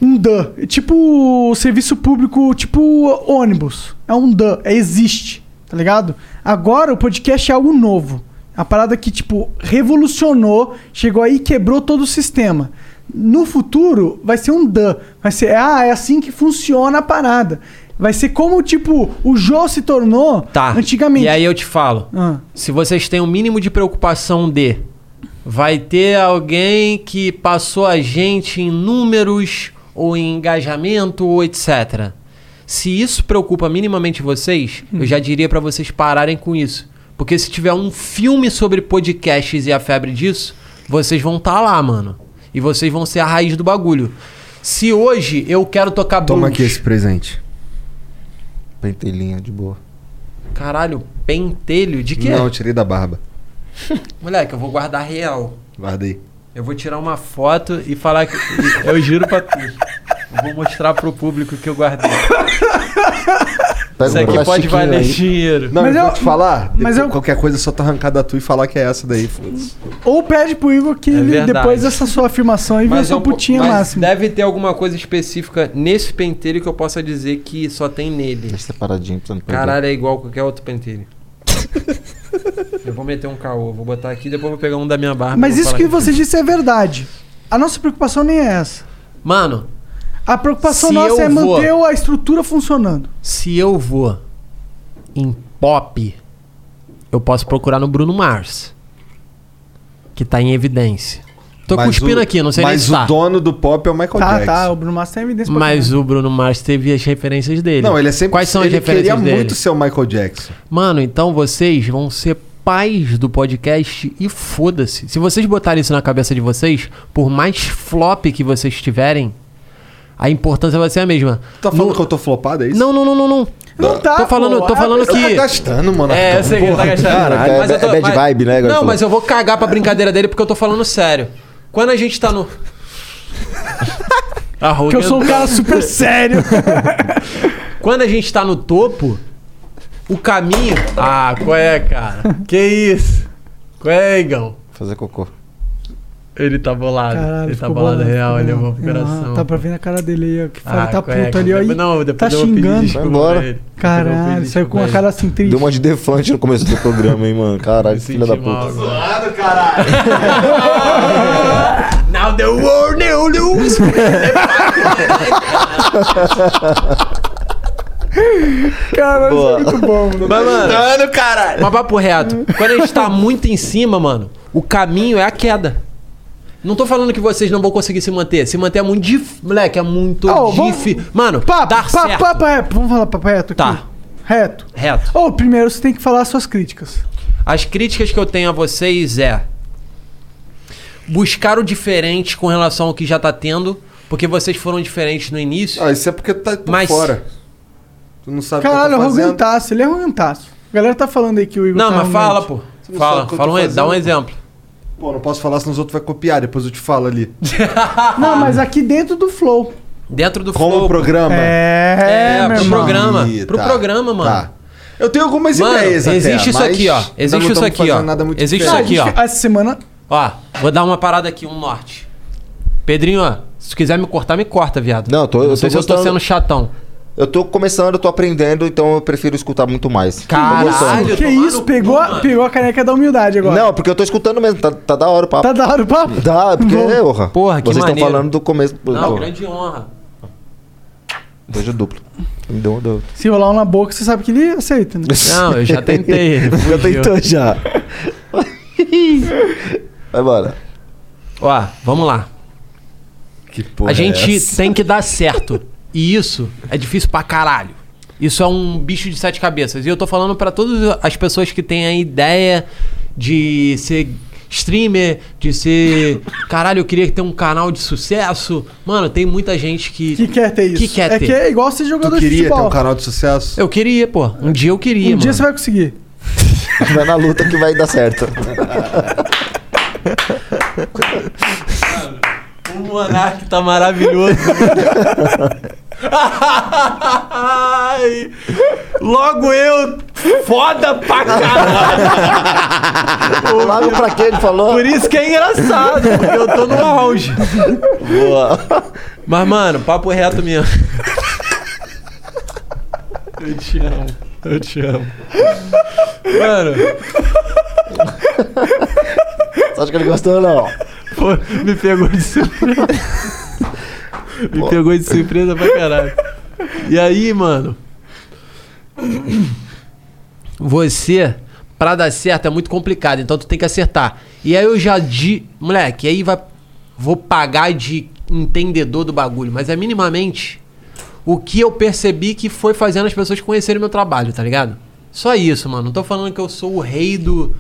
Um dã. Tipo serviço público, tipo ônibus. É um dã. É existe. Tá ligado? Agora o podcast é algo novo. A parada que, tipo, revolucionou, chegou aí e quebrou todo o sistema. No futuro, vai ser um dã. Vai ser, ah, é assim que funciona a parada. Vai ser como, tipo, o Jô se tornou
Tá.
antigamente.
E aí eu te falo.
Ah.
Se vocês têm o mínimo de preocupação de vai ter alguém que passou a gente em números ou em engajamento ou etc. Se isso preocupa minimamente vocês, eu já diria pra vocês pararem com isso. Porque se tiver um filme sobre podcasts e a febre disso, vocês vão estar lá, mano. E vocês vão ser a raiz do bagulho. Se hoje eu quero tocar
Toma
blues-
aqui esse presente.
Pentelinha, de boa.
Caralho, pentelho? De quê?
Não, eu tirei da barba.
Moleque, eu vou guardar real.
Guarda aí.
Eu vou tirar uma foto e falar que. e Eu juro pra tu. Eu vou mostrar pro público que eu guardei. Isso aqui pode valer dinheiro.
Não,
um Mas
eu,
eu-
vou te falar.
mas
depois
eu-
Qualquer coisa é só tu arrancar da tua e falar que é essa daí. foda-se.
Ou pede pro Tipo, Igor que ele,
É verdade.
depois dessa sua afirmação aí vem
Mas
sua
eu-
putinha
mas
máxima.
Deve ter alguma coisa específica nesse pentelho que eu possa dizer que só tem nele.
Separadinho, pra você não perder.
Caralho, é igual a qualquer outro pentelho. eu vou meter um caô, vou botar aqui, depois vou pegar um da minha barba. e
Mas
vou
isso
falar
que você disse é verdade. A nossa preocupação nem é essa.
Mano,
A preocupação
Se
nossa
eu
é
vou-
manter a estrutura funcionando.
se eu vou em pop, eu posso procurar no Bruno Mars. Que tá em evidência. Tô
Mas
cuspindo
o-
aqui, não sei nem
Mas
se
o
tá.
dono do pop é o Michael
Tá,
Jackson.
tá, o Bruno Mars tem evidência pra
Mas o Bruno Mars teve as referências dele.
Não, ele é sempre.
Quais são as
ele
referências
queria
dele?
muito ser um- o Michael Jackson.
Mano, então vocês vão ser pais do podcast e foda-se. Se vocês botarem isso na cabeça de vocês, por mais flop que vocês tiverem, a importância vai ser a mesma.
Tá falando que eu tô flopado, é isso?
Não, não, não, não, não.
Não tá,
Tô falando,
pô.
tô
A
falando
pessoa
que.
tá gastando, mano.
É, eu sei que ele tá
Porra,
gastando.
caralho.
Mas eu tô-
é bad
mas-
vibe, né, agora
tá
Não,
tu
mas eu vou cagar pra brincadeira dele porque eu tô falando sério. Quando a gente tá no. Ah,
Que eu sou um cara super sério.
Quando a gente tá no topo, o caminho. Ah, qual é, cara? Que isso? Qual é, Igão?
Fazer cocô.
Ele tá bolado.
Caralho,
ele tá
ficou
bolado
bolado,
real,
ficou
ele levou pro
bolado.
coração.
Ah, tá pra ver na cara dele aí, ó. Que
Ah,
fala, tá
qual é,
puto
cara?
ali, ó.
Depois-
e
não, depois
tá
eu vou pedir
xingando.
desculpa pra
embora.
ele. Depois eu vou
Caralho,
pedir
saiu com
desculpa
uma
pra
cara assim triste.
Deu um monte de defante no começo do programa, hein, mano. Caralho, filha da puta.
Zoado, caralho.
ele. Now
um
the world will lose.
Caralho, isso
Boa.
é muito bom, mano.
Mas, mano,
Mano, caralho.
mas papo
Uhum.
reto. Quando a gente tá muito em cima, mano, o caminho é a queda. Não tô falando que vocês não vão conseguir se manter. Se manter é muito difícil. Moleque, é muito
Ô, vamos-
difícil. Mano,
Papo,
dar
papo,
certo.
papo reto. é, Vamos falar papo reto aqui.
Tá.
Reto.
Reto.
Ô, primeiro você tem que falar as suas críticas.
As críticas que eu tenho a vocês é buscar o diferente com relação ao que já tá tendo, porque vocês foram diferentes no início.
Ah, isso é porque tu tá por
Mas-
fora. Tu não sabe o que eu
Caralho,
tô fazendo.
arrogantaço. Ele é arrogantaço. A galera tá falando aí que o Igor
Não,
tá
mas
arrogante.
fala, pô.
não sabe
Fala,
o que eu
fala
tô
um, dá um
fazendo.
exemplo.
Pô, não posso falar, senão os outros vão copiar. Depois eu te falo ali.
Não, mas aqui dentro do flow.
Dentro do
Como o
flow.
programa.
É,
É,
meu
pro
irmão.
programa.
Ih,
pro
tá,
programa, mano.
tá. Eu tenho algumas
Mano,
ideias até,
existe isso
mas
aqui, ó.
ainda
Existe
não
isso
tamo
aqui, ó.
fazendo Nada muito
Existe
diferente.
isso aqui, ó.
Essa semana.
Ó, vou dar uma parada aqui, um norte. Pedrinho, ó, se tu quiser me cortar, me corta, viado.
Não, eu tô- eu
sei
tô
se eu tô
gostando.
sendo chatão.
Eu tô começando, eu tô aprendendo, então eu prefiro escutar muito mais.
Caralho,
Tô gostando.
Eu
Que
tomar no
isso?
cu,
Pegou, a-
mano.
pegou a caneca da humildade agora.
Não, porque eu tô escutando mesmo, tá, tá da hora o papo.
Tá da hora o papo?
Dá, porque é honra.
Porra, que
Vocês estão
maneiro.
falando do começo. Pô,
Não,
pô,
grande honra.
Hoje o duplo. Me deu um deu.
Se rolar um na boca, você sabe que ele aceita, né?
Não, eu já tentei. ele
Já
fugiu.
tentou já. Vai embora.
Ó, vamos lá.
Que porra
a gente
é essa?
tem que dar certo. E isso é difícil pra caralho. Isso é um bicho de sete cabeças. E eu tô falando pra todas as pessoas que têm a ideia de ser streamer, de ser. Caralho, eu queria ter um canal de sucesso. Mano, tem muita gente que.
Que quer ter isso.
Que quer
é
ter.
que é igual ser jogador
Tu
de
queria ter
futebol.
um canal de sucesso?
Eu queria, pô. Um dia eu queria,
um
mano.
dia você vai conseguir.
Vai na luta que vai dar certo.
O Monark tá maravilhoso. Ai, logo eu, foda pra caralho.
Logo pra quem ele falou?
Por isso que é engraçado, porque eu tô no auge.
Boa.
Mas, mano, papo reto mesmo. Eu te amo. Eu te amo. Mano,
Você acha que ele gostou ou não?
pô, me pegou de surpresa. Me pegou de surpresa pra caralho. E aí, mano? Você, pra dar certo, é muito complicado. Então tu tem que acertar. E aí eu já di. Moleque, aí vai. Vou pagar de entendedor do bagulho. Mas é minimamente o que eu percebi que foi fazendo as pessoas conhecerem meu trabalho, tá ligado? Só isso, mano. Não tô falando que eu sou o rei do.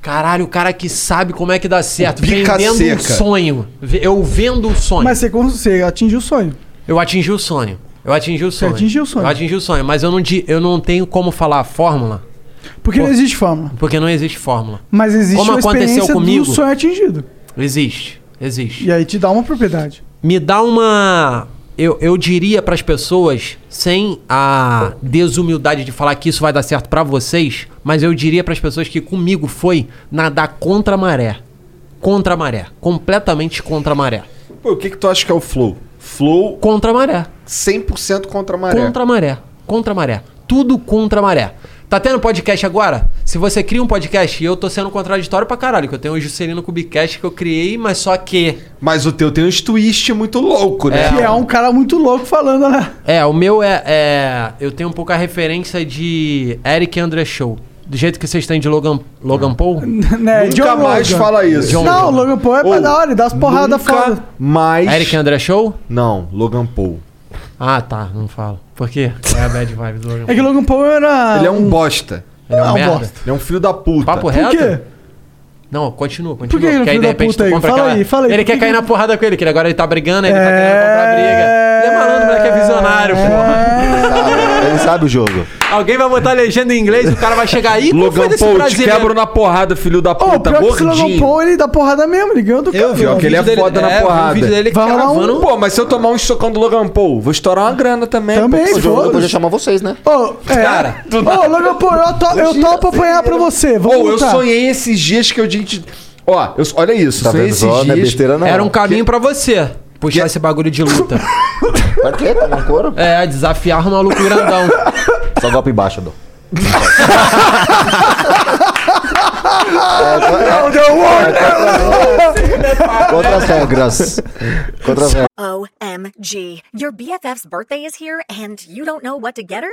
Caralho, o cara que sabe como é que dá certo.
pica
Vendendo um
seca.
sonho. Ve- Eu vendo um sonho.
Mas você, cons- você atingiu o sonho.
Eu atingi o sonho. Eu atingi o sonho.
atingiu o sonho.
Eu atingi o sonho, mas eu não, di- eu não tenho como falar a fórmula,
Porque
Pô.
não existe fórmula.
porque não existe fórmula.
Mas existe
Como
uma
aconteceu
experiência
comigo?
do sonho atingido.
Existe, existe.
E aí te dá uma propriedade.
Me dá uma. Eu, eu diria para as pessoas, sem a desumildade de falar que isso vai dar certo para vocês, mas eu diria para as pessoas que comigo foi nadar contra a maré. Contra a maré. Completamente contra a maré.
Pô, o que, que tu acha que é o flow? Flow.
Contra a maré.
100% contra a maré.
Contra a maré. Contra a maré. Tudo contra a maré. Tá tendo podcast agora? Se você cria um podcast, e eu tô sendo contraditório pra caralho, que eu tenho o Juscelino Cubicast que eu criei, mas só que.
Mas o teu tem uns twist muito louco, né?
que é um cara muito louco falando, né?
É, o meu é, é- Eu tenho um pouco a referência de Eric André Show. Do jeito que vocês têm de Logan,
Ah.
Logan Paul?
Né?
Nunca
John
mais fala isso. John Logan.
não, o Logan Paul é pra da hora, ele dá as porradas foda.
Mas.
Eric André Show?
Não, Logan Paul.
Ah, tá, não falo. Por quê? É a bad vibe do Logan
É que o Logan Paul era.
Ele é um bosta.
Ele é um
Não,
merda.
bosta. Ele é um filho da puta.
Papo reto? Não, continua, continua.
Por que ele
porque Tipo,
é
aí
filho
de
da
repente
puta
tu
aí?
compra
Fala
aquela...
aí, fala aí,
Ele
por
quer
que
cair
que-
na porrada com ele, que ele agora ele tá brigando, ele tá querendo comprar briga. Ele é malandro, moleque é visionário, porra.
Ele sabe o jogo.
Alguém vai botar a legenda em inglês, o cara vai chegar aí. qual foi
Logan
desse
Paul, te
brasileiro?
quebro na porrada, filho da
Ô,
puta,
pior que esse Logan
gordinho.
Paul, ele dá porrada mesmo, ele ganhou do cara.
Eu vi, ó, que ele é foda na porrada.
Vai
tá
rolar um-
Pô, mas se eu tomar um socão do Logan Paul, vou estourar uma grana também.
Também,
pô,
foda-se.
Vou
chamar vocês, né?
Ô, é.
Cara,
Ô, Logan Paul, eu, to- eu topo apanhar pra você. Vamos
Ou eu
lutar.
sonhei esses dias que eu gente. Ó, eu- olha isso,
Tá
sonhei
vendo
esses
só?
dias.
Não é besteira, não.
Era um caminho pra você. Puxar esse bagulho de luta.
Pra quê? Tá no couro?
É, desafiar o maluco grandão.
Só golpe baixo, Dom. Contra as regras. Contra as regras.
OMG. Your BFF's birthday is here and you don't know what to get her?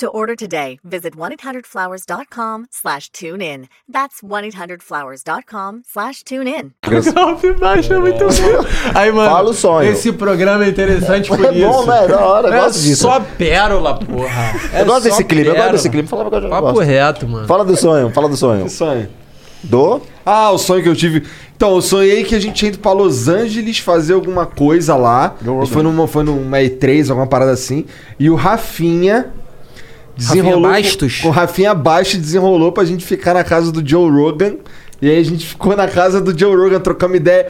To order today, visit 1-800-Flowers.com slash tune in. That's 1-800-Flowers.com slash tune in.
Golpe baixo é muito bom.
Aí, mano.
Fala o sonho.
Esse programa é interessante por
É
isso.
bom, né? Da hora, eu
é
gosto disso.
só pérola, porra. É
Eu gosto
só
desse clima, eu gosto desse
pérola.
clima. Fala pra eu
Papo
gosto.
reto, mano.
Fala do sonho, fala do sonho.
Que sonho?
Do?
Ah, o sonho que eu tive. Então, eu sonhei que a gente ia indo pra Los Angeles fazer alguma coisa lá.
um
A gente Foi numa, foi numa E3, alguma parada assim. E o Rafinha. Desenrolou
Rafinha Bastos?
Com, o Rafinha Bastos desenrolou pra gente ficar na casa do Joe Rogan. E aí a gente ficou na casa do Joe Rogan, trocamos ideia.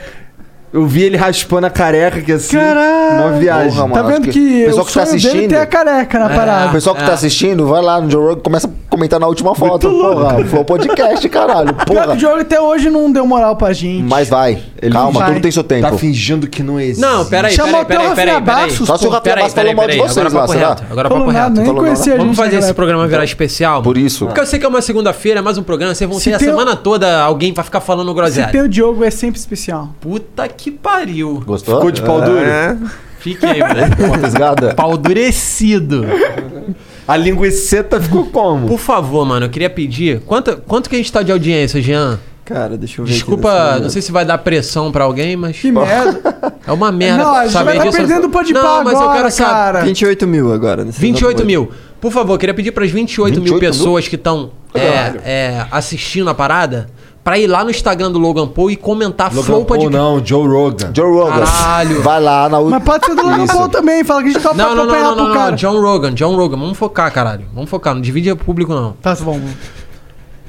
Eu vi ele raspando a careca que assim.
Caralho!
Uma viagem.
Porra, mano,
Tá vendo
acho que
que,
o pessoal
o
que tá
sonho dele
assistindo-
tem a careca na parada.
O pessoal que tá assistindo, vai lá no Joe Rogan, começa a comentar na última foto. Porra, Flow Podcast, caralho.
Pior que o
Porra.
Diogo até hoje não deu moral pra gente.
Mas vai. Calma,
vai.
tudo tem seu tempo.
Tá fingindo que não existe.
Não, peraí, peraí,
Chamou até o
peraí,
Rafinha
peraí, peraí.
Bastos,
Só se o Rafinha
Peraí,
Bastos
peraí,
falou mal de
peraí.
vocês
Agora
lá,
papo
será?
reto. Agora
Falou
papo
nada,
reto.
nem
Falou
conhecia
nada.
a
Vamos
gente
fazer
naquela
esse
época.
programa virar especial?
Por isso.
Porque eu sei que é uma segunda-feira, é mais um programa, vocês vão
Se
ter a
tem
semana toda alguém pra ficar falando
Se
groselha.
tem o Diogo, é sempre especial.
Puta que pariu.
Gostou? É.
Ficou de pau
É.
duro?
Fiquei, moleque.
Uma fisgada?
Pau durecido.
A linguiceta ficou como?
Por favor, mano, eu queria pedir. Quanto, quanto que a gente tá de audiência, Jean?
Cara, deixa eu ver. aqui nesse
Desculpa,
momento.
não sei se vai dar pressão pra alguém, mas.
Que merda.
É uma merda.
Não, a gente
saber
vai tá
disso.
perdendo o pó de
Não,
pá
mas eu
agora,
quero saber.
cara.
28 mil agora. nesse
28
exato
mil. Por favor, queria pedir para as 28,
28
mil
mil?
pessoas que estão assistindo a parada para ir lá no Instagram do Logan Paul e comentar
Logan
Flow
Paul,
Podcast.
não, Joe Rogan.
Joe Rogan.
Caralho.
Vai lá na última.
Mas pode ser do Logan
Isso.
Paul também, fala que a gente topa
Não, não, não,
apanhar
não,
pro
não,
cara.
não, John Rogan, John Rogan. Vamos focar, caralho. Vamos focar, não divide o público, não.
Tá bom.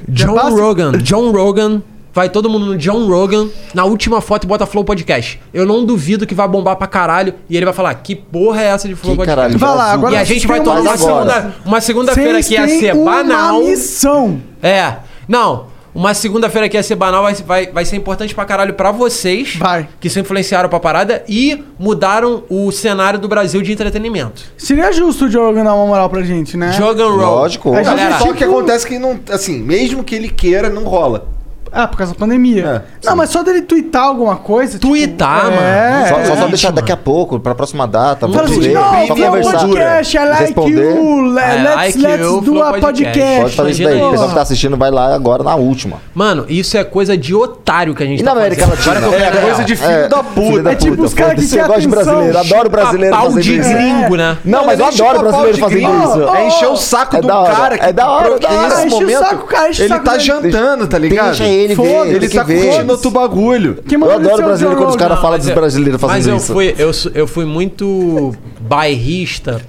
John
basta?
Rogan, John Rogan. Vai todo mundo no John Rogan, na última foto e bota Flow Podcast. Eu não duvido que vai bombar pra caralho e ele vai falar: que porra é essa de Flow
Que
Podcast?
caralho,
Vai lá,
Brasil.
agora
E a gente vai
Tem uma
tomar uma
lição.
segunda- uma segunda-feira
Vocês
que é ia
têm
ser
uma
banal.
missão.
É. Não, uma segunda-feira que ia ser banal vai, vai, vai ser importante pra caralho pra vocês.
Vai.
Que se influenciaram pra parada e mudaram o cenário do Brasil de entretenimento.
Seria justo o Diogo dar uma moral pra gente, né?
Jogan Roll.
Lógico.
A gente
Mas
Galera,
só que acontece que não. Assim, mesmo que ele queira, não rola.
Ah, por causa da
É,
pandemia. não, mas só dele twittar alguma coisa. tipo,
Tá,
é. Twittar,
só, só- só deixar daqui a pouco, pra próxima data.
Fala
vamos
assim,
ver,
não,
só
vem um
conversar.
podcast, I like
Responder.
you, le- É, let's- like let's you, do Flow a Podcast. podcast.
Pode fazer isso
Imagina
daí. O
isso.
pessoal que tá assistindo vai lá agora na última.
Mano, isso é coisa de otário que a gente
E
tá
na América
fazendo.
Latina?
Agora que eu
É
ganho
coisa
real.
de filho É, da puta. filho da puta, foda-se. Eu gosto de
atenção.
brasileiro, adoro brasileiro
Chupa pau
fazendo
de
isso.
gringo, né?
Não, mas eu
ele
adoro
chupa
brasileiro
pau de
fazendo
gringo.
isso.
Ó, ó.
É encher o saco
É
do
da hora,
cara que
é da hora,
pro-
é da hora.
nesse
Enche o
momento
saco, cara, enche o
ele
saco
tá
dele.
jantando, tá ligado?
Deixa ele ver,
Foda-se,
ele
Ele
que
tá
vê.
curtindo outro bagulho.
mandou Eu adoro
um
ele ser o brasileiro Joe quando os Rogan? caras
né,
falam dos
Mas eu-
brasileiros fazendo
mas eu
isso.
Fui, eu, su- eu fui muito bairrista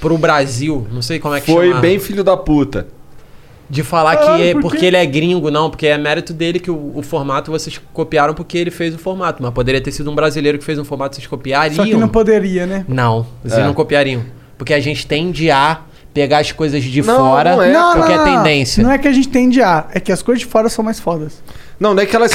pro Brasil. Não sei como é que
Foi
chamava.
bem filho da puta.
De falar
Caralho,
que é
por quê?
porque ele é gringo, não, porque é mérito dele que o, o formato vocês copiaram porque ele fez o formato. Mas poderia ter sido um brasileiro que fez um formato, vocês copiariam.
Só que não poderia, né?
Não, vocês
É.
não copiariam. Porque a gente tende a pegar as coisas de
Não,
fora,
não é,
porque
cara.
é tendência.
Não é que a gente tende a, é que as coisas de fora são mais fodas.
Não, não é que elas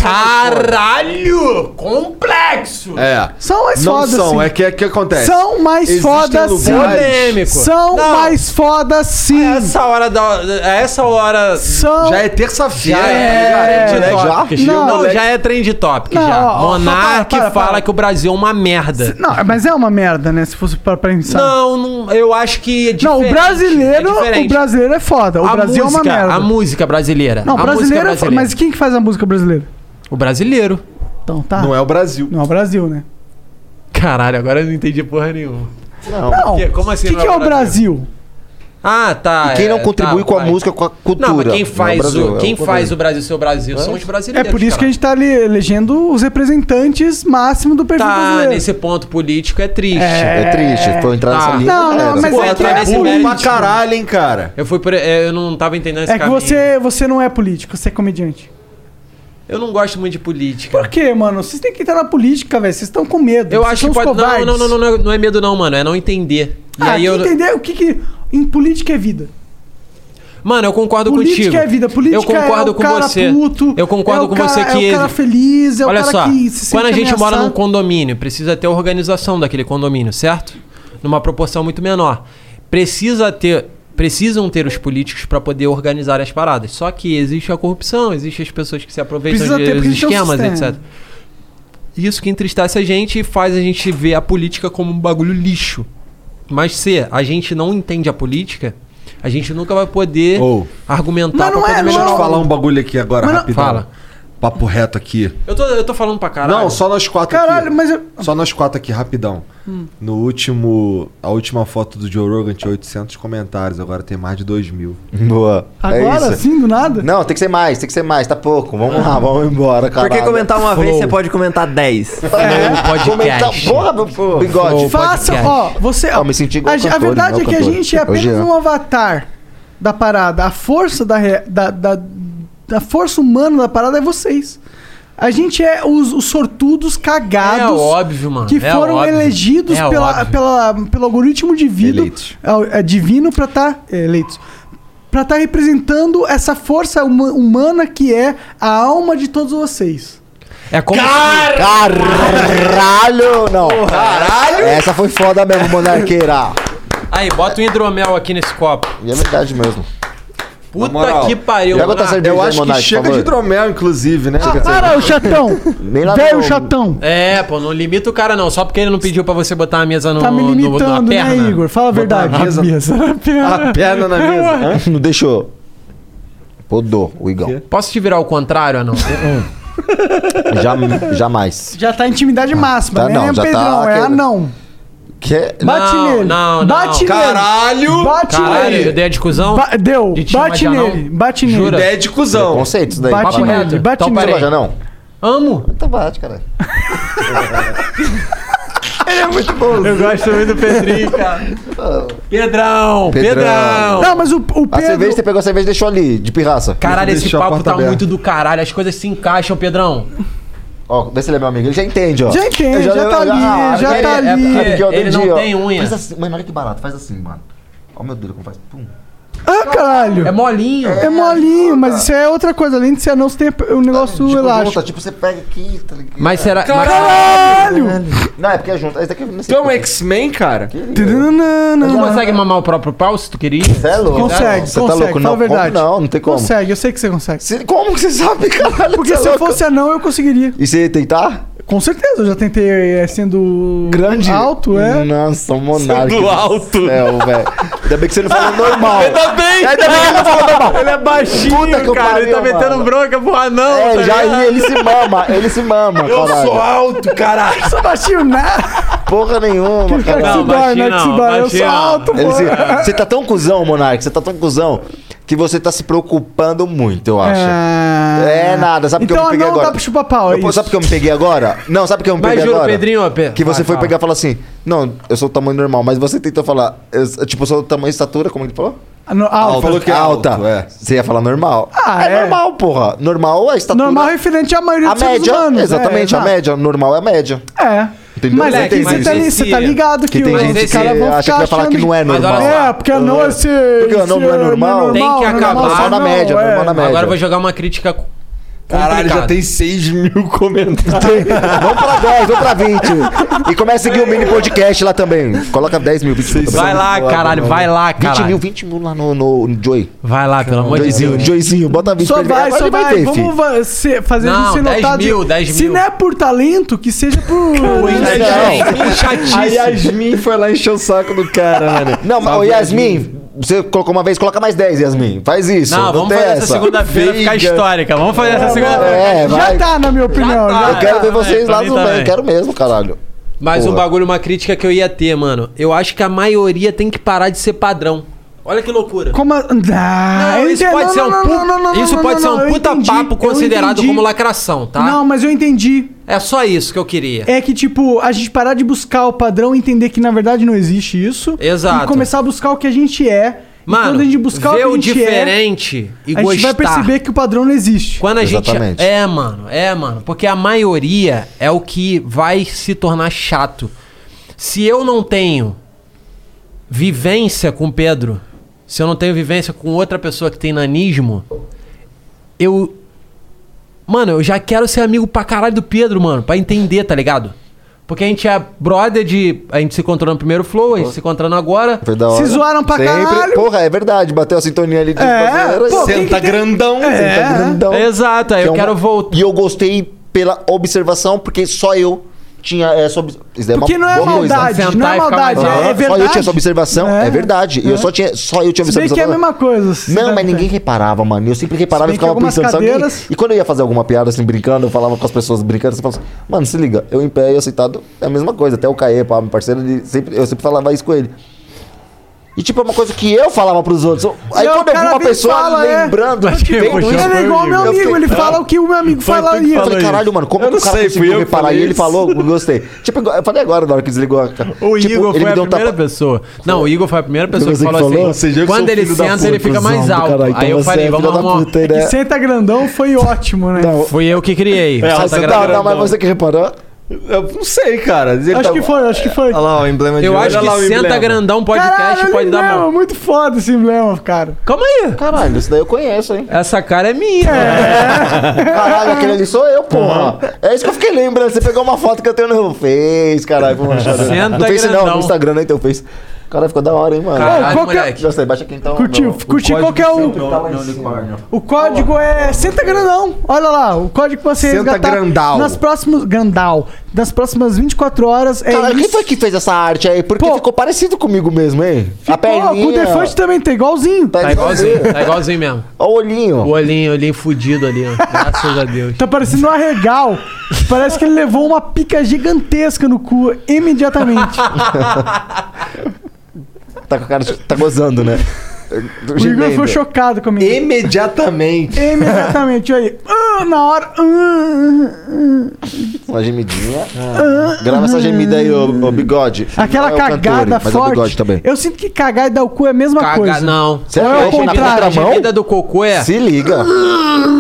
Caralho! Complexo!
É.
São mais
Não
fodas,
são,
assim.
sim.
é que é que acontece.
São mais
Existem
fodas
lugares-
sim. São
Não.
mais fodas sim.
Ah, Essa hora da. A essa hora.
São...
Já é terça-feira.
Já é,
já
trend
é,
topic.
já?
Não,
Moleque.
já é trend topic.
Não,
já.
ó, ó,
Monark
para, para,
fala
para.
que o Brasil é uma merda.
Não, mas é uma merda, né? Se fosse pra pensar.
Não, não, eu acho que é
Não, o
diferente,
brasileiro,
é diferente.
o brasileiro é foda. O
a
Brasil
música,
é uma merda.
A música brasileira.
Não,
a
brasileiro, é
música
foda. mas quem que faz a música brasileira?
O brasileiro.
Então tá.
Não é o Brasil.
Não é o Brasil, né?
Caralho, agora eu não entendi porra nenhuma.
Não.
Que- como assim?
O que,
não
que é o Brasil?
Ah, tá.
E quem não
é,
contribui
tá,
com a
vai.
música, com a cultura.
Não, mas quem
é o
faz,
Brasil,
o,
é
quem faz
Brasil.
o Brasil ser o Brasil são os
É
brasileiros.
por isso que a gente tá ali elegendo os representantes máximo do perfil
Tá,
brasileiro.
nesse ponto político é triste. Tá.
É triste,
pra eu entrar nessa linha,
Não, não, mas é que é ruim pra
caralho, hein, cara.
Eu, fui por- é, eu não tava entendendo esse
É que
caminho.
você, você não é político, você é comediante.
Eu não gosto muito de política.
Por quê, mano? Vocês têm que entrar na política, velho. Vocês estão com medo.
Eu
Vocês
acho
são
que
uns
pode. Não,
covardes.
não, não, não, não é- não é medo, não, mano. É não entender. E
Ah,
aí eu.
entender o que que... Em política é vida.
Mano, eu concordo
política
contigo.
é vida. Política
eu concordo
é o
com
cara
você.
puto.
eu concordo
é o
com
cara-
você que.
É o cara feliz, é o
Olha
cara
só,
que se sente
quando a gente mora num
ameaçado.
condomínio, precisa ter organização daquele condomínio, certo? Numa proporção muito menor. Precisa ter, precisam ter os políticos para poder organizar as paradas. Só que existe a corrupção, existem as pessoas que se aproveitam
Precisa ter,
dos
porque a gente tem um
esquemas,
sistema.
etc. Isso que entristece a gente e faz a gente ver a política como um bagulho lixo. Mas se a gente não entende a política, a gente nunca vai poder argumentar pra
é,
poder
Deixa eu
melhorar
te
o
falar
mundo.
um bagulho aqui agora,
Mas não-
rapidão.
Fala.
Papo reto aqui.
Eu tô, eu tô falando pra caralho.
Não, só nós quatro
Caralho,
aqui.
mas eu...
Só nós quatro aqui, rapidão.
Hum.
No último... A última foto do Joe Rogan tinha 800 comentários. Agora tem mais de 2 mil.
Boa.
Agora,
é isso.
assim, do nada? Ah.
Não, tem que ser mais, tem que ser mais, tá pouco. Vamos lá, vamos embora, cara.
Porque comentar uma vez, você pode comentar 10.
É,
Comentar, porra, meu pô, bigode.
Faça, ó, você...
Ó, me senti igual
A, ge- a
cantor,
verdade é
igual
que a
cantor.
gente é apenas
Hoje é.
um avatar da parada. A força da, re- da, da, da força humana da parada é vocês. A gente é os, os sortudos cagados.
É óbvio, mano.
Que
É
foram
óbvio.
elegidos
É
pela,
óbvio.
pela, pelo algoritmo divino, é, é divino pra estar eleitos. Pra estar representando essa força huma- humana que é a alma de todos vocês.
É como
assim? Caralho, não. Caralho. Essa foi foda mesmo, monarqueira.
Aí, bota um hidromel aqui nesse copo.
E é verdade mesmo.
Puta
Na moral.
que pariu, Ah,
Pega outra
Monark.
cerveja
Eu
aí,
acho que
Monark, por
chega tá de
favor.
hidromel, inclusive, né?
Chega de cerveja.
Para, o chatão!
Nem lá
Velho
no-
chatão!
É, pô, não limita o cara não, só porque ele não pediu pra você botar a mesa no,
Tá me
no- no-
limitando,
na
né,
perna.
Igor? Fala a verdade.
mesa-
na perna.
A perna na mesa.
Não deixou. Podou o Igão.
Posso te virar o contrário, anão?
Já, jamais.
Já tá intimidade máxima,
Tá,
né?
não,
é
já tá
Pedrão, é
aquele-
anão.
Que...
Bate
Não,
nele.
não, não.
Bate nele.
Caralho!
Bate
Caralho,
nele.
eu dei a de cuzão?
Ba- deu.
De te
Bate
chamar de
nele.
anão?
Bate nele.
Jura? Ideia de
cuzão. Conceitos daí.
Bate
papo
nele,
reto.
bate
Então,
nele.
parei. Já não.
Amo.
Então bate, cara.
Ele é muito bom. Eu gosto muito do Pedrinho, cara. Pedrão, Pedrão.
Não, mas o, o
A cerveja,
Pedro...
você pegou a cerveja e deixou ali, de pirraça.
Caralho, esse papo tá muito do caralho. As coisas se encaixam, Pedrão.
Ó, vê se ele é meu amigo. Ele já entende, ó.
Já entende, já tá ali, já tá ali.
É porque eu
Ele não
entendi, ó.
tem unha.
Faz assim, mano, olha que barato. Faz assim, mano. Ó o meu dedo como faz. Pum.
Ah, caralho. É
molinho.
É molinho, mas isso é outra coisa. Além de ser anão, você tem o negócio
Tipo,
elástico.
junta, tipo, você pega aqui, tá ligado?
Mas é será-
Caralho!
Não, é porque é junto. Esse daqui não sei
Tu é um X-Men, cara?
Tu não consegue mamar o próprio pau se tu queria? Você
é louco.
Consegue,
Você tá louco?
consegue, fala a
Não, como
verdade.
não? Não tem como.
Consegue, eu sei que você consegue.
como que você sabe, caralho?
Porque
Você é
se eu
louco.
fosse anão, eu conseguiria.
E você tentar?
Com certeza, eu já tentei é, sendo
Grande?
alto, é.
Nossa, um monarca.
Sendo
do
alto.
Céu, É, velho. Ainda bem que você não falou normal.
Ainda bem!
Ainda bem que ele não falou normal.
Ele é baixinho,
Puta que eu
cara. ele tá
pariu,
metendo
mano.
bronca pro anão.
É,
tá
já
ligado?
aí ele se mama, ele se mama.
Eu sou alto, caralho.
Eu sou baixinho nada.
Porra nenhuma,
cara que se dói, né? Que se dói. Eu sou alto,
Ele
pô.
se- Você tá tão cuzão, Monark, você tá tão cuzão que você tá se preocupando muito, eu acho.
Ah,
É, nada, sabe o que eu
Então,
me peguei
anão
agora?
dá pra chupar pau, é
Eu- pô,
isso.
sabe o que eu me peguei agora? Não, sabe o que eu me
Mas
peguei
juro,
agora?
Pedrinho, ó, Pe-
Que você
vai,
foi
fala.
pegar e falou assim: Não, eu sou o tamanho normal, mas você tentou falar, eu, sou- tipo, eu sou o tamanho e estatura, como ele falou?
No, alto.
Falou que é alta. Você ia falar normal.
Ah,
é, normal, porra. Normal é a estatura.
Normal referente à maioria
A
dos seres
média,
humanos.
exatamente,
é,
a
exato.
média. Normal é a média.
É.
Entendeu?
Mas
Não
é que
tem
você
mais
tá,
isso.
li- você tá ligado que,
Que tem
os
gente que
caras vão
acha que
ficar
vai falar que
achando
não é normal.
Mas olha só. É, porque anão é ser...
Porque anão não é normal?
Tem que acabar.
Normal na
é.
média,
é.
normal na média.
Agora eu vou jogar uma crítica.
Caralho, já
complicada.
tem 6 mil comentários.
vamos pra 10, vamos pra 20. E começa a seguir o mini podcast lá também. Coloca 10 mil, 20 mil.
Vai lá, caralho, vai lá,
20
caralho.
mil, 20 mil lá no, no, no Joy.
Vai lá, pelo amor de
Joyzinho,
Deus.
Joyzinho, bota 20
Só
pra ele.
vai,
Agora
só
ele
vai.
ter, filho.
Vamos va- se- fazer
um Não,
isso ser
10
notado.
mil, 10
Se
mil.
não é por talento, que seja por...
A
Chatice.
Yasmin foi lá encher o saco do cara, mano. Não, mas, ô,
Salve,
Yasmin, você colocou uma vez, coloca mais 10, Yasmin. Faz isso.
Não, vamos
tem
fazer essa segunda-feira ficar
Fica.
histórica. Vamos fazer essa segunda-feira.
É,
Já
vai.
tá, na minha opinião.
tá.
Eu quero ver vocês
Pra
lá
mim
no
também.
banho. Quero mesmo, caralho.
Mas um
Porra.
bagulho, uma crítica que eu ia ter, mano. Eu acho que a maioria tem que parar de ser padrão. Olha que loucura.
Como a... Ah, eu
isso
entendo-
pode
não,
ser um,
não,
pu-
não, não, não,
isso
não,
pode
não,
ser um
não, eu
puta
entendi,
papo
eu
considerado
entendi.
como lacração, tá?
Não, mas eu entendi.
É só isso que eu queria.
É que, tipo, a gente parar de buscar o padrão e entender que na verdade não existe isso.
Exato.
E começar a buscar o que a gente é. E
Mano,
quando a gente buscar
vê
o que
o
a gente
diferente
é,
e
a gente vai
gostar.
perceber que o padrão não existe.
Quando a gente.
Exatamente.
É, mano, é, mano. Porque a maioria é o que vai se tornar chato. Se eu não tenho vivência com Pedro, se eu não tenho vivência com outra pessoa que tem nanismo, eu. Mano, eu já quero ser amigo pra caralho do Pedro, mano, pra entender, tá ligado? Porque a gente é brother de. A gente se encontrou no primeiro flow, a gente se encontrando agora.
Foi da
Se
hora.
zoaram pra caralho.
Porra, é verdade. Bateu a sintonia ali de
É, pô, tem que ter- É.
grandão.
Senta grandão.
Exato, aí
Que
eu
é
quero
uma-
voltar.
E eu gostei pela observação, porque só eu tinha essa observação.
Porque não é maldade,
Sentar
não
e
é
ficar
maldade,
mais
é, é
Só eu tinha
verdade.
essa observação, é,
É,
verdade. E eu só tinha, só eu tinha
Se bem
observação.
que é a mesma coisa. se
Não,
dá
mas
pra-
ninguém reparava, mano. Eu sempre reparava
Se
e
bem que
ficava
algumas
pensando, sabe?
cadeiras-
E quando eu ia fazer alguma piada, assim, brincando, eu falava com as pessoas brincando, você falava assim, mano, se liga, eu em pé e eu sentado é a mesma coisa. Até o Caê, pá, meu parceiro, ele sempre, eu sempre falava isso com ele. E tipo, é uma coisa que eu falava pros outros. Aí
E aí o
quando eu vi
cara
uma
vem e
pessoa
fala, é.
lembrando,
Mas quem
vem
puxou
muito-
Ele é igual meu
Eu
amigo,
fiquei-
ele fala o que o meu amigo falaria.
eu falei, caralho, mano, como
Eu
que o
não
cara
sei, fui eu
conseguiu
que
reparar?
falei
E ele
isso.
falou, eu gostei. Tipo, igual- eu falei agora, na hora que desligou a cara.
O
tipo,
Igor foi a
deu um
primeira
tapa-
pessoa. Não, o Igor foi a primeira pessoa que
Você que
falou,
falou?
assim.
Você já que
quando
sou
ele
filho da
senta,
puta,
ele fica mais
cuzão do
alto.
caralho.
Aí eu
Então você
falei,
é
vamos
filho da
arrumar. um-
puta, hein,
Que
né?
senta grandão foi ótimo, né?
Não,
Fui eu que criei.
É,
Só
você tá-
tá
não,
gravando.
não, mas você que reparou?
Eu não sei, cara. Ele
acho
tá-
que foi, acho que foi.
Olha lá, o emblema de
Eu
hoje.
acho
Olha lá o
que senta
emblema.
grandão um podcast
Caralho,
pode
olha o
dar
emblema,
mão.
muito foda esse emblema, cara.
Calma aí.
Caralho, isso daí eu conheço, hein?
Essa cara é minha. Tá
Caralho, aquele ali sou eu, porra. É isso que eu fiquei lembrando. Você pegou uma foto que eu tenho no meu Face, caralho. Pô, machado.
Senta
no Face não,
tá grandão.
no Instagram, né? nem teu Face. Caralho, ficou da hora, hein, mano.
Caralho,
qual que é-
moleque.
Já sei, baixa aqui então.
Curtiu,
meu-
curtiu qual que é o.
um-
O código é senta grandão. Olha lá, o código que você
Senta
resgatar
grandal.
Nas próximas grandal, nas próximas 24 horas é
Caralho, quem tá
isso.
foi que fez essa arte aí? Porque ficou parecido comigo mesmo, hein? a
Pô, com o
perninha.
Defante também tá igualzinho.
Tá
Tá
igualzinho.
igualzinho, tá igualzinho mesmo.
Olha o olhinho.
O olhinho, olhinho fudido ali, ó. Graças a Deus.
Tá parecendo um arregal. Parece que ele levou uma pica gigantesca no cu imediatamente.
Tá com a cara de- Tá gozando, né?
o Igor ficou chocado comigo.
Imediatamente.
Imediatamente, olha aí. Ah, na hora. ah, ah,
Uma gemidinha. Grava essa gemida aí, ô, ô bigode.
ah. Aquela
Não é o cantor,
cagada
mas é o
forte.
bigode também.
Eu sinto que cagar e dar o cu é a mesma
Caga,
coisa.
não.
Você
Ou é
acha
o
que na
contrário,
A
contramão?
vida do cocô é.
Se liga.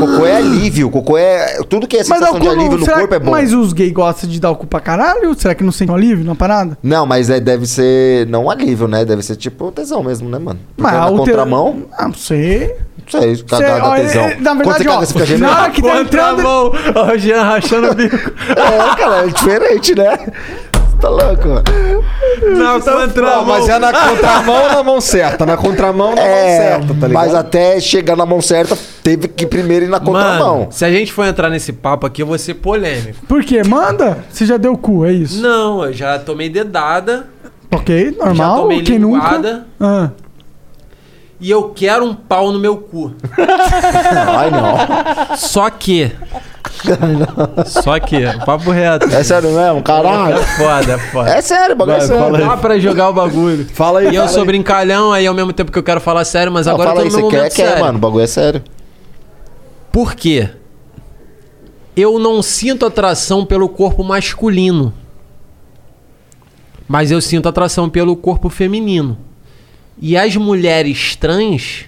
Cocô é alívio, cocô é. Tudo que é
Mas dá
sensação
o
de
cu
alívio
no,
no
será,
corpo é bom.
Mas os gays gostam de dar o cu pra caralho? Será que não sentem um alívio na parada?
Não, mas é, deve ser. Não alívio, né? Deve ser tipo tesão mesmo, né, mano? Porque
Mas
na
o te-
contramão.
Ah, não sei.
Não sei, o
Sei,
cara dá
ó,
tesão.
é- é- na
Quando você
verdade,
caga,
ó,
você fica
na
gemendo.
hora que tá entrando...
Ó, o Jean rachando o bico. É, cara, é diferente, né? Você tá louco? Então,
Não, tá entrando. Mas é na contramão ou
né?
na mão certa? Na contramão na mão certa, tá ligado?
É, Mas até chegar na mão certa, teve que primeiro ir na contramão.
Mano, se a gente for entrar nesse papo aqui, eu vou ser polêmico.
Por quê? Manda? Você já deu cu, é isso?
Não, eu já tomei dedada
Ok,
Já
normal,
tomei
quem nunca?
linguada.
Ah.
e eu quero um pau no meu cu.
Ai,
não. Só que. Só que, papo reto.
É sério mesmo? Caralho.
É foda, é foda.
É sério, o bagulho é
Vai,
sério.
fala aí. Dá pra jogar o bagulho.
Fala
E eu sou brincalhão, aí ao mesmo tempo que eu quero falar sério, mas
Não,
agora eu tô
fala aí,
no meu
você
momento
quer,
sério.
quer, mano. O bagulho é sério.
Por quê? Eu não sinto atração pelo corpo masculino. Mas eu sinto atração pelo corpo feminino. E as mulheres trans.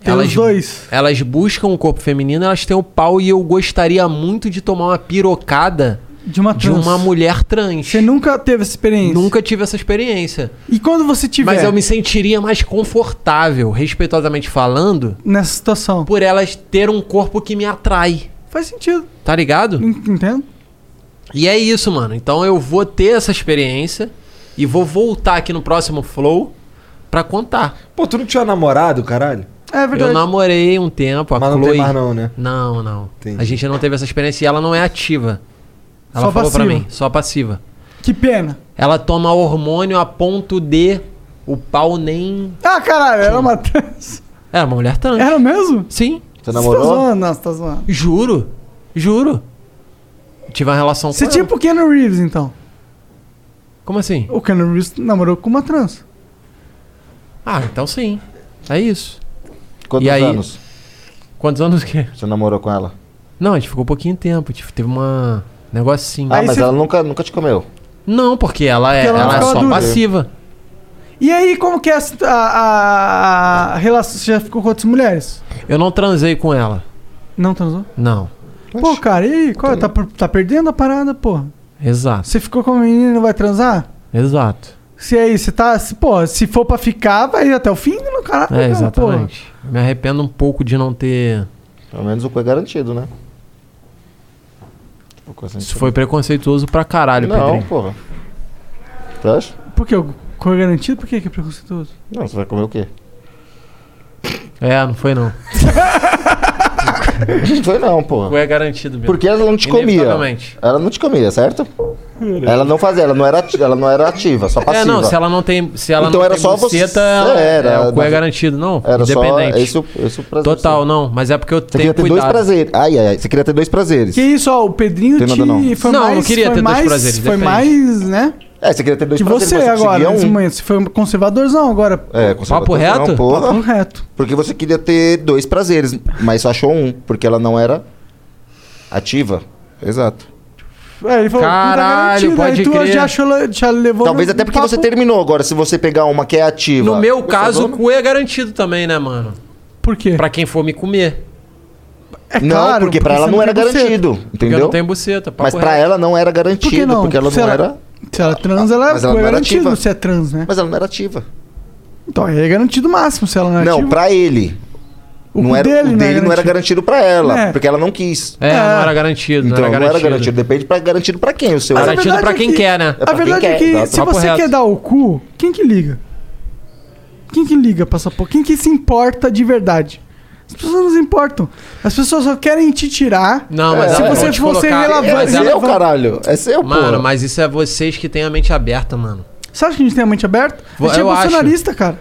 Tem os dois.
Elas buscam o corpo feminino, elas têm o pau e eu gostaria muito de tomar uma pirocada
De uma
de
trans.
uma mulher trans. Você
nunca teve essa experiência?
Nunca tive essa experiência.
E quando você tiver?
Mas eu me sentiria mais confortável, respeitosamente falando,
nessa situação.
por elas ter um corpo que me atrai.
Faz sentido.
Tá ligado?
Entendo.
E é isso, mano. Então eu vou ter essa experiência e vou voltar aqui no próximo Flow pra contar.
Pô, tu não tinha namorado, caralho?
É
Eu namorei um tempo, a
Mas
Chloe.
não tem mais não, né?
Não, não. A gente não teve essa experiência e ela não é ativa. Ela
Só
falou
passiva.
pra mim, só passiva.
Que pena.
Ela toma hormônio a ponto de o pau nem.
Ah, caralho, era uma trans.
Era uma mulher trans.
Era mesmo?
Sim.
Você
Você tá zoando? Não, você tá zoando.
Juro. Juro. Tive uma relação
Você
com
tinha
ela.
pro Keanu Reeves, então?
Como assim?
O Keanu Reeves namorou com uma trans.
Ah, então sim. É isso.
Quantos
E aí-
anos?
Quantos anos o quê?
Você namorou com ela?
Não, a gente ficou pouquinho tempo. tipo, Teve uma negocinho.
Ah, mas ela nunca, nunca te comeu.
Não, porque ela é,
Porque ela
ela é
ficava
só
dura.
passiva.
E aí, como que é a, situ- a, a- a relação? Você já ficou com outras mulheres?
Eu não transei com ela.
Não transou?
Não.
Pô, cara, e aí? Qual é? tá, per- tá perdendo a parada, porra?
Exato.
Você ficou com uma menina e não vai transar?
Exato.
Se aí, você tá. Se, pô, se for pra ficar, vai até o fim no caralho.
É,
cara,
exatamente. Me arrependo um pouco de não ter.
Pelo menos o cu é garantido, né? Tipo, coisa
Isso foi preconceituoso pra caralho,
Não,
Pedrinho.
porra. Tu acha?
Porra. Por que? o Cor garantido? Por que que é preconceituoso?
Não, você vai comer o quê?
É, não foi não.
Não foi não, porra.
Foi garantido mesmo.
Porque ela não te comia.
Inevitavelmente.
Ela não te comia, certo?
Hum.
Ela não fazia, ela não era ativa, ela não era ativa só passiva.
É, não, se ela não tem. Se ela
Então
não
era
tem
só você-
buceta, ela-
era,
é, o cu é
mas-
garantido, não.
Era só
independente.
esse o- esse o prazer,
Total, não. Mas é porque eu
Você
tenho
queria ter
cuidado.
dois prazeres. Ai, ai, ai. Você queria ter dois prazeres.
Que isso, ó, o Pedrinho
Tem
te.
nada não.
Foi
Não,
mais,
não queria
foi
ter dois
mais,
prazeres, é
Foi
depende.
mais, né?
É, você queria ter dois
que
prazeres.
você
mas
agora, nesse
conseguia um.
momento. Você foi um conservadorzão agora.
É, conservador,
Papo reto?
Não, porra.
Papo reto.
Porque você queria ter dois prazeres, mas só achou um, porque ela não era ativa. Exato.
Aí é,
um
ele
é
falou,
Caralho,
garantido.
pode
aí tu
crer.
já achou, ela- já levou
Talvez
no-
até
no
porque você
papo.
terminou agora, se você pegar uma que é ativa.
No meu caso, o cu é garantido também, né, mano?
Por quê?
Pra quem for me comer.
não,
claro,
porque
porque
pra ela
você
não
não
era
tem buceta.
garantido,
Porque
entendeu?
eu não tenho buceta. papo
Mas pra
reto.
ela não era garantido,
Por que não?
porque ela
Se
não era.
Se ela trans, ela,
Mas ela
é
não era
garantido
ativa.
se é trans, né?
Mas ela não era ativa.
Então aí é garantido o máximo se ela não é
Não,
ativa.
pra ele.
O
não
cu
era,
dele
o
não é
dele não era garantido pra ela,
É.
porque ela não quis.
É, não era garantido.
Então
não era
não
garantido.
era garantido. Depende pra garantido pra quem o seu.
Mas a Garantido pra
verdade
quem
é que-
quer, né?
É
A
pra quem
verdade é
quer,
que
exato.
se
Papo
você
reto.
quer dar o cu, quem que liga? Quem que liga pra essa porra? Quem que se importa de verdade? As pessoas não se importam. As pessoas só querem te tirar.
Não, mas
se
ela-
você
vou te
for ser
colocar-
relevante.
Mas ela-
É seu, caralho. É seu, pô.
Mano, mas isso é vocês que têm a mente aberta, mano.
Você acha que a gente tem a mente aberta?
Vou-
a gente é
eu acho.
bolsonarista, cara.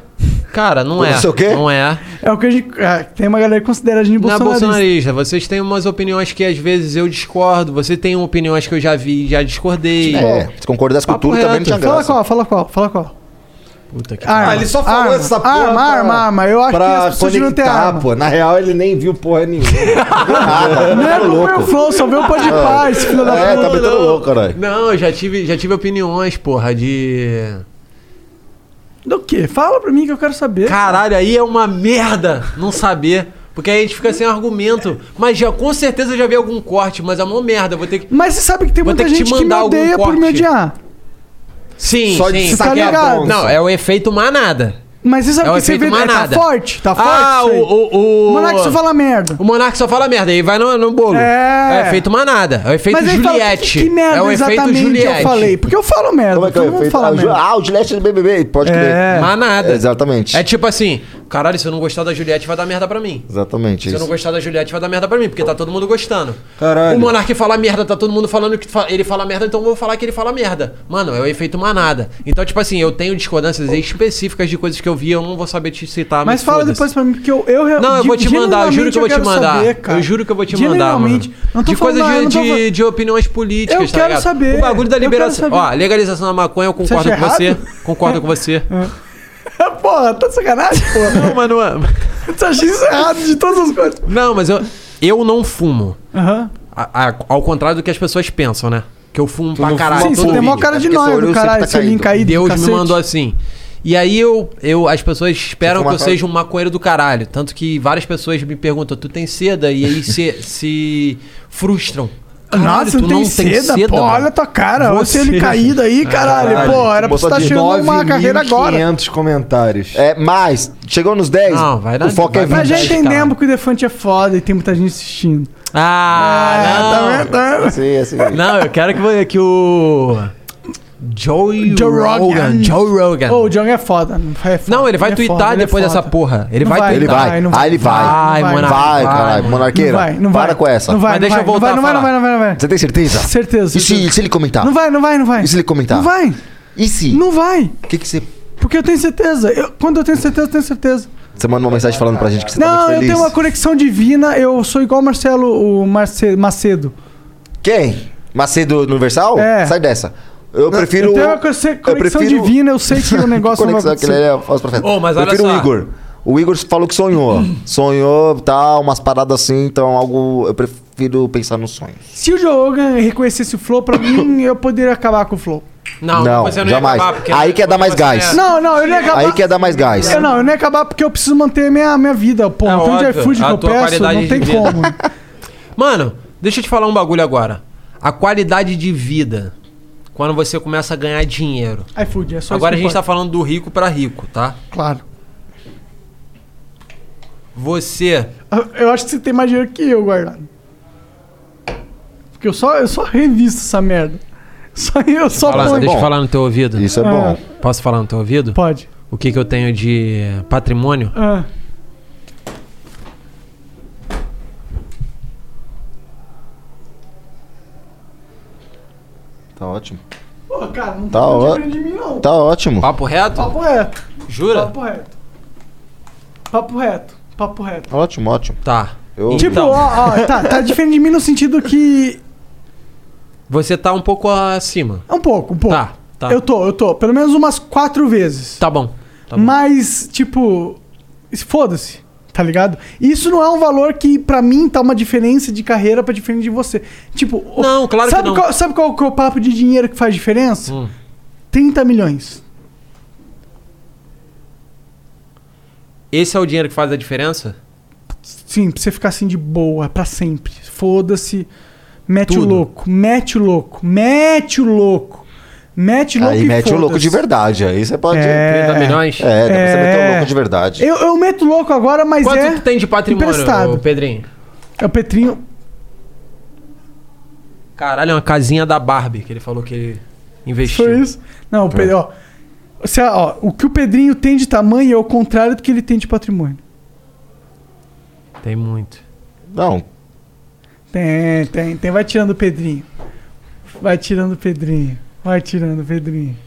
Cara, não
Não
é.
sei o quê?
Não é.
É o que a gente. é, tem uma galera que considera a gente
Não é
bolsonarista.
bolsonarista. Vocês têm umas opiniões que às vezes eu discordo. Você tem opiniões que eu já vi e já discordei.
É, se concordasse com
Papo
tudo, também não
reto.
tinha
Fala
graça.
qual, fala qual, fala qual.
Puta que
Arma,
Ah, ele só falou
arma,
essa porra.
Arma,
pra-
arma, arma. Eu acho que
pra
as pessoas deviam ter
conectar,
arma.
pô. Na real, ele nem viu porra nenhuma. Ah.
Não é como é o Flow, só vê o Pode Pá, esse filho da
É,
puta.
tá metendo louco, caralho.
Não, eu já tive, já tive opiniões, porra, de.
Do quê? Fala pra mim que eu quero saber.
Caralho, aí é uma merda não saber. Porque aí a gente fica sem argumento. Mas já com certeza eu já vi algum corte, mas é uma merda. Vou ter que.
Mas você sabe que tem
vou
muita
ter que
gente
te
que me
mandar
odeia
algum
por Tá me
corte.
odiar.
Sim,
Só de
sim.
sacar a bronca.
Não, é o efeito manada.
Mas você sabe
É o
que você
efeito
vê, é, tá
manada.
forte, tá forte.
Ah,
isso aí.
o, o, o...
O Monark só fala merda.
O Monark só fala merda, aí vai no, no bolo.
É.
É o efeito manada. É o efeito
Mas aí fala,
Juliette.
que merda
é o
exatamente eu falei? Porque eu falo merda.
Como é que é o
todo mundo
efeito?
fala
Ah, o Ju-
merda.
Ah, o Juliette do BBB, pode
É.
crer.
Manada.
É, exatamente.
É tipo assim, caralho, se eu não gostar da Juliette, vai dar merda pra mim.
Exatamente.
Se eu
isso.
não gostar da Juliette, vai dar merda pra mim, porque tá todo mundo gostando.
Caralho.
O Monark fala merda, tá todo mundo falando que fa- ele fala merda, então eu vou falar que ele fala merda. Mano, é o efeito manada. Então, tipo assim, eu tenho discordâncias específicas de coisas que eu vi, eu não vou saber te citar,
Mas fala
Ah, foda-se.
depois pra mim, porque eu... eu re-
Não, eu vou te mandar, eu juro que eu vou te
quero
mandar.
saber, cara.
eu juro que eu vou te mandar, mano.
Genuinamente. Não tô
de
falando
coisa
nada,
de,
não tô
de-
falando-
de opiniões políticas,
Eu
tá
quero
ligado?
saber,
O bagulho da
eu quero
liberação.
saber.
Ó, legalização da maconha, eu concordo
Você
com
acha
você.
errado? É.
Concordo com você.
Porra, tá de sacanagem, porra.
Não, mas não
Tu acha isso errado de todas as coisas.
Não, mas eu, eu não fumo.
Aham.
A- a- ao contrário do que as pessoas pensam, né? Que eu fumo pra
não
caralho.
fuma, Sim,
todo
você tem
dia.
maior cara de É porque nóia seu do olho sempre caralho, tá esse olhinho caído. caído,
Deus
cacete.
me mandou assim. E aí eu, eu as pessoas esperam
Você
que
fuma
eu
pra-
seja um maconheiro do caralho. Tanto que várias pessoas me perguntam, tu tem seda? E aí se, se frustram. Caralho,
Nossa, não tem seda? Pô,
mano. Ah,
olha a tua cara, olha se ele caído
Ah,
aí, caralho. Pô, era pra você
Botou
estar
de
cheirando uma
9.500
carreira agora.
comentários. É,
mas, chegou nos 10.
Não, vai dar-
O foco é 20.
Mas já entendemos que o Defante é foda e tem muita gente assistindo.
Ah, não.
tá
é assim
Não, eu quero que, vo- que o... Joe,
Joe Rogan.
Joe Rogan.
Pô, o John é foda. é foda,
Não, ele vai
é
twittar
foda, ele é
depois
foda.
dessa porra. Ele
Não
vai,
Ele
twittar.
vai. Ah, ele vai.
Vai, Monark, vai,
Vai, caralho.
Monark.
Monarqueira,
Não vai, não vai.
para com essa.
Não vai,
Mas
não
deixa
vai,
eu voltar
Não vai,
a
não vai,
falar.
não vai, não vai.
Você tem certeza?
Certeza.
E se, se ele comentar?
Não vai, não vai, não vai.
E se ele comentar?
Não vai.
E se?
Não vai.
O que que você...
Porque eu tenho certeza. Eu- quando eu tenho certeza, eu tenho certeza.
Você manda uma mensagem falando pra gente que você tá
não,
muito
eu
feliz.
tenho uma conexão divina. Eu sou igual o Marcelo o Marce, Macedo.
Quem? Macedo Universal?
É.
Sai dessa. Eu prefiro...
Eu tenho uma conse- conexão divina, eu sei que o negócio não vai
conexão, que ele é falso profeta.
Ô, mas olha
prefiro
só.
o Igor. O Igor falou que sonhou. sonhou, tal, umas paradas assim, então algo... Eu prefiro pensar nos sonhos.
Se o Jogan reconhecesse o Flow, pra mim, eu poderia acabar com o Flow.
Não,
Não,
você não ia
jamais.
acabar, porque
Aí quer dar mais gás.
Não, não, eu não ia acabar.
Aí quer dar mais gás.
Eu não, eu não ia acabar porque eu preciso manter a minha, minha vida. Pô,
É
é então de
óbvio,
iFood
a
que eu
tua
peço,
qualidade
não
de
tem
vida.
como.
Mano, deixa eu te falar um bagulho agora. A qualidade de vida, quando você começa a ganhar dinheiro.
iFood, é só
Agora a
isso que
gente tá
importa.
falando do rico pra rico, tá?
Claro.
Você.
Eu acho que você tem mais dinheiro que eu guardado. Porque eu só, eu só revisto essa merda. Só eu só
Fala,
ponho.
deixa eu falar no teu ouvido.
Isso é bom.
Posso falar no teu ouvido?
Ah. Pode.
O que, que eu tenho de patrimônio?
Ah,
Tá ótimo.
Pô, cara, não
Tá, ó... tá ótimo.
Papo reto?
Papo reto.
Jura?
Papo reto. Papo reto. Papo reto.
Ótimo, ótimo.
Tá.
Eu...
Tipo, ó, ó, tá, tá diferente de mim no sentido que.
Você tá um pouco acima.
É um pouco, um pouco. Tá,
tá.
Eu tô, eu tô. Pelo menos umas quatro vezes.
Tá bom. Tá bom.
Mas, tipo. Foda-se, tá ligado? Isso não é um valor que, pra mim, tá uma diferença de carreira pra diferente de você. Tipo, o-
Não, claro que
sabe
não. Hum.
Qual, sabe qual que é o papo de dinheiro que faz diferença? 30 milhões.
Esse é o dinheiro que faz a diferença?
Sim, pra você ficar assim de boa, pra sempre. Foda-se. Mete o
Tudo.
louco, mete o louco, mete o louco. Mete o louco
Aí
e
mete o louco
foda-se.
de verdade. Aí você pode.
É. 30 milhões?
É, dá pra você
É.
meter o louco de verdade.
Eu, eu meto louco agora, mas
Quanto
é.
tu tem de patrimônio, ô,
Emprestado.
Pedrinho?
É o Petrinho.
Caralho, é uma casinha da Barbie que ele falou que ele investiu.
Foi isso? Não, o
Tá.
Pedro, ó, você, ó, O que o Pedrinho tem de tamanho é o contrário do que ele tem de patrimônio.
Tem muito.
Não.
Tem, tem, tem. Vai tirando o Pedrinho. Vai tirando o Pedrinho. Vai tirando o Pedrinho.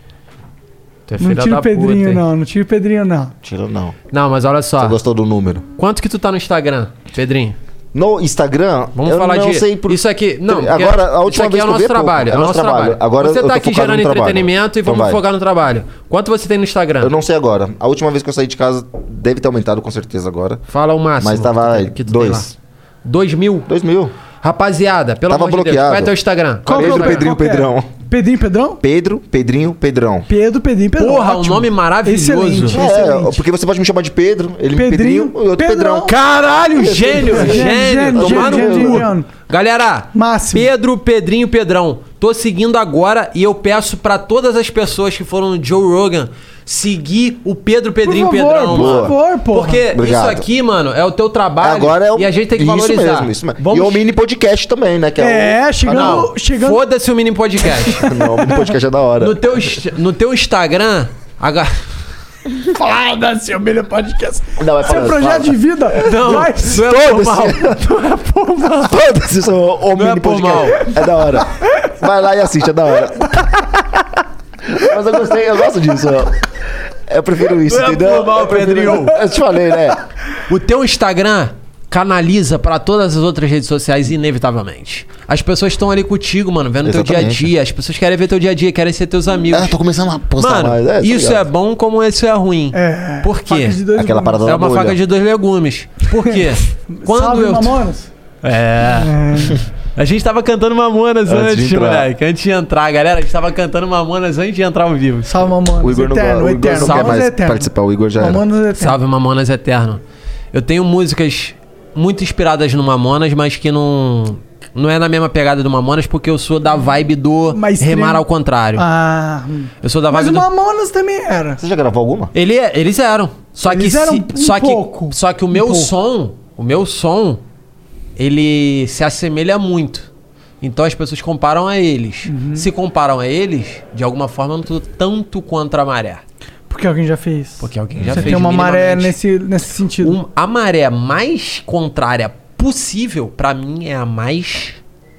Tu é
não
filha
tira
da
o Pedrinho,
puta, hein?
não. Não tira o Pedrinho, não.
Tira não.
Não, mas olha só. Você
gostou do número?
Quanto que tu tá no Instagram, Pedrinho?
No Instagram,
Vamos
eu
falar
não
de
sei por...
Isso aqui, não. porque
Agora, a
isso
última
aqui
vez
é o
que eu vi
nosso
é pouco.
trabalho, é
É
o nosso trabalho.
Agora
Você
eu
tá
tô
aqui
focado
gerando
no trabalho.
entretenimento e
Então
vamos
vai.
focar no trabalho. Quanto você tem no Instagram?
Eu não sei agora. A última vez que eu saí de casa deve ter aumentado com certeza agora.
Fala o máximo.
Mas tava que
tu tem
dois.
Dois mil?
Dois mil.
Rapaziada, pelo
Tava
amor de Deus,
bloqueado.
qual é teu Instagram?
Qual
é
Pedro, Pedrinho, Pedrão.
Pedrinho Pedrão?
Pedro, Pedrinho, Pedrão.
Pedro, Pedrinho Pedrão.
Porra, um nome maravilhoso.
Excelente, é,
excelente.
porque você pode me chamar de Pedro, ele Pedrinho,
Pedrinho,
e outro Pedrão.
Pedrão. Caralho,
É,
gênio,
Pedro.
gênio, tomar no
gênio,
cu.
gênio.
Galera, Pedro, Pedrinho, Pedrão, tô seguindo agora e eu peço pra todas as pessoas que foram no Joe Rogan seguir o Pedro, Pedrinho,
favor,
Pedrão,
por
mano.
favor, porra.
Porque
Obrigado.
isso aqui, mano, é o teu trabalho
Agora é o...
e a gente tem que valorizar.
Isso mesmo, isso mesmo.
Vamos
E o mini podcast também, né? Que é, o...
não, Foda-se o mini podcast.
não, o mini podcast é da hora.
No teu, inst- no teu Instagram. Aga...
Foda-se, o melhor podcast.
Não, vai
Seu
falar,
projeto
fala.
de vida.
Não,
vai.
não é por mal. é
Foda-se, isso é o o mini podcast. É da hora. Vai lá e assiste, é da hora. Mas eu gostei, eu gosto disso. ó. Eu prefiro isso,
Não é
entendeu?
por mal,
eu, prefiro-
Pedrinho.
eu te falei, né?
O teu Instagram canaliza pra todas as outras redes sociais inevitavelmente. As pessoas estão ali contigo, mano, vendo teu dia a
Exatamente.
dia. As pessoas querem ver teu dia a dia, querem ser teus amigos.
Ah, tô começando a postar
mano,
mais. É, tô
isso é
ligado.
bom como isso é ruim. É. Por quê?
Aquela parada
É
da
uma
bolha.
faca de dois legumes. Por quê? Quando
Salve,
eu
Mamonas.
É. A gente tava cantando Mamonas
Antes de
antes,
entrar.
moleque. Antes de entrar, galera, a gente tava cantando Mamonas antes de entrar ao vivo.
Salve, Mamonas.
O Igor não,
Eterno,
gosta- o Igor
eterno.
não quer
Mamonas
mais
é eterno.
participar, o Igor já era.
Mamonas Eterno.
Salve Mamonas Eterno. Eu tenho músicas muito inspiradas no Mamonas, mas que não não é na mesma pegada do Mamonas porque eu sou da vibe do
Maestrinho.
remar ao contrário.
Ah, hum.
Eu sou da
mas
vibe
o
do
Mamonas também era.
Você já gravou alguma?
Ele é- eles eram. Só
Eles
que
eram
se-
um
só
pouco.
que só que o meu
pouco.
som, o meu som ele se assemelha muito. Então as pessoas comparam a eles.
Uhum.
Se comparam a eles, de alguma forma eu não tô tanto contra a maré.
Porque alguém já fez.
Porque alguém já
Você
fez
tem uma maré
minimamente.
nesse, nesse sentido.
Um- a maré mais contrária possível, pra mim, é a mais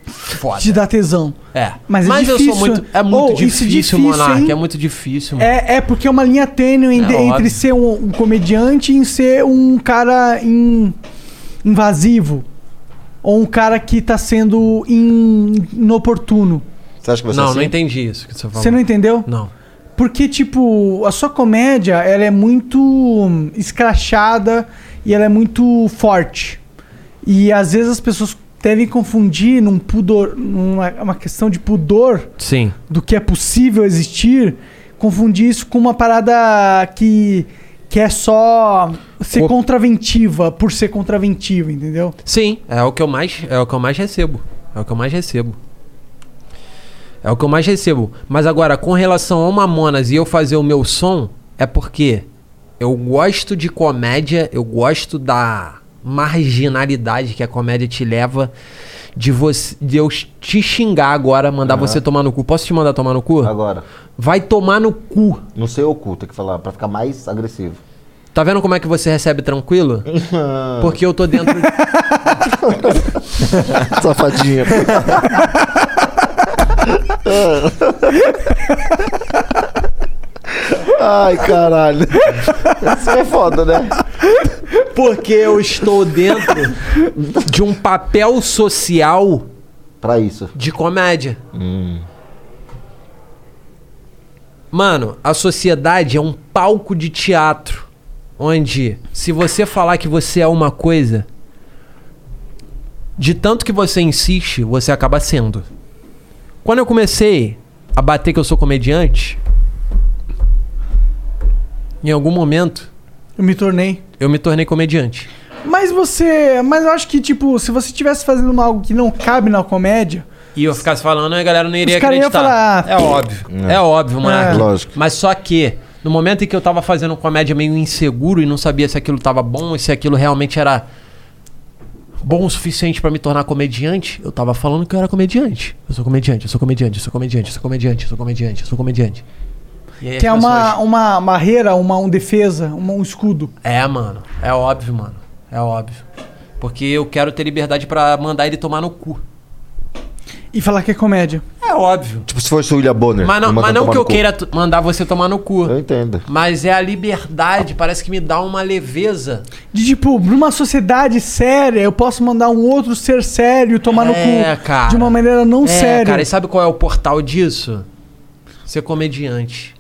foda.
Te dá tesão.
É.
Mas é
eu sou
difícil,
muito. É
né?
muito
Oh, isso é
difícil,
difícil,
Monark.
hein?
É muito difícil, mano.
É, é porque é uma linha tênue entre,
É,
entre
óbvio.
ser um, um comediante e ser um cara in- invasivo. Ou um cara que tá sendo in- inoportuno.
Você acha que você
não,
é assim?
não entendi isso que você falou.
Você não entendeu?
Não.
Porque, tipo, a sua comédia, ela é muito hum, escrachada e ela é muito forte. E às vezes as pessoas devem confundir num pudor, numa uma questão de pudor
Sim.
do que é possível existir, confundir isso com uma parada que, que é só ser
Co-
contraventiva por ser contraventiva, entendeu?
Sim, é o que eu mais, é o que eu mais recebo. É o que eu mais recebo. É o que eu mais recebo. Mas agora, com relação ao Mamonas e eu fazer o meu som, é porque eu gosto de comédia, eu gosto da marginalidade que a comédia te leva de você de eu te xingar agora, mandar você tomar no cu. Posso te mandar tomar no cu?
Agora.
Vai tomar no cu.
Não sei o cu,
é
tem que falar, pra ficar mais agressivo.
Tá vendo como é que você recebe tranquilo? Porque eu tô dentro
Safadinha. Ai, caralho. Isso é foda, né?
Porque eu estou dentro de um papel social
Pra isso. Hum.
de comédia. Mano, a sociedade é um palco de teatro onde se você falar que você é uma coisa, de tanto que você insiste, você acaba sendo. Quando eu comecei a bater que eu sou comediante, em algum momento
Eu me tornei.
eu me tornei comediante.
Mas você. Mas eu acho que, tipo, se você estivesse fazendo algo que não cabe na comédia,
E eu ficasse falando, a galera não iria
Os caras iam
acreditar.
falar, ah,
é óbvio. É, óbvio, mano.
Lógico.
Mas só que, no momento em que eu tava fazendo comédia meio inseguro e não sabia se aquilo tava bom e se aquilo realmente era bom o suficiente pra me tornar comediante, eu tava falando que eu era comediante. Eu sou comediante, eu sou comediante, eu sou comediante, eu sou comediante, eu sou comediante, eu sou comediante. E aí as
que é
pessoas-
uma, uma barreira, uma, um defesa, uma- um escudo.
É, mano. É óbvio, mano. É óbvio. Porque eu quero ter liberdade pra mandar ele tomar no cu.
E falar que é comédia.
É óbvio.
Tipo, se fosse o William Bonner.
Mas não,
mandando
mas não
tomar
que
no
eu
cu.
queira t- mandar você tomar no cu.
Eu entendo.
Mas é a liberdade, parece que me dá uma leveza.
De tipo, numa sociedade séria, eu posso mandar um outro ser sério tomar no
É,
cu.
cara.
De uma maneira não
é,
séria.
cara, e sabe qual é o portal disso? Ser comediante.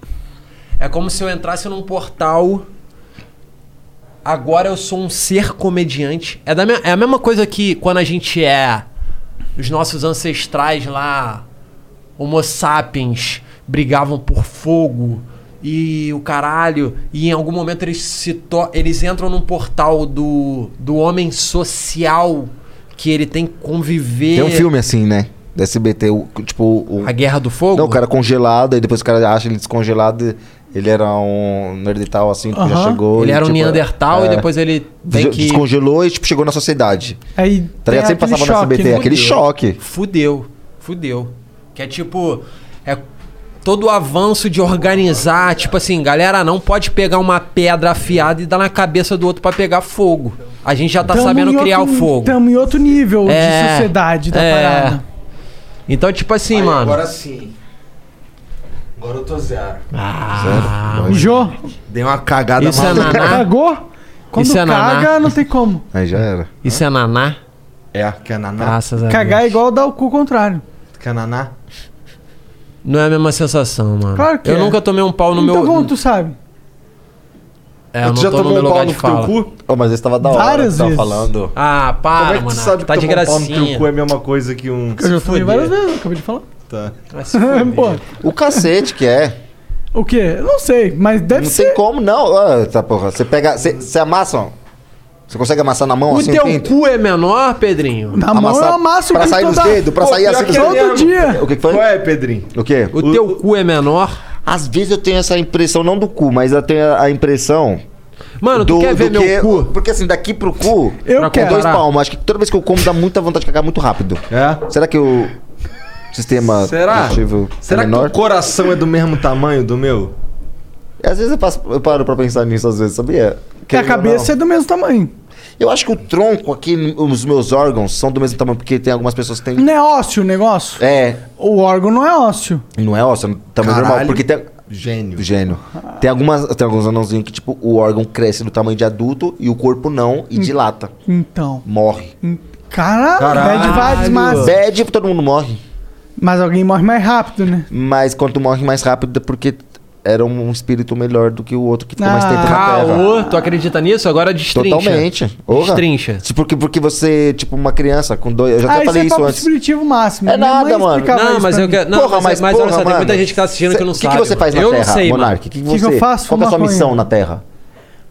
É como se eu entrasse num portal. Agora eu sou um ser comediante. É, da me- é a mesma coisa que quando a gente é os nossos ancestrais lá Homo sapiens brigavam por fogo e o caralho. E em algum momento eles, se to eles entram num portal do, do homem social que ele tem que conviver.
Tem um filme assim, né? Da SBT, o- tipo. o-
A Guerra do Fogo?
Não, o cara é congelado, aí depois o cara acha ele descongelado. Ele era um Neandertal, assim, tipo, já
Aham.
chegou.
Ele
e,
era um
tipo,
Neandertal e depois ele tem
des-
que-
Descongelou e, tipo, chegou na sociedade.
Aí.
Tá ligado? Sempre passava na SBT, aquele
né?
choque.
Fudeu, fudeu. Que é tipo. É todo o avanço de organizar, tipo assim, galera, não pode pegar uma pedra afiada e dar na cabeça do outro pra pegar fogo. A gente já tá
Tamo
sabendo
Então, em
criar
outro-
o fogo.
Tamo em outro nível de
É,
sociedade da
é.
parada.
Então, tipo assim, mano.
sim. Agora eu tô zero.
Ah,
Mijou?
Dei uma cagada
Isso é
maluca.
naná?
Cagou? Quando
Isso é naná?
caga, não tem como.
Aí já era.
Isso é naná?
É, que é naná.
Graças a
Cagar é igual dar o cu ao contrário.
Que é naná.
Não é a mesma sensação, mano.
Claro que
Eu
é.
nunca tomei um pau no
então
meu.
como tu sabe?
É, eu não tô no meu lugar de fala.
Ô, mas esse tava da hora.
Várias
que tava
vezes.
falando.
Ah, para,
Como é que tu
mano.
sabe que
tá de
tomar um pau no teu
gracinha.
cu é a mesma coisa que um...
Eu já falei
Fuder.
várias vezes, acabei de falar.
Tá.
Pô,
O cacete que é.
o quê? Eu não sei, mas deve
não
ser.
tem como, não. Ah, essa porra. Você pega. Você você amassa. ó. Você consegue amassar na mão
O
assim
teu
o pinto?
cu é menor, Pedrinho?
Na mão é eu amasso
Tá pra sair dos dedos, pra sair assim dos
tá Todo
dedos.
dia.
O que que foi?
Qual é, Pedrinho?
O quê?
O, teu cu é menor?
Às vezes eu tenho essa impressão, não do cu, mas eu tenho a a impressão.
Mano, tu quer ver meu cu?
Porque assim, daqui pro cu,
Eu
com
quero.
dois palmos. Acho que toda vez que eu como dá muita vontade de cagar muito rápido.
É?
Será que o sistema
Será?
digestivo
Será
é
que
menor?
o coração é do mesmo tamanho do meu?
Às vezes eu, passo- eu paro pra pensar nisso, às vezes, sabia?
Que a
Querendo ou
cabeça é do mesmo tamanho.
Eu acho que o tronco aqui, os meus órgãos são do mesmo tamanho, porque tem algumas pessoas que têm.
Não é ósseo o negócio?
É,
O órgão não é ósseo.
não é ósseo, é um tamanho
Caralho.
normal. Porque tem.
Gênio.
Gênio. Tem, algumas, tem alguns anãozinhos que, tipo, o órgão cresce do tamanho de adulto e o corpo não,
Hum.
e dilata.
Então.
Morre.
Caralho,
Caralho.
Bad vibes, mas.
Bad, todo mundo morre.
Mas alguém morre mais rápido, né?
Mas quanto morre mais rápido é porque era um espírito melhor do que o outro que ficou mais
Ah.
tempo na Terra.
Caô, tu acredita nisso? Agora destrincha.
Totalmente. Ora.
Destrincha.
Tipo, Porque, porque você, tipo, uma criança com dois. Eu já até
Aí
falei
você
isso
Ah, é papo
antes.
espiritivo máximo.
É
Minha mãe
nada, mano.
explicava
Não,
isso
mas
pra
eu
mim.
quero. Não, mas, mas, olha só, tem muita gente que tá assistindo que não
Cê-
sabe.
O que, que você faz na
eu
Terra,
não sei, mano.
Monark? O que, que
O que
você.
que eu faço?
Qual que é a sua
Fumar
missão
maconha.
na Terra?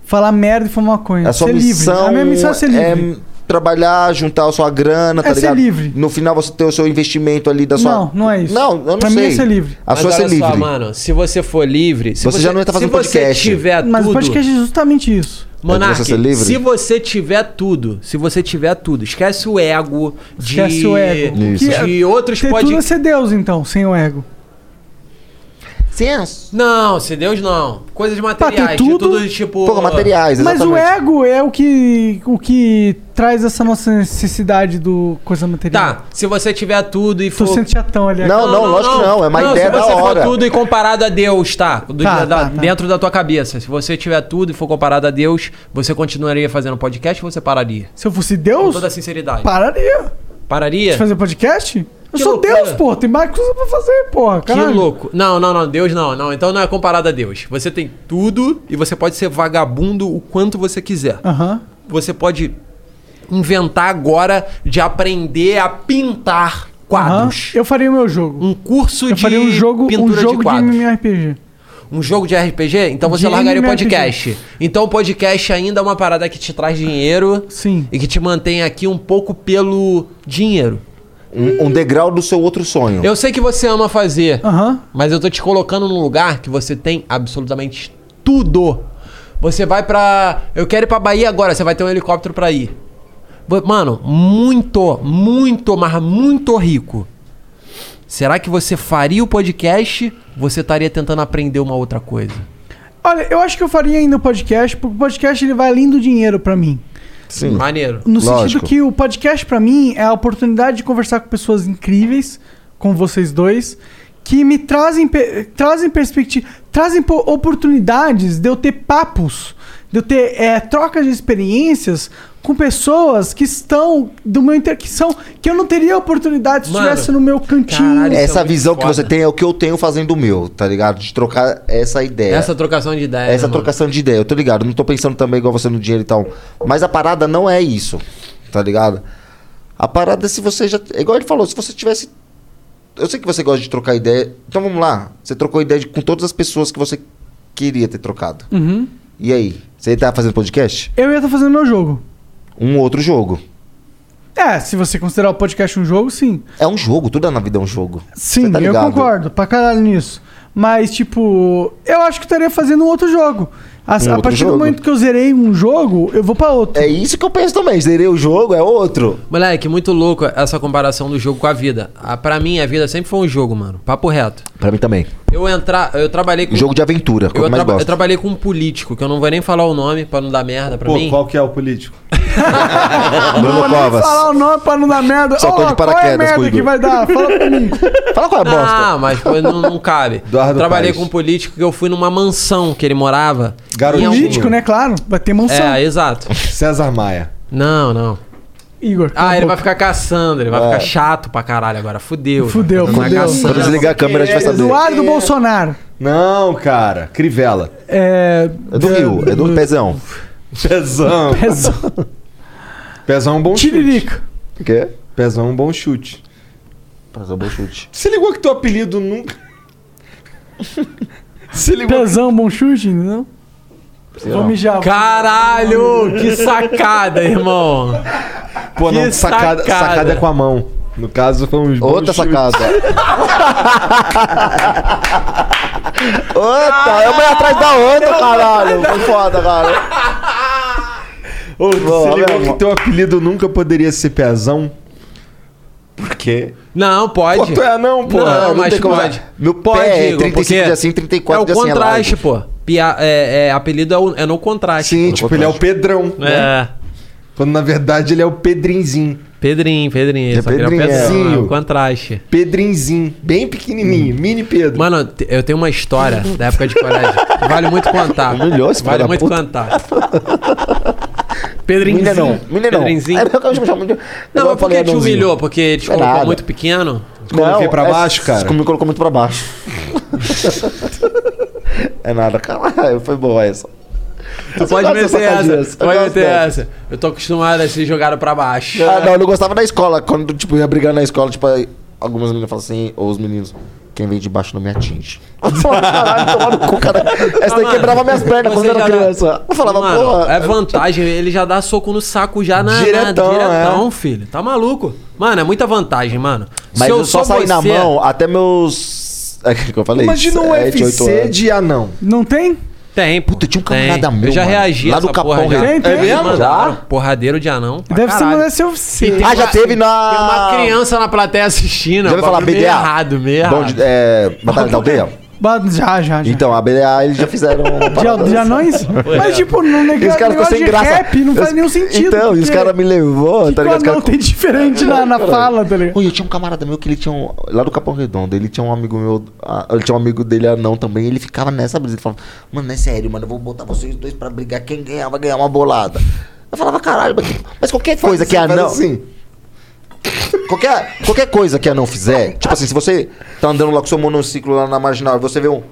Falar merda e fumar maconha.
A sua
ser
missão.
livre. A minha missão é ser livre.
é trabalhar, juntar a sua grana, tá
É ser
ligado?
livre.
No final você ter o seu investimento ali da sua.
Não, não é isso.
Não, eu não
Pra mim
sei.
é ser livre.
A sua é
mas
ser
olha só,
livre.
mano, se você for livre. Se
Você já não ia tá fazendo
se você
podcast.
tiver
Mas o
tudo.
podcast é justamente isso.
É
Monark,
de você ser livre?
se você tiver tudo, se você tiver tudo, esquece o ego de,
Esquece o ego.
Isso.
Que-
de outros
Ter tudo é
podcasts.
ser Deus, então, sem o ego.
Senso.
Não, se Deus não. Coisas materiais, de
tudo-
tudo de tipo.
Porra, materiais,
Mas o
exatamente.
ego é o que, o que traz essa nossa necessidade do coisa material.
Tá, se você tiver tudo e
Tô
for.
sendo chatão ali.
Não, lógico que não, é uma ideia
se
da
você
hora.
for tudo e comparado a Deus, tá? Do-
Tá,
da-
tá, tá.
Dentro da tua cabeça. Se você tiver tudo e for comparado a Deus, você continuaria fazendo podcast ou você pararia?
Se eu fosse
Com
Deus,
toda a sinceridade.
pararia de
pararia?
fazer podcast. Eu
Tá. Que
sou
loucura.
Deus, porra. Tem mais coisa pra fazer, porra.
Que
um Caralho.
louco. Não, não, não. Deus não. Não, então não é comparado a Deus. Você tem tudo e você pode ser vagabundo o quanto você quiser.
Aham.
Você pode inventar agora de aprender a pintar
Aham.
quadros.
Eu faria o meu jogo.
Um curso
Eu
de
faria um jogo, um
pintura
jogo
de
de,
quadros.
MMORPG.
Um jogo de RPG? Então você
De
largaria o
MMORPG.
podcast. Então o podcast ainda é uma parada que te traz dinheiro
Sim.
e que te mantém aqui um pouco pelo dinheiro.
Um, um degrau do seu outro sonho.
Eu sei que você ama fazer,
Aham.
mas eu tô te colocando num lugar que você tem absolutamente tudo. Você vai pra. Eu quero ir pra Bahia agora, você vai ter um helicóptero pra ir. Vo- Mano, muito, muito, mas muito rico. Será que você faria o podcast? Você estaria tentando aprender uma outra coisa.
Olha, eu acho que eu faria ainda o podcast, porque o podcast ele vai além do dinheiro pra mim.
Sim.
Maneiro.
No sentido
Lógico.
que o podcast, pra mim, é a oportunidade de conversar com pessoas incríveis, com vocês dois, que me trazem, pe- trazem perspectiva, trazem po- oportunidades de eu ter papos, de eu ter eh, trocas de experiências com pessoas que estão do meu inter... que são que eu não teria oportunidade se
Mano,
estivesse no meu cantinho.
caralho, isso é
Essa
muito
visão que
foda.
você tem é o que eu tenho fazendo o meu, tá ligado? De trocar essa ideia.
Essa trocação de né, ideias.
Essa trocação de ideia, eu tô ligado. Não tô pensando também igual você no dinheiro e tal. Mas a parada não é isso, tá ligado? A parada é se você já. é Igual ele falou, se você tivesse Eu sei que você gosta de trocar ideia. Então vamos lá. Você trocou ideia de- com todas as pessoas que você queria ter trocado.
Uhum.
E aí? Você tá fazendo podcast?
Eu ia estar fazendo meu jogo.
Um outro jogo.
É, se você considerar o podcast um jogo, sim.
É um jogo, tudo na vida é um jogo.
Sim,
Você tá
eu
ligado?
concordo pra caralho nisso. Mas, tipo, eu acho que eu estaria fazendo um outro jogo. As-
Um
a
outro
partir
jogo?
do momento que eu zerei um jogo, eu vou pra outro.
É isso que eu penso também. Zerei o jogo, é outro.
Moleque, muito louco essa comparação do jogo com a vida. Ah, pra mim, a vida sempre foi um jogo, mano. Papo reto.
Pra mim também.
Eu entrar, eu trabalhei com.
Jogo de aventura, que eu
eu,
mais
traba-
gosto.
eu trabalhei com um político, que eu não vou nem falar o nome pra não dar merda pra
Pô,
mim.
qual que é o político?
Bruno
Vou nem
Covas.
falar o nome pra não dar merda.
Saltou
Ó,
de
qual é a
paraquedas,
merda
Cuido.
que vai dar? Fala pra mim.
Fala qual é
Ah, mas pô, não, não cabe. Trabalhei
Paes.
com um político que eu fui numa mansão que ele morava. Em algum-
Político, né? Claro. Vai ter mansão.
É, exato.
César Maia. Tá
Não, não.
Igor. tá
Ah, ele vai ficar caçando, ele vai
É.
ficar chato pra caralho agora.
tá
Fudeu.
Fudeu,
Vai ficar
fudeu.
caçando.
Quando desligar a câmera, a gente vai saber. Eduardo Bolsonaro.
É. Não, cara. Crivella.
É.
É do Rio, é do
Pezão.
Pezão.
Pezão.
Pezão é um bom
Tiririca.
O quê?
Pezão é um bom chute.
Pezão é um bom chute.
Você ligou que teu apelido nunca.
Pezão, bom chute, não? Vou mijar.
Caralho, que sacada, irmão.
Pô, não,
Que
sacada,
sacada.
sacada é com a mão. No caso, foi um
Outra sacada. Outra, eu vou atrás da outra, caralho. Foi foda, cara.
Ô,
Boa,
você ligou
meu
que teu apelido nunca poderia ser Pezão?
Por quê?
Não, pode.
Pô, tu é não, pô.
Não,
Não
mas
tem como-
pode.
Meu pé
pode,
é
Igor,
35
porque
de assim, 34
É
de
o
assim, é
contraste, pô. Pia- é, é, apelido é, o- é no contraste. Sim,
tipo, ele é o Pedrão.
Né?
É.
Quando na verdade ele é o Pedrinzinho.
Pedrinho, Pedrinho.
Ele é
só que ele
Pedrinho.
Pedrão, é o
Pedrinho.
contraste.
Pedrinzinho, bem pequenininho, mini Pedro.
Mano, te- eu tenho uma história da época de colégio. Vale muito contar.
Humilhou esse filho
Vale
da
muito
puta.
contar. Pedrinho.
Milha não, milha não.
Pedrinzinho.
É porque eu chamo de-
Não,
eu
mas por
falei
que te
anãozinho.
humilhou? Porque te
Não é
colocou
nada.
muito pequeno?
Não, é- Me colocou muito pra baixo. é nada, caralho. Foi boa essa.
Tu
Você
pode
gosta dessa
meter
sacadinha?
essa.
Eu
Pode
gosto
meter
dessa.
essa. Eu tô acostumado a ser jogado pra baixo.
Ah, não, eu não gostava da escola. Quando, tipo, eu ia brigar na escola, tipo, aí algumas meninas falam assim, ou os meninos, quem vem de baixo não me atinge. Eu falava, Caralho, tomar no cu, cara. Essa daí quebrava minhas pernas quando
Ah, Você
eu era
já dá-
criança. Eu falava,
Mano,
porra.
É vantagem, ele já dá soco no saco já na. na-
Diretão,
diretão
é.
filho. Tá maluco? Mano, é muita vantagem, mano.
Mas eu, só
sou
saí na
você-
mão até meus. É que eu falei.
Imagina um
sete, oito
UFC
anos.
de anão.
Não tem?
Tem, pô. Puta,
tinha um
camarada meu,
Eu já
mano,
reagi
lá
a
do
essa
Capão
porra já.
Redondo. É
Eles
mesmo?
mandaram Porradeiro de anão. pra
Deve ser
caralho.
mandar seu oficina.
E
Ah,
tem uma- Tem uma criança na plateia assistindo. é um
Já ouviu falar
bagulho
BDA?
meio Errado, meio
Bom
errado.
de- é, Batalha da Aldeia?
Já, já, já.
Então, a BDA eles já fizeram. uma parada
De, de anões?
dessa.
é Mas, tipo, não
E os
negócio
caras ficam sem
de
graça.
rap não faz
Os-
nenhum sentido.
Então, e os
porque-
caras me levou, tá
que
ligado? Os
o anão
caras-
tem diferente na- na
Caralho.
fala, tá ligado?
Oi, eu tinha um camarada meu que ele tinha um. Lá do Capão Redondo, ele tinha um amigo meu. ah, Ele tinha um amigo dele anão também. Ele ficava nessa brisa. Ele falava, mano, não é sério, mano. Eu vou botar vocês dois pra brigar. Quem ganhar vai ganhar uma bolada. Eu falava, caralho, mas, mas qualquer coisa que é
assim, faz
anão.
assim.
Qualquer, qualquer coisa que anão fizer, tipo assim, se você tá andando lá com seu monociclo lá na marginal e você vê um.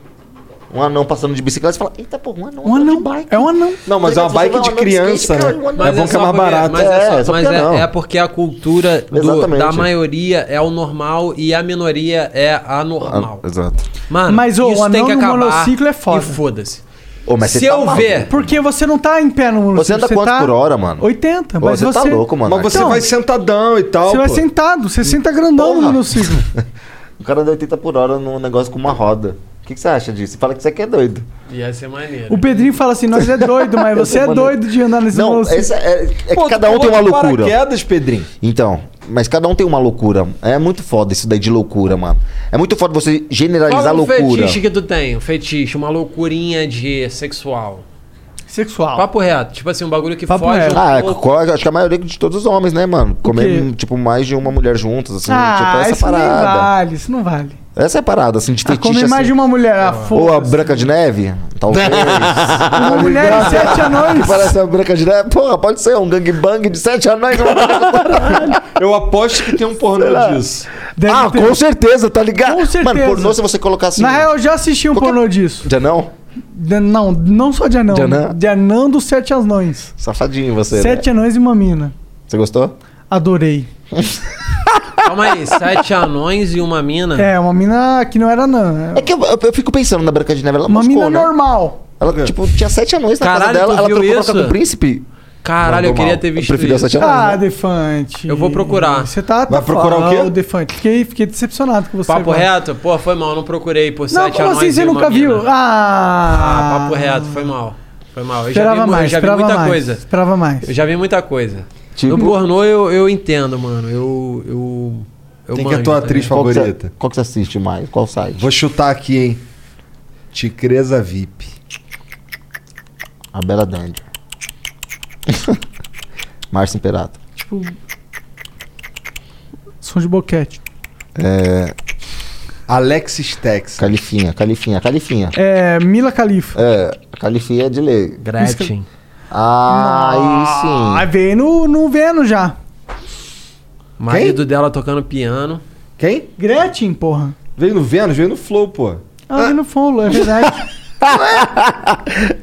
Um anão passando de bicicleta, você fala, eita porra, um anão. Um anão,
é um anão.
Não, mas é uma bike
um
de criança,
um
né? É bom que é
só porque-
mais barato.
Mas é, só, mas
porque
é-
não.
é porque a cultura do-
Exatamente.
da maioria é o normal e a minoria é anormal.
Exato.
Mano,
Mas, ô,
isso
o
tem
anão
que
no
acabar.
monociclo é foda.
E foda-se.
Ô, mas
Se
você tá
eu
maluco.
ver.
Porque você não tá em pé no monociclo.
Você anda quanto por hora, mano?
80,
Ô,
mas
você tá louco, mano.
Mas você
Então,
vai sentadão e tal.
Você vai
pô.
sentado, você senta grandão no monociclo.
O cara dá 80 por hora num negócio com uma roda. O que, que você acha disso? Você fala que isso aqui é doido.
Ia ser maneiro.
O Pedrinho fala assim, nós é doido, mas você é
Mano,
doido de andar nesse
Não,
monociclo.
essa é, é
Pô,
que cada um
tu
tem uma
pulou de
loucura.
paraquedas,
Pedrinho.
Então, mas cada um tem uma loucura. É muito foda isso daí de loucura, mano. É muito foda você generalizar
Fala um
loucura.
fetiche que tu tem, um fetiche, uma loucurinha de sexual.
Sexual.
Papo reto, tipo assim, um bagulho que
Papo
foge
reto.
um
Ah, é,
pouco.
co- acho que a maioria de todos os homens, né, mano? Comer, tipo, mais de uma mulher juntas, assim, tipo,
Ah,
essa
isso nem
parada.
vale, isso não vale.
Essa é a parada, assim, de fetiche.
Comer mais
assim.
de uma mulher, ah,
Ou a
foda-se.
Branca de Neve, talvez.
Uma mulher e sete anões.
Que parece a Branca de Neve. Porra, pode ser um gangbang de sete anões.
Eu aposto que tem um pornô
disso. ah, com certeza, tá ligado? Com certeza. Mano, pornô se você colocar assim...
Na real, eu já assisti um pornô disso.
De anão?
De- não, não só de anão.
De anão?
De anão dos sete anões.
Safadinho você, né?
sete anões e uma mina.
Você gostou?
Ah,
Adorei.
é.
Calma aí, sete anões e uma mina.
É, uma mina que não era não.
É que eu, eu- eu fico pensando na Branca de Neve, ela
Uma
moscou,
mina
né?
normal.
Ela, tipo, tinha sete anões na
Caralho,
casa dela,
tu
ela
viu
trocou pra
isso?
com o príncipe.
Caralho, eu
Mandou
queria
mal.
ter visto
Eu preferi
isso.
a sete anões,
Ah,
né?
Defante.
Eu vou procurar.
Você tá,
Vai
tá
procurar o
fal-
quê?
Ah, Defante. Fiquei, fiquei decepcionado com você.
Papo
agora.
reto? Pô, foi mal, não procurei por
Não,
sete
como
anões
assim
e
você
uma
nunca
mina.
viu? Ah,
Ah, papo reto, foi mal. Foi mal. Eu
esperava
já vi, mu- eu
mais,
já vi
esperava
muita
mais,
coisa.
Esperava mais.
Eu já vi muita coisa.
Tipo?
No pornô eu, eu entendo, mano. Eu. eu, eu
Quem que é
manjo,
a tua
tá
atriz
ligado?
favorita?
Qual que você assiste mais? Qual site?
Vou chutar aqui, hein? Ticreza VIP.
A Bela Dandy. Márcio Imperato.
Tipo. Som de boquete.
É...
Alexis Tex.
Califinha, Califinha, Califinha.
É, Mila Califa.
É, a Califinha é de lei.
Gretchen.
Ah, aí sim.
Ah, veio no, no Veno já.
Marido dela tocando piano.
Quem?
Gretchen, porra.
Veio no Vênus, veio no Flow, pô.
Ah, veio no Folo, é verdade.
Ai,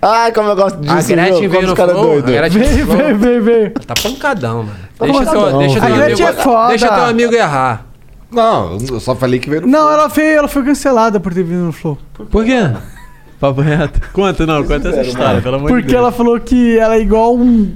Ah, como eu gosto disso.
A Gretchen
meu,
veio
como
no
os cara é
flow.
doido.
A Gretchen no
veio, veio,
flow.
veio, veio.
Tá pancadão, mano.
Tá
Deixa teu,
pancadão.
deixa
A
teu
Gretchen
amigo,
é foda.
Deixa teu amigo errar.
Não, eu só falei que veio no
Não, ela foi, ela foi cancelada por ter vindo no Flow.
Por quê? Papo reto. Conta, não, conta essa história, pelo amor de Deus.
Porque ela falou que ela é igual um.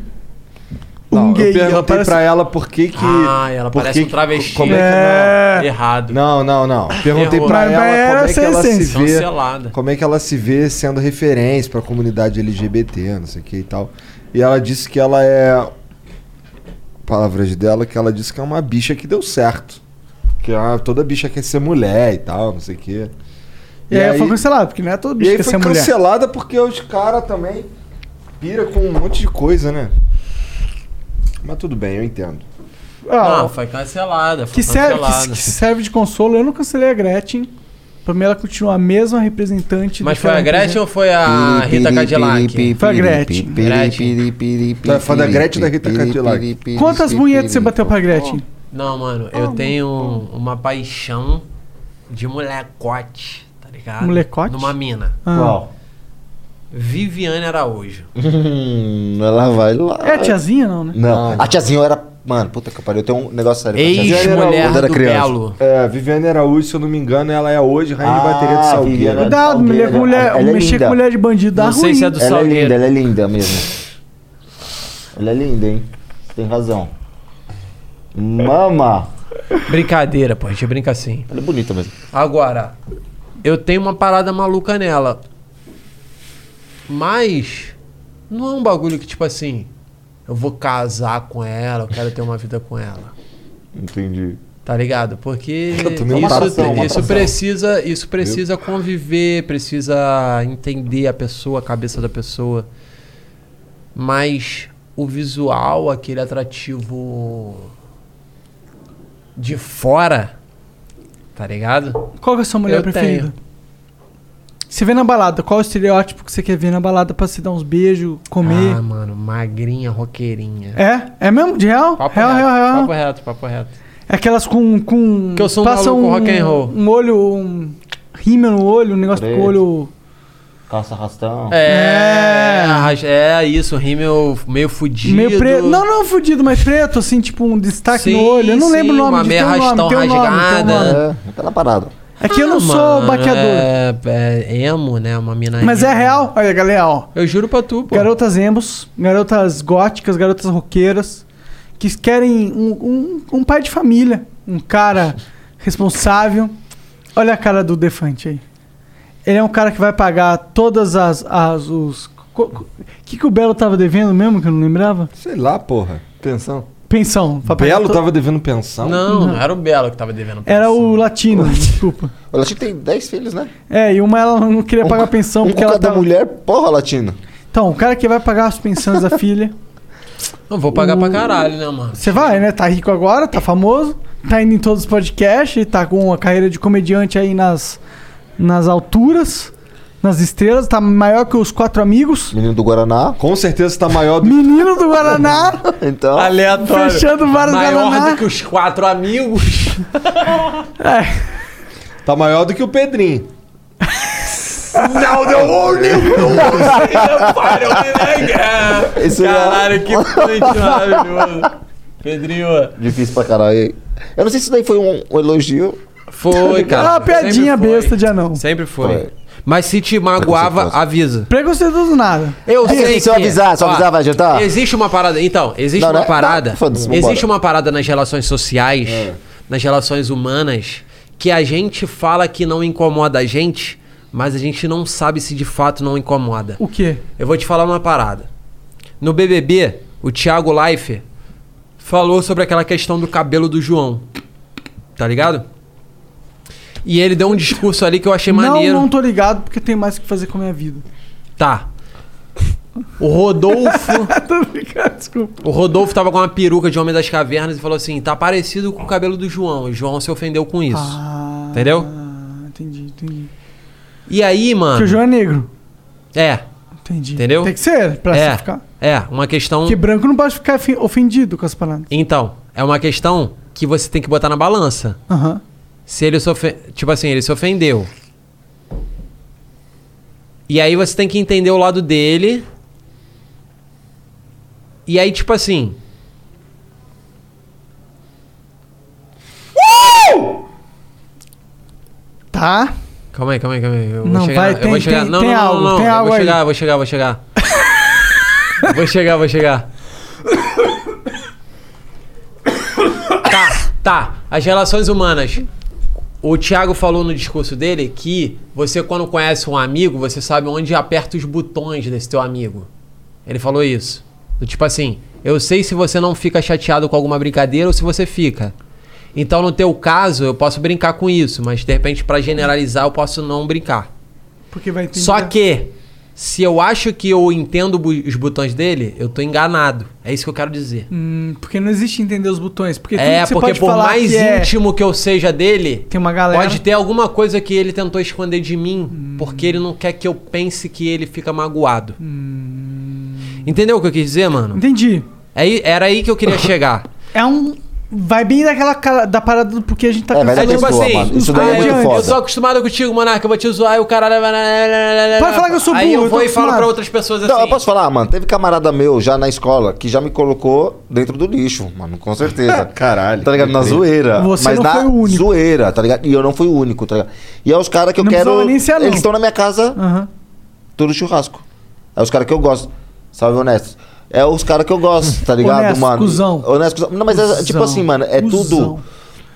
Não,
gay,
eu
ela
perguntei
parece-
pra ela por que que...
Ah, ela
por
parece
que
um travesti.
Como é que não?
Errado.
Não, não, não. Perguntei
Errou.
pra
Mas- mas
ela
era
como é que
sem
ela se
essência.
vê...
Cancelada.
Como é que ela se vê sendo referência pra comunidade LGBT, não sei o que e tal. E ela disse que ela é... Palavras dela, que ela disse que é uma bicha que deu certo. Que ah, toda bicha quer ser mulher e tal, não sei o que.
E, aí, foi cancelada, porque não é todo
E
bicho
aí
que quer
foi
ser mulher.
cancelada porque os caras também pira com um monte de coisa, né? Mas tudo bem, eu entendo.
Ah,
Não, foi cancelada. Foi
que, serve,
cancelada.
que, que serve de consolo, eu não cancelei a Gretchen. Pra mim ela continua a mesma representante. do
Mas
que
foi
ela
a Gretchen
representa.
ou foi a Ah, Rita Cadillac?
Foi a Gretchen.
Tá, Gretchen.
Foi da Gretchen da Rita Cadillac.
Quantas punhetas você bateu pra Gretchen? Ah.
Não, mano, eu tenho um, uma paixão de molecote, tá ligado?
Molecote?
Numa mina.
Ah.
Qual?
Viviane Araújo.
Hum, ela vai lá.
É a tiazinha, não, né?
Ah, Não. A tiazinha eu era. Mano, puta que pariu. Eu tenho um negócio sério. com a tiazinha.
Ex-mulher
Quando eu era
do
criança.
Belo.
É, Viviane Araújo, se eu não me engano, ela é hoje rainha de bateria de
Ah,
Salgueiro.
Viviane
Cuidado, mulher, com mulher,
Ela é
mexer
linda.
com mulher de bandido dá
Não sei
ruim.
se é do
Ela é
Salgueiro.
linda, ela é linda mesmo. Ela é linda, hein? Você tem razão. Mama.
Brincadeira, pô, a gente brinca assim.
Ela é bonita mesmo.
Agora, eu tenho uma parada maluca nela. Mas não é um bagulho que, tipo assim, eu vou casar com ela, eu quero ter uma vida com ela.
Entendi.
Tá ligado? Porque
Eu
isso,
também uma atração, uma
isso
atração.
precisa, isso precisa conviver, precisa entender a pessoa, a cabeça da pessoa. Mas o visual, aquele atrativo de fora, tá ligado?
Qual que é a sua mulher
Eu
preferida? Você vê na balada, qual o estereótipo que você quer ver na balada pra se dar uns beijos, comer?
Ah, mano, magrinha, roqueirinha.
é? É mesmo? De real?
Papo
real,
reto,
real, real.
papo reto, papo reto.
É aquelas com. com
Que eu sou um
passam
maluco rock and roll.
Um olho. Um rímel no olho, um negócio com
Preto.
o olho.
Calça arrastão.
É, arras- é isso, rímel meio fudido.
Meio preto. Não, não fudido, mas preto, assim, tipo um destaque
Sim,
no olho. Eu não
sim,
lembro o nome
uma
de
meia
tem um nome,
rastão
tem um nome, tem um
rasgada.
nome.
É, aquela parada.
É que eu não
Ah,
sou
mano,
baqueador.
É, é emo, né? Uma mina
Mas
emo.
é real. Olha, galera, ó.
Eu juro pra tu, pô.
Garotas emos, garotas góticas, garotas roqueiras, que querem um, um, um pai de família, um cara responsável. Olha a cara do Defante aí. Ele é um cara que vai pagar todas as. as os, o que, que o Belo tava devendo mesmo, que eu não lembrava?
Sei lá, porra. Pensão.
Pensão. pra pagar
Belo
to-
tava devendo pensão?
Uhum.
Não, não era o Belo que tava devendo.
Era o latino, desculpa.
O Latino tem 10 filhos, né?
É, e uma ela não queria pagar pensão
Um
porque
com
ela
cada
tava...
mulher, porra, Latino.
Então, o cara que vai pagar as pensões da filha.
Não, vou pagar pra caralho, né, mano?
Você vai, né? Tá rico agora, tá famoso, tá indo em todos os podcasts, tá com a carreira de comediante aí nas, nas alturas, nas estrelas, tá maior que os quatro amigos.
Menino do Guaraná.
Com certeza tá maior do
Menino do Guaraná,
Então.
Aleatório.
fechando vários
Maior
Guaraná.
do que os quatro amigos.
É.
Tá maior do que o Pedrinho.
Não, não, only
é
Caralho, que punch maravilhoso. Pedrinho.
Difícil pra caralho. hein? Eu não sei se isso daí foi um, um elogio.
Foi, cara.
É uma piadinha
Sempre foi.
besta de anão.
Sempre foi. Mas se te magoava, avisa.
Preconceituoso nada.
Eu
Avisa,
sei
se eu
que- é.
avisar, se eu
ó,
avisar, vai adiantar?
Existe uma parada. Então, existe
Não,
uma
né?
parada.
Tá, foda-se, vambora.
existe uma parada nas relações sociais,
É.
nas relações humanas, que a gente fala que não incomoda a gente, mas a gente não sabe se de fato não incomoda.
O quê?
Eu vou te falar uma parada. No BBB, o Thiago Leifert falou sobre aquela questão do cabelo do João. Tá ligado? E ele deu um discurso ali que eu achei
Não,
maneiro.
não tô ligado porque tem mais o que fazer com a minha vida.
Tá. O Rodolfo. O Rodolfo tava com uma peruca de Homem das Cavernas e falou assim: tá parecido com o cabelo do João. E o João se ofendeu com isso. Entendeu?
Ah, Entendi, entendi.
E aí, mano.
Que o João é negro.
É.
Entendi.
Entendeu?
Tem que ser pra
é,
se ficar.
É, uma questão.
Porque branco não pode ficar fi- ofendido com as palavras.
Então, é uma questão que você tem que botar na balança.
Aham.
Se ele se ofe... Tipo assim, ele se ofendeu. E aí você tem que entender o lado dele. E aí, tipo assim.
Tá?
Calma aí, calma aí, calma aí. Eu
Não,
vou chegar.
vai,
eu vou
tem-
chegar.
tem-
não,
tem
não, não,
algo,
não.
tem
eu
algo
vou
aí.
chegar, vou chegar, vou chegar. vou chegar, vou chegar. Tá, tá. As relações humanas. O Thiago falou no discurso dele que você, quando conhece um amigo, você sabe onde aperta os botões desse teu amigo. Ele falou isso. Do tipo assim, eu sei se você não fica chateado com alguma brincadeira ou se você fica. Então, no teu caso, eu posso brincar com isso, mas de repente, pra generalizar, eu posso não brincar.
Porque vai entender.
Só que, se eu acho que eu entendo bu- os botões dele, eu tô enganado. É isso que eu quero dizer.
Hum, porque não existe entender os botões. Porque tudo
é,
que você
porque
pode
por
falar
mais
que é-
íntimo que eu seja dele,
Tem uma galera.
pode ter alguma coisa que ele tentou esconder de mim, porque ele não quer que eu pense que ele fica magoado. Entendeu o que eu quis dizer, mano? É
Hum. Entendi.
era aí que eu queria chegar.
É um. Vai bem daquela cara- da parada do porque a gente tá
É
pensando
tipo assim,
é
ah, eu, eu tô
só-
acostumado contigo, Monarca, eu vou te zoar, e o cara...
Pode falar que eu sou
É, Aí eu
burro, então, eu
vou
tô
e falo
acostumado.
pra outras pessoas assim.
Não, eu posso falar, mano. Teve camarada meu já na escola que já me colocou dentro do lixo, mano, com certeza. Caralho. Tá ligado? Na
incrível.
zoeira.
Você
mas
não
na
foi o
único. zoeira, tá ligado? E eu não fui o único, tá ligado? E é os caras que eu
Não
quero.
precisava nem ser anão.
Eles estão na minha casa, todo churrasco. É os caras que eu gosto. Salve, honestos. É os caras que eu gosto, tá ligado,
Honesto,
mano?
cuzão.
Honesto, cuzão. Não, mas é, tipo
Cuzão,
assim, mano, é
cuzão.
tudo.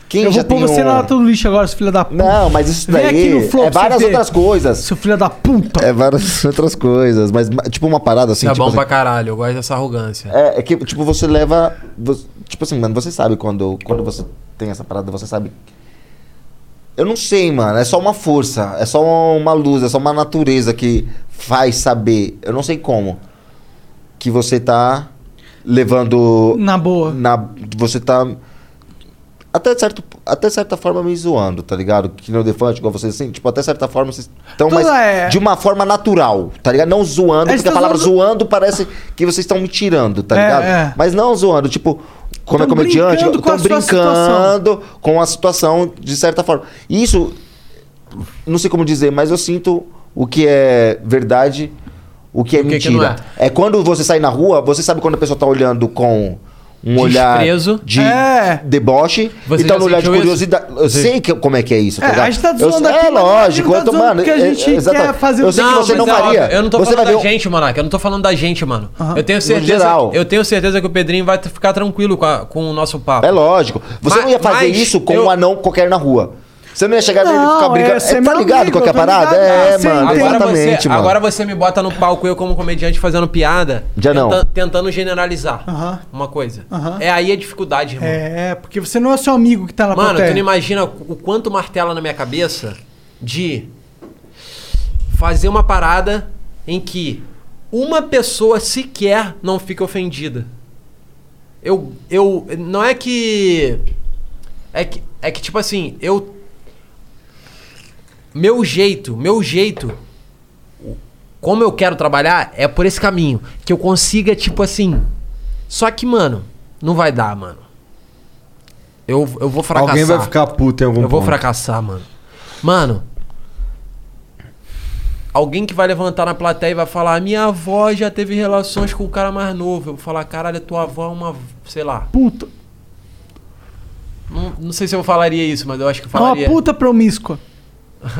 Quem
eu
já
vou pôr
tem
você
um-
na lata do lixo agora, seu filho da puta.
Não, mas isso daí é várias outras coisas.
Seu filho da puta.
É várias outras coisas. Mas, tipo, uma parada assim.
Tá
tipo
bom
assim,
pra caralho, eu gosto dessa arrogância.
É, é que, tipo, você leva. você- tipo assim, mano, você sabe quando, quando você tem essa parada, você sabe. Eu não sei, mano. É só uma força, é só uma luz, é só uma natureza que faz saber. Eu não sei como. Que você tá levando.
Na boa.
Na, você tá. Até, certo, até certa forma me zoando, tá ligado? Que no defante, igual vocês assim, tipo, até certa forma vocês estão,
Toda
mas
é-
de uma forma natural, tá ligado? Não zoando, porque
É,
a
vocês
palavra
zoando-
zoando parece que vocês estão me tirando, tá
É,
ligado?
é.
Mas não zoando, tipo, como é
Tão
comediante,
brincando com a
estão
sua
brincando com a situação de certa forma. E isso, não sei como dizer, mas eu sinto o que é verdade, o que é
que que
mentira. é? quando você sai na rua, você sabe quando a pessoa tá olhando com um olhar
Desprezo.
de
É.
deboche,
Você
e tá
já
no olhar de
sentiu isso?
curiosidade. Eu sei que, como é que é isso, tá
É,
ligado?
a gente tá
Eu
zoando
sei-
aqui,
É
mas a gente
lógico,
não tá
eu tô,
zoando
mano.
porque a
é-
gente
é- exatamente.
quer fazer
Eu
o-
sei que
Não,
você não
mas é
faria.
óbvio, eu não tô
Você
falando
vai
da
ver um-
gente, Monarca. Eu não tô falando da gente, mano. Eu tenho
No
certeza.
geral.
Eu tenho certeza que o Pedrinho vai ficar tranquilo com, a- com o nosso papo.
É lógico. Você
Mas-
não ia fazer
mas
isso com
eu-
um anão qualquer na rua. Você não ia chegar nele e
Não,
ficar brincando.
é, você
É,
é
tá
meu
ligado
amigo,
qual que é a
eu tô
parada?
ligado.
É,
Você
mano.
entende.
Exatamente,
você,
mano.
Agora você me bota no palco, eu como comediante fazendo piada.
Já não.
tenta- Tentando generalizar
Aham.
uma coisa.
Aham.
É aí a dificuldade, irmão.
É, porque você não é seu amigo que tá na
Mano,
plateia.
tu não imagina o quanto martela na minha cabeça de fazer uma parada em que uma pessoa sequer não fica ofendida. Eu. eu não é que. É que, é que tipo assim, eu. Meu jeito, meu jeito. Como eu quero trabalhar é por esse caminho. Que eu consiga, tipo assim. Só que, mano, não vai dar, mano. Eu, eu vou fracassar.
Alguém vai ficar puto em algum
Eu vou
ponto.
fracassar, mano. Mano. Alguém que vai levantar na plateia e vai falar: Minha avó já teve relações com o cara mais novo. Eu vou falar: Caralho, tua avó é uma. Sei lá.
Puta. é
Não, não sei se eu falaria isso, mas eu acho que eu
É uma
falaria.
puta promíscua.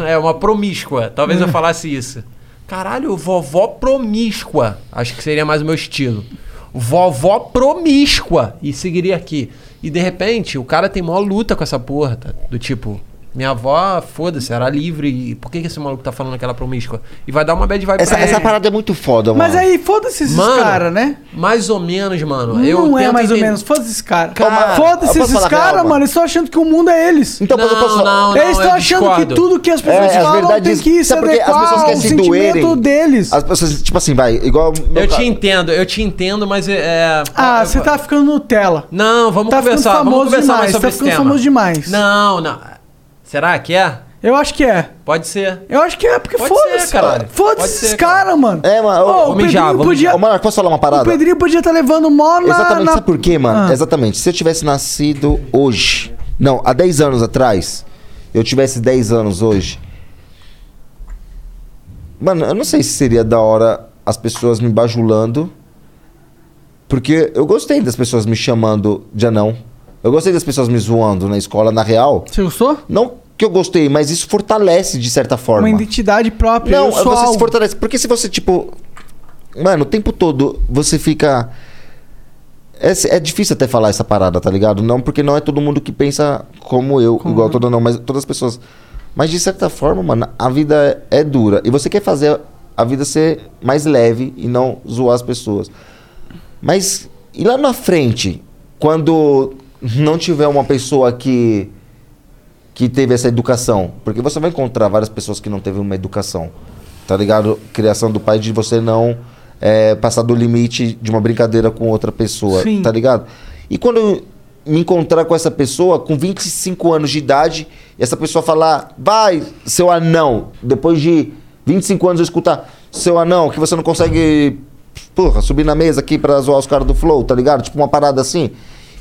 é uma promíscua. Talvez
É.
eu falasse isso. Caralho, vovó promíscua. Acho que seria mais o meu estilo. Vovó promíscua. E seguiria aqui. E de repente, o cara tem maior luta com essa porra. tá? Do tipo, minha avó, foda-se, era livre. E por que que esse maluco tá falando aquela promíscua? E vai dar uma bad vibe
Essa,
pra
essa
ele.
parada é muito foda, mano.
Mas aí,
foda-se
esses
Mano,
cara,
né?
Mais ou menos, mano.
Não
eu
é
tento
mais ou
entender-
menos. Foda-se esses caras.
Cara, eu
Foda-se
posso
esses
falar real,
caras,
mano?
mano. Eles estão achando que o mundo é eles.
Então, mas eu posso- Não, não,
Eles
não,
estão
eu
achando que
discordo.
tudo que as
É,
pessoas
as
falam tem
verdades-
que se
sabe por quê? As pessoas
adequar ao
querem se
sentimento
doerem.
deles.
As pessoas, tipo assim, vai, igual. meu
Eu
ca-
te entendo, eu te entendo, mas é.
Ah, você tá ficando Nutella.
Não, vamos
Tá ficando
conversar.
famoso
vamos conversar
demais,
mais sobre
tá
esse
ficando
tema.
famoso demais.
Não, não. Será que é?
Eu acho que é.
Pode ser.
Eu acho que é, porque
Pode
foda-se.
ser, caralho.
Foda-se
Pode ser,
esses caras, mano.
É, mano.
Ô, o Pedrinho podia.
Ô, Marco, posso falar uma
O
parada?
Pedrinho podia estar levando mó na.
Exatamente, tá
na- Ah.
sabe por quê, mano? Exatamente. Se eu tivesse nascido hoje. Não, há 10 anos atrás. Eu tivesse 10 anos hoje. Mano, eu não sei se seria da hora as pessoas me bajulando. Porque eu gostei das pessoas me chamando de anão. Eu gostei das pessoas me zoando na escola, na real.
Você gostou?
Não que eu gostei, mas isso fortalece de certa forma.
Uma identidade própria.
Não,
eu sou
você se
algo.
fortalece. Porque se você, tipo. Mano, o tempo todo você fica. É, é difícil até falar essa parada, tá ligado? Não, porque não é todo mundo que pensa como eu, igual todo não, mas todas as pessoas. Mas de certa forma, mano, a vida é é dura. E você quer fazer a vida ser mais leve e não zoar as pessoas. Mas e lá na frente, quando não tiver uma pessoa que que teve essa educação, porque você vai encontrar várias pessoas que não teve uma educação, tá ligado? Criação do pai de você não é, passar do limite de uma brincadeira com outra pessoa,
Sim.
tá ligado? E quando eu me encontrar com essa pessoa com 25 anos de idade, e essa pessoa falar, vai, seu anão, depois de 25 anos eu escutar, seu anão, que você não consegue porra, subir na mesa aqui pra zoar os caras do Flow, tá ligado? Tipo uma parada assim.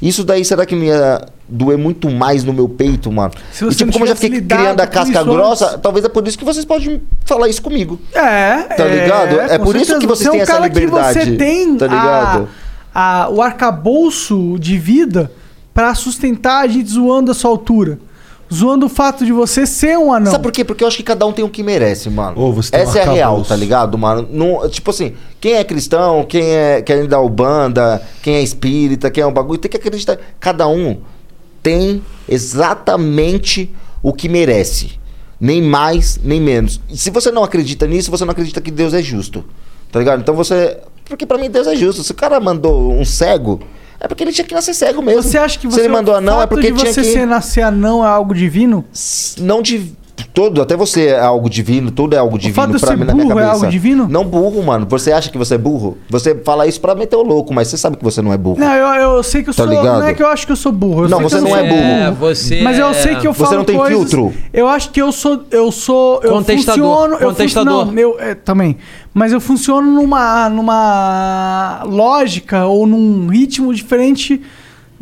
Isso daí será que não ia doer muito mais no meu peito, mano?
Se você
e tipo,
não
como eu já
tivesse
fiquei
lidado
criando a
com
casca
isso
grossa,
antes.
talvez é por isso que vocês podem falar isso comigo.
É.
Tá ligado? É
com
por isso que você
é
tem
um
essa
cara
liberdade,
Que você tem
tá ligado?
a- a- o arcabouço de vida pra sustentar a gente zoando a sua altura. Zoando o fato de você ser um anão.
Sabe por quê? Porque eu acho que cada um tem o que merece, mano.
você tem um
Essa é a real,
arcabouço.
tá ligado, mano? Não, tipo assim, quem é cristão, quem é quem é da Ubanda, quem é espírita, quem é um bagulho, tem que acreditar. Cada um tem exatamente o que merece. Nem mais, nem menos. E se você não acredita nisso, você não acredita que Deus é justo. Tá ligado? Então você. Porque pra mim Deus é justo. Se o cara mandou um cego, é porque ele tinha que nascer cego mesmo.
Você acha que você
Se ele mandou
o
anão, é
fato
porque
de
tinha
você
que
ser nascer anão é algo divino?
não de todo, até você é algo divino, tudo é algo
fato de
divino
eu
pra
ser
mim na minha
burro é
cabeça.
algo divino?
Não burro, mano. Você acha que você é burro? Você fala isso pra meter o louco, mas você sabe que você não é burro.
Não, eu, eu sei que eu
Tá
sou.
ligado?
Não é que eu acho que eu sou burro. eu
Não,
sei que
você
eu
não é
sou
burro.
É, você
Mas eu sei que eu
Você
falo
não tem
coisas-
filtro?
Eu acho que eu sou. Eu sou. Eu
Contestador,
funciono. Eu
contestador.
Funciono, não, eu, é, também. Mas eu funciono numa, numa lógica ou num ritmo diferente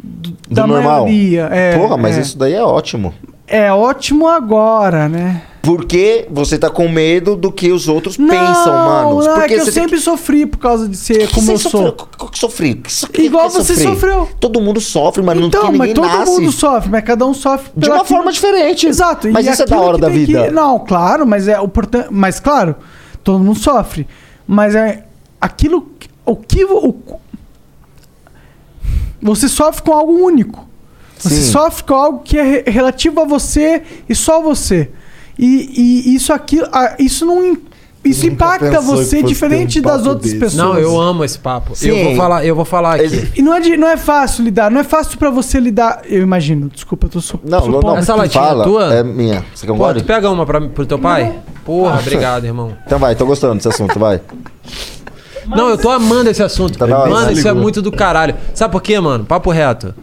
do,
Do
da
normal.
maioria. É,
Porra, mas
é.
isso daí é ótimo.
É ótimo agora, né?
Porque você tá com medo do que os outros pensam, mano.
Não, é
Porque
que eu
você tem
sempre sofri por causa de ser
que
como
você
eu
sofreu?
sou.
Co- co- que é sofri? Que so- que-
Igual
que
você
sofri?
sofreu.
Todo mundo sofre, mas não
Então,
tem
mas
ninguém
todo
nasce.
mundo sofre, mas cada um sofre
De uma forma diferente.
Exato.
Mas isso é da
aquilo
hora
que
da
tem
vida.
Não, claro, mas é o portan- mas claro, todo mundo sofre, mas é aquilo que- o que vo- o- você sofre com algo único. Você
Sim.
sofre com algo que é re- relativo a você e só você. E, e isso aqui, ah, isso não im- isso impacta
pensou que
você é
fosse
diferente
ter um
das
papo
outras
desse.
pessoas.
Não, eu amo esse papo. Eu vou falar, eu vou falar aqui.
E não é, de- não é fácil lidar, não é fácil pra você lidar. Eu imagino, desculpa, eu tô su
Não, não, não.
Essa latinha
fala,
é tua?
É minha. Você quer um
Pô,
gole?
tu pega uma pra, pro teu pai? Porra, obrigado, irmão.
Então vai, tô gostando desse assunto, vai.
Não, eu tô
é-
amando esse assunto.
Tá na hora.
Mano, isso é
Ligou.
muito do caralho. Sabe por quê, mano? Papo reto.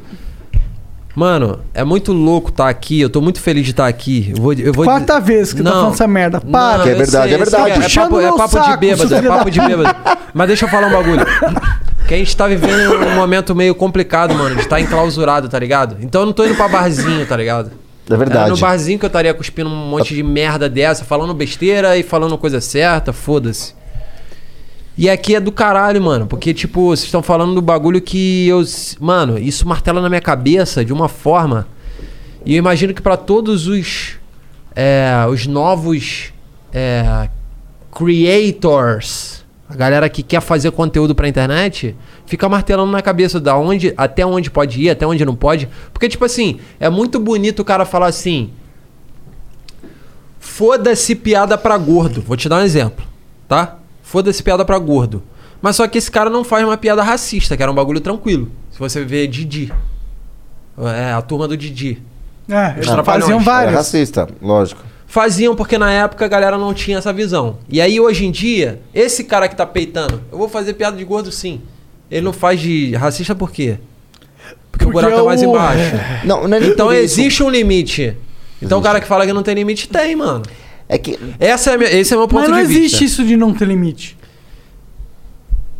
Mano, é muito louco estar aqui. Eu tô muito feliz de estar aqui. Eu vou, eu vou...
Quarta vez que tu tá
Não.
falando essa merda. Para. é
Não, eu sei, eu sei. É papo, é papo de bêbado, é papo de bêbado. Mas deixa eu falar um bagulho. Que a gente tá vivendo um momento meio complicado, mano. A gente tá enclausurado, tá ligado? Então eu não tô indo pra barzinho, tá ligado?
É verdade.
Era no barzinho que eu estaria cuspindo um monte de merda dessa, falando besteira e falando coisa certa, foda-se. E aqui é do caralho, mano, porque, tipo, vocês estão falando do bagulho que eu. Mano, isso martela na minha cabeça de uma forma. E eu imagino que pra todos os. é, os novos. é, creators, a galera que quer fazer conteúdo pra internet, fica martelando na cabeça da onde, até onde pode ir, até onde não pode. Porque, tipo assim, é muito bonito o cara falar assim. Foda-se piada pra gordo. Vou te dar um exemplo, tá? Foda-se piada pra gordo. Mas só que esse cara não faz uma piada racista, que era um bagulho tranquilo. Se você vê Didi. É, a turma do Didi.
É,
Os
Não,
Trapalhões.
era racista, lógico.
Faziam porque na época a galera não tinha essa visão. E aí hoje em dia, esse cara que tá peitando, eu vou fazer piada de gordo sim. Ele não faz de racista por quê? Porque, o buraco é mais
o-
embaixo.
Não, não é nem
então
por isso.
existe um limite. Então o cara que fala que não tem limite tem, mano.
É que
essa é a minha- esse é o meu ponto
Mas não
de vista.
existe isso de não ter limite.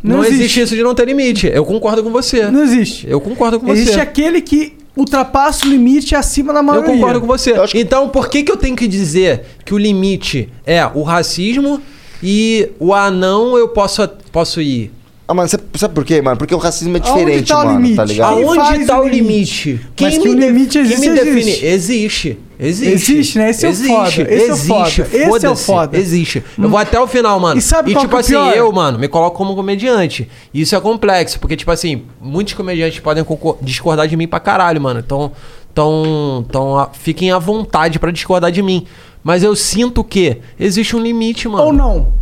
Não, existe. isso de não ter limite. Eu concordo com você.
Não existe.
Eu concordo com
Existe
você.
aquele que ultrapassa o limite acima da
Eu
maioria.
concordo com você. Então, por que, que eu tenho que dizer que o limite é o racismo e o anão eu posso, posso ir?
Ah, mano, sabe, sabe por quê, mano? Porque o racismo é
Aonde
diferente,
tá o
mano,
limite?
tá ligado?
Aonde Quem tá faz o o limite? limite? Quem Mas que me o de- limite quem existe, me define- existe. Existe. Existe.
Existe, né? Esse é o
existe,
foda. Esse é o foda.
existe,
Esse é o
foda-se,
foda.
Existe. Eu vou até o final, mano.
E sabe qual que
tipo
é o
assim,
pior?
eu, mano, me coloco como comediante. E isso é complexo, porque, tipo assim, muitos comediantes podem concor- discordar de mim pra caralho, mano. Então, então, então a- fiquem à vontade pra discordar de mim. Mas eu sinto que existe um limite, mano. Ou
não?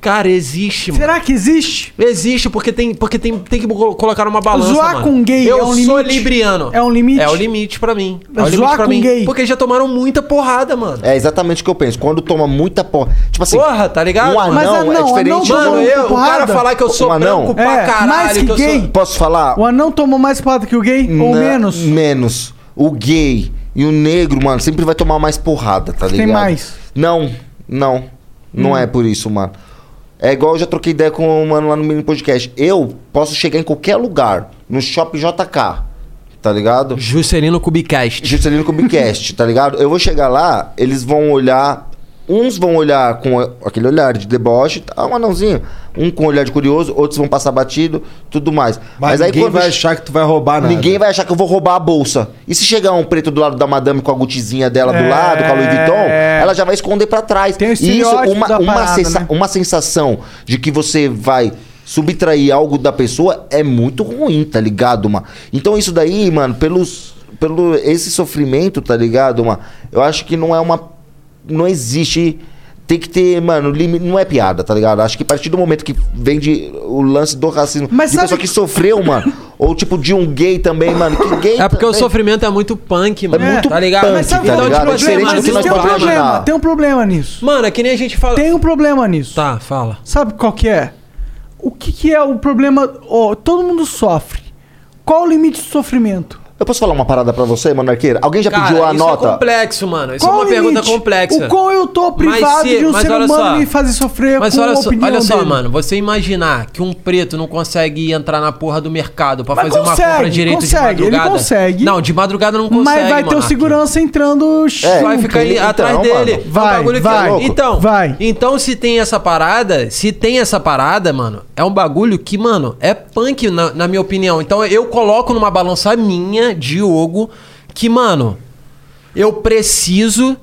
Cara, existe, mano.
Será que existe?
Existe, porque tem, porque tem, tem que colo- colocar uma balança.
Zoar
mano.
com gay
eu
é um
sou
limite?
libriano.
É um limite?
É o limite pra mim. É o
Zoar
limite pra
com
mim.
gay.
Porque já tomaram muita porrada, mano.
É exatamente o que eu penso. Quando toma muita porra. Tipo assim.
Porra, tá ligado?
Um anão
Mas
é
anão,
diferente.
anão tomou Mano, eu- o porrada? cara falar que eu sou branco pra É, caralho, mais que que eu sou- gay.
Um Posso falar?
O anão tomou mais porrada que o gay? Ou
Na-
menos?
Menos. O gay e o negro, mano, sempre vai tomar mais porrada, tá ligado?
mais. Hum.
Não, não. Não é por isso, mano. É igual eu já troquei ideia com o mano lá no mini podcast. Eu posso chegar em qualquer lugar, no shopping JK, tá ligado?
Juscelino Cubicast.
Juscelino Cubicast, tá ligado? Eu vou chegar lá, eles vão olhar. Uns vão olhar com a- aquele olhar de deboche, ah, um anãozinho. Um com olhar de curioso, outros vão passar batido, tudo mais.
Mas, ninguém vai
che-
achar que tu vai roubar nada.
Ninguém vai achar que eu vou roubar a bolsa. E se chegar um preto do lado da madame com a gutizinha dela do
É.
lado, com a Louis Vuitton, ela já vai esconder pra trás.
um
Tem e isso,
estereótipo
uma,
da
uma,
parada,
sensa-
né?
uma sensação de que você vai subtrair algo da pessoa é muito ruim, tá ligado, mano? Então isso daí, mano, pelos, pelo esse sofrimento, tá ligado, mano? Eu acho que não é uma... Não existe... Tem que ter, mano, limite, não é piada, tá ligado? Acho que a partir do momento que vem de, o lance do racismo, Mas de pessoa que sofreu, mano, ou tipo de um gay também, mano, que gay
É porque o
também.
sofrimento é muito punk, mano.
muito
tá ligado?
punk, Mas sabe tá qual é o ligado? É problema?
assim,
diferente do
Mas
que nós
tem um
podemos
problema,
imaginar.
tem um problema nisso.
Mano, é que nem a gente fala.
Tem um problema nisso.
Tá, fala.
Sabe qual que é? O que, que é o problema? Ó, todo mundo sofre. Qual o limite do sofrimento?
Eu posso falar uma parada pra você, mano arqueiro? Alguém já
Cara,
pediu a
isso é
nota?
complexo, mano. Isso é
Qual
uma
o limite?
pergunta complexa.
O qual eu tô privado de um ser humano me fazer sofrer
mas
com
olha
a
só,
opinião
olha só,
dele?
mano. Você imaginar que um preto não consegue entrar na porra do mercado pra
Mas
fazer
consegue,
uma compra direito
consegue,
de
ele
madrugada?
consegue.
Não, de madrugada não consegue,
Mas vai ter o
monarca.
segurança entrando.
É,
junto.
vai ficar ali atrás dele. É um
Então, Vai,
bagulho que-
vai.
Então, então, se tem essa parada, se tem essa parada, mano, é um bagulho que, mano, é punk, na, na minha opinião. Então, eu coloco numa balança minha, Diogo, que, mano, eu preciso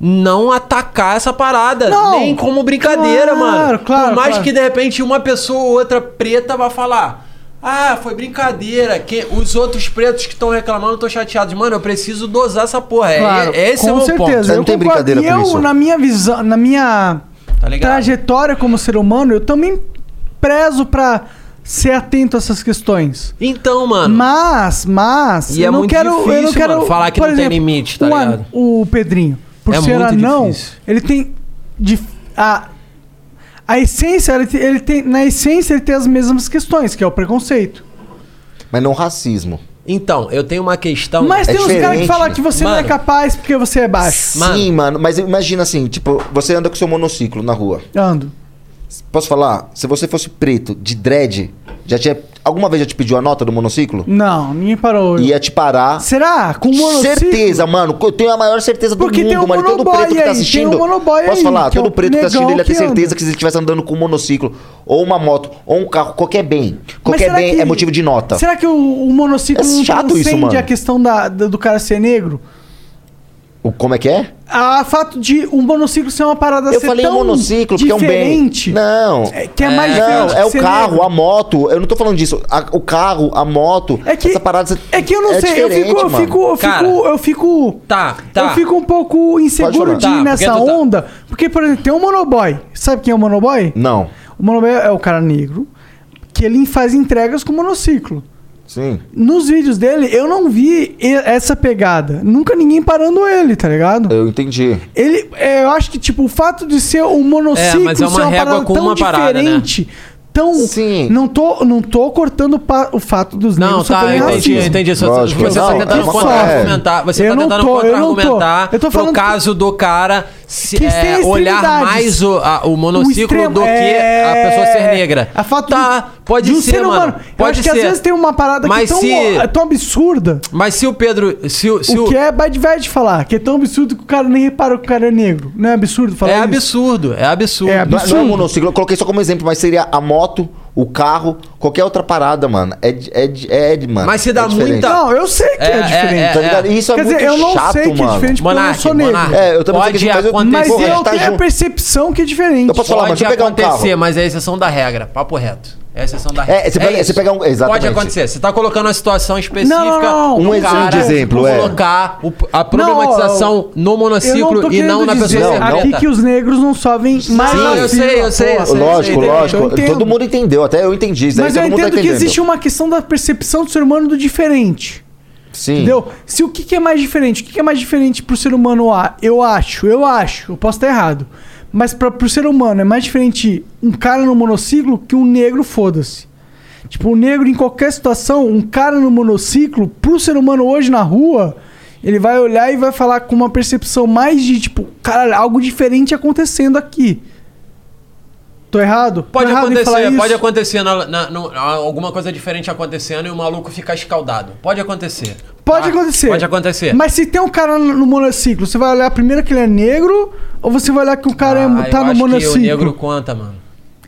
não atacar essa parada.
Não.
Nem como brincadeira,
Claro,
mano.
claro,
Por mais
claro.
que, de repente, uma pessoa ou outra preta vai falar... Ah, foi brincadeira. Que os outros pretos que estão reclamando estão chateados. Mano, eu preciso dosar essa porra. É,
Claro,
é- esse
com
é o meu
certeza.
ponto.
eu concordo. e eu, na minha visão, na minha
Tá ligado?
trajetória como ser humano, eu também prezo pra ser atento a essas questões.
Então, mano.
Mas, mas,
E é muito difícil, mano, falar que
por
não tem limite, tá
o an-
ligado?
O Pedrinho, por
É
ser
muito
anão,
difícil.
ele tem dif- a a essência, ele tem, ele tem- na essência ele tem as mesmas questões, que é o preconceito.
Mas não racismo.
Então, eu tenho uma questão. é
Mas tem uns caras que falam que você não é
Mano.
capaz porque você é baixo.
Sim, mano, mas imagina assim, tipo, você anda com seu monociclo na rua.
Ando.
Posso falar? Se você fosse preto, de dread, já tinha. Alguma vez já te pediu a nota do monociclo?
Não, ninguém parou.
Ia te parar.
Será? Com um monociclo?
é Certeza, mano. Eu tenho a maior certeza do
Porque
mundo,
tem um
mano. Todo
monoboy
preto que
aí,
tá
tem
assistindo.
um monoboy
posso
aí,
falar?
que é
Todo
o
preto que tá assistindo,
negão
ele ia ter
que anda.
certeza que se ele estivesse andando com um monociclo ou uma moto ou um carro, qualquer bem. Qualquer
será
bem
que-
é motivo de nota.
Será que o, o monociclo
É chato isso,
transcende
mano.
a questão da- da- do cara ser negro?
O- Como é que é?
A fato de um monociclo ser uma parada
Eu
ser
falei
tão
um monociclo, porque é um bem.
diferente.
Não.
que é mais
Não,
diferente
é
que
o
ser
carro,
negro.
a moto. Eu não tô falando disso. A- o carro, a moto, é que, essa parada.
É que eu não sei, eu fico, eu
diferente,
fico, eu
mano.
fico, eu fico,
tá,
tá.
eu fico um pouco inseguro
Pode
de
falar.
ir
Tá,
nessa
porque tu tá-
onda, porque por exemplo, tem um monoboy. Sabe quem é o monoboy?
Não.
O monoboy é o cara negro que ele faz entregas com monociclo.
Sim.
Nos vídeos dele, eu não vi e- essa pegada. Nunca ninguém parando ele, tá ligado?
Eu entendi.
Ele, é, eu acho que tipo o fato de ser um monociclo,
É, mas é uma
ser
régua
parada
com
tão
uma parada, né?
diferente, Tão, Sim. Não tô, não tô cortando o pa- o fato dos
Não,
negros
tá,
sofrerem
eu entendi, eu
racismo.
entendi. Só-
Lógico,
você
é
não,
tá tentando
isso
contra-argumentar.
é.
Você
Eu
tá
não
tentando
tô, eu não tô.
contra-argumentar
Eu tô
pro
falando-
caso do cara se,
Que
é,
tem
olhar
extremidades.
mais o, a- o monociclo
extremo-
do que
é.
a pessoa ser negra.
A fato
tá, pode
de um
ser,
ser humano.
mano.
Eu
Pode
acho
ser.
que às vezes tem uma parada que
Mas
é tão-
se-
é tão absurda.
Mas se o Pedro. Se, o- se
o que é bad de falar, que é tão absurdo que o cara nem reparou que o cara é negro. Não é absurdo falar
É
isso?
absurdo, é absurdo.
Não- Não, é
assim.
monociclo, eu coloquei só como exemplo, mas seria a moto, o carro, qualquer outra parada, mano. É, de- é, de- é, de- mano.
Mas se dá
é diferente.
muita-
Não, eu sei que é, diferente.
Tá ligado? Isso
Quer
é muito
dizer, eu não
chato,
sei que é
mano.
diferente porque eu não sou negro.
É, eu também
pode
sei que é diferente, mas
acontecer.
eu- Porra, a
eu
gente tá
tenho a
junto.
percepção que é diferente.
Eu posso falar, mas
pode
deixa eu pegar um
acontecer,
carro.
mas é a exceção da regra. Papo reto. É a exceção da regra.
É, você pega-
isso.
você pega um- exatamente.
Pode acontecer. Você tá colocando uma situação específica.
Não, não, não. Um
pro
exemplo de exemplo, é.
Colocar o- a problematização
Não,
no
eu
monociclo
tô
e não
querendo
na
dizer
pessoa
aqui que os negros não sofrem mais
eu
racismo,
sei, eu sei, eu
porra.
sei, eu
Lógico,
sei,
lógico.
assim, eu entendo.
Todo mundo entendeu, até eu entendi. Isso
Mas
daí todo
eu
mundo tá
entendo que
entendendo.
existe uma questão da percepção do ser humano do diferente.
Sim.
Entendeu? Se o que, que é mais diferente, o que, que é mais diferente pro ser humano A? Eu acho, eu acho, eu posso estar errado. Mas pra, pro ser humano é mais diferente um cara no monociclo que um negro, foda-se. Tipo, um negro em qualquer situação, um cara no monociclo, pro ser humano hoje na rua, ele vai olhar e vai falar com uma percepção mais de, tipo, caralho, algo diferente acontecendo aqui. Tô errado? Tô
Pode
errado em falar
acontecer,
isso?
pode acontecer na- na- no- alguma coisa diferente acontecendo e o maluco ficar escaldado. Pode acontecer. tá?
Pode acontecer.
Pode acontecer.
Mas se tem um cara no monociclo, você vai olhar primeiro que ele é negro ou você vai olhar que o cara é-
Ah, eu
tá no
acho
monociclo?
Que o negro conta, mano.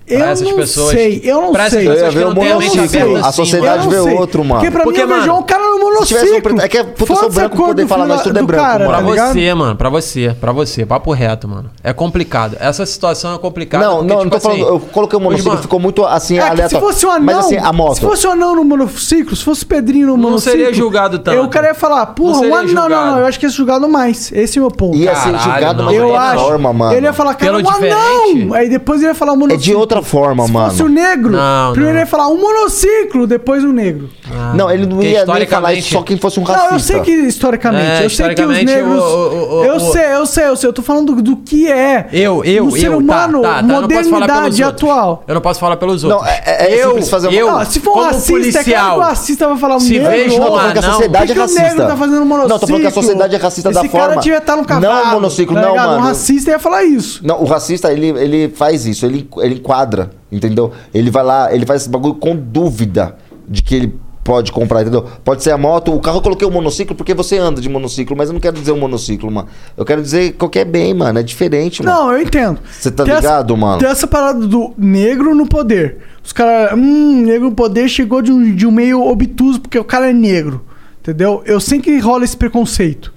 Eu
Pra essas
não
pessoas-
sei, eu não
pra essas
sei.
pessoas Eu ia ver que não o
um
têm a mente monociclo,
assim,
aberta,
a sociedade vê outro, mano.
Porque pra
Porque,
mim, eu vejo
mano,
um cara no
se tivesse um
monociclo.
preto- é que é- puta, eu sou
Foda-se a
branco,
cor
poder
do
falar,
fila-
mas tudo é
do
branco,
cara,
mano.
Pra
tá ligado?
você, mano, pra você, pra você, papo reto, mano. É complicado. Essa situação é complicada.
Não,
porque,
não, não
tipo
tô falando.
assim,
Eu coloquei o
os
monociclo,
ma-
ficou muito assim,
É, que
aleatório.
se fosse um anão,
Mas assim, a moto.
se fosse um anão no monociclo, se fosse o Pedrinho no monociclo,
seria julgado tanto.
Eu queria falar, porra,
seria
um anão, não, não,
julgado.
não, eu acho que é julgado mais. Esse é o meu ponto.
Ia ser Caralho, julgado não, de
eu
outra
acho.
forma, mano.
Ele ia falar, cara,
Pelo
um anão!
diferente.
Aí depois ele ia falar um
É
monociclo.
de outra forma, mano.
Se fosse o negro,
Não,
primeiro ele ia falar um monociclo, depois um negro.
Não, ele não
Ah, Porque
ia nem falar
historicamente-
isso só quem fosse um
Não,
racista.
eu sei que historicamente,
É,
eu sei que os
historicamente,
negros.
o- o- o-
eu
o-
sei, eu sei, eu sei. Eu tô falando do, do que é.
Eu, eu,
no ser
eu,
humano,
tá, tá, tá, eu não posso falar pelos
modernidade
outros.
atual.
Eu não posso falar pelos outros.
é- é- é
eu,
simples fazer uma-
eu,
Não, se for um
como
racista, é claro
policial,
que o racista vai falar
se
negro,
vejo
Não,
um
tô falando que a
anão-
sociedade
Por que
é
que o negro
racista.
tá fazendo monociclo?
Não, tô falando que a sociedade é racista
Esse
da
cara
forma.
devia estar num cavalo,
Não, monociclo,
tá
não,
ligado? Um
mano.
racista ia falar isso.
Não, o racista, ele, ele faz isso, ele, ele enquadra, entendeu? Ele vai lá, ele faz esse bagulho com dúvida de que ele pode comprar, entendeu? Pode ser a moto, o carro eu coloquei o monociclo porque você anda de monociclo, mas eu não quero dizer o monociclo, mano. Eu quero dizer qualquer bem, mano, é diferente, mano.
Não, eu entendo.
Você tá
Tem essa-
ligado, mano?
Tem essa parada do negro no poder. Os caras. Hum, negro no poder chegou de um, de um meio obtuso, porque o cara é negro. Entendeu? Eu sei que rola esse preconceito.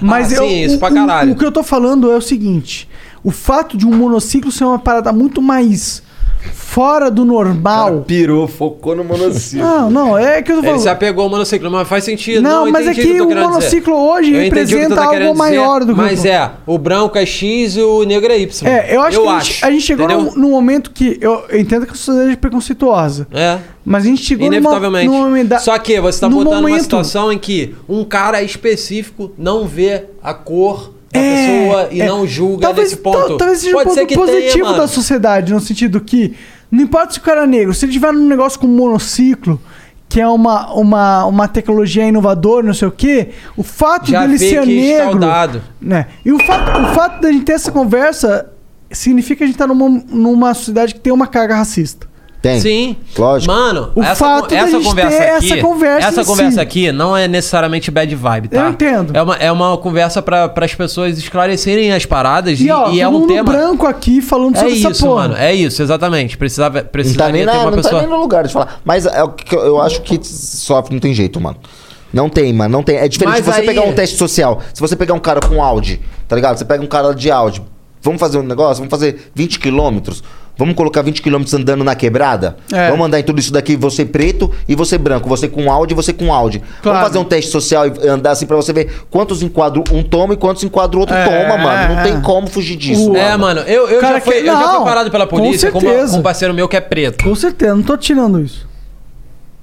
Mas
Ah,
eu.
sim, isso
o,
pra
o-
caralho.
O, que eu tô falando é o seguinte: o fato de um monociclo ser uma parada muito mais fora do normal.
Pirou, focou no monociclo.
Não, não, é que eu tô
Ele
falando.
se apegou ao monociclo, mas faz sentido.
Não,
eu
mas é
entendi
que
tu
o
querendo dizer.
monociclo hoje
Eu entendi o que tu
representa
tá
algo
querendo
maior do que o
Mas
grupo.
é, o branco é X e o negro é Y.
É, eu acho que a gente, a gente chegou
entendeu?
num, num momento que. Eu entendo que a sociedade é preconceituosa.
É.
Mas a gente chegou numa-
Inevitavelmente.
numa momenta-
Só que você tá
num
botando uma
momento-
situação em que um cara específico não vê a cor da
É,
pessoa e
é.
não julga
Talvez,
nesse ponto.
tal- talvez seja um ponto positivo
mano.
da sociedade, no sentido que. Não importa se o cara é negro, se ele tiver num negócio com monociclo, que é uma, uma, uma tecnologia inovadora, não sei o quê, o fato
Já
dele
vê
ser
que é
negro.
escaldado.
Né? E o fato, o fato da gente ter essa conversa significa que a gente tá numa, numa sociedade que tem uma carga racista.
Tem.
Sim.
Lógico.
Mano,
O
essa, con-
fato da
essa
gente
conversa
ter
aqui,
essa conversa
essa
em
conversa
si.
aqui não é necessariamente bad vibe, tá? Eu entendo. É uma, é uma conversa pra as pessoas esclarecerem as paradas e,
E, ó,
e é um
mundo
tema.
branco aqui falando
É
sobre essa
isso,
porra.
mano. É isso, exatamente. Precisava,
Não tá, nem
precisaria
na-
ter uma
não tá
pessoa.
nem no lugar de falar. Mas é o que eu, eu acho que sofre, não tem jeito, mano. Não tem, mano. Não tem. É diferente
Mas
de você
aí-
pegar um teste social. Se você pegar um cara com Audi, tá ligado? Você pega um cara de Audi. Vamos fazer um negócio? Vamos fazer 20 quilômetros? Vamos colocar 20 quilômetros andando na quebrada?
É.
Vamos andar em tudo isso daqui, você preto e você branco. Você com Audi e você com Audi.
Claro.
Vamos fazer um teste social e andar assim pra você ver quantos enquadro um toma e quantos enquadro outro toma, mano. Não tem como fugir disso.
É, mano, eu, eu, já, fui, eu já fui parado pela polícia com,
Com
uma-
certeza.
com um parceiro meu que é preto.
Com certeza, não tô tirando isso.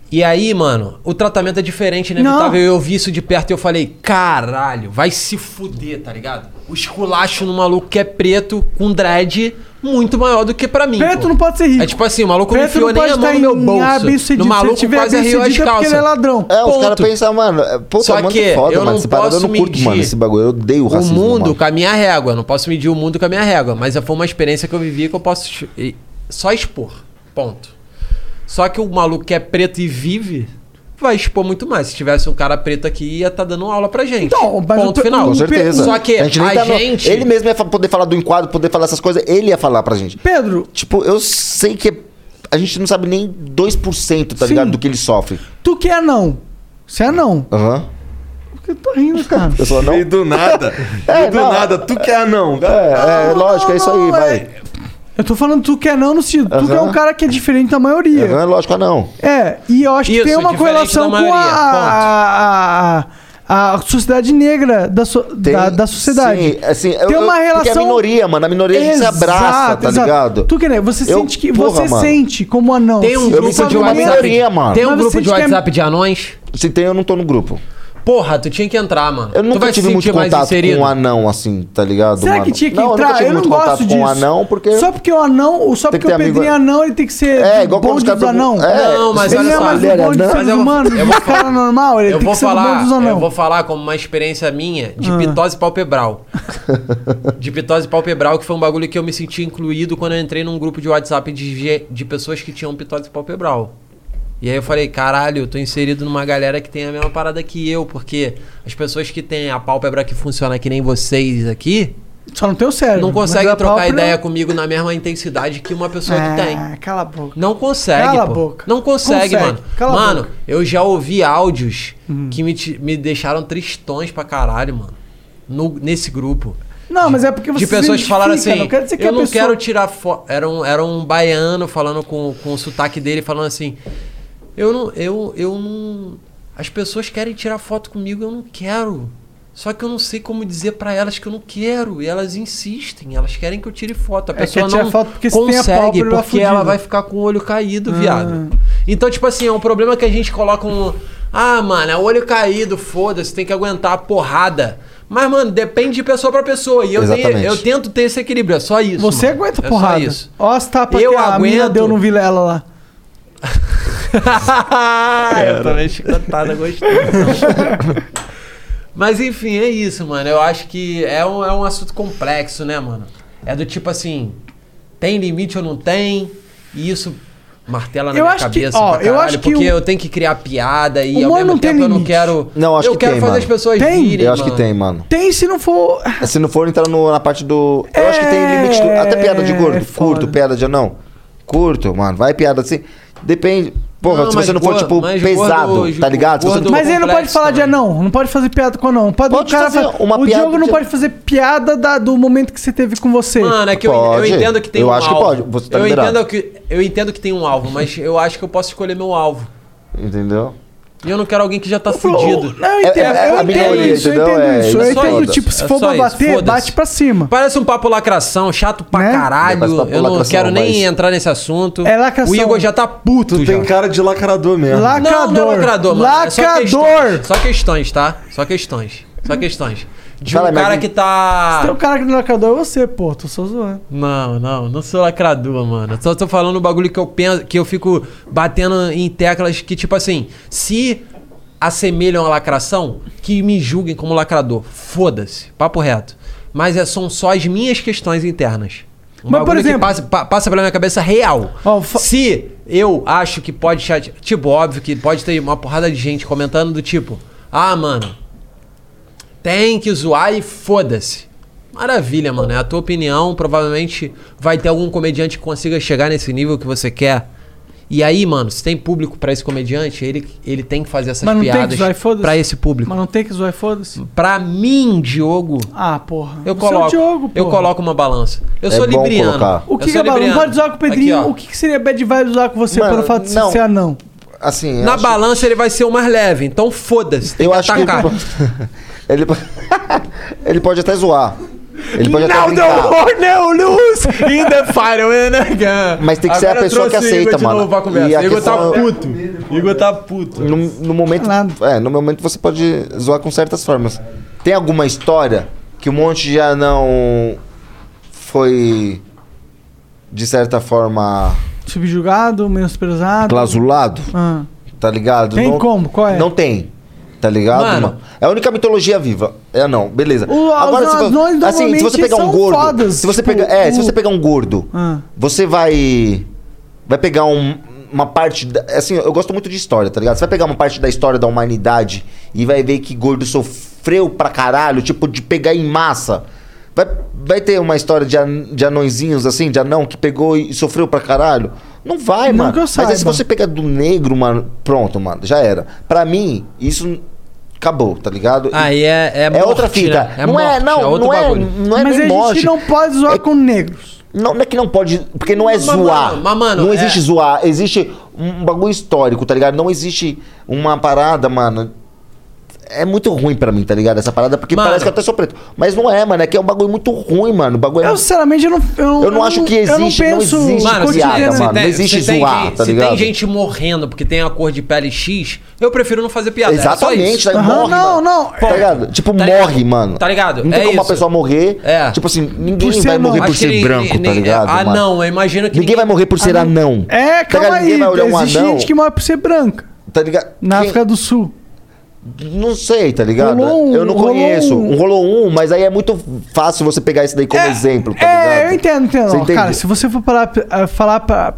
E aí, mano, o tratamento é diferente, né?
Não.
Inevitável. Eu vi isso de perto e eu falei, caralho, vai se fuder, tá ligado? O esculacho no maluco que é preto, com dread, muito maior do que pra mim.
Preto
pô.
não pode ser rico.
É tipo assim, o maluco não
Preto
enfiou nem a mão no meu
em
bolso.
ABCD.
No
Se
maluco
tiver
quase
ABCD
riu as
é porque
calças.
ele é ladrão.
É, os
Ponto.
caras pensam, mano, é, puta,
Só
mano,
que
é foda,
eu
mano.
não
Essa parada eu não
posso
curto, mano,
medir.
esse bagulho. Eu odeio o
O
racismo.
mundo
mano.
com a minha régua. Eu Não posso medir o mundo com a minha régua. Mas foi uma experiência que eu vivi que eu posso ex- e- só expor. Ponto. Só que o maluco que é preto e vive vai expor muito mais. Se tivesse um cara preto aqui, ia estar dando aula pra gente. Então, ponto final.
Com certeza.
Só que a gente.
nem tá no- Ele mesmo ia fa- poder falar do enquadro, poder falar essas coisas, ele ia falar pra gente.
Pedro.
Tipo, eu sei que a gente não sabe nem 2%, tá ligado? Do que ele sofre.
Tu que é não. Você é não.
Aham.
Eu tô rindo, cara.
Eu sou anão. E
do nada.
É,
e do
não.
nada, Ah, tu que é anão.
É, é lógico, é isso aí, vai.
Eu tô falando tu que é não no sentido. Tu
Aham.
que é um cara que é diferente da maioria.
Aham, é lógico, anão.
É, e eu acho
Isso,
que tem uma
diferente
correlação
da
com a,
maioria,
a, a, a sociedade negra da, so- da, da sociedade.
Sim, assim, eu-
tem
eu-
uma relação.
Porque é a minoria, mano. A minoria a gente se abraça, tá ligado?
Tu que nem, você
Eu-
sente que
porra,
você
mano.
sente como anão.
Tem um
Você
grupo
sabe
de
uma
WhatsApp.
minoria, mano.
Tem um
Mas
grupo
você
de
diz que é-
WhatsApp de anões?
Se tem, eu não tô no grupo.
Porra, tu tinha que entrar, mano.
Eu
tu
nunca
vai se
tive muito
sentir mais
contato
inserido.
com um anão, assim, tá ligado?
Será
mano?
que tinha que
Não, eu nunca
entrar?
tive
Eu,
muito
não gosto
contato
disso.
Com um anão, porque...
Só porque o anão, ou só
Tem que
porque o
ter amigo-
Pedrinho é anão, ele tem que ser
É, igual quando
bonde
os caras
dos anão.
ficam- É,
Não, mas
ele
olha
não é
só,
mais
ele
um
era
bonde de
anão?
seres
Mas eu-
humanos,
eu
um
vou
cara normal, ele
eu
tem
vou
que ser do bonde
falar,
dos
eu
anão.
vou falar como uma experiência minha de
Ah.
pitose palpebral. de pitose palpebral, que foi um bagulho que eu me senti incluído quando eu entrei num grupo de WhatsApp de, ge- de pessoas que tinham pitose palpebral. E aí eu falei, caralho, eu tô inserido numa galera que tem a mesma parada que eu, porque as pessoas que têm a pálpebra que funciona que nem vocês aqui,
Só não tem o cérebro.
não
mas é
conseguem
a
trocar
pálpebra-
ideia comigo na mesma intensidade que uma pessoa
Ah,
que tem.
Cala a boca.
Não consegue.
Cala a
pô.
boca.
Não consegue,
Consegue.
mano.
Cala a
mano,
boca. Hum.
eu já ouvi áudios que me, ti- me deixaram tristões pra caralho, mano. No- nesse grupo.
Não, mas é porque você
de pessoas que falaram assim.
Não quer dizer que
eu
a
não
pessoa...
quero tirar foto. Era um, era um baiano falando com, com o sotaque dele, falando assim. Eu não. Eu, eu não. As pessoas querem tirar foto comigo, eu não quero. Só que eu não sei como dizer pra elas que eu não quero. E elas insistem, elas querem que eu tire foto. A
É,
pessoa
quer tirar
não
foto porque se tem a
consegue,
pálpebra tá
porque
fudida.
ela vai ficar com o olho caído, viado. Então, tipo assim, é um problema que a gente coloca um. Ah, mano, é olho caído, foda-se, tem que aguentar a porrada. Mas, mano, depende de pessoa pra pessoa. E eu, tenho-
Exatamente.
eu tento ter esse equilíbrio, é só isso.
Você
mano.
aguenta
é
porrada.
Só isso.
Ó as tapas
Eu
que a mina
aguento.
deu no Vilela lá.
Ah, eu também chicotada, gostei. Mas enfim, é isso, mano. Eu acho que é um, é um assunto complexo, né, mano? É do tipo assim, tem limite ou não tem? E isso martela na
Eu
minha
acho que-
cabeça
ó,
pra
eu
caralho,
acho que
porque
o-
eu tenho que criar piada e ao
Humor
mesmo
não tem
tempo eu não
limite.
quero...
Não, acho
eu
que
quero
tem,
fazer
mano.
as pessoas rirem,
Eu acho que
mano.
tem, mano. É,
Tem se não for...
Se não for entrar no- na parte do. Eu acho que tem
É,
limite. do- até piada de gordo. curto, piada de anão. Curto, mano. Vai piada assim. Depende. Porra,
Não,
se você não
mas
for,
gordo-
tipo,
mas
pesado,
gordo-
tá ligado? Se você não for-
Mas ele não pode falar de anão, não pode fazer piada com anão. Pode,
Pode
o cara
fazer
faz-
uma
o
piada
Diogo não
de-
pode fazer piada da- do momento que você teve com você.
Mano, é que eu, eu entendo que tem um alvo.
tá
tá
eu, entendo que, eu entendo que tem um alvo, mas eu acho que eu posso escolher meu alvo.
Entendeu?
E eu não quero alguém que já tá fudido.
Não, eu entendo,
é
eu
a
entendo
minoria,
isso, eu
entendeu?
entendo
É,
isso. Eu
isso
entendo,
foda-se.
tipo, se
É
for
só
pra
isso,
bater,
foda-se.
bate pra cima.
Parece um papo lacração, chato pra
É, parece
caralho.
papo
eu não
lacração,
quero nem
mas-
entrar nesse assunto.
É lacração.
O Igor já tá puto.
Tu
já.
tem cara de lacrador mesmo.
Não, não é lacrador, mano. É só,
Lacrador!
questões, só questões, tá? Só questões. Só questões. De
Fala
um
aí, mas
cara
não-
que
Se tem
tá.
um cara que não é lacrador, é você, pô. Tô só zoando.
Não, não, não sou lacrador, mano. Eu Só tô falando o bagulho que eu penso, que eu fico batendo em teclas que, tipo assim, se assemelham a lacração, que me julguem como lacrador. Foda-se, papo reto. Mas é, são só as minhas questões internas. Um Mas, por exemplo, passa, pa- passa pela minha cabeça real. Se eu acho que pode chatear. Tipo, óbvio que pode ter uma porrada de gente comentando do tipo: Ah, mano, tem que zoar e foda-se. Maravilha, mano. É a tua opinião. Provavelmente vai ter algum comediante que consiga chegar nesse nível que você quer. E aí, mano, se tem público pra esse comediante, ele, ele tem que fazer essas
Mas não tem que
piadas
zoar e foda-se?
pra esse público.
Mas não tem que zoar e foda-se?
Pra mim, Diogo.
Ah, porra.
Eu
Você é o
coloco,
Diogo,
eu
porra.
coloco uma balança. Eu
É
sou
bom
libriano.
colocar.
O
Eu
que, que
sou
é balão? Não
libriano.
pode zoar com o Pedrinho.
Aqui, ó.
o que, que seria bad vibe zoar com você
Mano,
pelo fato de
não.
ser anão?
Assim,
Na balança ele vai ser o mais leve, então foda-se. Eu acho
que
atacar.
Ele, po- ele pode até zoar. Ele pode
Now
até
the
brincar.
war no lose oh, in the final and again.
Mas tem que ser a
Agora eu
pessoa que
trouxe o Igor
aceita,
de
mano.
novo pra conversa.
a
Igor tá
questão- é-
puto. Igor tá puto.
No, no momento, é, no momento você pode zoar com certas formas. Tem alguma história que um monte já não foi de certa forma
Subjugado, menosprezado.
clausulado,
Ah.
tá ligado?
Tem
Não-
como? Qual é?
Não tem. Tá ligado,
Mano.
mano? É a única mitologia viva. É, não, beleza.
O- os
se,
anões
for- assim, se você
normalmente
pegar um
são
gordo,
fodas,
se você
tipo,
pegar, é, se
o-
você pegar um gordo,
Ah.
você vai. Vai pegar um- uma parte. da- assim, eu gosto muito de história, tá ligado? Você vai pegar uma parte da história da humanidade e vai ver que gordo sofreu pra caralho, tipo, de pegar em massa. Vai, vai ter uma história de, an, de anõezinhos, assim, de anão que pegou e sofreu pra caralho? Não vai,
Não
mano.
que eu
Mas aí se
saiba.
você pegar do negro, mano, pronto, mano, já era. Pra mim, isso. Acabou, tá ligado?
Aí é é,
é outra
morte,
fita.
né? É
não é,
morte,
não,
é outro
não é,
bagulho.
não é
Mas
nem
a
morte.
gente não pode zoar com negros.
É Não, não é que não pode. Porque não é
Mas,
zoar.
mano, mas, mano,
não existe
é-
zoar. Existe um bagulho histórico, tá ligado? Não existe uma parada, mano. É muito ruim pra mim, tá ligado? Essa parada, porque
Mano.
parece que eu até sou preto. Mas não é, mano. É que é um bagulho muito ruim, mano. O bagulho é
Eu,
muito-
sinceramente, eu não. Eu, não-
Eu não acho que
eu
existe- não existe Mano, piada,
se
mano.
tem-
Não existe
se tem
zoar,
gente-
tá
Se
ligado?
tem gente morrendo porque tem a cor de pele X, eu prefiro não fazer piada. é
Exatamente, tá, morre, mano.
é-
Tá ligado? Tipo, morre, mano.
Tá ligado?
Não tem
É
como
isso.
uma pessoa morrer.
É.
Tipo assim, ninguém vai morrer por ser branco, tá ligado?
Ah,
mano?
não, eu imagino que.
Ninguém vai morrer por ser anão.
Ah, É,
Tá
calma
ligado? Ninguém
aí.
vai olhar um
Existe
anão.
gente que morre por ser branca.
Tá ligado?
Na África do Sul.
Não sei, tá ligado?
Rolou um,
eu não
rolou
conheço.
um.
Um rolou um, mas aí é muito fácil você pegar isso daí como exemplo, tá ligado?
É, eu entendo, entendo.
Você
Ó, Cara,
entende?
se você for parar, pra- ah, falar pra.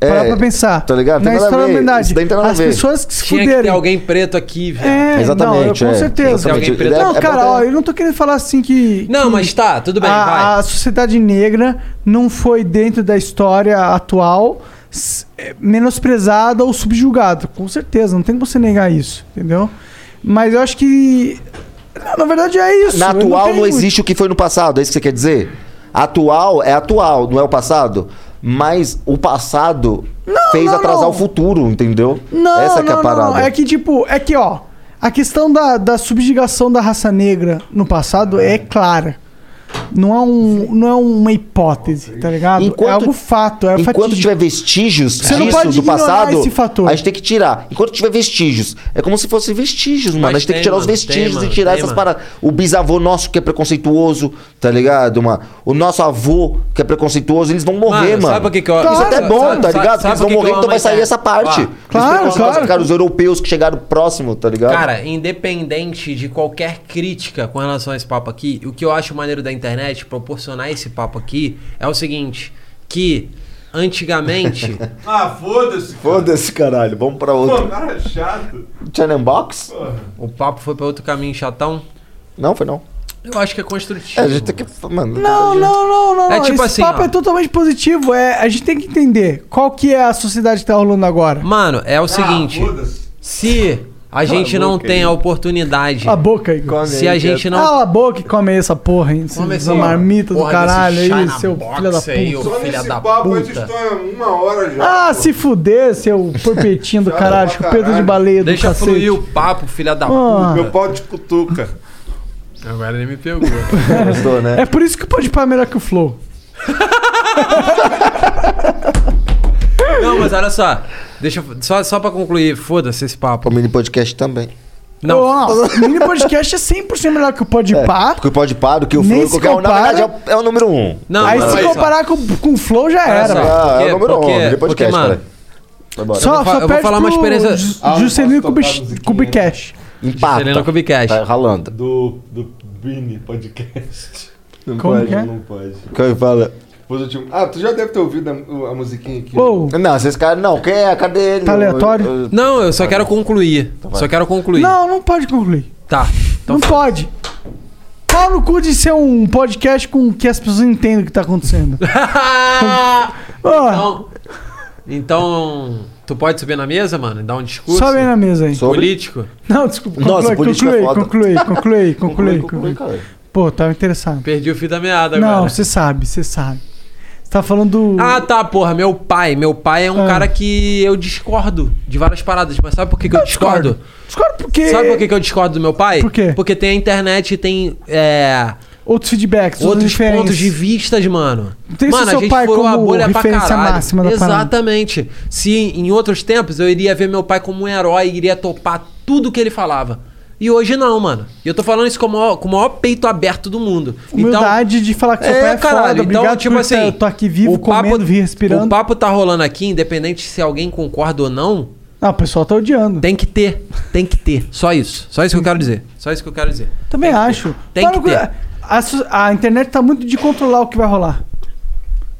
Parar pra pensar.
Tá ligado?
Na
Tem nada a
história da
ver,
humanidade. Ah,
isso daí não tem nada a
As
ver.
pessoas que se
Tinha que ter
fuderam.
alguém preto aqui, velho.
É, exatamente, não, eu, com certeza.
Alguém preto.
Não,
É
cara, ó, eu Ah, não tô querendo falar assim que.
Não,
que
mas tá, tudo bem,
a,
vai.
A sociedade negra não foi dentro da história atual s- é, menosprezada ou subjugada. Com certeza, não tem como você negar isso, entendeu? Mas eu acho que. Na- Na verdade é isso.
Na
eu
atual
tenho
não,
muito-
existe o que foi no passado, é isso que você quer dizer? Atual é atual, não é o passado. Mas o passado fez
não,
atrasar
não.
o futuro, entendeu?
Não,
Essa
não,
que é a
não,
parada.
não. É que, tipo, é que, ó, a questão da, da subjugação da raça negra no passado é clara. Não é, um, não é uma hipótese, tá ligado? é algo fato, é
Enquanto
fatídico.
tiver vestígios
Você não
disso
pode
do
ignorar
passado,
esse fator.
a gente tem que tirar. Enquanto tiver vestígios, é como se fossem vestígios, mano.
Mas
a gente tem,
tem,
que tirar os
mano,
vestígios
tem,
e tirar
mano,
essas
tem,
paradas. O bisavô nosso que é preconceituoso, tá ligado, mano? O nosso avô que é preconceituoso, eles vão morrer,
Mano,
mano.
sabe o que que eu-
Isso
Claro.
até é bom,
Sabe-
tá
sabe-
ligado? Porque
sabe o
eles vão
que que
morrer,
eu
então vai
amo,
sair
é?
essa parte.
Ó,
Os
claro,
preconceituosos,
claro.
Cara, os europeus que chegaram próximo, tá ligado?
Cara, independente de qualquer crítica com relação a esse papo aqui, o que eu acho maneiro da internet proporcionar esse papo aqui é o seguinte: que antigamente.
Ah, foda-se.
Foda-se, caralho. Vamos pra
Pô,
outro.
cara é chato.
Channel Box?
o papo foi pra outro caminho chatão.
Não, foi não.
Eu acho que é construtivo.
É, a gente tem que. Mano,
Não, não, não, não.
É
não.
tipo
Esse
assim,
papo
ó.
é totalmente positivo. É, a gente tem que entender qual que é a sociedade que tá rolando agora.
Mano,
Ah,
é o seguinte: se a
Cala
gente
a
não
boca
tem
aí.
a oportunidade.
Cala a boca, Igor.
Come Se aí, a gente que é- não-
Cala a boca e come aí essa porra, hein? Essa
Come esse-
marmita do
porra desse
caralho aí,
China
seu
Box
filho da
aí, ô
puta.
Só
filha
nesse
da
papo a
puta.
gente está uma hora já.
Ah, se fuder, seu porpetinho do caralho, chupeta de baleia do
Deixa
cacete.
fluir o papo, filha da
Ah.
puta.
Meu
pau de cutuca.
Agora ele me pegou.
Gostou, né?
É por isso que o Podpah é melhor que o Flow.
Não, mas olha só. Deixa eu- só, só pra concluir, foda-se esse papo.
O mini podcast também.
Não.
O mini podcast é 100% melhor que o
É.
Podpah.
Porque pode parar, que o
Nem
Flow
se
qualquer um, na
compara.
verdade, é o- é o número um.
Aí se comparar com, com o Flow já
Olha
era.
só,
velho.
Ah, é o
porque-
número
porque-
um, ele é
porque,
podcast,
mano,
cara. Vai embora.
Só, só perde pro Ju-
Ah,
Juscelino Kubis- Kubicast.
Empata.
Juscelino Kubicast.
Tá ralando.
Do, do Bini Podcast. Não
Como
pode,
que é?
não pode.
Quem fala?
Positivo. Ah, tu já deve ter ouvido a, a musiquinha aqui.
Não, esses caras não. Quem é? Cadê ele?
Tá aleatório?
Eu- eu-
Não, eu só quero concluir.
vai.
Só quero concluir.
Não, não pode concluir.
Tá.
não pode. Pau no cu de ser um podcast com que as pessoas entendem o que tá acontecendo.
então, Ah! então, tu pode subir na mesa, mano? e Dar um discurso?
Sobe aí na mesa aí. Sobre?
Político?
Não, desculpa.
Nossa,
Conclui,
política é
conclui,
foda.
conclui, conclui, conclui, conclui.
cara.
Pô, tava interessado.
Perdi o fio da meada agora.
Não, você sabe, você sabe. Você tá falando do.
Ah, tá, porra, meu pai. Meu pai é um
Ah.
cara que eu discordo de várias paradas. Mas sabe por que, que eu discordo?
Discordo porque.
Sabe por que, que eu discordo do meu pai? Por quê? Porque tem a internet e tem. É...
Outros feedbacks, outras
outros
referências.
pontos de vistas, mano.
Tem
mano,
esse seu pai como referência máxima da parada.
Exatamente. Se em outros tempos eu iria ver meu pai como um herói, iria topar tudo que ele falava. E hoje não, mano. E eu tô falando isso com o maior, com o maior peito aberto do mundo.
Humildade de falar que seu pai é foda.
Então,
Obrigado
tipo
por
assim,
ter- tô aqui vivo, comendo, vi respirando.
O papo tá rolando aqui, independente se alguém concorda ou não.
Não, o pessoal tá odiando.
Tem que ter, tem que ter. Só isso. Só isso que eu quero dizer. Só isso que eu quero dizer.
Também acho.
Tem
Fala
que
no cu-
ter.
A, su- a internet tá muito de controlar o que vai rolar.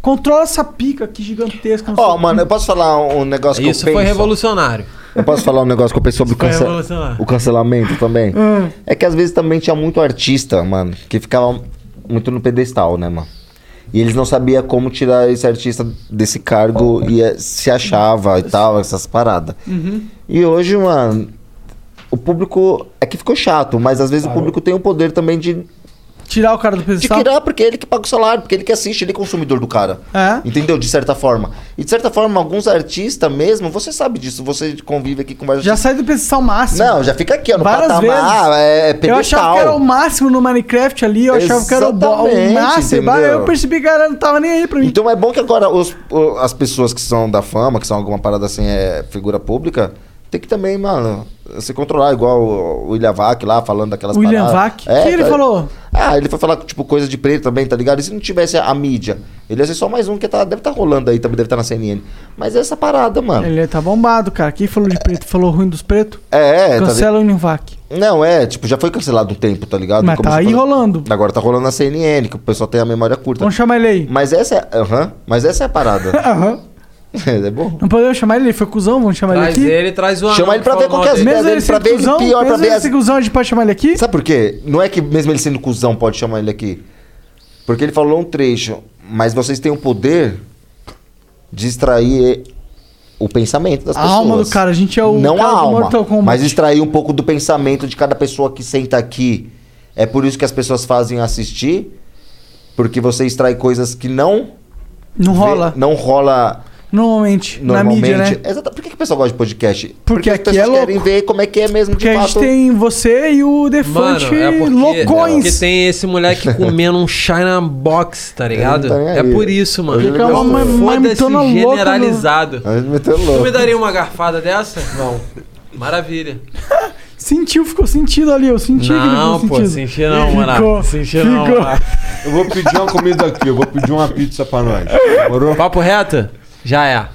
Controla essa pica aqui gigantesca.
Ó, mano, eu posso falar um negócio
Isso
que eu
foi
penso?
revolucionário.
Eu posso falar um negócio que eu pensei sobre o,
Foi
cance-
revolucionário.
o cancelamento também?
Ah.
É que às vezes também tinha muito artista, mano, que ficava muito no pedestal, né, mano? E eles não sabiam como tirar esse artista desse cargo e eh, se achava e tal, essas paradas.
Uhum.
E hoje, mano, o público. É que ficou chato, mas às vezes o público tem o poder também de.
Tirar o cara do pedestal?
De tirar, porque é ele que paga o salário, porque ele que assiste, ele é consumidor do cara.
É.
Entendeu? De certa forma. E de certa forma, alguns artistas mesmo, você sabe disso, você convive aqui com vários
Já sai do pedestal máximo.
Não, já fica aqui, ó, no
Várias
patamar,
vezes.
é
Eu
pedestal.
achava que era um o máximo no Minecraft ali, eu achava que era o, bo- o
Exatamente,
máximo.
entendeu?
Eu percebi que ela não tava nem aí pra mim.
Então é bom que agora os- o- as pessoas que são da fama, que são alguma parada assim, é figura pública, tem que também, mano, se controlar, igual o William Vac lá, falando daquelas
William
paradas.
Vac? O que ele
tá-
falou?
Ah, ele foi falar, tipo, coisa de preto também, tá ligado? E se não tivesse a mídia? Ele ia ser só mais um que tá, deve estar rolando aí, também deve estar na CNN. Mas é essa parada, mano.
Ele tá bombado, cara. Quem falou de preto falou ruim dos pretos?
É, é. tá
Cancela o Univac.
li- Não, é, tipo, já foi cancelado o tempo, tá ligado?
Mas
Começou
tá aí
a-
rolando.
Agora tá rolando a CNN, que o pessoal tem a memória curta.
Vamos chamar ele aí.
Mas essa é. Aham. mas essa é a parada.
Aham.
é bom.
Não podemos chamar ele, ele foi cuzão, vamos chamar
Traz
ele aqui.
ele, traz o anão Chama ele pra que ver falou qual que é mal as dele. ideias
Mesmo ele
dele, pra
sendo
ver ele
cuzão,
pior, pra
mesmo
ver
ele
as-
sendo cuzão, a gente pode chamar ele aqui?
Sabe por quê? Não é que mesmo ele sendo cuzão pode chamar ele aqui. Porque ele falou um trecho, mas vocês têm o poder de extrair o pensamento das
A
pessoas.
alma do cara, a gente é o
Não
cara
a
do
alma,
Mortal Kombat.
mas extrair um pouco do pensamento de cada pessoa que senta aqui. É por isso que as pessoas fazem assistir, porque você extrai coisas que não
Não
vê-
rola.
não rola
Normalmente,
normalmente.
na mídia, né?
Exata- Por que, que o pessoal gosta de podcast?
Porque,
as
aqui é
pessoas
louco.
querem ver como é que é mesmo
Porque
de
a
fato.
gente tem você e o Defante
Mano, é porque, é porque
loucões.
tem esse moleque comendo um China Box, tá ligado?
Ele não tá nem
é
aí.
por isso, mano.
Ele
É
meteu
uma
louco.
foda-se
Mas meteu louco no-
generalizado.
A gente meteu
Tu
louco.
me daria uma garfada dessa? Não. Maravilha.
Sentiu, ficou sentido ali, eu senti que ele
Não,
ficou
pô,
sentido.
senti não,
Ficou,
mano. Senti não,
ficou.
mano.
Eu vou pedir uma comida aqui, eu vou pedir uma pizza pra nós. Morou?
Papo reto? Já é.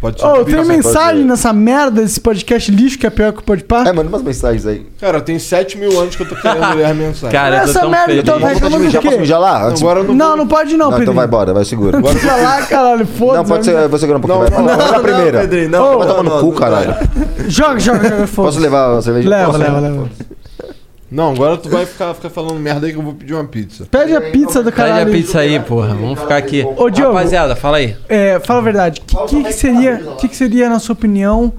Pode
Ô, tem mensagem nessa merda desse podcast lixo que é pior que o Podpah?
É, manda umas mensagens aí.
Cara, tem 7 mil anos que eu tô querendo ler a mensagem.
Cara, eu tô
Essa
tão
merda,
feliz.
então,
Posso
reclamando
mijar?
do quê?
Posso mijar lá? Antes-
Agora eu
não, não pode não,
Não, então
Pedrinho.
vai embora, vai segura.
Fica lá, caralho,
Não, pode
foda-se.
ser, eu vou segurar um pouquinho.
Não,
vai.
não,
Fala
não,
a primeira.
não, Pedrinho, não,
vai
não,
tomar no
não,
cu,
não.
caralho.
Joga, joga, joga,
Posso
foda-se.
levar a cerveja?
Leva,
Posso, né?
leva, leva.
Não, agora tu vai ficar, ficar falando merda aí que eu vou pedir uma pizza.
Pede a pizza do
Pede a
caralho.
pizza aí, porra. Vamos ficar aqui.
Ô, Diogo.
Rapaziada, fala aí.
É, fala a verdade. O que, que seria, que, que seria, na sua opinião,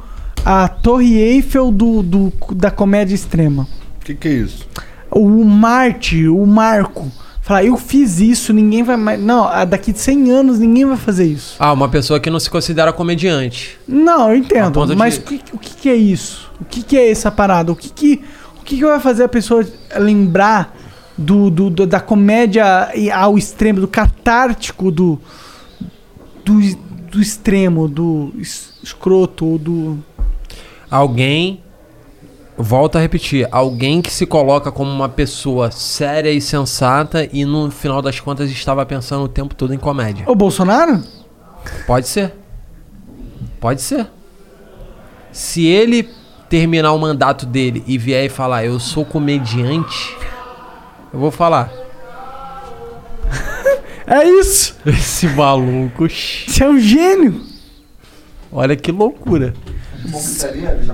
a Torre Eiffel do, do- da comédia extrema?
O que, que é isso?
O Marte, o Marco. Falar, eu fiz isso, ninguém vai mais. Não, a- daqui de 100 anos ninguém vai fazer isso.
Ah, uma pessoa que não se considera comediante.
Não,
A
eu
ponto
entendo.
de-
Mas o que, o que que é isso? O que, que é essa parada? O que, que, o que, que vai fazer a pessoa lembrar do, do- do- da comédia e- ao extremo, do catártico do, do, es- do extremo, do es- escroto, ou do.
Alguém. Volto a repetir. Alguém que se coloca como uma pessoa séria e sensata e no final das contas estava pensando o tempo todo em comédia.
Ô, Bolsonaro?
Pode ser. Pode ser. Se ele terminar o mandato dele e vier e falar, eu sou comediante, eu vou falar.
É isso.
Esse maluco.
Você é um gênio.
Olha que loucura.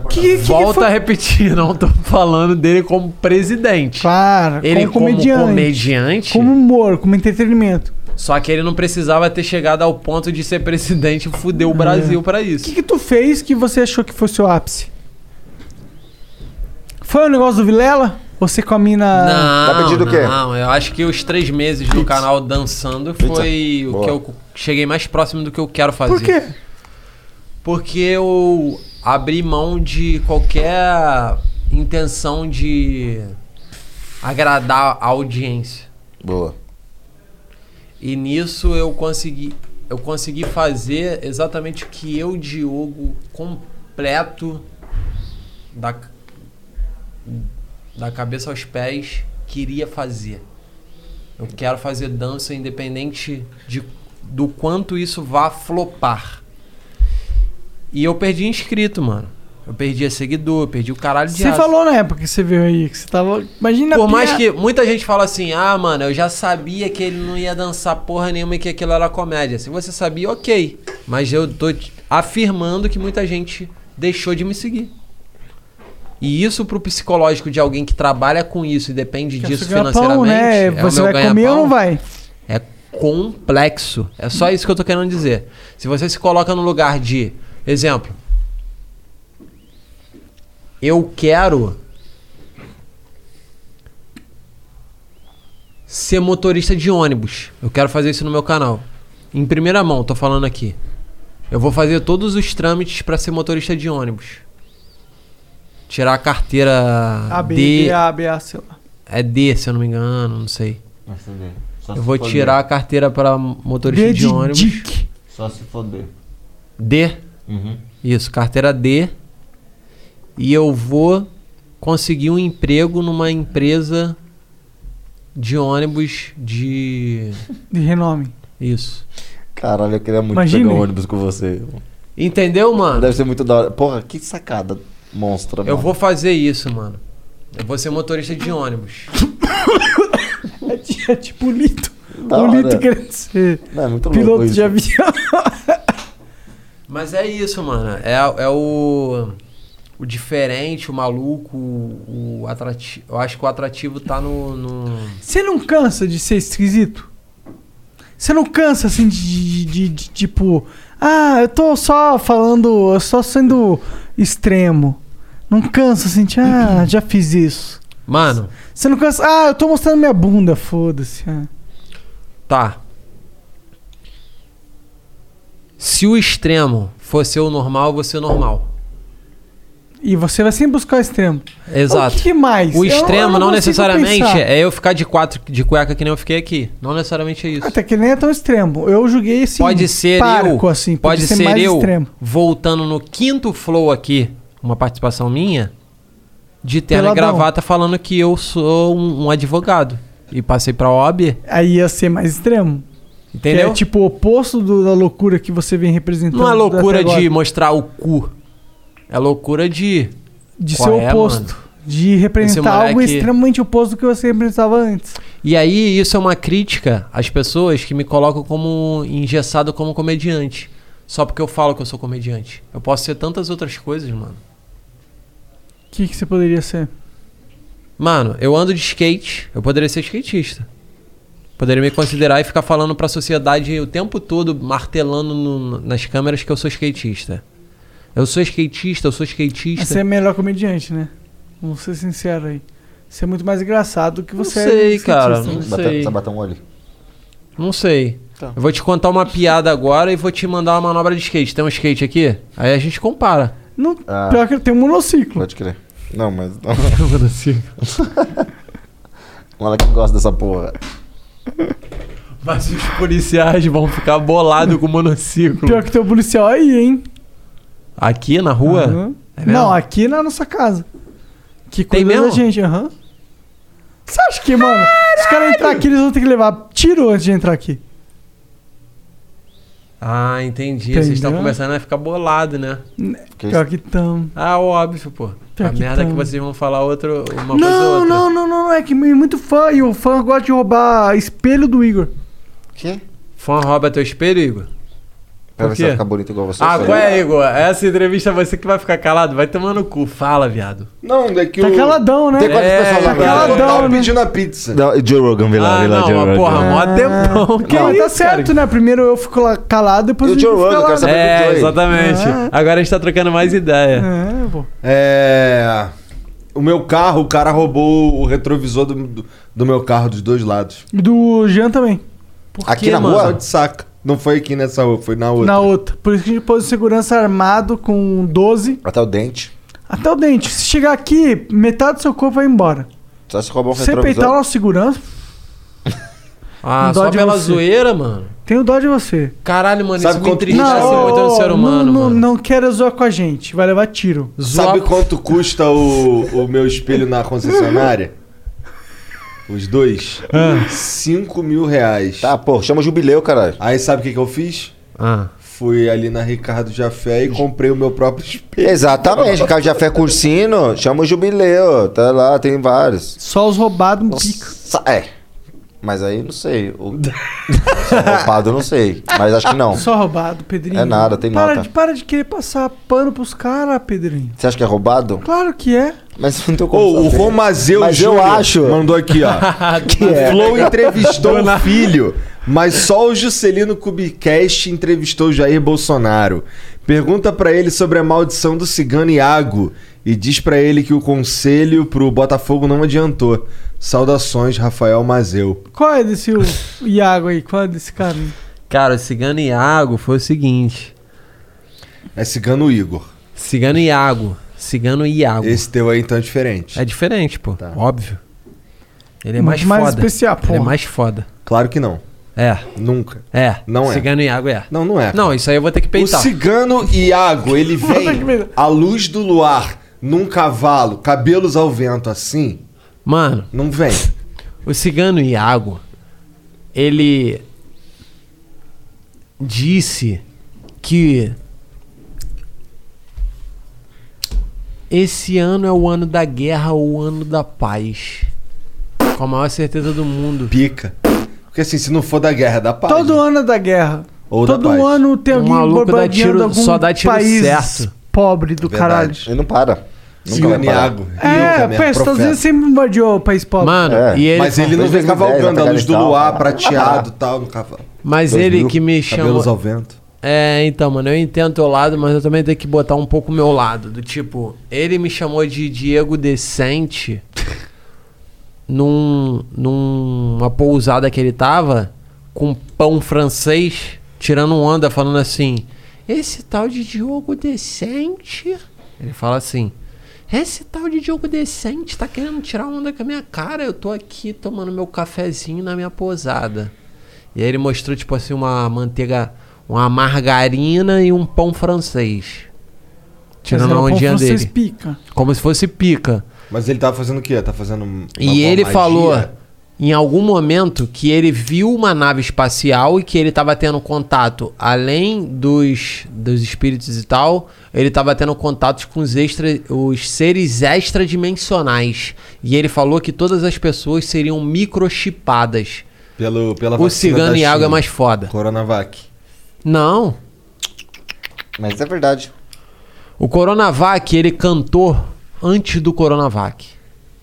Que, que
Volta
foi?
a repetir, não tô falando dele como presidente.
Claro,
ele
como comediante.
Como comediante.
Como humor, como entretenimento.
Só que ele não precisava ter chegado ao ponto de ser presidente e fuder o
É.
Brasil pra
O
isso.
que, que tu fez que você achou que fosse o ápice? Foi o negócio do Vilela? Você com a mina.
Não, não, eu acho que os três meses no canal dançando foi o
Boa.
que eu cheguei mais próximo do que eu quero fazer.
Por quê?
Porque eu abri mão de qualquer intenção de agradar a audiência.
Boa.
E nisso eu consegui, eu consegui fazer exatamente o que eu, Diogo, completo da, c- da cabeça aos pés, queria fazer. Eu quero fazer dança independente de, do quanto isso vá flopar. E eu perdi inscrito, mano. Eu perdi seguidor, eu perdi o caralho de
Você
asa.
falou na época que você veio aí, que você tava. Imagina
Por mais
pia-
que muita gente fala assim, ah, mano, eu já sabia que ele não ia dançar porra nenhuma e que aquilo era comédia. Se você sabia, ok. Mas eu tô te- afirmando que muita gente deixou de me seguir. E isso pro psicológico de alguém que trabalha com isso e depende
Que é
disso
seu ganha-pão,
financeiramente.
né?
é o
Você
meu
vai comer
ganha-pão.
ou não vai?
É complexo. É só isso que eu tô querendo dizer. Se você se coloca no lugar de, exemplo, eu quero ser motorista de ônibus. Eu quero fazer isso no meu canal. Em primeira mão, tô falando aqui. Eu vou fazer todos os trâmites para ser motorista de ônibus. Tirar a carteira
A, B,
D,
B, A, B, A, sei lá.
é D, se eu não me engano, não sei.
Nossa, D. Só
Eu
se
vou
for
tirar
D.
a carteira para motorista
D
de,
de
ônibus.
Só se for D.
D.
Uhum.
Isso, carteira D. E eu vou conseguir um emprego numa empresa de ônibus de.
De renome.
Isso.
Caralho, eu queria muito
Imagine.
pegar um ônibus com você.
Entendeu, mano?
Deve ser muito da hora. Porra, que sacada monstra,
Eu
mano.
vou fazer isso, mano. Eu vou ser motorista de ônibus.
É tipo o Lito.
Da
o
hora.
Lito querendo ser
Não, é muito louco
piloto de
isso.
avião.
Mas é isso, mano. É, é o. O diferente, o maluco, o, o atrativo. Eu acho que o atrativo tá no- no...
Você não cansa de ser esquisito? Você não cansa assim de, de- de- de, tipo, ah, eu tô só falando, eu só sendo extremo. Não cansa assim, de, ah, já fiz isso.
Mano,
Você não cansa, ah, eu tô mostrando minha bunda, foda-se. ah.
tá. Se o extremo fosse o normal, eu vou ser normal.
E você vai sempre buscar o extremo.
Exato.
O que mais?
O
Eu- eu
extremo não,
consigo
necessariamente
pensar.
é eu ficar de quatro de cueca que nem eu fiquei aqui. Não necessariamente é isso.
Até que nem é tão extremo. Eu julguei esse
pode ser
parco,
eu,
assim.
pode, ser,
mais
eu
extremo.
voltando no quinto flow aqui, uma participação minha, de terno e
Peladão.
gravata falando que eu sou um, um advogado e passei pra OAB.
Aí ia ser mais extremo.
Entendeu?
Que é tipo o oposto do- da loucura que você vem representando.
Não é loucura
Então, até agora.
de mostrar o cu. É loucura de.
De
Qual
ser
é,
oposto.
mano?
De
Esse
representar
moleque-
algo extremamente oposto do que você representava antes.
E aí, isso é uma crítica às pessoas que me colocam como engessado como comediante. Só porque eu falo que eu sou comediante. Eu posso ser tantas outras coisas, mano.
O que, que você poderia ser?
Mano, eu ando de skate, eu poderia ser skatista. Poderia me considerar e ficar falando pra sociedade o tempo todo, martelando no- nas câmeras que eu sou skatista. Eu sou skatista, eu sou skatista.
Você é melhor comediante, né? Vamos ser sinceros aí. Você é muito mais engraçado do que você é.
sei,
skatista,
cara,
né?
não
Bate-
sei.
Sabe bater um olho?
Não sei.
Tá.
Eu vou te contar uma piada agora e vou te mandar uma manobra de skate. Tem um skate aqui? Aí a gente compara.
Não,
Ah. pior
que tem um monociclo.
Pode crer. Não, mas... Não.
monociclo.
Mano, que gosta dessa porra.
Mas os policiais vão ficar bolados com o monociclo.
Pior que tem um policial aí, hein?
Aqui na rua?
Aham.
É mesmo?
não, aqui na nossa casa. Que
Tem
cuida da
mesmo?
gente, aham. Você acha que, mano, se os caras entrar aqui, eles vão ter que levar tiro antes de entrar aqui.
Ah, entendi. Vocês estão
Entendeu?
começando a ficar bolado, né?
Pior que tão.
Ah, óbvio, pô.
Pior
a
que
merda é que
tamo.
vocês vão falar outro, uma coisa ou
Não,
outra.
não, não, não, não. É que é muito fã e o fã gosta de roubar espelho do Igor.
Quê?
Fã rouba teu espelho, Igor?
Pra
Por
ver se
quê?
vai ficar bonito igual você.
Ah,
fez.
qual é, Igor? Essa entrevista é você que vai ficar calado? Vai tomar no cu. Fala, viado.
Não, é que
Tá
o...
caladão, né?
Tem quantas
É,
pessoas lá?
tá caladão,
Tava
né?
pedindo a pizza.
Não, Joe Rogan, vê lá,
Ah,
vê lá,
não,
Joe
mas
Rogan.
porra, mó É. tempão.
Que não, tá certo, né? Primeiro eu fico lá né? calado, depois
E o Joe
Igor
Rogan,
fica
eu quero
lá.
saber do
É,
Joey.
exatamente. Agora a gente tá trocando mais ideia.
É, pô.
É. O meu carro, o cara roubou o retrovisor do, do, do meu carro dos dois lados.
E do Jean também.
aqui
quê,
na
mano?
rua? de saca. Não foi aqui nessa rua, foi na outra.
Na outra. Por isso que a gente pôs o segurança armado com 12
Até o dente.
até o dente. Se chegar aqui, metade do seu corpo vai embora.
Só se roubar um
Se você peitar o
retrovisor.
nosso segurança,
Ah,
Um
só
dó de
pela
você.
zoeira, mano.
tenho dó de você.
Caralho, mano,
Sabe
isso me
quanto-
entristece
Não,
muito no ser humano,
não,
mano.
não quero zoar com a gente. Vai levar tiro.
Sabe quanto custa o, o meu espelho na concessionária? Os dois?
Ah.
5 mil reais. Tá,
pô, chama jubileu, caralho.
Aí sabe o que, que eu fiz?
Ah.
Fui ali na Ricardo Jafé e comprei o meu próprio espelho.
Exatamente, o cara já fez cursino, chama o jubileu, tá lá, tem vários.
Só os roubados no pica.
É, mas aí não sei. O... Só roubado eu não sei, mas acho que não.
Só roubado, Pedrinho.
É nada, tem
para
nota.
De, para de querer passar pano pros caras, Pedrinho.
Você acha que é roubado?
Claro que é.
Mas não tem como
Ô, o
saber.
Romazeu
Mas eu
Júnior
acho.
mandou aqui, ó.
Que
o
é?
Flow entrevistou
Do
o
nada.
filho, mas só o Juscelino Kubicast entrevistou Jair Bolsonaro. Pergunta pra ele sobre a maldição do cigano Iago e diz pra ele que o conselho pro Botafogo não adiantou. Saudações, Rafael Mazeu.
Qual é desse o Iago aí? Qual é desse cara?
Cara, o Cigano Iago foi o seguinte.
É Cigano Igor.
Cigano Iago. Cigano Iago.
Esse teu aí então é diferente. Tá.
É diferente, pô. Óbvio. Ele é mais,
Mais
foda.
especial,
Ele é
porra.
mais foda.
Claro que não.
É.
Nunca.
É.
Não é.
Cigano Iago é.
Não, não é.
Não, isso aí eu vou ter que
O
peitar.
cigano Iago, ele vem à luz do luar, num cavalo, cabelos ao vento assim.
Mano.
Não vem.
O cigano Iago, ele disse que esse ano é o ano da guerra ou o ano da paz. Com a maior certeza do mundo.
Pica. Porque assim, se não for da guerra, da paz. né?
Todo ano é da guerra.
Ou da
Todo
paz.
ano tem
O
alguém
Um maluco dá
bombardeando
tiro-
algum
só dá tiro
país
certo.
pobre
É
do caralho.
Ele não para. Nunca vai
Cigano
parar.
Iago.
É, pô, os Estados Unidos sempre bombardeou o país pobre.
Mano, É. e ele-
Mas ele não vem
2010
cavalgando à luz
Afeganistão.
do
É.
luar, prateado e tal, no cavalo.
Mas ele que me chamou.
Cabelos ao vento.
É, então, mano, eu entendo teu lado, mas eu também tenho que botar um pouco o meu lado. Do tipo, ele me chamou de Diego Decente num, numa pousada que ele tava, com pão francês, tirando um onda, falando assim: Esse tal de Diogo Decente. Ele fala assim. Esse tal de Diogo Decente tá querendo tirar onda com a minha cara. Eu tô aqui tomando meu cafezinho na minha pousada. E aí ele mostrou, tipo assim, uma manteiga, uma margarina e um pão francês. Tirando
Mas é
a
era um pão
ondinha
francês
dele.
pica.
Como se fosse pica.
Mas ele tava fazendo o quê? Tá fazendo. uma-
E
uma
ele
magia?
falou em algum momento que ele viu uma nave espacial e que ele estava tendo contato, além dos, dos espíritos e tal, ele estava tendo contatos com os, extra, os seres extradimensionais. E ele falou que todas as pessoas seriam microchipadas.
Pelo, pela
O cigano Iago é mais foda.
Coronavac.
Não.
Mas é verdade.
O Coronavac, ele cantou antes do Coronavac.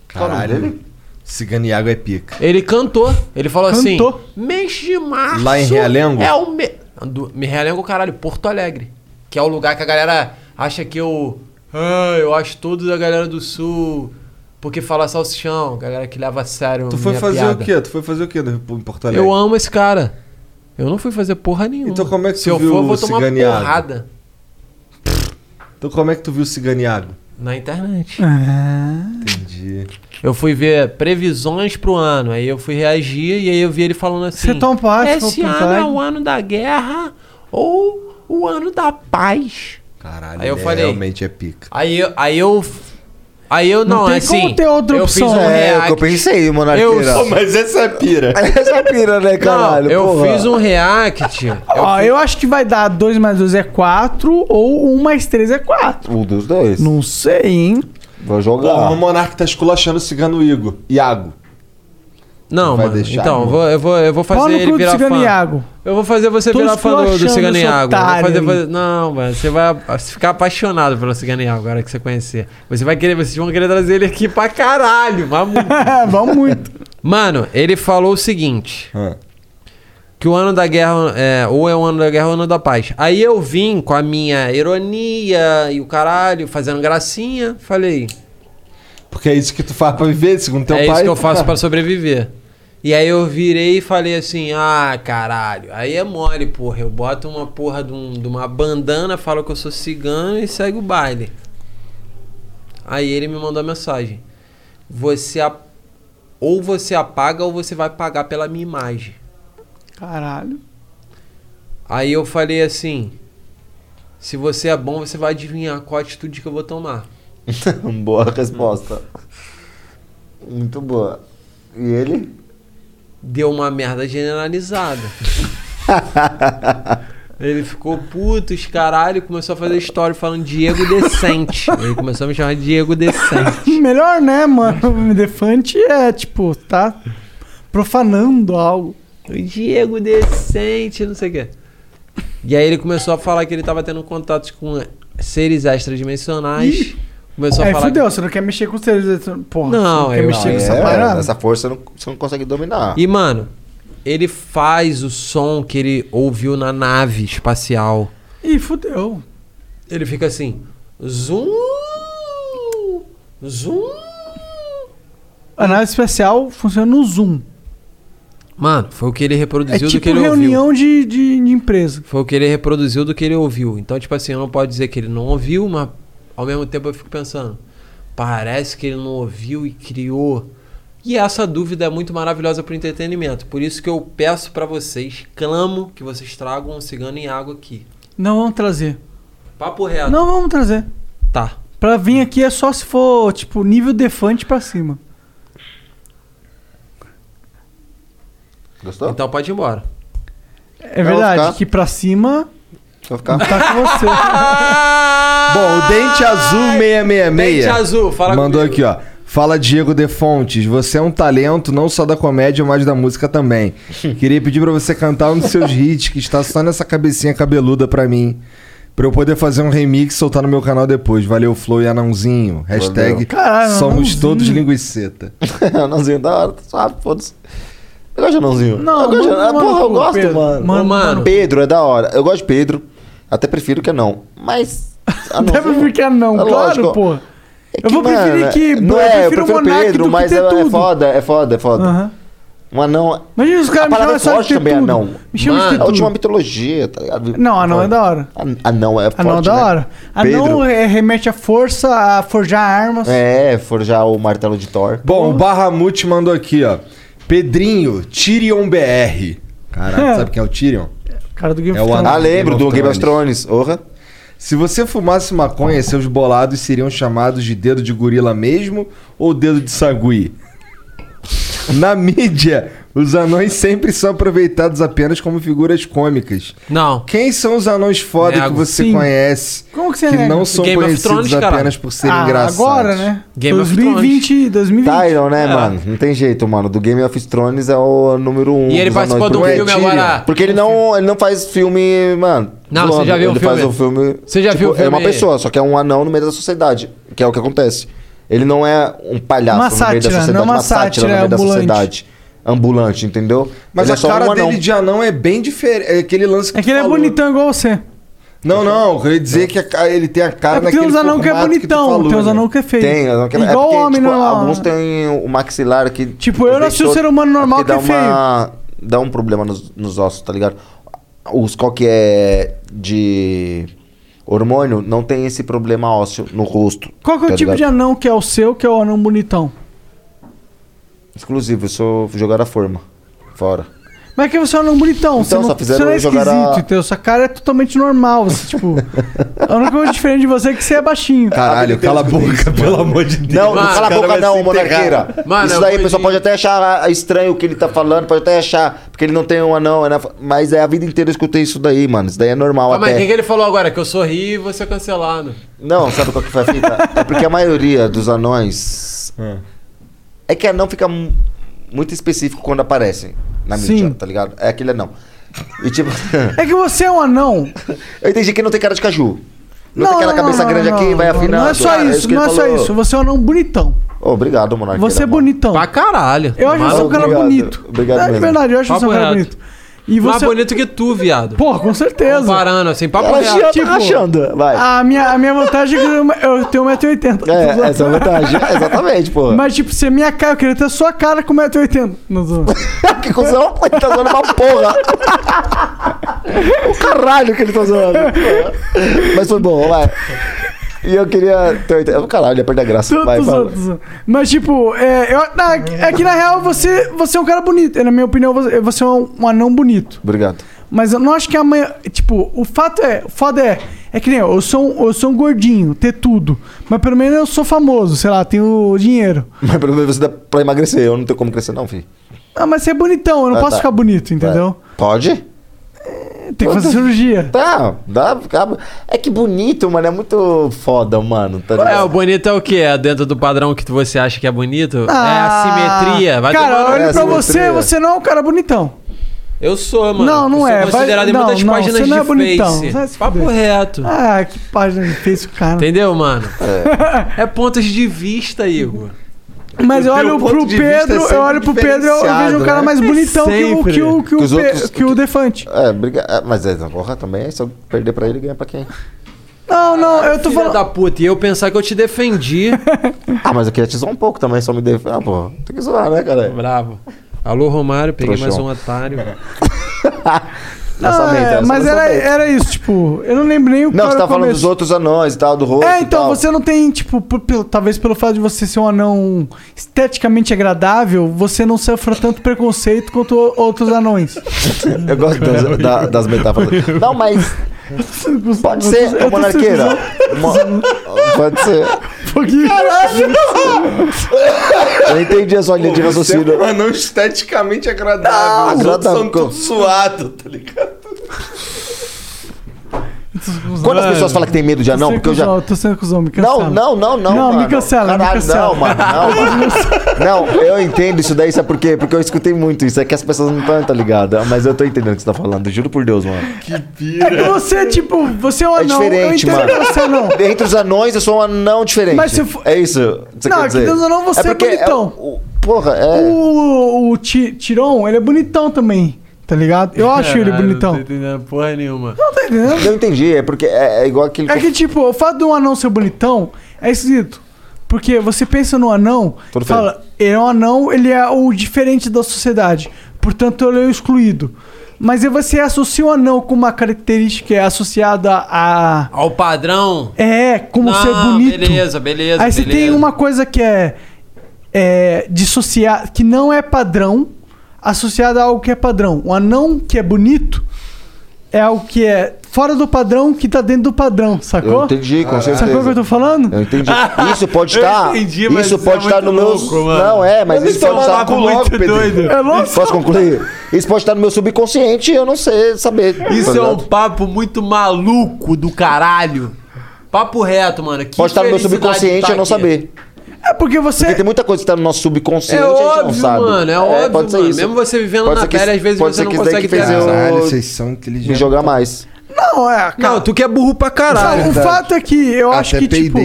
Caralho, ele. Cigano Iago é pica.
Ele cantou. Ele falou
Cantou?
assim: mês de março.
Lá em Realengo?
É o me... do... me Realengo, caralho, Porto Alegre. Que é o lugar que a galera acha que eu. Ah, eu acho todos a galera do sul. Porque fala salsichão, galera que leva a sério.
Tu foi
minha
fazer
piada.
o quê? Tu foi fazer o quê no- em Porto Alegre?
Eu amo esse cara. Eu não fui fazer porra nenhuma.
Então como é que
Se
tu
eu
viu
for, eu vou
o
tomar
Cigano Iago?
porrada
Então como é que tu viu o cigano Iago?
na internet.
Entendi.
Eu fui ver previsões pro ano, aí eu fui reagir e aí eu vi ele falando assim:
Você é toma parte,
Esse
toma
ano
parte."
é o ano da guerra ou o ano da paz.
Caralho,
Aí eu
ele
falei-
realmente é pica.
Aí, eu- aí eu. Aí eu não,
Não tem
assim.
como ter outra
eu
opção.
Fiz um
É, o
react.
que eu pensei, monarquia.
Eu-
Mas essa é pira.
Essa é pira, né, caralho?
Não, eu
porra.
fiz um react. Eu
Ah,
Ó, eu acho que vai dar 2 mais 2 é 4 ou 1 mais 3 é 4.
Um dos dois.
Não sei, hein?
Vou jogar.
Porra, o Monark tá esculachando o cigano Igor. Iago.
Não,
Vai
mano.
deixar,
então, eu
mano.
vou, eu, vou, eu vou
Pau
fazer
no cu
ele
do
virar
Cigano
fã.
Iago.
Eu vou fazer você
Tô
virar fã do, do
esculachando
Cigano
esse
Iago. Eu vou
otário
fazer
aí.
você- Não, mano, você vai a- ficar apaixonado pelo Cigano Iago agora que você conhecer. Você vai querer, vocês vão querer trazer ele aqui pra caralho. Mas muito.
Vamos muito.
Mano, ele falou o seguinte. Que o ano da guerra, é, ou é o ano da guerra ou o ano da paz. Aí eu vim com a minha ironia e o caralho, fazendo gracinha, falei.
Porque é isso que tu faz pra viver, segundo teu
é
pai.
isso que eu faço pra sobreviver. E aí eu virei e falei assim, ah, caralho, aí é mole, porra. Eu boto uma porra de, um- de uma bandana, falo que eu sou cigano e segue o baile. Aí ele me mandou a mensagem. Você a- ou você apaga ou você vai pagar pela minha imagem.
Caralho.
Aí eu falei assim: se você é bom, você vai adivinhar qual atitude que eu vou tomar.
boa resposta. Muito boa. E ele?
Deu uma merda generalizada. Ele ficou puto, os caralho, e começou a fazer história falando Diego Decente. Ele começou a me chamar de Diego Decente.
Melhor, né, mano? O elefante é, tipo, tá profanando algo.
Diego Decente, não sei o quê. E aí ele começou a falar que ele tava tendo contatos com seres extradimensionais. Começou a
Aí
falar
É, fudeu, você não quer mexer com os seres. Porra,
Não,
você quer
eu-
mexer
não,
com essa
é,
parada.
Essa força não- você não consegue dominar.
E, mano, ele faz o som que ele ouviu na nave espacial.
Ih, fudeu.
Ele fica assim, zoom, zoom.
A nave especial funciona no Zoom.
Mano, foi o que ele
É
reproduziu do
tipo
que ele ouviu.
reunião de, de, de empresa.
Foi o que ele reproduziu do que ele ouviu. Então, tipo assim, eu não posso dizer que ele não ouviu, mas ao mesmo tempo eu fico pensando, parece que ele não ouviu e criou. E essa dúvida é muito maravilhosa pro entretenimento. Por isso que eu peço pra vocês, clamo que vocês tragam um cigano em água aqui.
Não vamos trazer.
Papo reto.
Não vamos trazer.
É. Tá.
Pra vir aqui é só se for, tipo, nível defante pra cima.
Gostou?
Então pode ir embora.
É
Eu vou
verdade,
ficar.
que pra cima
Vou ficar.
tá com você.
Bom, o Dente Azul 666.
Dente Azul, fala
Mandou aqui, ó. Fala Diego De Fontes, você é um talento não só da comédia, mas da música também. Queria pedir pra você cantar um dos seus hits que está só nessa cabecinha cabeluda pra mim. Pra eu poder fazer um remix e soltar no meu canal depois. Valeu, Flow e Anãozinho. Hashtag
Caralho,
somos
Anãozinho.
todos linguiceta.
anãozinho da hora, tu sabe, foda-se. Eu gosto de anãozinho.
Não,
eu gosto de
manda-
anão.
manda
Porra, eu
pro
gosto,
Pedro.
mano.
Manda- manda.
Pedro é da hora. Eu gosto de Pedro. Até prefiro que não. Mas. ah,
Deve ficar não,
É
claro,
lógico. É
pô. eu vou
Mano,
preferir que.
Não
eu
é, eu
prefiro o
prefiro
Monark
Pedro,
do que
mas é,
ter
é
tudo.
foda, é foda, é foda. Um anão.
Imagina os caras
a
me
parada é
chamam só de
forte
ter
também,
tudo.
anão.
Me chamam de ter
a última
tudo.
mitologia, tá ligado?
Não, anão é da hora.
An- Anão é forte.
Anão é da
né?
hora.
Pedro.
Anão é, remete à força, a forjar armas.
É, forjar o martelo de Thor.
Bom, o Barramute mandou aqui, ó. Pedrinho, Tyrion BR. Caralho, sabe quem é o Tyrion?
Cara do Game
É o anão
Ah, lembro do Game of Thrones. Orra.
Se você fumasse maconha, seus bolados seriam chamados de dedo de gorila mesmo ou dedo de sagui? Na mídia, os anões sempre são aproveitados apenas como figuras cômicas.
Não.
Quem são os anões foda
Nego.
que você
Sim.
conhece?
É Como que você é? nega?
não são
Game of
conhecidos
Thrones, caralho.
apenas por serem
Ah,
engraçados.
agora, né?
Game of É.
2020, 2020.
Tyron, né, mano? Não tem jeito, mano. Do Game of Thrones é o número um.
E ele
dos
participou
anões.
de um
Porque-
filme agora. Um
Porque ele não, ele não faz filme, mano.
Não,
zoando.
você já viu o
ele
filme?
faz um filme.
Você já
tipo,
viu o
É uma
filme-
pessoa, só que é um anão no meio da sociedade. Que é o que acontece. Ele não é um palhaço
Uma
no meio da
sátira,
sociedade.
não é uma sátira,
no meio da
ambulante.
sociedade. Ambulante, entendeu?
Mas
Ele
a
é só
cara
um anão.
dele de anão é bem diferente. É aquele lance que
É que ele é bonitão igual você.
Não, não, eu ia dizer que a ca- ele tem a cara
É porque
daquele
tem uns anão que é
formato tu
bonitão,
falou,
tem uns
né?
anão que é feio.
Tem, anão que é- é
Igual
porque,
homem
tipo,
normal. né?
Alguns têm o maxilar que. Tipo,
eu nasci um ser humano normal
dá
que é
uma- Dá um problema nos, nos ossos, tá ligado? Os qual que é de hormônio não tem esse problema ósseo no rosto. tá
Qual que é o tipo de anão que é o seu, que é o anão bonitão?
Exclusivo, eu sou jogar a forma. Fora.
Mas é que você é um anão bonitão, você,
Então,
não,
só fizeram
você não é
eu jogar
esquisito,
a-
entendeu? Sua cara é totalmente normal, você, tipo... a única coisa diferente de você é que você é baixinho.
Caralho, cala a boca, pelo amor de Deus.
Não,
Mano,
não cala a
o cara
boca
vai se
não,
enterrar.
monarqueira.
Mano, é
Isso
eu
daí,
vou
o pessoal pode até achar estranho o que ele tá falando, pode até achar, porque ele não tem um anão, né? mas é a vida inteira eu escutei isso daí, mano. Isso daí é normal
Ah,
Calma aí, o
até.
que, que ele falou agora? Que eu sorri e você é cancelado.
Não, sabe qual que foi a
Ah.
fita? É porque a maioria dos anões. É que anão fica mu- muito específico quando aparecem na mídia,
Sim.
tá ligado? É aquele anão. E tipo.
É que você é um anão.
eu entendi que não tem cara de caju. Não, tem aquela cabeça grande aqui, vai
não,
afinando.
Não é só
Ah,
isso,
que
não é
ele
só
falou.
isso. Você é um anão bonitão.
Ô, obrigado, Monarque.
Você é bonitão. Pra
caralho.
Eu acho você um cara
Obrigado.
bonito.
Obrigado
É de
mesmo.
verdade, eu acho você um
Papo
cara
reto.
bonito. E
Mais
você.
bonito que tu, viado.
Porra, com certeza. Tipo, Ah,
Comparando, assim, papo
Ela
reto.
achando, achando,
vai.
A minha, a minha vantagem é que eu- eu tenho 1,80m.
É, essa é a vantagem. Exatamente, porra.
Mas, tipo, se é minha cara, eu queria ter a sua cara com 1,80m. Não zoa.
que cuzão? Ele tá zoando uma porra. o caralho que ele tá zoando. Mas foi bom, vai. E eu queria. ter- Caralho, ia perder a graça.
Tu-
Vai,
tu
fala.
zoa, tu zoa. Mas, tipo, é, eu- na- é que na real você, você é um cara bonito. Na minha opinião, você, você é um, um anão bonito.
Obrigado.
Mas eu não acho que amanhã. Tipo, o fato é. O foda é. É que nem eu, eu sou um, eu sou um gordinho, ter tudo. Mas pelo menos eu sou famoso, sei lá, tenho dinheiro.
Mas pelo menos você dá pra emagrecer. Eu não tenho como crescer, não, filho.
Ah, mas você é bonitão, eu não
Ah,
posso
tá.
ficar bonito, entendeu?
Pode?
Tem que fazer cirurgia.
Tá, dá. acaba- É que bonito, mano. É muito foda, mano. Tá ligado?
É, o bonito é o que? É dentro do padrão que você acha que é bonito? é
Ah,
a simetria. Vai
cara,
tomar no-
olha pra você, você não é um cara bonitão.
Eu sou, mano.
Não, não
eu sou
é. Vai-
considerado em
não,
muitas
não,
páginas
você não é
de
bonitão.
face.
Vai se
Papo
fuder.
reto.
Ah, que página de face, cara.
Entendeu, mano? É. pontos de vista, Igor.
Mas eu
O teu
olho
ponto
pro
de vista é
Pedro,
sempre
eu olho pro Pedro, eu- eu vejo um
né?
cara mais bonitão que o, que o, que o,
os
Pe-
outros-
que o Defante.
É, obrigado. É, Mas é, porra, também é só perder pra ele e ganhar pra quem?
Não, não, eu tô
Filha da puta, e eu pensar que eu te defendi.
Ah, mas eu queria te zoar um pouco também, só me def... Ah, pô, tem que zoar, né, cara?
Bravo. Alô, Romário, peguei mais um otário.
Não,
Lançamento,
é,
era só
mas era,
lançamento.
era isso, tipo, eu não lembro nem o que
Não,
era
você
o
tá falando
começo.
dos outros anões e tal, do rosto.
É,
e
então,
tal.
você não tem, tipo, por- pelo- talvez pelo fato de você ser um anão esteticamente agradável, você não sofra tanto preconceito quanto o- outros anões.
Eu gosto das, da- das metáforas. Tá Não, mas. Pode ser, ô monarqueira. Mo- Pode ser. Eu entendi a sua linha de
Pô, você é
raciocínio. Ah,
um anão esteticamente agradável. Os outros são
Agradável,
tudo
co-
suado, tá ligado?
Quantas pessoas falam que tem medo de anão? Porque
Tô sendo
eu já.
cuzão, tô sendo cuzão, me cancela.
Não, não, não, não.
Não,
mano.
me cancela,
Caralho,
me cancela.
Não, mano, não, mano. Não, eu entendo isso daí, sabe por quê? Porque eu escutei muito isso. É que as pessoas não estão, tá ligado? Mas eu tô entendendo o que você tá falando, juro por Deus, mano.
É que você, tipo, você é um
É
anão, eu
diferente,
entendo
mano.
que você é anão.
Entre os anões, eu sou um anão diferente.
Mas se for-
É isso. que Você
Não,
quer
é que
dizer.
Deus anão, você é
porque
bonitão.
o- porra, é.
O, o Ti- Tiron, ele é bonitão também, tá ligado? Eu acho ele
Caralho, Não
bonitão.
tô entendendo porra nenhuma.
Não tá entendendo?
Eu entendi, é porque é, é igual aquele.
É que, tipo, o fato de um anão ser bonitão é esquisito. Porque você pensa no anão,
Todo
fala, ele é um anão, ele é o diferente da sociedade. Portanto, ele é o excluído. Mas aí você associa o anão com uma característica que é associada a.
Ao padrão.
É, como
Não,
ser bonito.
Beleza, beleza.
aí você
beleza.
tem uma coisa que é, é dissociar, que não é padrão, associada a algo que é padrão. O anão que é bonito é algo que é fora do padrão que tá dentro do padrão, sacou?
Eu entendi, com certeza.
Sacou o que eu tô falando?
Eu entendi. Isso pode
Eu
estar.
entendi, mas
Isso
isso
pode
é
estar no
muito
meu.
louco, mano.
Não, é, mas
Mas
isso
isso é um
pode estar
bagulho muito doido. É louco.
Posso concluir? Isso pode estar no meu subconsciente e eu não sei saber.
Isso
tá
é um
ligado?
papo muito maluco do caralho. Papo reto, mano. Que
Pode estar no meu
felicidade
subconsciente
tá
e eu não
aqui.
saber.
É porque você.
Porque tem muita coisa que tá no nosso
É
subconsciente e a gente não
óbvio,
sabe.
mano. É, óbvio,
pode ser
mano.
isso.
Mesmo você vivendo
Pode
na
ser que-
pele, às vezes
pode
você
ser
não
que isso daí
consegue
que fez
ter-
eu-
Caralho, vocês são inteligentes.
Me jogar mais.
Não, é.
Não, tu que é burro pra caralho.
Não, o fato é que eu acho que, tipo,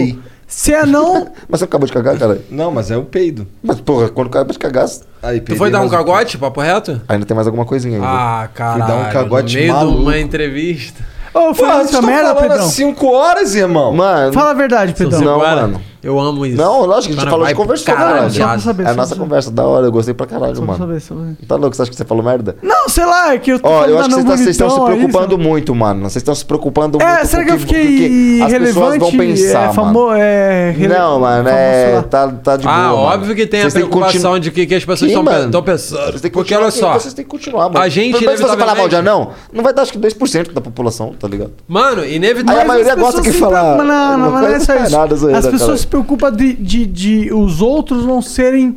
se é não.
Mas você acabou de cagar, cara?
Não, mas é o peido.
Mas, porra, quando acaba de cagar.
Aí,
Tu
peidei
foi dar um
mais
cagote, papo reto?
Ainda tem mais alguma coisinha ainda.
Ah, caralho.
Fui dar um cagote
no meio de
maluco.
uma entrevista.
Ô,
Porra,
foi
tá
muita
vocês tão
merda,
falando
Pedrão.
há
assim,
cinco horas, irmão.
Mano.
Fala a verdade, Pedrão.
Não,
Agora,
mano.
Eu amo isso.
Não, lógico que a gente
Mano,
falou de
vai pro
conversou, né,
caralho,
mano?
viado.
pra saber,
É
só
a
pra
nossa
saber.
conversa, da hora, eu gostei pra caralho,
Só pra
mano.
saber, só pra saber.
Tá louco, você acha que você falou merda?
Não, sei lá, é que eu tô
Ó,
falando
eu
da
acho que
não
vocês, tá- vocês estão se
bonitão é aí,
preocupando muito, mano. Vocês estão se preocupando muito.
É,
com
será
o
que eu
com o
fiquei
que as pessoas
irrelevante?
vão pensar,
é, famo-
mano.
é, rele-
Não, mano,
famoso
é...
lá.
Tá, tá de boa,
Ah,
mano.
óbvio que tem
Vocês
a
têm que
preocupação
continu-
de que, que as pessoas
Que,
estão
mano?
pensando.
Vocês têm que
Porque
continuar,
olha só.
Vocês têm que continuar, mano.
A gente,
Pelo menos se você falar mal de
inevitavelmente-
anão, não vai dar acho que 2% da população, tá ligado?
Mano,
Aí
inevitavelmente.
a maioria
É As pessoas
gosta que
se
fala...
preocupam- Não, não,
alguma
mas não é
coisa
só isso.
nada zoeira,
As pessoas
né, cara.
se preocupam de, de, de os outros não serem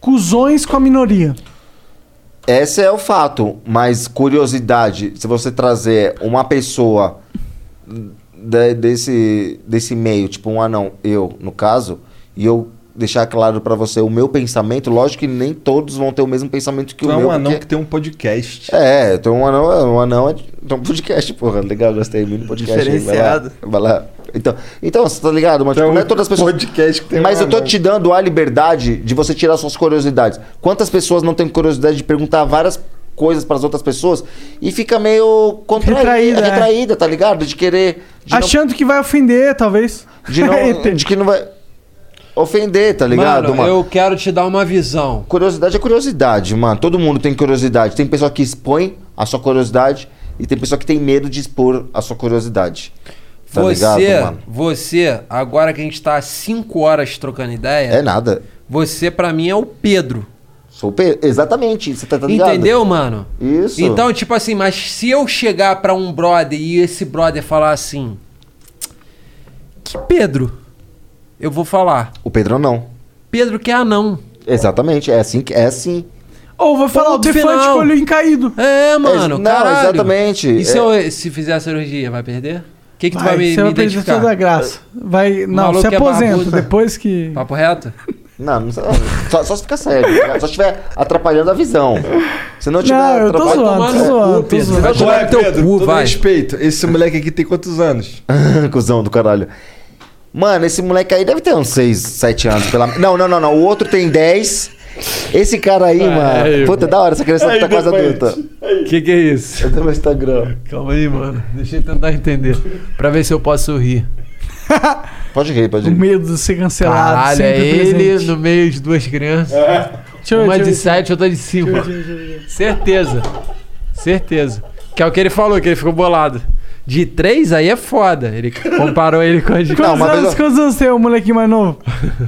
cuzões com a minoria.
Esse é o fato, mas curiosidade, se você trazer uma pessoa de- desse, desse meio, tipo um anão, eu, no caso, e eu deixar claro pra você o meu pensamento, lógico que nem todos vão ter o mesmo pensamento que
Tu
o
é
meu.
um anão
porque-
que tem um podcast.
É, então um anão, é- um anão é de- então um podcast, porra. Legal, gostei. Mini podcast. hein? Vai lá,
Diferenciado.
Vai lá. Então, então, você tá ligado? Mas,
um
tipo, não é todas as pessoas.
podcast que tem
Mas
um
eu tô
né?
anão.
te dando a liberdade de você tirar suas curiosidades. Quantas pessoas não têm curiosidade de perguntar várias coisas pras outras pessoas e fica meio contraída,
Retraída,
retraída,
é.
tá ligado? De querer. De não-
Achando que vai ofender, talvez.
de, não, de que não vai ofender, tá ligado?
Mano,
mano?
eu quero te dar uma visão.
Curiosidade é curiosidade, mano. Todo mundo tem curiosidade. Tem pessoa que expõe a sua curiosidade e tem pessoa que tem medo de expor a sua curiosidade. Tá
você, é
ligado, mano?
você, agora que a gente tá há 5 horas trocando ideia,
É nada.
você pra mim é o Pedro.
Sou o Pedro. Exatamente. Você tá, tá ligado?
Entendeu, mano?
Isso.
Então, tipo assim, mas se eu chegar pra um brother e esse brother falar assim. Que Pedro? Eu vou falar.
O Pedro não.
Pedro que é anão.
Exatamente. É assim que é assim.
Ou vou falar o
Ponto
defante
final.
com o olho encaído.
É, mano.
não,
caralho.
exatamente.
E se,
É.
eu, se fizer a cirurgia, vai perder? O que, que tu vai me, me
você vai perder
identificar?
toda a graça. Vai,
O
não,
maluco
se
é
aposenta
barbudo.
depois que...
Papo reto?
Não, não sei- só, só se ficar sério. tá ligado? Só se estiver atrapalhando a visão. Se não tiver
Não, eu tô
atrapalhando-
zoando,
Vai tomar
tô
no
zoando,
cu,
tô
Pedro.
zoando. é,
Vai tomar
Ué,
no teu
é, Pedro,
cu,
todo
vai.
respeito. Esse moleque aqui tem quantos anos?
Cusão do caralho. Mano, esse moleque aí deve ter uns 6, 7 anos. Pela... Não, não, não, não. O outro tem 10. Esse cara
É,
É, aí, mano. Puta, da hora. Essa criança tá quase adulta.
O que, que é isso?
Eu tô no Instagram.
Calma aí, mano. Deixa eu tentar entender. Pra ver se eu posso rir.
Pode rir, pode
O medo de ser cancelado.
Caralho, é
sempre
ele
presente.
no meio de duas crianças.
É.
Deixa eu ver,
Uma
deixa eu
de
ver.
sete, outra de cinco. Certeza. Certeza. Que é o que ele falou, que ele ficou bolado. De três, aí é foda. Ele comparou ele com a de...
Quantos,
mas
anos,
eu-
quantos anos tem o molequinho mais novo?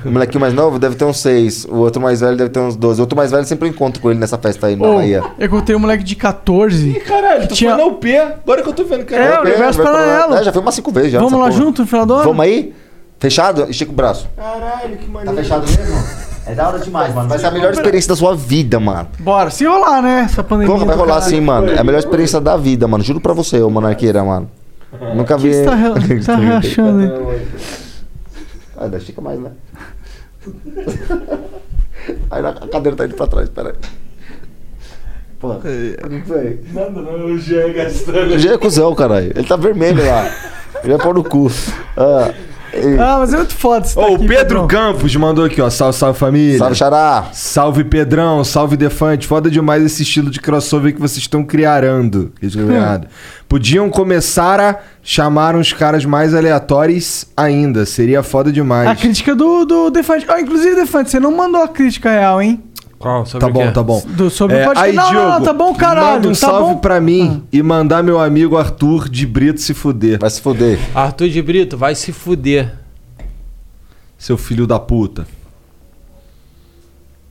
O molequinho mais novo deve ter uns 6. O outro mais velho deve ter uns 12. O outro mais velho sempre eu encontro com ele nessa festa aí é. na
Ô,
Bahia.
eu contei um moleque de 14.
Caralho, tô
Tinha-
falando
é
o P. Agora que eu tô vendo, cara.
É, o universo
Vai pra-
paralelo.
É, já foi umas 5 vezes já.
Vamos
essa
lá
porra.
junto no final do ano?
Vamos aí? Fechado? Estica o braço.
Caralho, que maneiro.
Tá fechado mesmo? É da hora demais, mano. Vai ser a melhor experiência da sua vida, mano.
Bora, se rolar, né? Essa pandemia.
Porra, vai
do
rolar
caralho.
assim, mano. É a melhor experiência da vida, mano. Juro pra você, ô monarqueira, mano. Nunca vi.
Você tá, re... tá relaxando aí.
Ah, dá estica mais, né? Aí a cadeira tá indo pra trás, peraí. Pô,
É.
não sei.
Não, não, o Jean é
O
gastando.
Jean é cuzão, caralho. Ele tá vermelho lá. Ele é pau no cu. Ah, e-
Ah, mas é muito foda esse
Ô, o Pedro Campos mandou aqui, ó. Salve, salve família.
Salve, Xará.
Salve, Pedrão. Salve, Defante. Foda demais esse estilo de crossover que vocês estão criarando. Que eles escreveram errado. Podiam começar a chamar uns caras mais aleatórios ainda. Seria foda
A
demais.
crítica do, do Defante. Ah, inclusive, Defante, você não mandou a crítica real, hein?
Qual?
Tá bom, tá bom.
Do- sobre o podcast.
aí,
Não, não,
Diogo,
não, tá bom, caralho,
Manda um
tá
salve
bom. Ah.
pra mim e mandar meu amigo Arthur de Brito se fuder.
Vai se fuder.
Arthur de Brito, vai se fuder.
Seu filho da puta.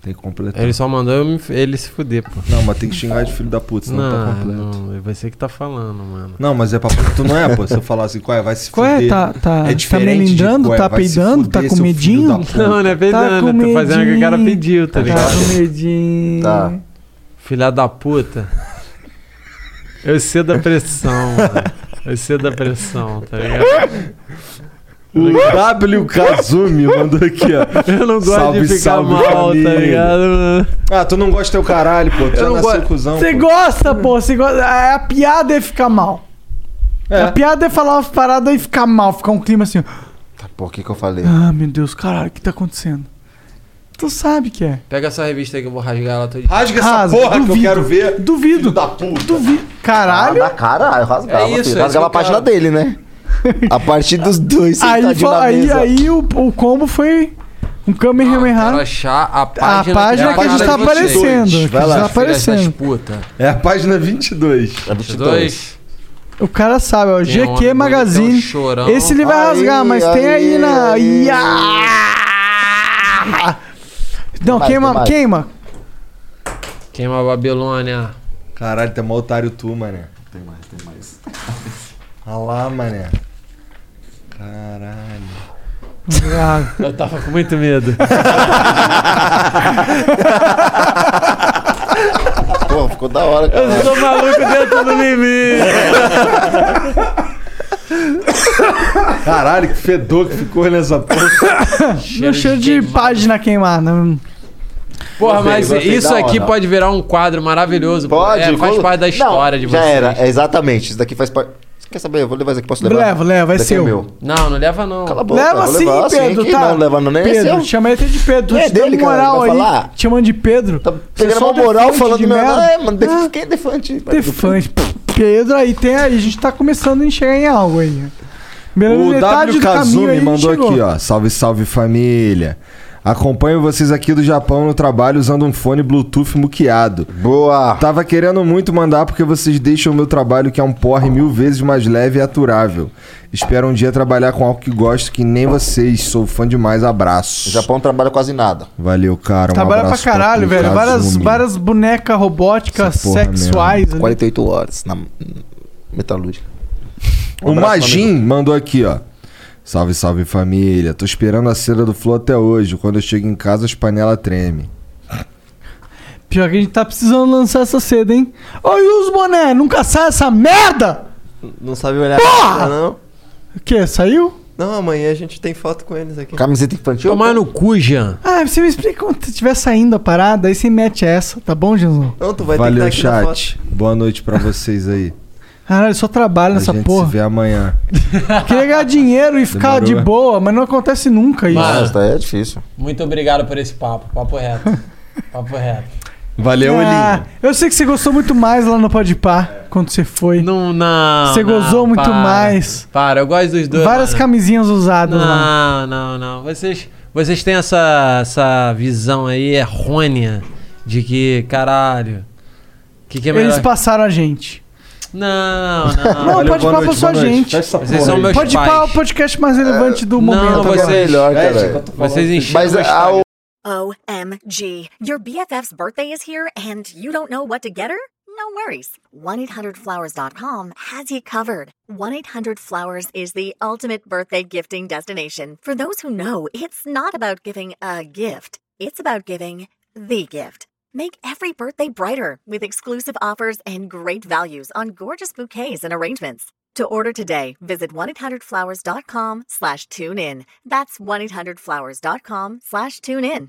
Tem que completar.
Ele só mandou eu me f- ele se fuder, pô.
Não, mas tem que xingar de filho da puta, senão
Não,
tá completo.
não, é você que tá falando, mano.
Não, mas é pra tu não é, pô. Se eu falar assim, qual é? Vai se
Qual é?
fuder.
Tá- tá- tá
diferente
melindrando?
de qual é,
Tá
vai se
peidando?
fuder,
Tá com
seu filho
medinho?
da puta.
Não, não é verdade,
Tá com
tô fazendo o que o cara
medinho.
pediu, tá
Tá
ligado?
com medinho.
Tá.
Filha da puta. Eu sei da pressão, mano. Eu sei da pressão, tá ligado?
O W Kazumi mandou aqui, ó.
Eu não gosto
Salve,
de ficar
salve,
mal,
família.
tá ligado, mano?
Ah, tu não gosta do teu caralho, pô. Tu já
não
nasceu
gosto.
cuzão. Tá
Você
pô.
gosta, pô. Você gosta. A, a piada é ficar mal.
É.
A piada é falar umas paradas e ficar mal, ficar um clima assim.
Pô, o que que eu
É.
falei?
Ah, meu Deus, caralho, o que tá acontecendo? Tu sabe que é.
Pega essa revista aí que eu vou rasgar ela toda.
Rasga essa
Rasga,
porra que
duvido.
eu quero ver.
Duvido.
Filho da puta.
Duvido.
Ah,
Caralho.
da cara, eu rasgava.
É isso, é
filho.
isso
rasgava a
que eu
página
quero.
dele, né? A partir dos dois
aí,
sentadinho
fa-
na
aí,
mesa.
aí o, o combo foi um
Quero
Kamehameha.
achar a
A
página,
página que a gente
cara
tá
de
aparecendo.
vocês.
que
Vai lá,
tá
Filhas das
aparecendo.
puta.
É a página 22.
É 22.
Dois.
O cara sabe,
Tem um
ó.
homem
GQ
bonitão,
Magazine.
chorão.
Esse ele vai
Aí,
rasgar, mas tem aí
aí,
na.
aí.
Ia! Não,
mais,
queima,
tem mais.
queima.
Queima a Babilônia.
Caralho, tá mó otário tu, mané.
Tem mais, tem mais.
Olha lá, mané. Caralho.
Ah,
Eu tava com muito medo.
Pô, ficou da hora, cara.
É, Eu tô maluco dentro do mimimi.
Caralho, que fedor que ficou nessa porra.
Meu cheiro de página queimada.
Porra,
Gostei,
mas
gostei
isso
da
aqui
onda.
pode virar um quadro maravilhoso. pô.
Pode,
É, faz
quando-
parte da história de vocês.
Já era, é exatamente. Isso daqui faz parte. Você quer saber? Eu vou levar isso aqui, posso levar?
Leva, leva, é
Daqui
seu.
meu.
Não, não leva não.
Cala a boca.
Leva
vou
sim,
levar,
Pedro,
Quem
tá?
Não, leva não, nem é
Pedro,
seu.
chama ele até de Pedro.
É
te deu
dele, cara, ele
moral
vai
aí.
falar.
Chamando de Pedro. Tá
Pegando uma moral falando meu nome. É, mano, def- quem é defante?
Defante. Pff, Ah, Pedro, aí tem aí. A gente tá começando a enxergar em algo aí. Pela
O W
metade do caminho aí, a
Kazumi
gente
mandou
chegou.
aqui, ó. Salve, salve família. Acompanho vocês aqui do Japão no trabalho usando um fone Bluetooth muqueado.
Boa!
Tava querendo muito mandar porque vocês deixam o meu trabalho, que é um porre mil vezes mais leve e aturável. Espero um dia trabalhar com algo que gosto, que nem vocês. Sou fã demais, abraço. O
Japão trabalha quase nada.
Valeu, cara. Um
Trabalha pra
abraço
caralho,
tu,
velho. Várias,
Kazumi.
várias bonecas robóticas
Essa porra
sexuais.
mesmo.
ali.
48 horas na metalúrgica.
O Magin mandou aqui, ó. Salve, salve família. Tô esperando a cera do Flow até hoje. Quando eu chego em casa, as panelas tremem.
Pior que a gente tá precisando lançar essa seda, hein? Ô, e os boné? Nunca sai essa merda?
Não sabe olhar
Porra!
pra cara, não.
O quê? Saiu?
Não, amanhã a gente tem foto com eles aqui.
Camiseta infantil?
Tomar no cu, Jean.
Ah, você me explica quando tiver saindo a parada, aí você mete essa, tá bom, Jesus?
Não, tu vai
Valeu,
ter que estar aqui na
chat. Boa noite pra vocês aí.
Caralho, só trabalho
a
nessa
gente
porra.
se vê amanhã.
Queria ganhar dinheiro e ficar
Demorou,
de
é?
boa, mas não acontece nunca isso.
Mas tá, é difícil.
Muito obrigado por esse papo. Papo reto. papo reto.
Valeu,
Ah, Eu sei que você gostou muito mais lá no Podpah, quando você foi.
Não, não.
Você
não,
gozou muito
para,
mais.
Para, eu gosto dos dois.
Várias
mano.
camisinhas usadas lá.
Não, não, não. Vocês, vocês têm essa, essa visão aí errônea de que, caralho. Que que é melhor?
Eles passaram a gente.
Não, não.
Não, pode falar pra sua gente.
Vocês são meus
pode
pais.
falar o podcast mais relevante
Não,
do momento.
vocês-
agora.
Melhor, cara. É, tipo, Vocês encheram
Mas
meu
a, o-
OMG. Your BFF's birthday is here and you don't know what to get her? No worries. 1-800-Flowers.com has you covered. 1-800-Flowers is the ultimate birthday gifting destination. For those who know, it's not about giving a gift. It's about giving the gift. Make every birthday brighter with exclusive offers and great values on gorgeous bouquets and arrangements. To order today, visit 1-800-Flowers.com slash tune in. That's 1-800-Flowers.com slash tune in.